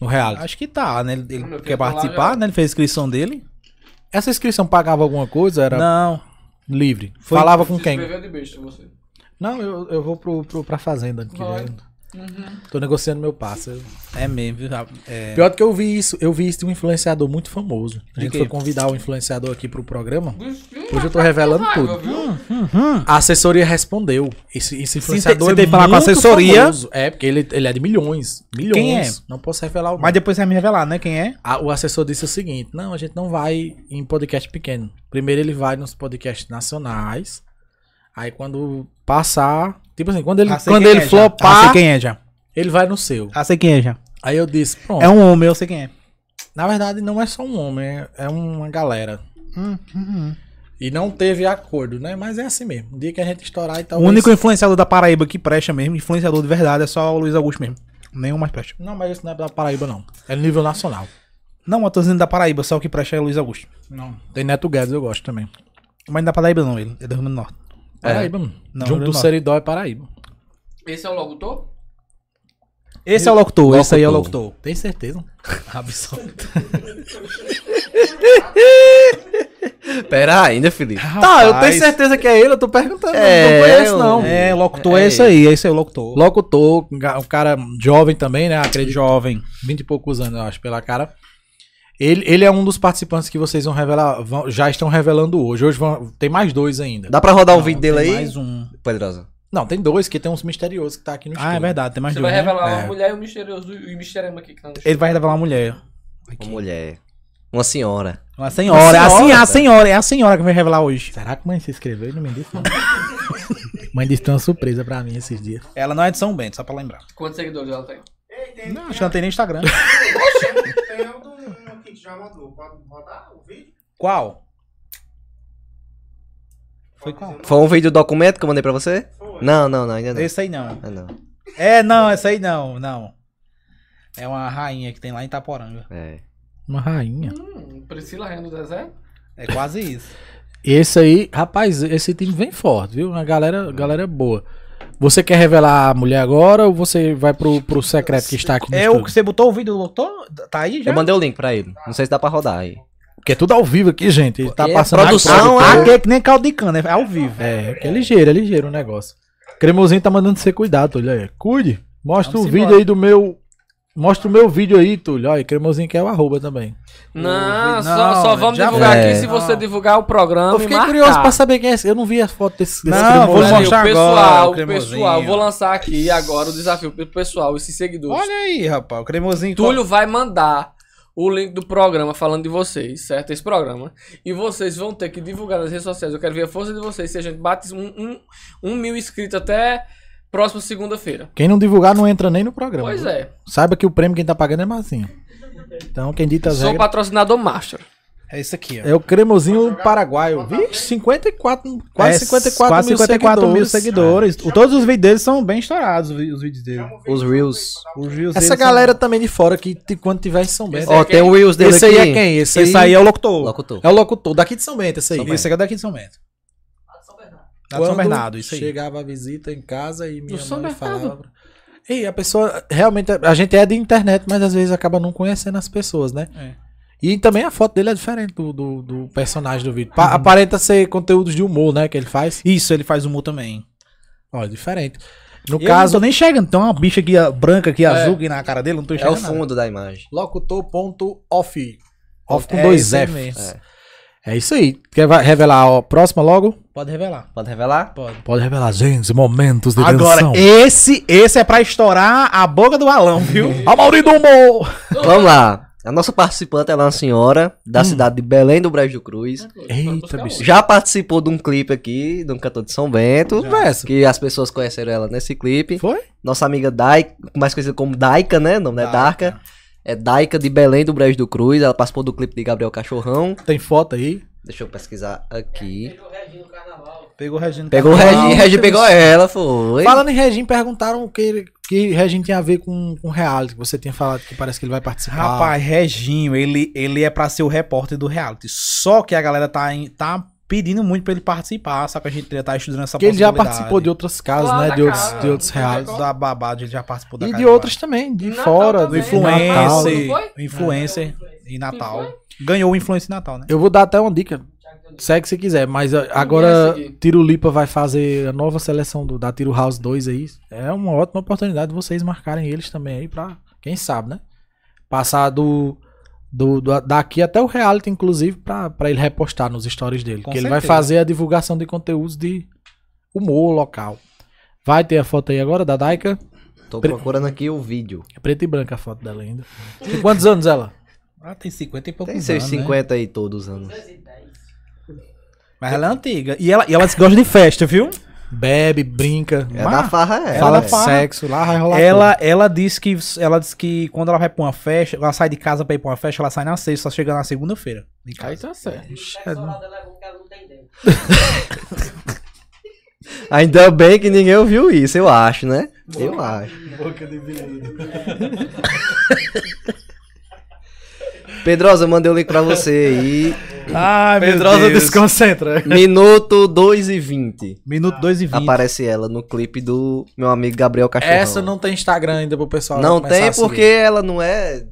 [SPEAKER 2] No reality.
[SPEAKER 3] Acho que tá, né? Ele, ele
[SPEAKER 1] Meu filho
[SPEAKER 3] quer
[SPEAKER 1] tá lá
[SPEAKER 3] participar,
[SPEAKER 1] já.
[SPEAKER 3] né? Ele fez a inscrição dele.
[SPEAKER 2] Essa inscrição pagava alguma coisa? Era
[SPEAKER 3] Não.
[SPEAKER 2] livre?
[SPEAKER 3] Foi-
[SPEAKER 2] Falava com quem?
[SPEAKER 1] Escreveu de besta você.
[SPEAKER 2] Não, eu, eu vou pro, pro, pra fazenda. ano Que
[SPEAKER 3] né?
[SPEAKER 1] Vai. Uhum.
[SPEAKER 2] vem. Tô negociando meu passo. Eu-
[SPEAKER 3] É mesmo, viu? É.
[SPEAKER 2] Pior do que eu vi isso, eu vi isso de um influenciador muito famoso. A gente
[SPEAKER 3] quê?
[SPEAKER 2] foi convidar o influenciador aqui pro programa.
[SPEAKER 1] Bichinho,
[SPEAKER 2] Hoje eu tô revelando
[SPEAKER 1] raiva,
[SPEAKER 2] tudo.
[SPEAKER 1] viu?
[SPEAKER 2] A assessoria respondeu. Esse, esse influenciador
[SPEAKER 3] você
[SPEAKER 2] é
[SPEAKER 3] tem que falar com a
[SPEAKER 2] muito
[SPEAKER 3] assessoria?
[SPEAKER 2] famoso. É, porque ele, ele é de milhões. Milhões.
[SPEAKER 3] Quem é?
[SPEAKER 2] Não posso revelar o
[SPEAKER 3] Mas
[SPEAKER 2] nome.
[SPEAKER 3] depois você vai me revelar, né? Quem é?
[SPEAKER 2] A- o assessor disse o seguinte: não, a gente não vai em podcast pequeno. Primeiro ele vai nos podcasts nacionais. Aí quando passar. Tipo assim, quando ele,
[SPEAKER 3] Ah, sei
[SPEAKER 2] quando
[SPEAKER 3] quem
[SPEAKER 2] ele
[SPEAKER 3] é já. Ah, sei
[SPEAKER 2] flopar,
[SPEAKER 3] quem é já.
[SPEAKER 2] ele vai no seu.
[SPEAKER 3] Ah, sei quem é já.
[SPEAKER 2] Aí eu disse: pronto.
[SPEAKER 3] É um homem, eu sei quem é.
[SPEAKER 2] Na verdade, não é só um homem, é- é uma galera.
[SPEAKER 3] Hum,
[SPEAKER 2] E não teve acordo, né? Mas é assim mesmo. Um dia que a gente estourar e
[SPEAKER 3] O
[SPEAKER 2] tal.
[SPEAKER 3] único influenciador da Paraíba que presta mesmo, influenciador de verdade, é só o Luiz Augusto mesmo. Nenhum mais presta.
[SPEAKER 2] Não, mas isso não é da Paraíba, não. É nível nacional.
[SPEAKER 3] Não, eu tô dizendo da Paraíba, só o que presta é o Luiz Augusto.
[SPEAKER 2] Não. Tem Neto Guedes, eu gosto também.
[SPEAKER 3] Mas não é da Paraíba não, ele. É do Rio Grande do Norte.
[SPEAKER 2] Paraíba, mano.
[SPEAKER 3] Não,
[SPEAKER 2] Junto
[SPEAKER 3] Rio
[SPEAKER 2] do
[SPEAKER 3] Norte.
[SPEAKER 2] Seridó é Paraíba.
[SPEAKER 1] Esse é o locutor?
[SPEAKER 3] Esse é o locutor, esse aí é o locutor.
[SPEAKER 2] Tem certeza? Absoluta.
[SPEAKER 4] Pera ainda, Felipe.
[SPEAKER 2] Tá, eu
[SPEAKER 3] Rapaz.
[SPEAKER 2] tenho certeza que é ele, eu tô perguntando.
[SPEAKER 4] É,
[SPEAKER 2] não conheço,
[SPEAKER 4] eu-
[SPEAKER 2] não.
[SPEAKER 3] É, o locutor é,
[SPEAKER 4] É
[SPEAKER 3] esse aí, esse aí é o locutor.
[SPEAKER 2] Locutor, um ga- um cara jovem também, né? Acredito.
[SPEAKER 3] Jovem.
[SPEAKER 2] 20 e poucos anos, eu acho, pela cara. Ele, ele é um dos participantes que vocês vão revelar, vão- já estão revelando hoje. Hoje vão- tem mais dois ainda.
[SPEAKER 4] Dá pra rodar um
[SPEAKER 3] Não,
[SPEAKER 4] vídeo
[SPEAKER 3] tem
[SPEAKER 4] dele aí,
[SPEAKER 3] Mais um.
[SPEAKER 4] Pedrosa?
[SPEAKER 2] Não, tem dois, que tem uns misteriosos que tá aqui no
[SPEAKER 3] Ah, é
[SPEAKER 2] estúdio.
[SPEAKER 3] verdade, tem mais
[SPEAKER 1] Você
[SPEAKER 3] dois.
[SPEAKER 1] vai
[SPEAKER 3] né?
[SPEAKER 1] revelar um. uma
[SPEAKER 3] É.
[SPEAKER 1] mulher e o misterioso e o mistério aqui que tá no
[SPEAKER 3] Ele vai revelar uma mulher.
[SPEAKER 4] Uma mulher. Uma senhora.
[SPEAKER 3] Uma senhora. É
[SPEAKER 4] senhora,
[SPEAKER 3] a senhora, a
[SPEAKER 4] velho.
[SPEAKER 3] senhora, é a senhora que vai revelar hoje.
[SPEAKER 2] Será que mãe se inscreveu e não me disse? Não. mãe disse que tem uma surpresa pra mim esses dias.
[SPEAKER 3] Ela não é de São Bento, só pra lembrar.
[SPEAKER 1] Quantos seguidores ela tem?
[SPEAKER 3] Não, acho que não tem nem Instagram.
[SPEAKER 8] Tem um do- um aqui que já mandou. Pode rodar o vídeo?
[SPEAKER 3] Qual?
[SPEAKER 8] Foi qual?
[SPEAKER 4] Foi um vídeo documento que eu mandei pra você?
[SPEAKER 8] Foi.
[SPEAKER 4] Não, não, não, ainda não.
[SPEAKER 3] Esse aí não.
[SPEAKER 4] Ah, não.
[SPEAKER 3] É, não, esse aí não, não. É uma rainha que tem lá em Itaporanga.
[SPEAKER 4] É.
[SPEAKER 2] Uma rainha.
[SPEAKER 1] Hum, Priscila Rainha do Deserto?
[SPEAKER 3] É quase isso.
[SPEAKER 2] E esse aí, rapaz, esse time vem forte, viu? A galera, a galera é boa. Você quer revelar a mulher agora ou você vai pro, pro secreto que está aqui no
[SPEAKER 3] É o
[SPEAKER 2] estúdio?
[SPEAKER 3] que você botou o vídeo do doutor? Tá aí já?
[SPEAKER 4] Eu mandei o link pra ele. Não sei se dá pra rodar aí.
[SPEAKER 2] Porque é tudo ao vivo aqui, gente. Ele tá
[SPEAKER 4] É,
[SPEAKER 2] passando aqui,
[SPEAKER 4] produção,
[SPEAKER 2] produtor.
[SPEAKER 3] Ah, que é que nem caldo de cana, é ao vivo.
[SPEAKER 2] É, que é ligeiro, é ligeiro o negócio. Cremosinho tá mandando você cuidar, Túlio. Aí. Cuide. Mostra o
[SPEAKER 3] Vamos
[SPEAKER 2] vídeo
[SPEAKER 3] embora.
[SPEAKER 2] aí do meu. Mostra o meu vídeo aí, Túlio. Olha, Cremosinho quer o arroba também.
[SPEAKER 1] Não,
[SPEAKER 3] Não,
[SPEAKER 1] só, só
[SPEAKER 3] velho,
[SPEAKER 1] vamos
[SPEAKER 3] já
[SPEAKER 1] divulgar
[SPEAKER 4] foi.
[SPEAKER 1] aqui
[SPEAKER 4] É.
[SPEAKER 1] se você
[SPEAKER 3] Não.
[SPEAKER 1] divulgar o programa.
[SPEAKER 2] Eu
[SPEAKER 1] e
[SPEAKER 2] fiquei
[SPEAKER 1] marcar.
[SPEAKER 2] curioso pra saber quem é esse. Eu não vi as fotos desse, desse
[SPEAKER 3] Não,
[SPEAKER 2] cremosinho.
[SPEAKER 3] vou
[SPEAKER 1] Peraí,
[SPEAKER 3] mostrar
[SPEAKER 1] o
[SPEAKER 3] agora o
[SPEAKER 1] pessoal, o
[SPEAKER 3] cremosinho,
[SPEAKER 1] pessoal, vou
[SPEAKER 3] ó.
[SPEAKER 1] lançar aqui agora o desafio pro pessoal, esses seguidores.
[SPEAKER 3] Olha aí, rapaz, o cremosinho.
[SPEAKER 1] Túlio vai mandar o link do programa falando de vocês, certo? Esse programa. E vocês vão ter que divulgar nas redes sociais. Eu quero ver a força de vocês se a gente bate um, um, um mil inscritos até próxima segunda-feira.
[SPEAKER 2] Quem não divulgar não entra nem no programa.
[SPEAKER 1] Pois
[SPEAKER 2] viu?
[SPEAKER 1] é.
[SPEAKER 2] Saiba que o prêmio quem tá pagando é Marcinho. Então, quem dita as
[SPEAKER 1] Sou
[SPEAKER 2] regras
[SPEAKER 1] patrocinador master.
[SPEAKER 3] É isso aqui, ó.
[SPEAKER 2] é o cremosinho paraguaio. Vixe, 54, quase
[SPEAKER 3] É,
[SPEAKER 2] 54,
[SPEAKER 3] quase 54 mil
[SPEAKER 2] mil É.
[SPEAKER 3] seguidores. O- Todos os vídeos deles são bem estourados, os vi- os vídeos dele.
[SPEAKER 4] Os Reels.
[SPEAKER 3] Os views
[SPEAKER 2] Essa
[SPEAKER 3] deles
[SPEAKER 2] galera também de fora que t- quando tiver em São Bento.
[SPEAKER 1] é
[SPEAKER 4] Ó, tem o Reels dele
[SPEAKER 2] Esse aí
[SPEAKER 4] aqui.
[SPEAKER 2] é quem? Esse,
[SPEAKER 3] São... Esse aí é o locutor.
[SPEAKER 4] Locutor.
[SPEAKER 2] é o locutor daqui de São Bento, esse aí.
[SPEAKER 3] Esse aqui é daqui de São Bento. Lá Tá de
[SPEAKER 2] Quando
[SPEAKER 3] São Bernardo, isso aí.
[SPEAKER 2] Chegava a visita em casa e minha
[SPEAKER 1] São
[SPEAKER 2] mãe
[SPEAKER 1] Bernardo?
[SPEAKER 2] falava. Ei, a pessoa realmente a gente é de internet, mas às vezes acaba não conhecendo as pessoas, né?
[SPEAKER 3] É.
[SPEAKER 2] E também a foto dele é diferente do, do, do personagem do vídeo. Pa- Aparenta ser conteúdos de humor, né? Que ele faz.
[SPEAKER 3] Isso, ele faz humor também.
[SPEAKER 2] Ó, é diferente. No
[SPEAKER 3] eu
[SPEAKER 2] caso, É.
[SPEAKER 3] não tô nem chegando. Tem uma bicha aqui ah, branca aqui, azul aqui na cara dele, não tô
[SPEAKER 4] É o
[SPEAKER 3] enxergando. nada.
[SPEAKER 4] fundo da imagem.
[SPEAKER 9] locutor.off.
[SPEAKER 2] off com
[SPEAKER 3] É
[SPEAKER 2] dois
[SPEAKER 3] isso aí
[SPEAKER 2] F.
[SPEAKER 3] mesmo.
[SPEAKER 2] É isso aí. Quer va- revelar a próxima logo?
[SPEAKER 3] Pode revelar.
[SPEAKER 4] Pode revelar?
[SPEAKER 3] Pode.
[SPEAKER 2] Pode revelar, gente, momentos de
[SPEAKER 3] Agora,
[SPEAKER 2] tensão.
[SPEAKER 3] esse, esse é pra estourar a boca do Alão, viu?
[SPEAKER 2] A Maurido Humor!
[SPEAKER 4] Vamos lá. A nossa participante ela é uma senhora da cidade de Belém do Brejo do Cruz.
[SPEAKER 2] Eita, bicho.
[SPEAKER 4] Já participou de um clipe aqui, de um cantor de São Bento.
[SPEAKER 2] Conversa.
[SPEAKER 4] Que as pessoas conheceram ela nesse clipe.
[SPEAKER 2] Foi?
[SPEAKER 4] Nossa amiga Dai, mais conhecida como Daika, né? O nome não é
[SPEAKER 3] Daika.
[SPEAKER 4] Darka. É Daika de Belém do Brejo do Cruz. Ela participou do clipe de Gabriel Cachorrão.
[SPEAKER 2] Tem foto aí?
[SPEAKER 4] Deixa eu pesquisar aqui.
[SPEAKER 3] Pegou o Regina.
[SPEAKER 4] Pegou o
[SPEAKER 2] Ah, não,
[SPEAKER 4] Regi, Regi
[SPEAKER 2] tem
[SPEAKER 4] pegou ela, foi.
[SPEAKER 2] Falando em Regim, perguntaram o que, que Regim tinha a ver com, com reality. que Você tinha falado que parece que ele vai participar.
[SPEAKER 3] Rapaz, Reginho, ele, ele é pra ser o repórter do reality. Só que a galera tá, em- tá pedindo muito pra ele participar, só que a gente já tá estudando essa
[SPEAKER 2] Porque ele já
[SPEAKER 3] possibilidade. Ah,
[SPEAKER 2] participou de outras casas,
[SPEAKER 1] Lá
[SPEAKER 2] né?
[SPEAKER 1] da
[SPEAKER 2] De outros,
[SPEAKER 1] casa,
[SPEAKER 2] de outros
[SPEAKER 1] não tem
[SPEAKER 2] reais.
[SPEAKER 3] da babado, ele já participou da
[SPEAKER 2] E
[SPEAKER 3] Casa
[SPEAKER 2] de
[SPEAKER 3] Bahia.
[SPEAKER 2] outras também, de
[SPEAKER 1] Natal
[SPEAKER 2] fora,
[SPEAKER 1] também.
[SPEAKER 2] do
[SPEAKER 1] Influencer.
[SPEAKER 2] Natal.
[SPEAKER 1] Não
[SPEAKER 3] Influencer,
[SPEAKER 1] foi?
[SPEAKER 3] influencer em Natal. Ganhou o influencer em Natal, né?
[SPEAKER 2] Eu vou dar até uma dica. Segue se quiser, mas ó, agora
[SPEAKER 1] essa aqui.
[SPEAKER 2] Tiro Lipa vai fazer a nova seleção do, da Tiro House 2 aí. É uma ótima oportunidade de vocês marcarem eles também aí pra, quem sabe, né? Passar do, do, do- daqui até o reality, inclusive, pra, pra ele repostar nos stories dele.
[SPEAKER 3] Com
[SPEAKER 2] Porque ele vai
[SPEAKER 3] certeza.
[SPEAKER 2] fazer a divulgação de conteúdos de humor local. Vai ter a foto aí agora da Daika.
[SPEAKER 4] Tô procurando aqui o vídeo.
[SPEAKER 2] É preta e branca a foto dela ainda. Tem quantos anos ela?
[SPEAKER 3] Ah, tem 50 e poucos
[SPEAKER 4] Tem seus
[SPEAKER 3] anos, né?
[SPEAKER 4] 50 aí todos os anos.
[SPEAKER 3] Mas ela é antiga. E ela, e ela gosta de festa, viu?
[SPEAKER 2] Bebe, brinca,
[SPEAKER 4] É
[SPEAKER 2] ma-
[SPEAKER 4] da farra, é.
[SPEAKER 2] fala
[SPEAKER 3] é da farra.
[SPEAKER 2] sexo, lá vai rolar tudo.
[SPEAKER 3] Ela, ela disse que ela disse que quando ela vai pra uma festa, ela sai de casa pra ir pra uma festa, ela sai na sexta, só chega na segunda-feira. de casa.
[SPEAKER 1] Aí tá certo.
[SPEAKER 4] Ainda bem que ninguém ouviu isso, eu acho, né? Eu acho. Pedrosa, mandei o link pra você
[SPEAKER 3] Ai, meu
[SPEAKER 2] Pedrosa
[SPEAKER 3] Deus.
[SPEAKER 2] desconcentra.
[SPEAKER 4] aí. Minuto 2 e 20.
[SPEAKER 3] Minuto 2 e 20.
[SPEAKER 4] Aparece ela no clipe do meu amigo Gabriel Cachorrão.
[SPEAKER 2] Essa não tem Instagram ainda pro pessoal.
[SPEAKER 4] Não
[SPEAKER 2] começar
[SPEAKER 4] tem
[SPEAKER 2] a seguir.
[SPEAKER 4] porque ela não é.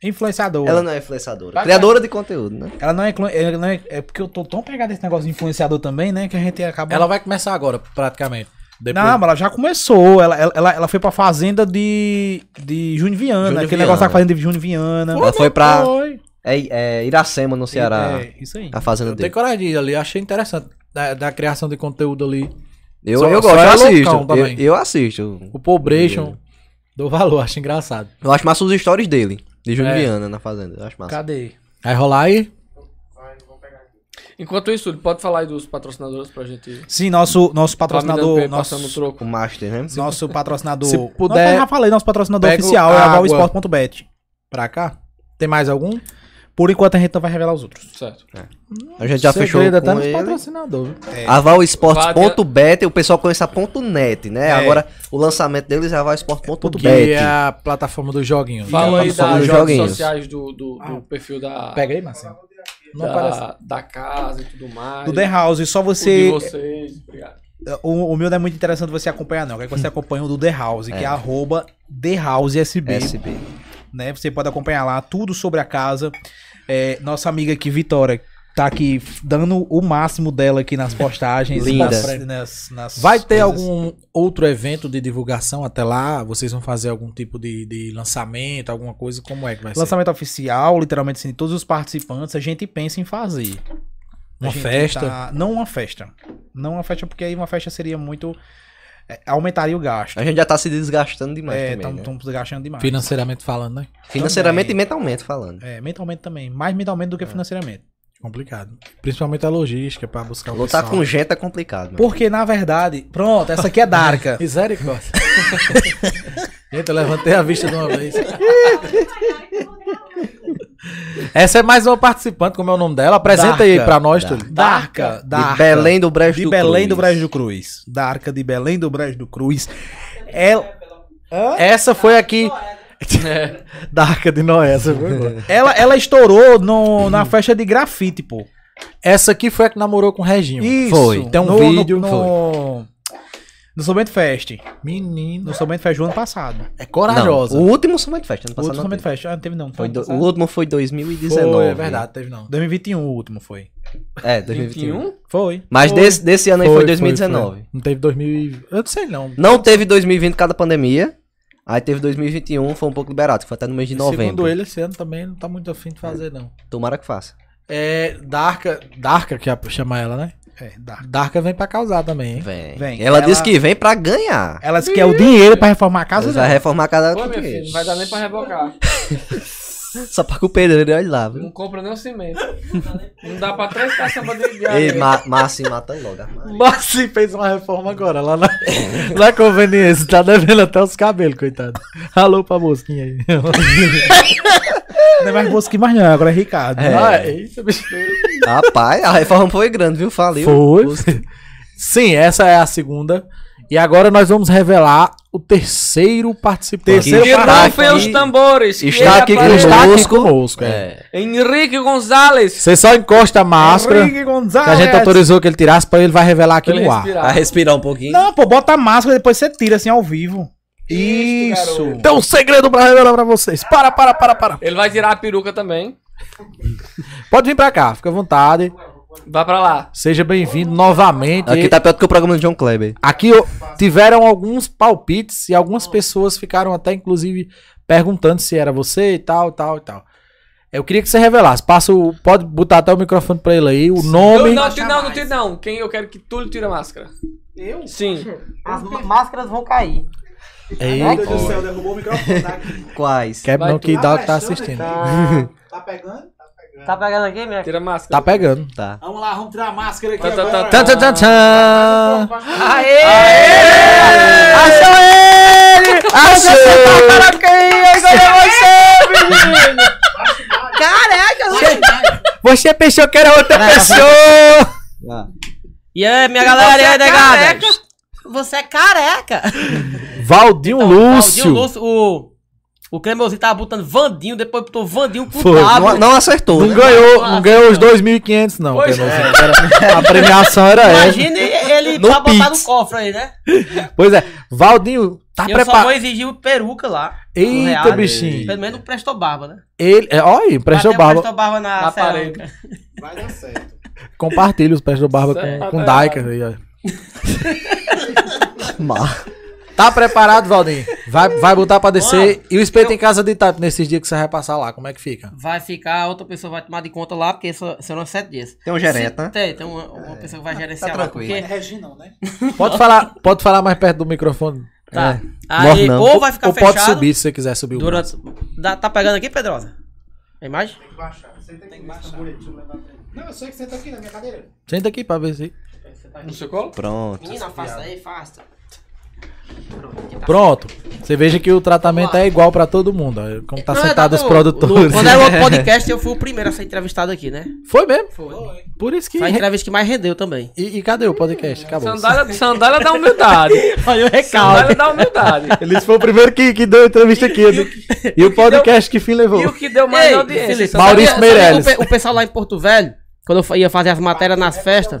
[SPEAKER 3] Influenciadora.
[SPEAKER 4] Ela não é influenciadora. Criadora de conteúdo, né?
[SPEAKER 3] Ela não é, clon- ela não é. É porque eu tô tão pegado nesse negócio de influenciador também, né? Que a gente acaba.
[SPEAKER 2] Ela vai começar agora, praticamente. Depois.
[SPEAKER 3] Não, mas ela já começou. Ela, ela, ela, ela foi pra fazenda de. de Júnior Viana.
[SPEAKER 4] Júnior
[SPEAKER 3] aquele
[SPEAKER 4] Viana.
[SPEAKER 3] negócio da fazenda de Júnior Viana.
[SPEAKER 4] Ela foi pra.
[SPEAKER 3] Foi.
[SPEAKER 4] É, é Iracema, no Ceará. Tá
[SPEAKER 3] É, isso aí.
[SPEAKER 4] A fazenda
[SPEAKER 2] Eu tenho
[SPEAKER 4] dele.
[SPEAKER 2] coragem de ir ali, achei interessante. Da, da criação de conteúdo ali.
[SPEAKER 4] Eu,
[SPEAKER 2] Só-
[SPEAKER 4] eu
[SPEAKER 2] só
[SPEAKER 4] gosto,
[SPEAKER 2] é
[SPEAKER 4] eu
[SPEAKER 2] loucão
[SPEAKER 4] assisto. Eu,
[SPEAKER 2] também.
[SPEAKER 4] eu assisto.
[SPEAKER 2] O Pobration. Dou valor, acho engraçado.
[SPEAKER 4] Eu acho massa os stories dele. De Júnior
[SPEAKER 2] É.
[SPEAKER 4] Viana na fazenda. Eu acho massa.
[SPEAKER 3] Cadê?
[SPEAKER 2] Vai rolar aí?
[SPEAKER 1] Enquanto isso, Túlio, pode falar aí dos patrocinadores pra gente.
[SPEAKER 3] Sim, nosso, nosso
[SPEAKER 1] Tá me
[SPEAKER 3] patrocinador.
[SPEAKER 1] dando- passando o
[SPEAKER 3] Nosso,
[SPEAKER 1] troco.
[SPEAKER 4] O Master, né?
[SPEAKER 3] nosso patrocinador.
[SPEAKER 2] Se puder,
[SPEAKER 3] Não, eu já falei, nosso patrocinador
[SPEAKER 2] pega
[SPEAKER 3] oficial é
[SPEAKER 2] a
[SPEAKER 3] a
[SPEAKER 2] água.
[SPEAKER 3] valsport.bet.
[SPEAKER 2] Pra cá? Tem mais algum?
[SPEAKER 3] Por enquanto a gente não vai revelar os outros.
[SPEAKER 1] Certo.
[SPEAKER 4] A gente já fechou
[SPEAKER 1] é
[SPEAKER 2] Segredo até
[SPEAKER 4] com
[SPEAKER 2] nos
[SPEAKER 4] ele. É.
[SPEAKER 2] patrocinadores.
[SPEAKER 4] Avalesports.bet, o pessoal conhece a ponto .net, né?
[SPEAKER 3] É.
[SPEAKER 4] Agora, o lançamento deles é
[SPEAKER 2] Que é
[SPEAKER 4] avalesport.bet.
[SPEAKER 2] a plataforma dos joguinhos.
[SPEAKER 1] Fala aí
[SPEAKER 4] Fala
[SPEAKER 1] das
[SPEAKER 4] dos
[SPEAKER 1] redes
[SPEAKER 4] joguinhos.
[SPEAKER 1] sociais do, do, do perfil da,
[SPEAKER 2] Pega aí, Marcelo.
[SPEAKER 1] Ah,
[SPEAKER 2] Não aparece.
[SPEAKER 1] da, da casa e tudo mais.
[SPEAKER 3] Do The House, só
[SPEAKER 1] O de
[SPEAKER 3] você.
[SPEAKER 1] vocês. Obrigado.
[SPEAKER 3] O, o meu não é muito interessante você acompanhar, não. Eu Quero que você acompanhe o do The House, que é arroba The House SB.
[SPEAKER 4] SB.
[SPEAKER 3] né? Você pode acompanhar lá tudo sobre a casa. É, nossa amiga aqui, Vitória, tá aqui dando o máximo dela aqui nas postagens.
[SPEAKER 4] Linda.
[SPEAKER 3] nas- né, nas- nas
[SPEAKER 2] Vai ter
[SPEAKER 3] coisas.
[SPEAKER 2] algum outro evento de divulgação até lá? Vocês vão fazer algum tipo de, de lançamento, alguma coisa? Como é que vai ser?
[SPEAKER 3] Assim. Lançamento oficial, literalmente assim, todos os participantes, a gente pensa em fazer. A
[SPEAKER 2] Uma
[SPEAKER 3] gente
[SPEAKER 2] festa?
[SPEAKER 3] tá- Não uma festa. Não uma festa, porque aí uma festa seria muito. é, aumentaria o gasto.
[SPEAKER 4] A gente já tá se desgastando demais
[SPEAKER 3] É,
[SPEAKER 4] também, né?
[SPEAKER 3] estamos gastando demais.
[SPEAKER 2] tá Financeiramente falando, né?
[SPEAKER 4] Financeiramente
[SPEAKER 3] também.
[SPEAKER 4] e mentalmente falando.
[SPEAKER 3] É, mentalmente também. Mais mentalmente do que financeiramente.
[SPEAKER 2] Complicado. Principalmente a logística pra buscar o
[SPEAKER 4] Lutar
[SPEAKER 2] pessoal.
[SPEAKER 4] com gente é complicado, mano.
[SPEAKER 3] Porque, na verdade. Pronto, essa aqui é Darka.
[SPEAKER 2] Misericórdia. Gente, eu levantei a vista de uma vez.
[SPEAKER 7] então
[SPEAKER 2] Essa é mais uma participante, como é o nome dela? Apresenta aí
[SPEAKER 3] Darka.
[SPEAKER 2] pra nós, Túlio.
[SPEAKER 3] Darka. Darka.
[SPEAKER 4] De Belém do Brejo
[SPEAKER 3] de
[SPEAKER 4] do
[SPEAKER 3] Belém do
[SPEAKER 4] Cruz.
[SPEAKER 3] Brejo do Cruz. Da Arca de Belém do Brejo do Cruz. É Ela,
[SPEAKER 2] Essa foi aqui. Darka de Noé, essa foi boa.
[SPEAKER 3] ela, ela estourou no, na festa de grafite, pô.
[SPEAKER 2] Essa aqui foi a que namorou com o Reginho.
[SPEAKER 3] Foi.
[SPEAKER 2] Tem um
[SPEAKER 3] no,
[SPEAKER 2] vídeo.
[SPEAKER 3] No,
[SPEAKER 2] foi.
[SPEAKER 3] no, no Somente Fest.
[SPEAKER 2] Menino.
[SPEAKER 3] No Somente Fest do ano passado.
[SPEAKER 2] É
[SPEAKER 4] Não,
[SPEAKER 2] corajosa.
[SPEAKER 4] o último Summit Fest, ano
[SPEAKER 3] O
[SPEAKER 4] passado
[SPEAKER 3] último
[SPEAKER 4] não
[SPEAKER 3] Somente
[SPEAKER 4] teve.
[SPEAKER 3] Fest. Ah, não teve é não.
[SPEAKER 4] Foi
[SPEAKER 3] ano
[SPEAKER 4] do-
[SPEAKER 3] passado.
[SPEAKER 4] o último foi
[SPEAKER 2] Foi,
[SPEAKER 4] 2019.
[SPEAKER 2] é verdade, teve não.
[SPEAKER 3] 2021 o último foi.
[SPEAKER 4] É, 2021.
[SPEAKER 1] 21?
[SPEAKER 2] Foi.
[SPEAKER 4] Mas desse, desse ano aí foi, 2019.
[SPEAKER 2] Não teve 2000. e- Eu não sei não.
[SPEAKER 4] Não teve 2020 por causa da pandemia. Aí teve 2021, foi um pouco liberado, que foi até no mês de novembro.
[SPEAKER 2] Segundo ele, esse ano também não tá muito afim de fazer, não.
[SPEAKER 4] Tomara que faça.
[SPEAKER 2] É. Darka. Darka, que é- chama ela, né?
[SPEAKER 3] É, dá.
[SPEAKER 2] Darka vem pra causar também, hein?
[SPEAKER 4] Vem.
[SPEAKER 3] Vem.
[SPEAKER 4] Ela,
[SPEAKER 3] Ela-
[SPEAKER 4] disse que vem pra ganhar.
[SPEAKER 3] Elas querem é o dinheiro pra reformar a casa
[SPEAKER 4] vai
[SPEAKER 3] dela.
[SPEAKER 4] reformar a casa
[SPEAKER 1] Pô,
[SPEAKER 4] com
[SPEAKER 1] meu filho,
[SPEAKER 4] dinheiro.
[SPEAKER 1] não vai dar nem pra revocar.
[SPEAKER 4] Só pra que o pedreiro olhe lá, viu?
[SPEAKER 1] Não compra nem o cimento. Não dá pra três caçambas de gás.
[SPEAKER 4] Ei, ma Márcio, mata logo. a Mari.
[SPEAKER 2] Mas sim, fez uma reforma agora, lá na, na é conveniência. Tá devendo até os cabelos, coitado. Alô pra mosquinha aí.
[SPEAKER 3] Não é mais moço que mais não, agora é Ricardo.
[SPEAKER 4] É.
[SPEAKER 2] Ah, eita, bicho.
[SPEAKER 4] Rapaz, a reforma foi grande, viu? Faliu.
[SPEAKER 2] Foi.
[SPEAKER 4] Os-
[SPEAKER 2] Sim, essa é a segunda. E agora nós vamos revelar o terceiro participante.
[SPEAKER 4] Terceiro
[SPEAKER 1] Que
[SPEAKER 4] Está
[SPEAKER 1] rufem
[SPEAKER 4] aqui-
[SPEAKER 1] os tambores. que
[SPEAKER 4] está aqui
[SPEAKER 2] Ele
[SPEAKER 1] apareça.
[SPEAKER 2] está aqui
[SPEAKER 4] Conosco.
[SPEAKER 2] conosco. é.
[SPEAKER 4] É.
[SPEAKER 1] Henrique Gonzalez.
[SPEAKER 2] Você só encosta a máscara
[SPEAKER 3] Henrique Gonzalez.
[SPEAKER 2] que a gente autorizou que ele tirasse pra ele vai revelar aqui
[SPEAKER 1] Pra ele
[SPEAKER 2] no ar.
[SPEAKER 1] respirar.
[SPEAKER 4] Vai respirar um pouquinho.
[SPEAKER 3] Não, pô, bota a máscara depois você tira assim ao vivo.
[SPEAKER 1] Isso,
[SPEAKER 3] Isso.
[SPEAKER 2] Tem um segredo pra revelar pra vocês. Para, para, para, para.
[SPEAKER 1] Ele vai tirar a peruca também.
[SPEAKER 2] Pode vir pra cá, fica à vontade.
[SPEAKER 1] Vai pra lá.
[SPEAKER 2] Seja bem-vindo novamente.
[SPEAKER 4] Aqui tá pior do que o programa do John Kleber.
[SPEAKER 2] Aqui ó, tiveram alguns palpites e algumas pessoas ficaram até, inclusive, perguntando se era você e tal, tal e tal. Eu queria que você revelasse. Passa o, pode botar até o microfone pra ele aí, o
[SPEAKER 1] Não,
[SPEAKER 2] nome.
[SPEAKER 1] não, tira- não, não tira não. Quem eu quero que Túlio tire a máscara.
[SPEAKER 8] Eu?
[SPEAKER 1] Sim.
[SPEAKER 6] As ma- máscaras vão cair.
[SPEAKER 2] Ei,
[SPEAKER 8] Meu Deus do céu, derrubou o microfone. Tá, aqui.
[SPEAKER 4] Quais?
[SPEAKER 2] quebra
[SPEAKER 1] Vai
[SPEAKER 2] não
[SPEAKER 1] tu.
[SPEAKER 2] que dá o que tá
[SPEAKER 8] prestando,
[SPEAKER 2] assistindo.
[SPEAKER 8] Tá, tá pegando? Tá pegando.
[SPEAKER 6] Tá pegando aqui, minha?
[SPEAKER 1] Tira a máscara.
[SPEAKER 2] Tá Ah. pegando.
[SPEAKER 4] Tá.
[SPEAKER 8] Vamos lá, vamos tirar a máscara aqui
[SPEAKER 1] Tá, tá,
[SPEAKER 8] agora.
[SPEAKER 1] tá,
[SPEAKER 2] Tchan, tchan, tchan,
[SPEAKER 1] Ah.
[SPEAKER 2] tchan.
[SPEAKER 6] Aê!
[SPEAKER 2] Achou ele! Achou! Caraca,
[SPEAKER 6] Caraca!
[SPEAKER 2] Você pensou que era outra pessoa!
[SPEAKER 6] E aí, minha galera, e aí, negada? Você é careca!
[SPEAKER 2] Valdinho
[SPEAKER 6] Claudinho
[SPEAKER 2] um Lúcio!
[SPEAKER 6] um Lúcio, o, o Clemeuzinho tava botando Vandinho, depois botou Vandinho Ah, com
[SPEAKER 2] Foi.
[SPEAKER 4] Não,
[SPEAKER 6] W.
[SPEAKER 4] não acertou,
[SPEAKER 2] Não
[SPEAKER 4] né?
[SPEAKER 2] ganhou,
[SPEAKER 6] Nossa, é.
[SPEAKER 2] não ganhou os
[SPEAKER 6] não.
[SPEAKER 2] 2.500 não.
[SPEAKER 1] Pois
[SPEAKER 2] Clemenzinho. Era- a premiação era essa.
[SPEAKER 6] Imagine ele
[SPEAKER 2] No
[SPEAKER 6] pra botar
[SPEAKER 2] Pix.
[SPEAKER 6] no cofre aí, né?
[SPEAKER 2] Pois é, Valdinho tá
[SPEAKER 6] eu só vou
[SPEAKER 2] preparado.
[SPEAKER 6] exigir o peruca lá. do
[SPEAKER 2] Eita,
[SPEAKER 6] Real. né?
[SPEAKER 2] bichinho.
[SPEAKER 6] Pelo menos o Presto Barba, né?
[SPEAKER 2] Ele, é, olha aí, Prestou
[SPEAKER 6] Bateu
[SPEAKER 2] Barba.
[SPEAKER 6] o Presto Barba na,
[SPEAKER 1] Na
[SPEAKER 6] cerâmica.
[SPEAKER 8] Vai dar certo.
[SPEAKER 2] Compartilha os Prestou Barba com,
[SPEAKER 1] Certo.
[SPEAKER 6] é.
[SPEAKER 2] com Daika. aí, ó.
[SPEAKER 4] Mas-
[SPEAKER 2] Tá preparado, Valdinho? Vai, vai botar pra descer. e o espeto em casa de Itap nesses dias que você vai passar lá. Como é que fica?
[SPEAKER 6] Vai ficar, outra pessoa vai tomar de conta lá, porque só- serão sete dias.
[SPEAKER 4] Tem um gerente, né?
[SPEAKER 6] Tem, tem uma, uma pessoa que
[SPEAKER 2] tá
[SPEAKER 6] vai gerenciar lá,
[SPEAKER 4] tranquilo.
[SPEAKER 8] É
[SPEAKER 6] porque-
[SPEAKER 8] Regina, né?
[SPEAKER 2] Pode falar, pode falar mais perto do microfone. É.
[SPEAKER 6] Tá.
[SPEAKER 4] Morre
[SPEAKER 6] Aí,
[SPEAKER 4] não.
[SPEAKER 6] ou vai ficar
[SPEAKER 2] Ou
[SPEAKER 6] fechado.
[SPEAKER 2] pode subir se você quiser subir um o braço.
[SPEAKER 6] Durante... Dá- tá pegando aqui, Pedrosa? A imagem?
[SPEAKER 8] Tem que baixar. Você tem que baixar. Deixa eu levantar ele. Não, eu sei que você tá aqui na minha cadeira.
[SPEAKER 2] Senta aqui pra ver se.
[SPEAKER 6] Tá.
[SPEAKER 1] No seu colo?
[SPEAKER 4] Pronto.
[SPEAKER 6] Menina, faça aí, faça.
[SPEAKER 2] Pronto. Você veja que o tratamento é igual pra todo mundo. ó, Como tá
[SPEAKER 6] Na
[SPEAKER 2] sentado
[SPEAKER 6] verdade,
[SPEAKER 2] os
[SPEAKER 6] eu-
[SPEAKER 2] produtores.
[SPEAKER 6] no- é, quando era outro podcast, eu fui o primeiro a ser entrevistado aqui, né?
[SPEAKER 2] Foi mesmo?
[SPEAKER 6] Foi.
[SPEAKER 2] Por isso que.
[SPEAKER 6] Foi a entrevista que mais rendeu também.
[SPEAKER 2] E, e cadê o podcast? Acabou.
[SPEAKER 1] Sandália, sandália da humildade.
[SPEAKER 6] Olha o
[SPEAKER 1] Sandália da humildade.
[SPEAKER 2] Eles foi o primeiro que, que deu entrevista aqui. né? E o podcast que fim levou.
[SPEAKER 1] E o que deu mais
[SPEAKER 6] Ei,
[SPEAKER 1] audiência?
[SPEAKER 6] Felipe,
[SPEAKER 1] sandália-
[SPEAKER 2] Maurício
[SPEAKER 6] sabia- sabia
[SPEAKER 2] Meirelles.
[SPEAKER 6] que O, pe- o pessoal lá em Porto Velho, quando eu fa- ia fazer as matérias nas festas,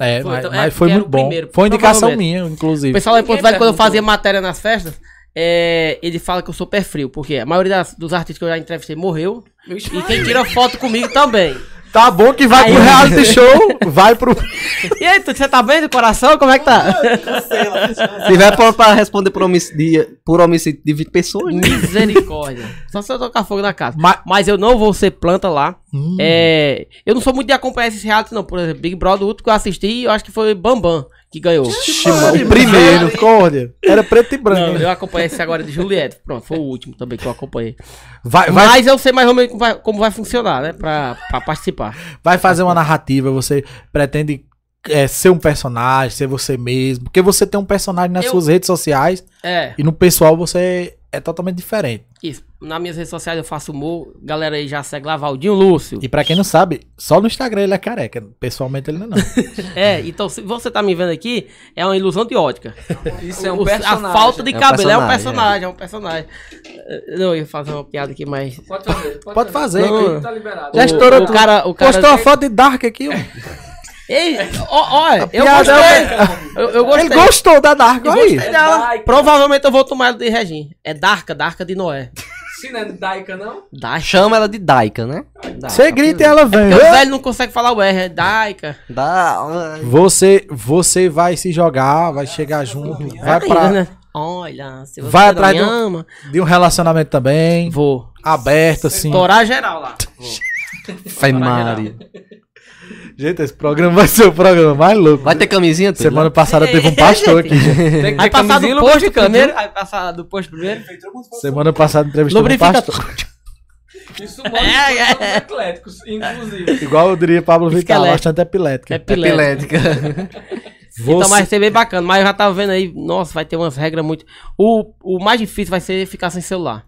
[SPEAKER 2] É,
[SPEAKER 6] Foi,
[SPEAKER 2] mas,
[SPEAKER 6] então,
[SPEAKER 2] mas
[SPEAKER 6] é,
[SPEAKER 2] foi
[SPEAKER 6] que era
[SPEAKER 2] muito
[SPEAKER 6] o
[SPEAKER 2] bom.
[SPEAKER 6] primeiro,
[SPEAKER 2] foi uma indicação
[SPEAKER 6] provavelmente.
[SPEAKER 2] minha, inclusive.
[SPEAKER 6] o pessoal lá em Porto
[SPEAKER 1] Ninguém
[SPEAKER 6] Velho, quando eu
[SPEAKER 1] perguntou.
[SPEAKER 6] fazia matéria nas festas, é, ele fala que eu sou pé frio, porque a maioria das- dos artistas que eu já entrevistei morreu. E quem tira foto comigo também.
[SPEAKER 2] Tá bom que vai pro reality show, vai pro...
[SPEAKER 6] E aí, tu- você tá bem do coração? Como é que tá?
[SPEAKER 4] Se tiver pra, pra responder por homicídio, por homicídio de 20 pessoas, né?
[SPEAKER 6] Misericórdia. Só se eu tocar fogo na casa.
[SPEAKER 2] Ma-
[SPEAKER 6] Mas eu não vou ser planta lá.
[SPEAKER 2] Hum.
[SPEAKER 6] É, eu não sou muito de acompanhar esses reality, não. Por exemplo, Big Brother, o último que eu assisti, eu acho que foi Bambam que ganhou.
[SPEAKER 2] o primeiro, Córdia. Era preto e
[SPEAKER 6] Não,
[SPEAKER 2] branco.
[SPEAKER 6] eu acompanhei esse agora de Juliette. Pronto, foi o último também que eu acompanhei.
[SPEAKER 2] Vai, É, vai,
[SPEAKER 6] Mas eu sei mais ou menos como vai, como vai funcionar, né? Pra, pra participar.
[SPEAKER 2] vai fazer uma narrativa, você pretende é, ser um personagem, ser você mesmo. Porque você tem um personagem nas
[SPEAKER 6] Eu-
[SPEAKER 2] suas redes sociais
[SPEAKER 6] É,
[SPEAKER 2] e no pessoal você é totalmente diferente.
[SPEAKER 6] isso. Nas minhas redes sociais eu faço humor. Galera aí já segue lá, Valdinho Lúcio.
[SPEAKER 2] E pra quem não sabe, só no Instagram ele é careca. Pessoalmente ele não é não.
[SPEAKER 6] É, então se você tá me vendo aqui, é uma ilusão de ótica.
[SPEAKER 1] Isso é
[SPEAKER 6] O-
[SPEAKER 1] um
[SPEAKER 6] o-
[SPEAKER 1] personagem.
[SPEAKER 6] A falta de
[SPEAKER 4] É um
[SPEAKER 6] cabelo é um
[SPEAKER 4] personagem,
[SPEAKER 6] personagem, é um personagem. Eh, Não, eu ia fazer uma piada aqui, mas.
[SPEAKER 1] Pode fazer. Pode,
[SPEAKER 2] Pode fazer.
[SPEAKER 6] Não,
[SPEAKER 2] que-
[SPEAKER 1] Tá liberado.
[SPEAKER 2] Já
[SPEAKER 6] O-
[SPEAKER 2] estourou
[SPEAKER 6] o
[SPEAKER 2] tudo.
[SPEAKER 6] cara, o cara. É,
[SPEAKER 2] Postou uma foto de Dark aqui. ó.
[SPEAKER 6] Ei, ó, ó, eu
[SPEAKER 2] É. piada é
[SPEAKER 6] gostei. Eu, eu gostei.
[SPEAKER 2] Ele gostou da Dark, olha aí.
[SPEAKER 6] Gostei dela. Provavelmente eu vou tomar ela de Regim. É Darka, Darka de Noé.
[SPEAKER 1] Se não é Daika, não?
[SPEAKER 6] Daica.
[SPEAKER 4] Chama ela de Daika, né?
[SPEAKER 2] Você grita e ela vem.
[SPEAKER 6] O velho não consegue falar o R, é Daica.
[SPEAKER 4] Da...
[SPEAKER 2] Você, você vai se jogar, vai chegar junto, vai
[SPEAKER 6] Aí,
[SPEAKER 2] pra,
[SPEAKER 6] né? Olha, se você
[SPEAKER 2] Vai
[SPEAKER 6] não
[SPEAKER 2] atrás
[SPEAKER 6] me
[SPEAKER 2] do-
[SPEAKER 6] ama...
[SPEAKER 2] de um relacionamento também,
[SPEAKER 6] Vou.
[SPEAKER 2] aberto assim.
[SPEAKER 6] Estourar geral lá. Vou.
[SPEAKER 4] Vai, Maria.
[SPEAKER 2] Gente, esse programa vai ser o programa mais louco.
[SPEAKER 4] Vai ter camisinha, tu?
[SPEAKER 2] Semana passada teve um pastor aqui. gente.
[SPEAKER 1] Tem que
[SPEAKER 6] Aí
[SPEAKER 1] ter
[SPEAKER 6] passar
[SPEAKER 1] camisinha e
[SPEAKER 6] do posto
[SPEAKER 1] lubrificante,
[SPEAKER 6] primeiro. Aí passar do posto primeiro.
[SPEAKER 2] Semana passada entrevistamos um
[SPEAKER 6] Lubrifica
[SPEAKER 2] pastor.
[SPEAKER 1] né? Isso mostra
[SPEAKER 6] É,
[SPEAKER 1] que nós somos ecléticos, inclusive.
[SPEAKER 2] Igual eu diria Pablo Vittar,
[SPEAKER 6] Esquelético.
[SPEAKER 2] bastante epilético.
[SPEAKER 6] É pilé.
[SPEAKER 4] Epilética.
[SPEAKER 6] Então vai
[SPEAKER 2] Você,
[SPEAKER 6] ser bem bacana. Mas eu já tava vendo aí, nossa, vai ter umas regras muito. O, o mais difícil vai ser ficar sem celular.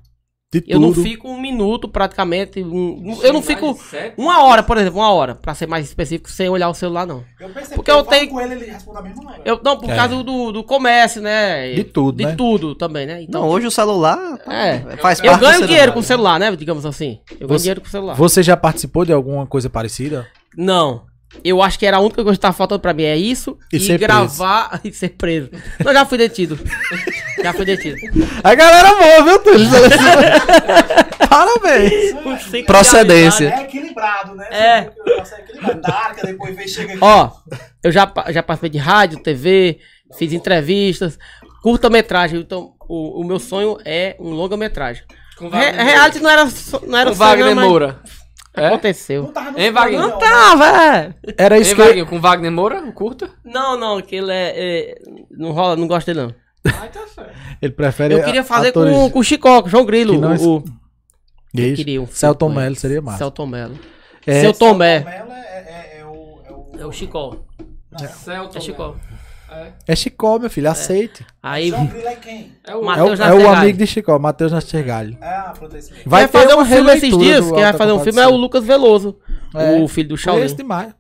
[SPEAKER 2] de
[SPEAKER 6] Eu não
[SPEAKER 2] tudo,
[SPEAKER 6] fico um minuto praticamente. um- eu não fico.
[SPEAKER 1] Sete?
[SPEAKER 6] Uma hora, por exemplo, uma hora, pra ser mais específico, sem olhar o celular, não.
[SPEAKER 8] Eu pensei
[SPEAKER 6] Porque eu
[SPEAKER 8] falo
[SPEAKER 6] tenho-
[SPEAKER 8] com ele, ele responde a mesma hora.
[SPEAKER 6] Eu, não, por
[SPEAKER 2] É.
[SPEAKER 6] causa do, do comércio, né?
[SPEAKER 2] de tudo,
[SPEAKER 6] De
[SPEAKER 2] né?
[SPEAKER 6] tudo também, né?
[SPEAKER 4] Não, hoje o celular tá-
[SPEAKER 6] É.
[SPEAKER 4] faz
[SPEAKER 6] eu
[SPEAKER 4] parte do
[SPEAKER 6] ganho
[SPEAKER 4] ser
[SPEAKER 6] dinheiro
[SPEAKER 4] humano.
[SPEAKER 6] com o celular, né? Digamos assim. Eu ganho
[SPEAKER 2] Você-
[SPEAKER 6] dinheiro com o celular.
[SPEAKER 2] Você já participou de alguma coisa parecida?
[SPEAKER 6] Não. Eu acho que era a única coisa que tava faltando pra mim, é isso
[SPEAKER 2] E ser
[SPEAKER 6] gravar e ser preso. Não, já fui detido. já fui detido.
[SPEAKER 2] A galera boa, viu, Túlio? Parabéns.
[SPEAKER 4] Procedência.
[SPEAKER 8] É equilibrado, né?
[SPEAKER 6] É.
[SPEAKER 8] Você é equilibrado. Da arca, depois vem, chega aqui.
[SPEAKER 6] Ó, eu já, pa- já participei de rádio, TV, fiz entrevistas, curta-metragem. Então, o, o meu sonho é um longa-metragem.
[SPEAKER 1] Com
[SPEAKER 6] Re-
[SPEAKER 1] Wagner
[SPEAKER 6] reality não era, so- não era
[SPEAKER 1] Com
[SPEAKER 6] sonho,
[SPEAKER 1] Wagner
[SPEAKER 6] não, mas
[SPEAKER 1] Moura. É?
[SPEAKER 6] Aconteceu.
[SPEAKER 8] Não
[SPEAKER 2] tá
[SPEAKER 8] tava no
[SPEAKER 1] Hein,
[SPEAKER 8] filme,
[SPEAKER 1] Wagner?
[SPEAKER 8] não.
[SPEAKER 6] Não, tá velho.
[SPEAKER 2] Era
[SPEAKER 1] Ei,
[SPEAKER 2] isso que eu...
[SPEAKER 1] Wagner, com Wagner Moura, o curta?
[SPEAKER 6] Não, não, que ele é, é, Não rola, não gosto dele, não.
[SPEAKER 2] Ele prefere
[SPEAKER 6] Eu queria fazer
[SPEAKER 2] atores-
[SPEAKER 6] com, com o Chicó, com o João Grilo.
[SPEAKER 2] Que não
[SPEAKER 6] o- o,
[SPEAKER 2] gays.
[SPEAKER 6] queria um filme
[SPEAKER 2] Celton
[SPEAKER 6] com ele.
[SPEAKER 2] Mello seria massa.
[SPEAKER 6] Celton Mello.
[SPEAKER 2] É.
[SPEAKER 6] Seu Tomé.
[SPEAKER 8] Melo é, é- é o. É o...
[SPEAKER 6] É o Chicó.
[SPEAKER 1] Celton.
[SPEAKER 6] É Chicó.
[SPEAKER 2] É Chicó, meu filho, aceite.
[SPEAKER 6] Aí.
[SPEAKER 8] João Grilo é quem?
[SPEAKER 1] É o
[SPEAKER 6] Mas-
[SPEAKER 2] É o,
[SPEAKER 6] Matheus
[SPEAKER 2] é o
[SPEAKER 6] Nastergalho.
[SPEAKER 2] amigo de Chicó, Matheus Nastergalho.
[SPEAKER 8] É, ah, pronto, é esse mesmo.
[SPEAKER 6] Vai
[SPEAKER 2] ter
[SPEAKER 6] fazer
[SPEAKER 2] uma
[SPEAKER 6] um filme esses
[SPEAKER 2] releitura
[SPEAKER 6] dias.
[SPEAKER 2] do
[SPEAKER 6] Quem vai
[SPEAKER 2] Alta
[SPEAKER 6] fazer um filme é o
[SPEAKER 2] Compadecida.
[SPEAKER 6] Lucas Veloso.
[SPEAKER 2] É.
[SPEAKER 6] O filho do
[SPEAKER 2] Conheço
[SPEAKER 6] Shaolin.
[SPEAKER 2] demais.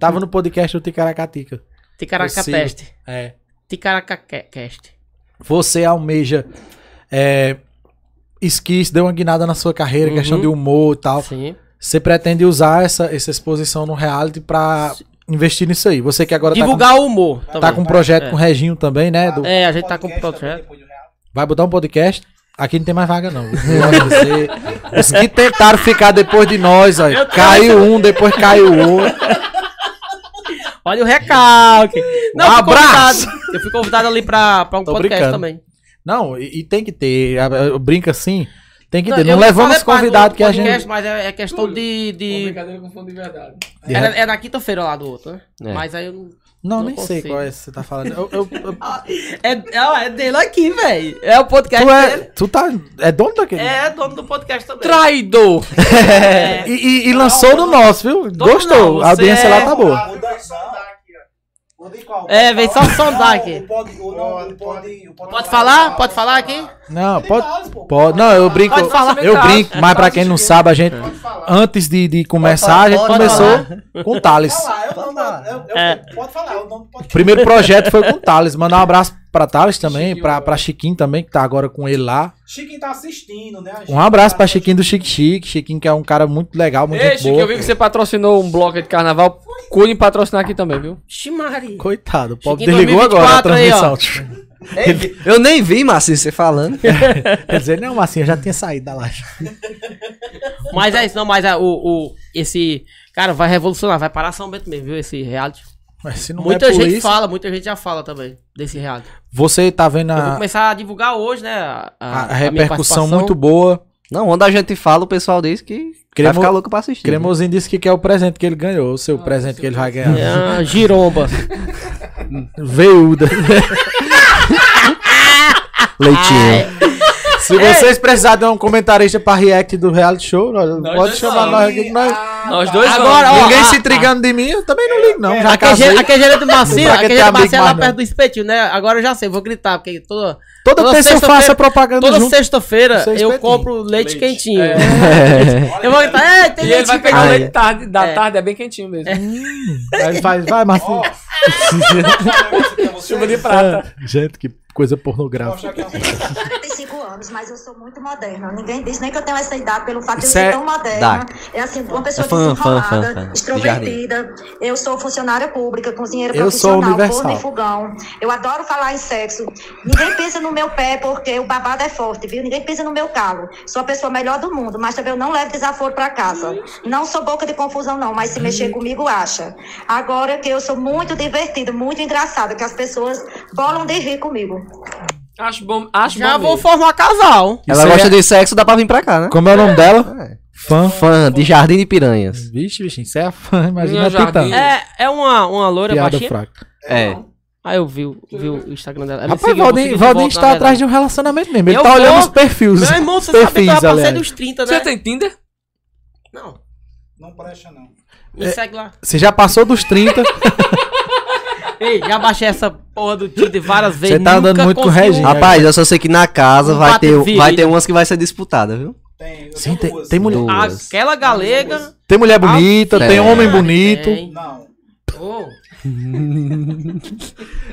[SPEAKER 2] Tava no podcast do Ticaracatica.
[SPEAKER 6] Ticaraca
[SPEAKER 2] Possível.
[SPEAKER 6] Teste.
[SPEAKER 2] É.
[SPEAKER 6] Ticaraca Cast.
[SPEAKER 2] Você almeja é, esquis, deu uma guinada na sua carreira,
[SPEAKER 6] Uhum.
[SPEAKER 2] questão de humor e tal.
[SPEAKER 6] Sim.
[SPEAKER 2] Você pretende usar essa, essa exposição no reality pra investir nisso aí. Você que agora
[SPEAKER 6] Divulgar o humor.
[SPEAKER 2] tá com, tá com um projeto com o Reginho também, né? do-
[SPEAKER 6] É, a gente tá com
[SPEAKER 8] Podcast também,
[SPEAKER 6] projeto.
[SPEAKER 8] depois do Real.
[SPEAKER 2] Vai botar um podcast. Aqui não tem mais vaga, não. Eu acho que você- Os que tentaram ficar depois de nós, ó. Caiu um, depois caiu outro.
[SPEAKER 6] Olha o recalque. Não,
[SPEAKER 2] Um
[SPEAKER 6] eu fui
[SPEAKER 2] abraço.
[SPEAKER 6] convidado. Eu fui convidado ali pra, pra um
[SPEAKER 2] Tô
[SPEAKER 6] podcast
[SPEAKER 2] brincando.
[SPEAKER 6] também.
[SPEAKER 2] Não, e, e tem que ter. a- a- Brinca assim. Tem que ter.
[SPEAKER 6] eu
[SPEAKER 2] Não levamos
[SPEAKER 6] falei pra-
[SPEAKER 2] convidado que a
[SPEAKER 6] podcast,
[SPEAKER 2] gente.
[SPEAKER 6] Mas é, é questão de.
[SPEAKER 1] Uma
[SPEAKER 6] de...
[SPEAKER 1] brincadeira com fundo de verdade.
[SPEAKER 6] Era, é na quinta-feira lá do outro, né?
[SPEAKER 4] É.
[SPEAKER 6] Mas aí eu não.
[SPEAKER 2] Não,
[SPEAKER 6] não
[SPEAKER 2] nem sei
[SPEAKER 6] consigo.
[SPEAKER 2] qual é esse que você tá falando. Eu- eu- eu-
[SPEAKER 6] É, é, é dele aqui, velho. É o podcast
[SPEAKER 2] tu é.
[SPEAKER 6] dele.
[SPEAKER 2] Tu tá. É dono daquele.
[SPEAKER 6] É dono do podcast também.
[SPEAKER 1] Traidor!
[SPEAKER 6] É.
[SPEAKER 2] E, e- e lançou no nosso, viu?
[SPEAKER 6] Dono
[SPEAKER 2] Gostou.
[SPEAKER 6] não,
[SPEAKER 2] a
[SPEAKER 6] você
[SPEAKER 2] audiência lá tá boa.
[SPEAKER 8] Ah, vem só sondar aqui, ó. Vou de qual?
[SPEAKER 6] É,
[SPEAKER 8] Pode
[SPEAKER 6] vem só
[SPEAKER 8] falar?
[SPEAKER 6] sondar
[SPEAKER 8] Não,
[SPEAKER 6] aqui.
[SPEAKER 8] o Pode, o não, o pode, o
[SPEAKER 6] Pode falar?
[SPEAKER 8] né?
[SPEAKER 6] Pode falar aqui?
[SPEAKER 2] Não,
[SPEAKER 8] Ele
[SPEAKER 2] pode.
[SPEAKER 8] faz, pô.
[SPEAKER 2] Pode, não, eu brinco.
[SPEAKER 6] Pode falar.
[SPEAKER 2] Eu brinco, mas pra quem não sabe, a gente.
[SPEAKER 8] Pode falar.
[SPEAKER 2] Antes de, de começar, a gente
[SPEAKER 4] Pode
[SPEAKER 2] começou com o Thales.
[SPEAKER 8] Pode falar, é o nome da- é o- é o- Pode falar, é o nome do podcast.
[SPEAKER 2] Primeiro projeto foi com o Thales. Mandar um abraço pra Thales também, pra, pra Chiquinho também, que tá agora com ele lá.
[SPEAKER 8] Chiquinho tá assistindo, né?
[SPEAKER 2] Um abraço pra Chiquinho do Chique Chique. Chiquinho que é um cara muito legal, muito
[SPEAKER 1] Ei,
[SPEAKER 2] gente
[SPEAKER 1] Chico,
[SPEAKER 2] boa.
[SPEAKER 1] eu vi que você patrocinou um bloco de carnaval. Cuide em patrocinar aqui também, viu?
[SPEAKER 6] Ximari.
[SPEAKER 2] Coitado, o pobre
[SPEAKER 6] Chiquinho
[SPEAKER 2] desligou agora a
[SPEAKER 6] 2024 aí,
[SPEAKER 2] transmissão.
[SPEAKER 6] ó.
[SPEAKER 4] Eu nem vi, Marcinho, você falando.
[SPEAKER 2] Quer dizer, não, Marcinho, eu já tinha saído da laje.
[SPEAKER 6] Mas é isso, não, mas é, o, o, esse. Cara, vai revolucionar, vai parar São Bento mesmo, viu? Esse reality.
[SPEAKER 2] Mas se não
[SPEAKER 6] Muita
[SPEAKER 2] é por
[SPEAKER 6] gente
[SPEAKER 2] isso,
[SPEAKER 6] fala, muita gente já fala também desse reality.
[SPEAKER 2] você tá vendo
[SPEAKER 6] Eu vou
[SPEAKER 2] a,
[SPEAKER 6] começar a divulgar hoje, né? A,
[SPEAKER 2] a
[SPEAKER 6] a- a minha
[SPEAKER 2] repercussão
[SPEAKER 6] participação.
[SPEAKER 2] muito boa.
[SPEAKER 4] Não, onde a gente fala, o pessoal diz que
[SPEAKER 2] Cremo-
[SPEAKER 4] vai ficar louco pra assistir.
[SPEAKER 2] Cremosinho disse que quer o presente que ele ganhou, o Ah, seu presente É. que ele vai ganhar.
[SPEAKER 6] É uma giromba.
[SPEAKER 2] Veiuda.
[SPEAKER 4] Leitinho.
[SPEAKER 2] Se vocês precisarem de um comentarista pra react do reality show, nós- pode
[SPEAKER 1] dois
[SPEAKER 2] chamar
[SPEAKER 1] vamos.
[SPEAKER 2] nós aqui que nós.
[SPEAKER 1] Nós dois
[SPEAKER 6] Agora, ó,
[SPEAKER 2] Ah, Ninguém
[SPEAKER 6] a-
[SPEAKER 2] se trigando de mim, eu também não ligo, não. Já
[SPEAKER 6] Aquele
[SPEAKER 2] casei.
[SPEAKER 6] gene- aquele gerente do Marcinho,
[SPEAKER 2] Não vai
[SPEAKER 6] aquele
[SPEAKER 2] ter
[SPEAKER 6] gerente do
[SPEAKER 2] amigo
[SPEAKER 6] Marcinho é lá
[SPEAKER 2] mais, não.
[SPEAKER 6] perto do espetinho, né? Agora eu já sei, vou gritar, porque toda,
[SPEAKER 2] Toda
[SPEAKER 6] toda
[SPEAKER 2] terça eu
[SPEAKER 6] sexta-feira-
[SPEAKER 2] faço a propaganda
[SPEAKER 6] toda
[SPEAKER 2] junto.
[SPEAKER 6] sexta-feira
[SPEAKER 2] Seu
[SPEAKER 6] eu
[SPEAKER 2] espetinho.
[SPEAKER 6] compro leite,
[SPEAKER 1] Leite.
[SPEAKER 6] quentinho.
[SPEAKER 1] É.
[SPEAKER 6] Eu vou gritar, é, tem
[SPEAKER 1] E ele
[SPEAKER 6] leite
[SPEAKER 1] vai
[SPEAKER 6] quentinho.
[SPEAKER 1] pegar o
[SPEAKER 4] Ah,
[SPEAKER 1] leite tarde, da
[SPEAKER 6] É.
[SPEAKER 1] tarde, é bem quentinho mesmo.
[SPEAKER 2] Aí faz, É. vai, Marcinho.
[SPEAKER 8] Chuva
[SPEAKER 1] Chuva de prata.
[SPEAKER 2] É. Gente, que coisa pornográfica.
[SPEAKER 8] Mostrar aqui uma-
[SPEAKER 7] Esse anos, mas eu sou muito moderna. Ninguém diz nem que eu tenho essa idade pelo fato de eu
[SPEAKER 2] Isso
[SPEAKER 7] ser
[SPEAKER 2] é
[SPEAKER 7] tão moderna.
[SPEAKER 4] Dark.
[SPEAKER 7] É assim, uma pessoa
[SPEAKER 4] É fã,
[SPEAKER 7] desenrolada,
[SPEAKER 4] fã, fã, fã. De
[SPEAKER 7] extrovertida. Eu sou funcionária pública, cozinheira
[SPEAKER 2] Eu sou
[SPEAKER 7] profissional,
[SPEAKER 2] universal.
[SPEAKER 7] forno e fogão. Eu adoro falar em sexo. Ninguém pensa no meu pé porque o babado é forte, viu? Ninguém pensa no meu calo. Sou a pessoa melhor do mundo, mas também eu não levo desaforo pra casa. Não sou boca de confusão, não, mas se mexer comigo, acha. Agora que eu sou muito divertida, muito engraçada, que as pessoas bolam de rir comigo.
[SPEAKER 1] Acho bom, acho
[SPEAKER 6] Já
[SPEAKER 1] bom
[SPEAKER 6] vou
[SPEAKER 1] mesmo.
[SPEAKER 6] formar casal.
[SPEAKER 4] Ela
[SPEAKER 2] Isso
[SPEAKER 4] gosta
[SPEAKER 2] é-
[SPEAKER 4] de sexo, dá pra vir pra cá, né?
[SPEAKER 2] Como é o nome dela? Fã.
[SPEAKER 4] Fã de Jardim de Piranhas.
[SPEAKER 2] Vixe, vixe, isso é a fã. Imagina
[SPEAKER 1] Minha
[SPEAKER 2] a
[SPEAKER 1] jardim.
[SPEAKER 2] Titã.
[SPEAKER 6] É, é uma, uma loira
[SPEAKER 2] Piada
[SPEAKER 6] baixinha.
[SPEAKER 2] fraca.
[SPEAKER 4] É.
[SPEAKER 6] Aí eu vi, o- vi o Instagram dela. Ela me
[SPEAKER 2] Rapaz,
[SPEAKER 6] seguiu, eu
[SPEAKER 2] Valdem,
[SPEAKER 6] segui de
[SPEAKER 2] Valdem
[SPEAKER 6] volta,
[SPEAKER 2] está
[SPEAKER 6] na
[SPEAKER 2] atrás
[SPEAKER 6] verdade.
[SPEAKER 2] de um relacionamento mesmo. Ele
[SPEAKER 6] Eu
[SPEAKER 2] tá olhando
[SPEAKER 6] vou-
[SPEAKER 2] os perfis.
[SPEAKER 6] Meu irmão, você sabe que
[SPEAKER 2] perfis,
[SPEAKER 6] eu passei
[SPEAKER 2] aliás.
[SPEAKER 6] dos 30, né?
[SPEAKER 1] Você tem Tinder?
[SPEAKER 6] Não.
[SPEAKER 8] Não presta, não.
[SPEAKER 6] Me segue lá.
[SPEAKER 2] Você já passou dos 30,
[SPEAKER 6] Ei, já baixei essa porra do Tinder várias vezes.
[SPEAKER 2] Você tá andando
[SPEAKER 6] nunca
[SPEAKER 2] muito com
[SPEAKER 6] consegui um-
[SPEAKER 2] Regina.
[SPEAKER 4] Rapaz, eu só sei que na casa
[SPEAKER 6] Um
[SPEAKER 4] vai
[SPEAKER 6] pato
[SPEAKER 4] ter,
[SPEAKER 6] virilha.
[SPEAKER 4] vai ter umas que vai ser disputada, viu?
[SPEAKER 8] Tem, eu
[SPEAKER 2] Sim,
[SPEAKER 8] tenho
[SPEAKER 2] tem-
[SPEAKER 8] duas.
[SPEAKER 2] tem mulher-
[SPEAKER 4] Duas.
[SPEAKER 6] Aquela galega.
[SPEAKER 2] tem mulher bonita, tem
[SPEAKER 4] É.
[SPEAKER 2] homem bonito.
[SPEAKER 6] Tem.
[SPEAKER 8] Não.
[SPEAKER 6] Ô.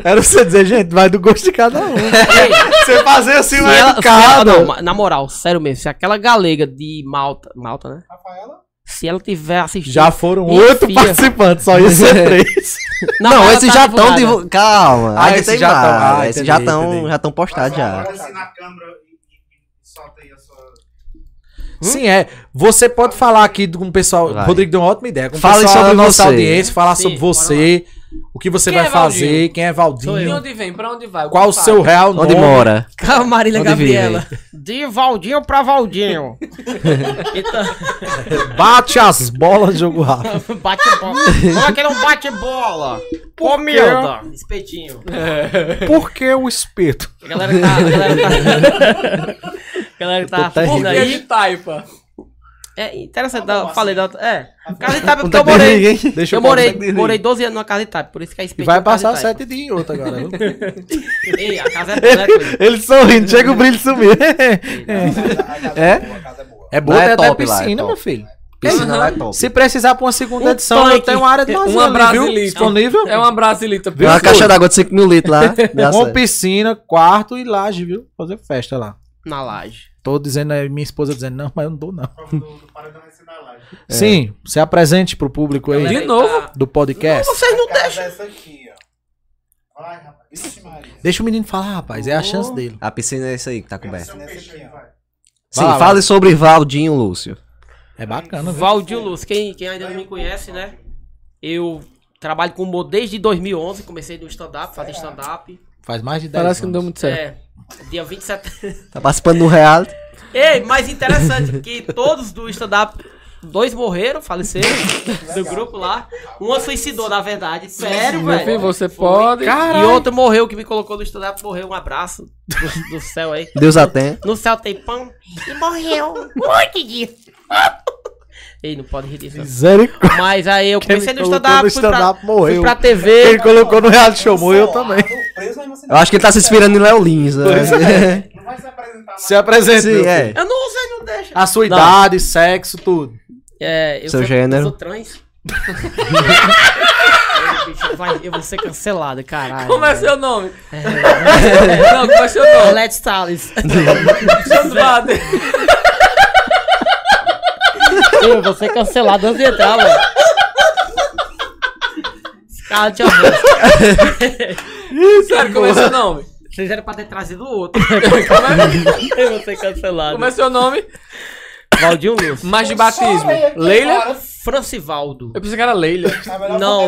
[SPEAKER 2] Era você dizer, gente, vai do gosto de cada um. você fazer assim,
[SPEAKER 6] Se
[SPEAKER 8] né?
[SPEAKER 2] um
[SPEAKER 6] ela- se
[SPEAKER 2] educado.
[SPEAKER 6] ela- não, ma- na moral, sério mesmo, se aquela galega de Malta, Malta, né?
[SPEAKER 8] Rafaela?
[SPEAKER 6] Se ela tiver assistido.
[SPEAKER 2] Já foram
[SPEAKER 6] Minha
[SPEAKER 2] oito
[SPEAKER 6] filha.
[SPEAKER 2] participantes, só isso é três.
[SPEAKER 6] Não,
[SPEAKER 4] Não,
[SPEAKER 6] ela
[SPEAKER 4] esses
[SPEAKER 6] tá
[SPEAKER 4] já estão
[SPEAKER 6] divulgada.
[SPEAKER 4] divul... Calma,
[SPEAKER 2] Ah,
[SPEAKER 4] ainda
[SPEAKER 2] esses
[SPEAKER 4] tem
[SPEAKER 2] já tão-
[SPEAKER 4] mais.
[SPEAKER 2] ah,
[SPEAKER 4] esses já
[SPEAKER 2] entendi,
[SPEAKER 4] estão
[SPEAKER 2] entendi.
[SPEAKER 4] já estão postados já.
[SPEAKER 8] Olha assim na câmera e, e- e solta aí a sua...
[SPEAKER 2] Sim, é. Você pode falar aqui com o pessoal.
[SPEAKER 4] Vai.
[SPEAKER 2] Rodrigo deu uma ótima ideia. Com o
[SPEAKER 4] Fala
[SPEAKER 2] pessoal da
[SPEAKER 4] sobre
[SPEAKER 2] nossa
[SPEAKER 4] você.
[SPEAKER 2] audiência, falar
[SPEAKER 6] Sim,
[SPEAKER 2] sobre
[SPEAKER 6] bora
[SPEAKER 2] você, o que você
[SPEAKER 1] Quem
[SPEAKER 2] vai
[SPEAKER 1] é Valdinho?
[SPEAKER 2] fazer, quem é
[SPEAKER 1] De
[SPEAKER 2] Valdinho,
[SPEAKER 1] onde vem? Pra onde vai? O
[SPEAKER 2] qual
[SPEAKER 1] que
[SPEAKER 2] o
[SPEAKER 1] faz?
[SPEAKER 2] seu real nome.
[SPEAKER 4] Onde mora?
[SPEAKER 6] Camarilha
[SPEAKER 4] Onde vive?
[SPEAKER 6] Gabriela. De Valdinho pra Valdinho. então,
[SPEAKER 2] Bate as bolas, jogo rápido.
[SPEAKER 6] bate bola. Olha que é um não bate bola. Comida. Espetinho.
[SPEAKER 2] Por que o espeto?
[SPEAKER 6] A galera que tá. A galera que tá, a galera que tá
[SPEAKER 1] Por
[SPEAKER 2] Puta,
[SPEAKER 6] assistindo
[SPEAKER 1] que
[SPEAKER 6] aí.
[SPEAKER 1] de taipa?
[SPEAKER 6] É interessante, eu falei da. É. Casa de Itaipa, porque eu
[SPEAKER 2] Não tá
[SPEAKER 6] morei.
[SPEAKER 2] ninguém. Deixa
[SPEAKER 6] Eu morei, morei 12 anos na casa de Itaipa, por isso que é
[SPEAKER 2] E
[SPEAKER 6] espetinho.
[SPEAKER 2] vai
[SPEAKER 6] de casa
[SPEAKER 2] passar
[SPEAKER 6] de
[SPEAKER 2] os
[SPEAKER 6] Itaipa.
[SPEAKER 2] sete dias em outro agora. viu?
[SPEAKER 6] Ei, a casa é boa, né, coisa?
[SPEAKER 2] Ele sorrindo, chega o brilho sumir.
[SPEAKER 8] A casa
[SPEAKER 2] É?
[SPEAKER 8] é boa, a casa é boa.
[SPEAKER 2] É
[SPEAKER 4] Lá
[SPEAKER 2] boa
[SPEAKER 4] é
[SPEAKER 2] até, até
[SPEAKER 4] top, lá é
[SPEAKER 2] piscina,
[SPEAKER 4] top.
[SPEAKER 2] meu filho.
[SPEAKER 4] Piscina
[SPEAKER 1] Aham.
[SPEAKER 4] lá é top.
[SPEAKER 2] Se precisar pra uma segunda
[SPEAKER 6] Um
[SPEAKER 2] edição, eu
[SPEAKER 6] tanque.
[SPEAKER 2] tenho uma área de
[SPEAKER 1] Uma
[SPEAKER 2] lazer ali, viu?
[SPEAKER 1] Brasilite.
[SPEAKER 2] Disponível.
[SPEAKER 1] É uma brasilita.
[SPEAKER 4] Tem uma caixa d'água de 5 mil litros lá.
[SPEAKER 2] Com
[SPEAKER 4] Graças a-
[SPEAKER 2] piscina, quarto e laje, viu? Fazer festa lá.
[SPEAKER 6] Na laje.
[SPEAKER 2] Tô dizendo, aí, minha esposa dizendo, não, mas eu não dou, não. É.
[SPEAKER 8] Prova do, do paredão vai ser na laje.
[SPEAKER 2] Sim, se apresente pro público aí
[SPEAKER 1] De novo?
[SPEAKER 2] do podcast.
[SPEAKER 6] Vocês não
[SPEAKER 8] A casa
[SPEAKER 6] deixam.
[SPEAKER 8] é essa aqui, ó. Vai, rapaz. Vixe, Maria.
[SPEAKER 2] Deixa o menino falar, rapaz, é a chance dele.
[SPEAKER 4] A piscina é isso aí que tá coberta.
[SPEAKER 8] Nessa aqui, vai.
[SPEAKER 4] Sim,
[SPEAKER 2] Vai lá,
[SPEAKER 4] fale sobre Valdinho Lúcio.
[SPEAKER 2] É bacana, viu?
[SPEAKER 6] Valdir Luz, quem, quem ainda não me conhece, né? Eu trabalho com humor desde 2011, comecei no stand-up, fazendo stand-up.
[SPEAKER 2] Faz mais de 10
[SPEAKER 1] Parece que não deu
[SPEAKER 2] anos.
[SPEAKER 1] muito certo.
[SPEAKER 6] É, dia 27.
[SPEAKER 4] Tá participando do reality.
[SPEAKER 6] Ei, mas interessante que todos do stand-up, dois morreram, faleceram do grupo lá. Uma suicidou, na verdade. Sério,
[SPEAKER 1] Meu filho,
[SPEAKER 6] velho.
[SPEAKER 1] você pode.
[SPEAKER 6] E outro morreu, que me colocou no stand-up, morreu. Um abraço do, do céu aí.
[SPEAKER 4] Deus atém.
[SPEAKER 6] No céu tem pão e morreu. um Muito disso. Ei, não pode rir disso. não.
[SPEAKER 2] Misericórdia.
[SPEAKER 6] Mas aí eu
[SPEAKER 2] Quem me
[SPEAKER 6] comecei no
[SPEAKER 2] colocou
[SPEAKER 6] stand-up,
[SPEAKER 2] no
[SPEAKER 6] fui, pra,
[SPEAKER 2] stand-up morreu.
[SPEAKER 6] fui pra
[SPEAKER 2] Ele
[SPEAKER 6] TV.
[SPEAKER 2] colocou no reality show, morreu também.
[SPEAKER 8] Preso na inocência.
[SPEAKER 4] Eu acho que ele tá se inspirando em Léo Lins. Né?
[SPEAKER 2] é.
[SPEAKER 8] Não vai se apresentar mais.
[SPEAKER 2] Se apresente.
[SPEAKER 4] Sim,
[SPEAKER 2] meu
[SPEAKER 4] é.
[SPEAKER 2] filho.
[SPEAKER 6] Eu não usei, não deixa.
[SPEAKER 2] A sua
[SPEAKER 6] Não.
[SPEAKER 2] idade, sexo, tudo.
[SPEAKER 6] É, eu
[SPEAKER 4] Seu
[SPEAKER 6] sou,
[SPEAKER 4] gênero.
[SPEAKER 6] Eu sou trans. Ei, bicho, vai- eu vou ser cancelado, caralho.
[SPEAKER 1] Como é seu nome? Não, como é seu nome?
[SPEAKER 6] Let's Salles.
[SPEAKER 1] Josvader.
[SPEAKER 6] Eu vou ser cancelado antes de entrar, mano. Esse Cara, te amo.
[SPEAKER 1] Sério, como é seu nome?
[SPEAKER 6] Vocês eram pra ter trazido outro. Eu vou ser cancelado. é?
[SPEAKER 1] Como é seu nome?
[SPEAKER 6] Valdir Luz.
[SPEAKER 1] Mais de batismo. Leila?
[SPEAKER 6] Francivaldo.
[SPEAKER 1] Eu pensei que era Leila.
[SPEAKER 6] Não,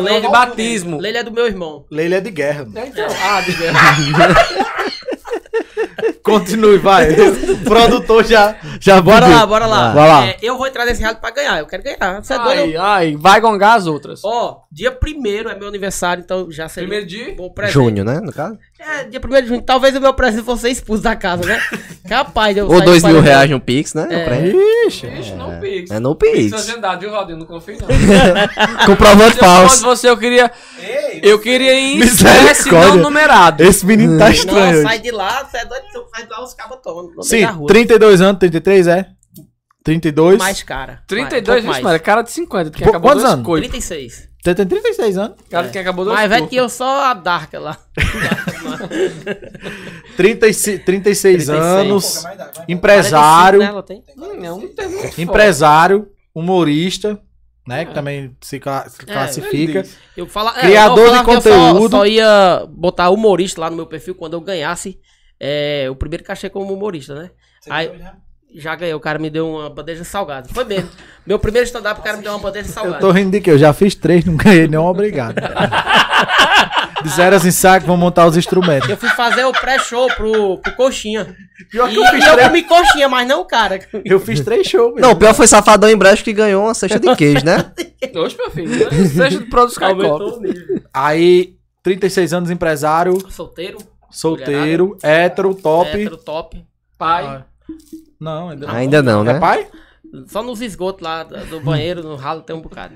[SPEAKER 1] Mais Tá de
[SPEAKER 6] Leila,
[SPEAKER 1] batismo.
[SPEAKER 6] Leila é do meu irmão.
[SPEAKER 2] Leila é de guerra. mano.
[SPEAKER 1] Então, ah, de guerra.
[SPEAKER 2] Continue, vai. o produtor já, já
[SPEAKER 6] Bora
[SPEAKER 2] pediu.
[SPEAKER 6] lá, bora lá.
[SPEAKER 2] Vai lá.
[SPEAKER 6] É, eu vou entrar nesse reality pra ganhar. Eu quero ganhar.
[SPEAKER 1] tá
[SPEAKER 6] Você é doido?
[SPEAKER 1] Ai, ai, vai gongar as outras.
[SPEAKER 6] Ó, dia 1 é meu aniversário, então já seria
[SPEAKER 1] Primeiro de?
[SPEAKER 6] um bom presente.
[SPEAKER 4] Júnior, né? No caso.
[SPEAKER 6] É, dia 1 de junho. Talvez o meu presente fosse expulso da casa, né? Capaz de eu
[SPEAKER 4] Ou
[SPEAKER 6] sair
[SPEAKER 4] dois
[SPEAKER 6] do
[SPEAKER 4] mil
[SPEAKER 6] paredão.
[SPEAKER 4] reais no Pix, né?
[SPEAKER 6] É.
[SPEAKER 4] O prêmio.
[SPEAKER 1] Ixi, não pix.
[SPEAKER 4] É no
[SPEAKER 1] Pix
[SPEAKER 4] Pix.
[SPEAKER 1] agendado, viu, Rodinho? Não confio, não.
[SPEAKER 4] Comprovante
[SPEAKER 1] Se eu fosse
[SPEAKER 4] falso.
[SPEAKER 1] você, eu queria. Eu queria ir em
[SPEAKER 2] Misericórdia.
[SPEAKER 1] espécie não numerado.
[SPEAKER 2] Esse menino
[SPEAKER 4] É
[SPEAKER 2] tá
[SPEAKER 6] Não,
[SPEAKER 2] estranho.
[SPEAKER 6] sai
[SPEAKER 2] hoje.
[SPEAKER 6] de lá, você é doido, você faz lá os cabos tomam.
[SPEAKER 2] Sim,
[SPEAKER 6] na rua.
[SPEAKER 2] 32 anos, 33, é? 32.
[SPEAKER 6] Mais cara. mais, um pouco
[SPEAKER 1] 32, vixe,
[SPEAKER 6] mais.
[SPEAKER 1] mano, é cara de 50, porque
[SPEAKER 2] Pô,
[SPEAKER 1] acabou
[SPEAKER 2] quantos
[SPEAKER 1] dois
[SPEAKER 2] anos?
[SPEAKER 1] coitos.
[SPEAKER 6] 36.
[SPEAKER 2] Você tem 36 anos?
[SPEAKER 1] Cara, quem acabou dois
[SPEAKER 6] Mais velho
[SPEAKER 1] turcos.
[SPEAKER 6] é que eu, só a Darka lá.
[SPEAKER 2] 36, 36
[SPEAKER 6] 36.
[SPEAKER 2] anos,
[SPEAKER 8] Vai dar, vai dar.
[SPEAKER 2] empresário,
[SPEAKER 6] 45, né, ela tem?
[SPEAKER 1] Hum, Não, não tem
[SPEAKER 6] né?
[SPEAKER 1] muito
[SPEAKER 2] empresário, humorista, né?
[SPEAKER 6] É.
[SPEAKER 2] Que também se cla- se classifica.
[SPEAKER 6] Eu fala, é,
[SPEAKER 2] Criador
[SPEAKER 6] eu falava
[SPEAKER 2] de
[SPEAKER 6] que eu só-
[SPEAKER 2] conteúdo.
[SPEAKER 6] só, ia botar humorista lá no meu perfil quando eu ganhasse é, o primeiro cachê como humorista, né?
[SPEAKER 8] Você
[SPEAKER 6] Aí-
[SPEAKER 8] viu já?
[SPEAKER 6] Já ganhei, o cara me deu uma bandeja salgada. Foi mesmo. Meu primeiro stand-up, o cara me deu uma bandeja
[SPEAKER 2] Eu
[SPEAKER 6] salgada.
[SPEAKER 2] tô rindo de que eu já fiz três, não ganhei nenhum, obrigado. Disseram assim, saco, vão montar os instrumentos.
[SPEAKER 6] Eu fui fazer o pré-show pro, pro Coxinha.
[SPEAKER 2] Pior
[SPEAKER 6] E, e eu comi coxinha, mas não o cara.
[SPEAKER 2] eu fiz três shows.
[SPEAKER 4] Não, o pior foi Safadão em Brejo que ganhou uma cesta de queijo, né?
[SPEAKER 1] Hoje, meu filho. né? Seja do produtos Caicó.
[SPEAKER 6] Aumentou o nível.
[SPEAKER 2] Aí, 36 anos, empresário,
[SPEAKER 6] Solteiro,
[SPEAKER 2] solteiro, hétero, top.
[SPEAKER 6] hétero, top.
[SPEAKER 1] Pai.
[SPEAKER 2] Não, ainda não.
[SPEAKER 4] Ainda não,
[SPEAKER 2] É
[SPEAKER 4] né?
[SPEAKER 2] pai?
[SPEAKER 6] Só nos esgotos lá da- do banheiro, no ralo, tem um bocado.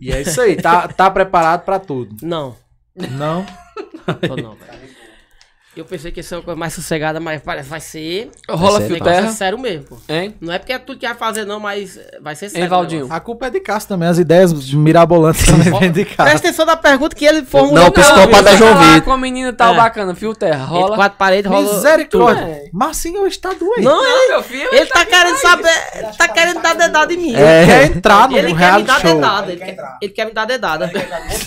[SPEAKER 2] E é isso aí, tá, tá preparado pra tudo.
[SPEAKER 6] Não,
[SPEAKER 2] Não.
[SPEAKER 6] tô não, velho. Eu pensei que ia ser uma coisa mais sossegada, mas parece vai ser.
[SPEAKER 1] Rola
[SPEAKER 4] Vai ser
[SPEAKER 1] fio
[SPEAKER 6] negócio é
[SPEAKER 1] terra.
[SPEAKER 6] sério mesmo, pô.
[SPEAKER 1] Hein?
[SPEAKER 6] Não é porque é tudo que vai fazer, não, mas vai ser sério.
[SPEAKER 1] Hein, Valdinho?
[SPEAKER 2] A culpa é de Cássio também, as ideias mirabolantes também vêm de
[SPEAKER 6] Presta
[SPEAKER 2] Cássio.
[SPEAKER 6] atenção na pergunta que ele formulou.
[SPEAKER 4] Não, o psicopata é
[SPEAKER 1] viu?
[SPEAKER 4] João
[SPEAKER 1] Tá lá
[SPEAKER 4] Vitor.
[SPEAKER 1] Com a menina tal
[SPEAKER 6] É.
[SPEAKER 1] bacana, fio terra.
[SPEAKER 6] Entre
[SPEAKER 1] Rola.
[SPEAKER 6] quatro paredes rola.
[SPEAKER 2] Misericórdia. Marcinho está doente.
[SPEAKER 6] Não,
[SPEAKER 1] Não, meu filho.
[SPEAKER 6] Ele tá querendo saber. Tá querendo dar dedada em mim.
[SPEAKER 1] É,
[SPEAKER 2] Ele quer
[SPEAKER 1] tá
[SPEAKER 2] entrar no
[SPEAKER 6] Ele quer me
[SPEAKER 2] reality
[SPEAKER 6] dar
[SPEAKER 2] show.
[SPEAKER 6] dedada. Ele
[SPEAKER 8] Ele quer
[SPEAKER 6] quer,
[SPEAKER 8] entrar.
[SPEAKER 6] ele quer me dar dedada.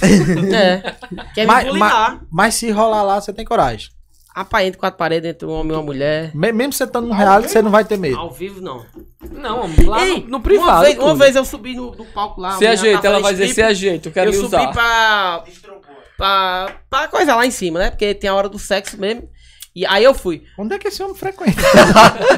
[SPEAKER 6] É. Quer me
[SPEAKER 2] Mas,
[SPEAKER 6] bulinar.
[SPEAKER 2] mas, mas se rolar lá, você tem coragem.
[SPEAKER 6] Rapaz, entre quatro paredes, entre um homem e uma mulher.
[SPEAKER 2] Me- mesmo você estando no reality, você não vai ter medo.
[SPEAKER 6] Ao vivo, não.
[SPEAKER 1] Não, lá
[SPEAKER 6] Ei,
[SPEAKER 1] no, no privado.
[SPEAKER 6] Uma vez, Ah, uma
[SPEAKER 1] tudo.
[SPEAKER 6] vez eu subi no, no palco lá.
[SPEAKER 1] Se
[SPEAKER 6] a menina
[SPEAKER 1] ajeita,
[SPEAKER 6] tava
[SPEAKER 1] ela
[SPEAKER 6] fazendo
[SPEAKER 1] vai dizer se
[SPEAKER 6] strip,
[SPEAKER 1] ajeita, eu quero
[SPEAKER 6] Eu
[SPEAKER 1] lhe
[SPEAKER 6] subi
[SPEAKER 1] usar.
[SPEAKER 6] pra,
[SPEAKER 8] Estrogou.
[SPEAKER 6] pra. pra coisa lá em cima, né? Porque tem a hora do sexo mesmo. E aí eu fui.
[SPEAKER 2] Onde é que esse homem frequenta?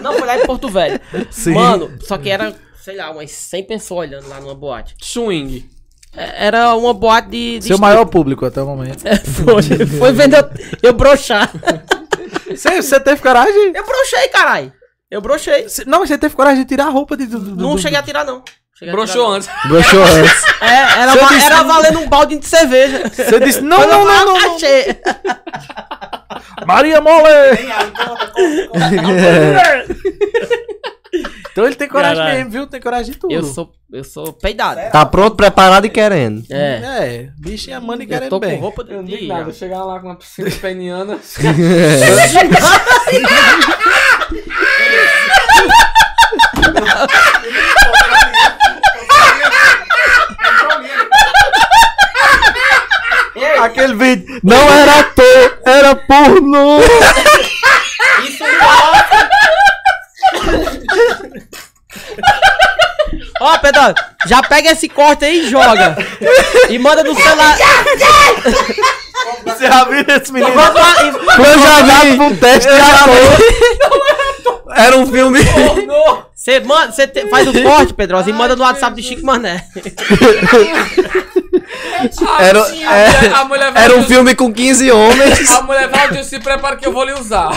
[SPEAKER 6] Não, foi lá em Porto Velho.
[SPEAKER 2] Sim.
[SPEAKER 6] Mano, só que era, sei lá, umas 100 pessoas olhando lá numa boate.
[SPEAKER 1] Swing.
[SPEAKER 6] É, Era uma boate de. de
[SPEAKER 2] Seu
[SPEAKER 6] strip.
[SPEAKER 2] maior público até o momento.
[SPEAKER 6] É, foi, foi vendo eu, eu broxar.
[SPEAKER 2] Você, você teve coragem?
[SPEAKER 6] Eu brochei, caralho. Eu brochei.
[SPEAKER 2] Você- Não, mas você teve coragem de tirar a roupa de. Do, do-
[SPEAKER 6] Não
[SPEAKER 2] do-
[SPEAKER 6] cheguei a tirar, não. Cheguei a
[SPEAKER 1] Broxou
[SPEAKER 6] tirar,
[SPEAKER 1] antes.
[SPEAKER 4] Broxou antes.
[SPEAKER 6] não. É, era,
[SPEAKER 2] Você
[SPEAKER 6] va-
[SPEAKER 2] disse-
[SPEAKER 6] era valendo um balde de cerveja.
[SPEAKER 2] Você disse: não, não, não, não, não.
[SPEAKER 6] Achei.
[SPEAKER 2] Maria Mole!
[SPEAKER 8] Tem aí, corta, corta, corta.
[SPEAKER 2] Então ele tem coragem
[SPEAKER 6] Caralho.
[SPEAKER 2] mesmo, viu? Tem coragem de tudo.
[SPEAKER 6] Eu sou, eu sou peidado.
[SPEAKER 4] Tá pronto, preparado e querendo.
[SPEAKER 6] É.
[SPEAKER 2] É, bichinha manda e
[SPEAKER 6] Eu
[SPEAKER 2] querendo
[SPEAKER 6] tô
[SPEAKER 2] bem.
[SPEAKER 6] com roupa de.
[SPEAKER 1] Eu não digo
[SPEAKER 6] de-
[SPEAKER 1] nada, eu chegar lá com uma piscina peniana.
[SPEAKER 2] Aquele vídeo não era ator, era pornô.
[SPEAKER 6] Isso não Ó, Pedro, já pega esse corte aí e joga. E manda no celular.
[SPEAKER 2] Você já viu esse menino?
[SPEAKER 6] Vamos lá,
[SPEAKER 2] Eu já vi um teste de ator.
[SPEAKER 6] é
[SPEAKER 4] Era um filme.
[SPEAKER 1] Pornô!
[SPEAKER 6] Você manda, você te- faz o corte, Pedrosa, e manda no WhatsApp de Chico Mané. Ah,
[SPEAKER 4] Era-
[SPEAKER 1] a mulher, a mulher
[SPEAKER 4] Era um
[SPEAKER 1] Valdir-
[SPEAKER 4] filme com 15 homens.
[SPEAKER 1] A mulher Valdir, se prepara que eu vou lhe usar.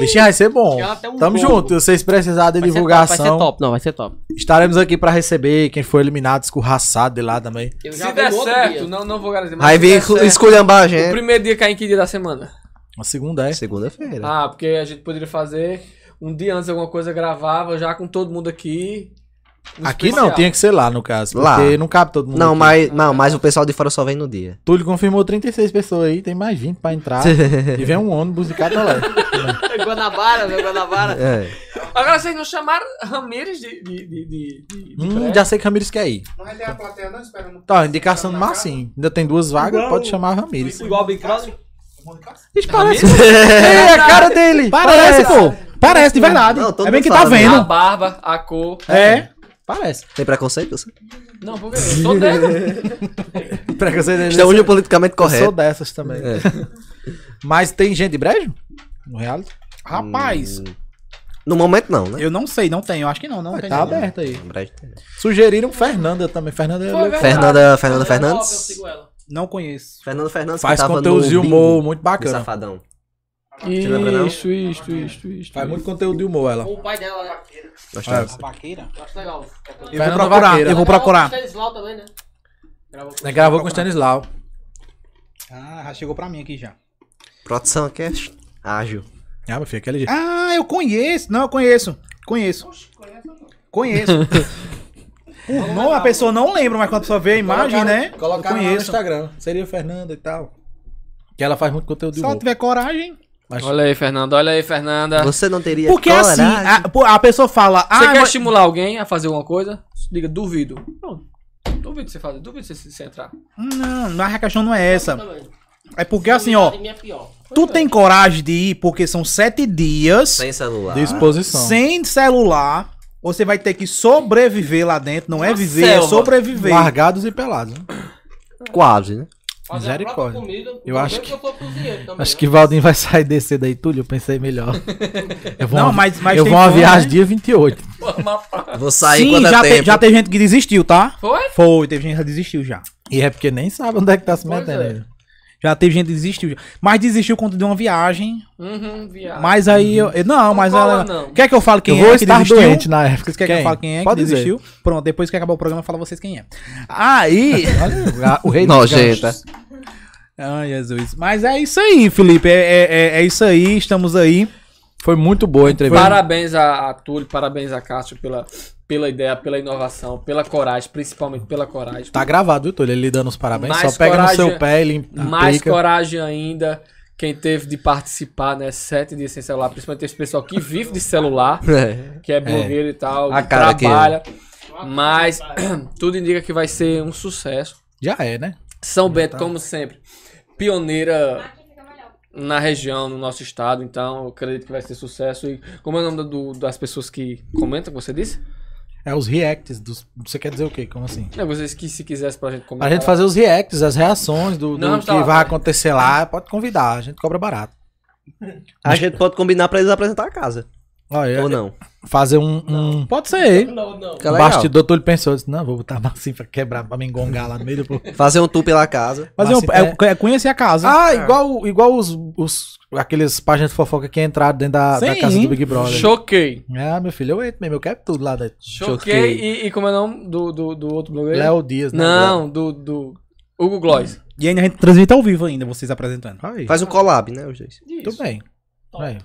[SPEAKER 2] Bichinho vai ser bom.
[SPEAKER 6] Ela tem um
[SPEAKER 2] Tamo
[SPEAKER 6] combo.
[SPEAKER 2] junto. Vocês precisarem de
[SPEAKER 6] Vai ser top, Vai ser
[SPEAKER 2] divulgação.
[SPEAKER 6] top, não, vai ser top.
[SPEAKER 2] Estaremos aqui pra receber quem foi eliminado, escorraçado de lá também.
[SPEAKER 6] Eu
[SPEAKER 1] Se der certo, não, não vou garantir. mas
[SPEAKER 4] Aí
[SPEAKER 1] se
[SPEAKER 4] vem é.
[SPEAKER 1] der certo,
[SPEAKER 4] esculhambar a
[SPEAKER 1] O
[SPEAKER 4] gente.
[SPEAKER 1] primeiro dia cai em que dia da semana?
[SPEAKER 2] Uma segunda é.
[SPEAKER 4] Segunda-feira.
[SPEAKER 1] Ah, porque a gente poderia fazer um dia antes alguma coisa, gravava já com todo mundo aqui. no
[SPEAKER 2] Aqui
[SPEAKER 1] especial.
[SPEAKER 2] não, tinha que ser lá, no caso.
[SPEAKER 4] Lá.
[SPEAKER 2] Porque não cabe todo mundo.
[SPEAKER 4] Não,
[SPEAKER 2] aqui.
[SPEAKER 4] mas, não, mas o pessoal de fora só vem no dia.
[SPEAKER 2] Túlio confirmou 36 pessoas aí, tem mais 20 pra entrar. e vem um ônibus de cada lado.
[SPEAKER 1] né?
[SPEAKER 6] Guanabara, meu Guanabara.
[SPEAKER 4] É.
[SPEAKER 1] Agora vocês não chamaram Ramirez de. de, de, de, de- de
[SPEAKER 2] Hum,
[SPEAKER 1] pré?
[SPEAKER 2] já sei que Ramires quer ir.
[SPEAKER 8] Não vai ter é a plateia não esperando.
[SPEAKER 2] Tá, indicação do Marcinho. Ainda tem duas vagas,
[SPEAKER 6] Igual-
[SPEAKER 2] pode chamar Ramires.
[SPEAKER 6] Igual o Big Brother.
[SPEAKER 2] Isso parece. é a cara dele. Parece, pô. Parece, de verdade.
[SPEAKER 4] Não, todo
[SPEAKER 3] É bem
[SPEAKER 4] mundo
[SPEAKER 3] que
[SPEAKER 4] fala,
[SPEAKER 3] tá
[SPEAKER 4] né?
[SPEAKER 3] vendo.
[SPEAKER 1] A barba, a cor.
[SPEAKER 2] É. Parece.
[SPEAKER 4] Tem preconceito? Wilson?
[SPEAKER 1] Não, porque eu sou dele.
[SPEAKER 2] Preconceito dele.
[SPEAKER 4] Estamos no politicamente
[SPEAKER 2] Eu sou
[SPEAKER 4] correto.
[SPEAKER 2] dessas também.
[SPEAKER 4] É.
[SPEAKER 2] Mas tem gente de brejo? No reality? Hum.
[SPEAKER 3] Rapaz,
[SPEAKER 4] No momento não, né?
[SPEAKER 3] eu não sei, não tenho. Acho que não, não tem.
[SPEAKER 2] tá
[SPEAKER 3] não.
[SPEAKER 2] aberto aí.
[SPEAKER 4] Brecht tem.
[SPEAKER 2] Sugeriram Fernanda também. Fernanda é
[SPEAKER 1] Foi, velho.
[SPEAKER 4] Fernanda, Fernanda Fernandes?
[SPEAKER 3] Não conheço.
[SPEAKER 4] Fernanda Fernandes que
[SPEAKER 2] faz
[SPEAKER 4] tava
[SPEAKER 2] conteúdo
[SPEAKER 4] no
[SPEAKER 2] de
[SPEAKER 4] bingo
[SPEAKER 2] humor muito
[SPEAKER 4] do
[SPEAKER 2] bacana.
[SPEAKER 4] Safadão. lembra, não?
[SPEAKER 1] Isso, isso, isso, isso.
[SPEAKER 2] Faz muito conteúdo de humor ela.
[SPEAKER 6] o pai dela, né?
[SPEAKER 4] Gostava.
[SPEAKER 8] Vaqueira?
[SPEAKER 6] Acho legal.
[SPEAKER 3] Eu
[SPEAKER 2] Fernanda
[SPEAKER 3] vou procurar,
[SPEAKER 2] Vaqueira.
[SPEAKER 3] eu vou procurar.
[SPEAKER 6] também, né?
[SPEAKER 2] Ela Gravou com o Stanislau.
[SPEAKER 3] Ah, já chegou pra mim aqui já.
[SPEAKER 4] Produção aqui é ágil.
[SPEAKER 2] Ah, meu filho, aquele jeito.
[SPEAKER 3] Ah, eu conheço. Não, eu conheço. Conheço. Conheço. Por nome, a pessoa não lembra, mas quando a pessoa vê a imagem, né?
[SPEAKER 9] Colocar
[SPEAKER 3] eu
[SPEAKER 9] no
[SPEAKER 3] conheço.
[SPEAKER 9] Instagram. Seria Fernanda e tal. Que ela faz muito conteúdo de
[SPEAKER 3] Se ela
[SPEAKER 9] humor.
[SPEAKER 3] tiver coragem.
[SPEAKER 9] Mas-
[SPEAKER 1] Olha aí, Fernanda. Olha aí,
[SPEAKER 2] Ah.
[SPEAKER 1] Fernanda. Você,
[SPEAKER 4] Você não teria
[SPEAKER 3] Porque
[SPEAKER 2] é
[SPEAKER 4] coragem.
[SPEAKER 3] assim, a, pô, a pessoa fala. Ah,
[SPEAKER 1] quer
[SPEAKER 3] mas-
[SPEAKER 1] estimular alguém a fazer alguma coisa? Diga, duvido. Pronto. Duvido você fazer, duvido você se se entrar.
[SPEAKER 3] Não, mas a questão não é essa. É porque assim, ó,
[SPEAKER 6] Minha pior.
[SPEAKER 3] tu tem coragem de ir porque são sete dias
[SPEAKER 4] Sem celular.
[SPEAKER 2] Disposição.
[SPEAKER 3] sem celular. Você vai ter que sobreviver lá dentro. Não é
[SPEAKER 6] Uma
[SPEAKER 3] viver,
[SPEAKER 6] selva.
[SPEAKER 3] é sobreviver.
[SPEAKER 2] Largados e pelados. né?
[SPEAKER 4] Quase, né?
[SPEAKER 6] Fazer a própria
[SPEAKER 2] Misericórdia.
[SPEAKER 6] comida,
[SPEAKER 2] Eu acho
[SPEAKER 6] mesmo
[SPEAKER 2] que-
[SPEAKER 6] eu sou cozinheiro também,
[SPEAKER 2] Acho
[SPEAKER 6] né?
[SPEAKER 2] que Valdinho vai sair descer daí, Túlio. Eu pensei melhor. Eu vou,
[SPEAKER 3] Não,
[SPEAKER 2] uma-
[SPEAKER 3] mas- mas
[SPEAKER 2] eu
[SPEAKER 3] tem
[SPEAKER 2] vou uma
[SPEAKER 3] como,
[SPEAKER 2] viagem
[SPEAKER 3] né?
[SPEAKER 2] dia 28.
[SPEAKER 4] Vou sair
[SPEAKER 3] Sim,
[SPEAKER 4] quanto é
[SPEAKER 3] já, te-
[SPEAKER 4] tempo.
[SPEAKER 3] já teve gente que desistiu, tá?
[SPEAKER 1] Foi?
[SPEAKER 3] Foi, teve gente que já desistiu já.
[SPEAKER 2] E é porque nem sabe onde é que tá se
[SPEAKER 1] Pois
[SPEAKER 2] metendo.
[SPEAKER 1] é.
[SPEAKER 2] aí.
[SPEAKER 3] Já teve gente que desistiu. já. Mas desistiu quando deu uma viagem.
[SPEAKER 1] Uhum, viado.
[SPEAKER 3] Mas aí eu. eu- Não, mas
[SPEAKER 1] cola,
[SPEAKER 3] ela.
[SPEAKER 1] não.
[SPEAKER 3] Quer que eu fale quem
[SPEAKER 2] eu vou
[SPEAKER 3] é que
[SPEAKER 2] estar
[SPEAKER 3] desistiu?
[SPEAKER 2] doente na época.
[SPEAKER 3] Vocês querem que eu fale quem é
[SPEAKER 2] Pode
[SPEAKER 3] que
[SPEAKER 2] dizer.
[SPEAKER 3] desistiu? Pronto, depois que acabar o programa, eu falo a vocês quem é. Aí. Ah,
[SPEAKER 2] Olha, o rei dos
[SPEAKER 4] Nojenta.
[SPEAKER 2] ganchos.
[SPEAKER 3] Ai, Jesus. Mas é isso aí, Felipe. É, é, é- é isso aí, estamos aí.
[SPEAKER 2] Foi muito boa a entrevista.
[SPEAKER 1] Parabéns a, a Túlio, parabéns a Cássio pela, pela ideia, pela inovação, pela coragem, principalmente pela coragem.
[SPEAKER 2] Tá gravado, viu, Túlio? Ele lhe dando os parabéns.
[SPEAKER 1] Mais
[SPEAKER 2] Só pega
[SPEAKER 1] coragem-
[SPEAKER 2] no seu pé e
[SPEAKER 3] tá
[SPEAKER 2] limpa.
[SPEAKER 1] Mais coragem ainda, quem teve de participar, né? Sete dias sem celular, principalmente esse pessoal que vive de celular,
[SPEAKER 4] É.
[SPEAKER 1] que é blogueiro e tal,
[SPEAKER 4] A
[SPEAKER 1] que
[SPEAKER 4] cara que
[SPEAKER 1] trabalha. Mas tudo indica que vai ser um sucesso.
[SPEAKER 2] Já é, né?
[SPEAKER 1] São Bento, como sempre, pioneira na região, no nosso estado, então eu acredito que vai ser sucesso. E como é o nome do- das pessoas que comentam, que você disse?
[SPEAKER 2] É os reacts dos. Você quer dizer o quê? Como assim?
[SPEAKER 1] Não, vocês que se quisesse pra gente comentar.
[SPEAKER 2] A gente fazer os reacts, as reações do, do
[SPEAKER 1] Não,
[SPEAKER 2] que
[SPEAKER 1] tá lá,
[SPEAKER 2] vai
[SPEAKER 1] tá.
[SPEAKER 2] acontecer lá, pode convidar, a gente cobra barato.
[SPEAKER 4] A gente pode combinar pra eles apresentar a casa.
[SPEAKER 2] Olha,
[SPEAKER 4] Ou não.
[SPEAKER 2] fazer um, um-
[SPEAKER 3] Pode ser.
[SPEAKER 6] Não, não.
[SPEAKER 4] Fica
[SPEAKER 2] um
[SPEAKER 4] legal.
[SPEAKER 2] bastidor, Túlio pensou, disse, não, vou botar assim pra quebrar, pra me engongar lá no meio do povo.
[SPEAKER 4] Fazer um tour pela casa.
[SPEAKER 3] Fazer um,
[SPEAKER 2] Massa,
[SPEAKER 3] é, é conhecer a casa.
[SPEAKER 2] Ah, igual, igual os, os aqueles páginas de fofoca que entraram dentro da, da
[SPEAKER 3] Sim.
[SPEAKER 2] casa do Big Brother.
[SPEAKER 1] Choquei.
[SPEAKER 2] Ah, meu filho, eu entro mesmo, eu quero tudo lá dentro.
[SPEAKER 1] Choquei. E, e como é o nome do, do, do outro blogueiro?
[SPEAKER 2] Léo Dias, né?
[SPEAKER 1] Não, do, do Hugo Gloss.
[SPEAKER 3] E ainda a gente transmite ao vivo ainda, vocês apresentando.
[SPEAKER 2] Aí,
[SPEAKER 4] Faz um collab, né, os dois.
[SPEAKER 2] tudo bem. Aí,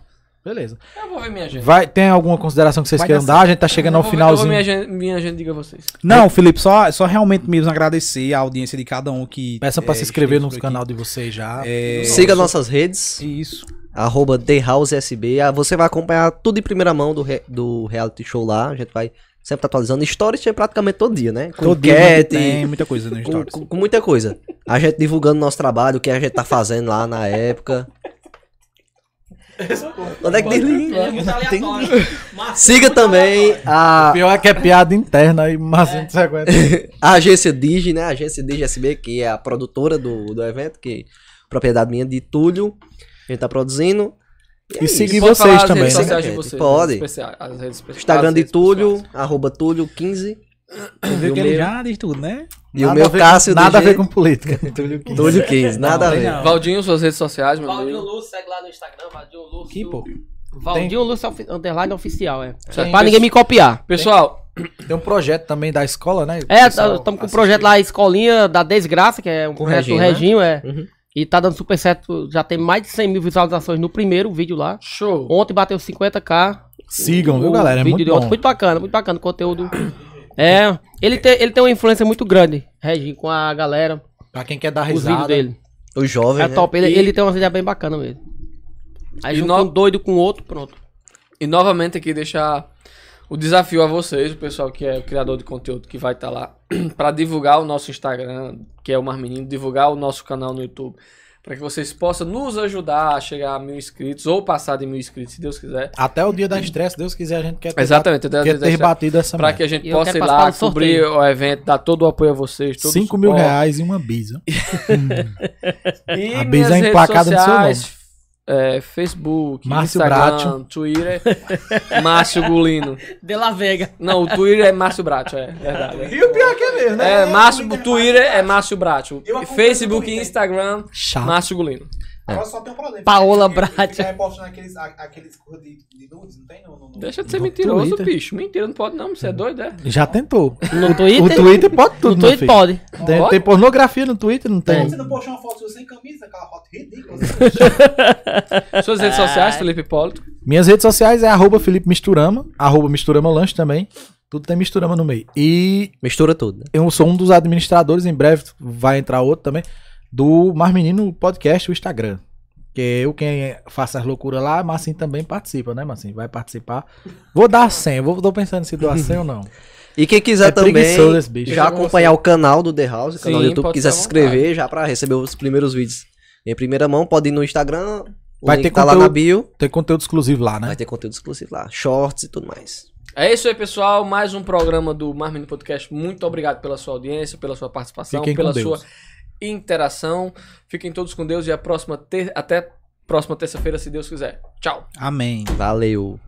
[SPEAKER 2] beleza.
[SPEAKER 1] Eu vou ver minha agenda.
[SPEAKER 2] Vai, tem alguma consideração que vocês
[SPEAKER 3] Vai
[SPEAKER 2] queiram
[SPEAKER 3] dar
[SPEAKER 2] dar? A gente tá chegando
[SPEAKER 1] eu
[SPEAKER 2] ao
[SPEAKER 1] vou, ver- eu vou
[SPEAKER 2] finalzinho.
[SPEAKER 1] minha agenda, minha agenda diga a vocês.
[SPEAKER 3] Não, Felipe, só, só realmente mesmo agradecer a audiência de cada um que.
[SPEAKER 2] Peça pra
[SPEAKER 3] é,
[SPEAKER 2] se inscrever
[SPEAKER 3] esteve
[SPEAKER 2] no
[SPEAKER 3] por aqui. É,
[SPEAKER 2] canal de vocês já.
[SPEAKER 4] Siga nossas redes.
[SPEAKER 3] Isso.
[SPEAKER 4] arroba TheHouseSB. Ah, Você vai acompanhar tudo em primeira mão do, re- do reality show lá. A gente vai sempre tá atualizando. Stories tem praticamente todo dia, né? Com
[SPEAKER 3] Todo dia
[SPEAKER 4] enquete,
[SPEAKER 3] tem muita coisa no
[SPEAKER 4] com,
[SPEAKER 3] Stories.
[SPEAKER 4] com- com muita coisa. A gente divulgando nosso trabalho, o que a gente tá fazendo lá na época. Onde é que
[SPEAKER 6] Ele é
[SPEAKER 4] desliga?
[SPEAKER 6] muito aleatório. Mas-
[SPEAKER 4] Siga
[SPEAKER 6] muito
[SPEAKER 4] também
[SPEAKER 6] aleatório.
[SPEAKER 4] a,
[SPEAKER 2] Pior é que é piada interna aí, mas não se aguenta.
[SPEAKER 4] a agência Digi, né? A agência Digi SB, que é a produtora do, do evento, que é propriedade minha de Túlio. A gente tá produzindo.
[SPEAKER 2] E seguir
[SPEAKER 1] Pode falar
[SPEAKER 2] vocês
[SPEAKER 1] as
[SPEAKER 2] também,
[SPEAKER 1] redes
[SPEAKER 2] né?
[SPEAKER 1] sociais
[SPEAKER 4] né?
[SPEAKER 1] de vocês,
[SPEAKER 4] Pode.
[SPEAKER 1] as especiais- as redes espe-
[SPEAKER 4] Instagram
[SPEAKER 1] as
[SPEAKER 4] de
[SPEAKER 1] redes
[SPEAKER 4] Túlio,
[SPEAKER 1] pessoais.
[SPEAKER 4] arroba Túlio15.
[SPEAKER 3] Viu
[SPEAKER 4] o
[SPEAKER 3] que ele
[SPEAKER 4] meu-
[SPEAKER 3] já diz tudo, né?
[SPEAKER 4] E o
[SPEAKER 2] Nada
[SPEAKER 4] meu
[SPEAKER 2] a ver-
[SPEAKER 4] Cássio
[SPEAKER 2] Nada a
[SPEAKER 4] DG.
[SPEAKER 2] ver com política. Túlio Quinze.
[SPEAKER 4] Túlio 15, nada a
[SPEAKER 3] Não,
[SPEAKER 4] ver.
[SPEAKER 3] não.
[SPEAKER 1] Valdinho, suas redes sociais, meu
[SPEAKER 6] Valdinho
[SPEAKER 1] amigo.
[SPEAKER 6] Lúcio, segue lá no Instagram, Valdinho Lúcio.
[SPEAKER 2] um Aqui, pô.
[SPEAKER 6] Valdinho Lúcio é ofi- underline oficial, é.
[SPEAKER 1] Certo.
[SPEAKER 6] Pra ninguém me copiar.
[SPEAKER 1] Pessoal,
[SPEAKER 2] Tem um projeto também da escola, né?
[SPEAKER 6] É, estamos com um projeto lá, Escolinha da Desgraça, que é um
[SPEAKER 4] Com o
[SPEAKER 6] projeto
[SPEAKER 4] Reginho,
[SPEAKER 6] do
[SPEAKER 4] né?
[SPEAKER 6] Reginho, é.
[SPEAKER 4] Uhum.
[SPEAKER 6] E tá dando super certo, já tem mais de 100 mil visualizações no primeiro vídeo lá.
[SPEAKER 1] show.
[SPEAKER 6] Ontem bateu 50k.
[SPEAKER 2] Sigam, viu,
[SPEAKER 6] O
[SPEAKER 2] galera? É
[SPEAKER 6] vídeo
[SPEAKER 2] muito
[SPEAKER 6] de ontem.
[SPEAKER 2] bom.
[SPEAKER 6] Muito bacana, muito bacana o conteúdo. É, ele tem, ele tem uma influência muito grande, Reginho, com a galera,
[SPEAKER 2] Pra quem quer dar
[SPEAKER 6] os vídeos
[SPEAKER 2] risada.
[SPEAKER 6] dele.
[SPEAKER 4] O jovem.
[SPEAKER 6] É
[SPEAKER 4] né?
[SPEAKER 6] top, ele,
[SPEAKER 1] E-
[SPEAKER 6] ele tem uma ideia bem bacana mesmo. Aí
[SPEAKER 1] E
[SPEAKER 6] junta
[SPEAKER 1] no-
[SPEAKER 6] um doido com o outro, pronto.
[SPEAKER 1] E novamente aqui deixar o desafio a vocês, o pessoal que é o criador de conteúdo que vai estar lá, para divulgar o nosso Instagram, que é o Mar Menino, divulgar o nosso canal no YouTube, para que vocês possam nos ajudar a chegar a mil inscritos ou passar de mil inscritos, se Deus quiser.
[SPEAKER 2] Até o dia da estreia, se Deus quiser, a gente quer ter,
[SPEAKER 1] Exatamente,
[SPEAKER 2] quer ter batido essa
[SPEAKER 1] para que
[SPEAKER 2] meta.
[SPEAKER 1] a gente
[SPEAKER 6] E eu
[SPEAKER 1] possa
[SPEAKER 6] quero
[SPEAKER 1] ir
[SPEAKER 6] participar
[SPEAKER 1] lá
[SPEAKER 6] do
[SPEAKER 1] cobrir
[SPEAKER 6] sorteio.
[SPEAKER 1] o evento, dar todo o apoio a vocês, todo o
[SPEAKER 2] 5 mil
[SPEAKER 1] suporte.
[SPEAKER 2] reais e uma bisa.
[SPEAKER 1] E
[SPEAKER 2] A Bisa
[SPEAKER 1] minhas
[SPEAKER 2] é
[SPEAKER 1] redes
[SPEAKER 2] emplacada no seu
[SPEAKER 1] sociais, é, Facebook,
[SPEAKER 2] Márcio
[SPEAKER 1] Instagram,
[SPEAKER 2] Bracho.
[SPEAKER 1] Twitter, Márcio Gulino.
[SPEAKER 6] De La Vega.
[SPEAKER 1] Não, o Twitter é Márcio Bracho, é verdade. é.
[SPEAKER 3] E o pior que é mesmo,
[SPEAKER 1] É, Márcio, o Twitter é Márcio Bracho.
[SPEAKER 8] assim. Eu acompanho o
[SPEAKER 1] Facebook e
[SPEAKER 8] Twitter.
[SPEAKER 1] Instagram,
[SPEAKER 3] Tá.
[SPEAKER 2] Chato.
[SPEAKER 1] Márcio Gulino.
[SPEAKER 8] Agora só tem um problema.
[SPEAKER 6] Paola
[SPEAKER 8] Ele- ele
[SPEAKER 6] Bracha.
[SPEAKER 8] fica repostando aqueles, a- aqueles cursos de, de nudes, não tem? No, no, no-
[SPEAKER 1] Deixa de ser
[SPEAKER 2] No
[SPEAKER 1] mentiroso,
[SPEAKER 2] Twitter.
[SPEAKER 1] bicho. Mentira, não pode não, você é doido, é?
[SPEAKER 2] Já tentou.
[SPEAKER 6] No
[SPEAKER 2] O
[SPEAKER 6] Twitter?
[SPEAKER 2] Twitter pode
[SPEAKER 6] no
[SPEAKER 2] tudo, meu
[SPEAKER 6] Twitter
[SPEAKER 2] filho.
[SPEAKER 6] pode.
[SPEAKER 2] Tem, tem pornografia no Twitter, não tem?
[SPEAKER 8] Você não postou uma foto sua sem camisa, aquela foto ridícula.
[SPEAKER 1] Suas redes sociais, Felipe Hipólito.
[SPEAKER 2] Minhas redes sociais é arroba Felipe Misturama, arroba Misturama Lanche também.
[SPEAKER 3] Tudo tem misturama no meio. E
[SPEAKER 4] Mistura tudo, né?
[SPEAKER 3] eu sou um dos administradores, em breve vai entrar outro também, do Mar Menino Podcast, o Instagram. Que eu quem faço as loucuras lá, Marcinho também participa, né, Marcinho? Vai participar. Vou dar 100, vou, tô pensando se dou a 100 ou não.
[SPEAKER 4] E quem quiser
[SPEAKER 3] É
[SPEAKER 4] também
[SPEAKER 3] preguiçoso esse bicho.
[SPEAKER 4] já acompanhar o canal do The House, o canal
[SPEAKER 1] Sim,
[SPEAKER 4] do YouTube,
[SPEAKER 1] pode
[SPEAKER 4] quiser
[SPEAKER 1] ficar
[SPEAKER 4] se
[SPEAKER 1] à vontade.
[SPEAKER 4] inscrever já pra receber os primeiros vídeos em primeira mão, pode ir no Instagram, o
[SPEAKER 3] Vai
[SPEAKER 4] link
[SPEAKER 3] ter
[SPEAKER 4] tá lá na
[SPEAKER 3] conteúdo,
[SPEAKER 4] bio,
[SPEAKER 3] Tem conteúdo exclusivo lá, né?
[SPEAKER 4] vai ter conteúdo exclusivo lá, shorts e tudo mais.
[SPEAKER 1] É isso aí, pessoal. Mais um programa do Marmino Podcast. Muito obrigado pela sua audiência, pela sua participação,
[SPEAKER 3] Fiquem com
[SPEAKER 1] pela
[SPEAKER 3] Deus.
[SPEAKER 1] sua interação. Fiquem todos com Deus e a próxima ter- até próxima terça-feira, se Deus quiser. Tchau.
[SPEAKER 10] Amém.
[SPEAKER 4] Valeu!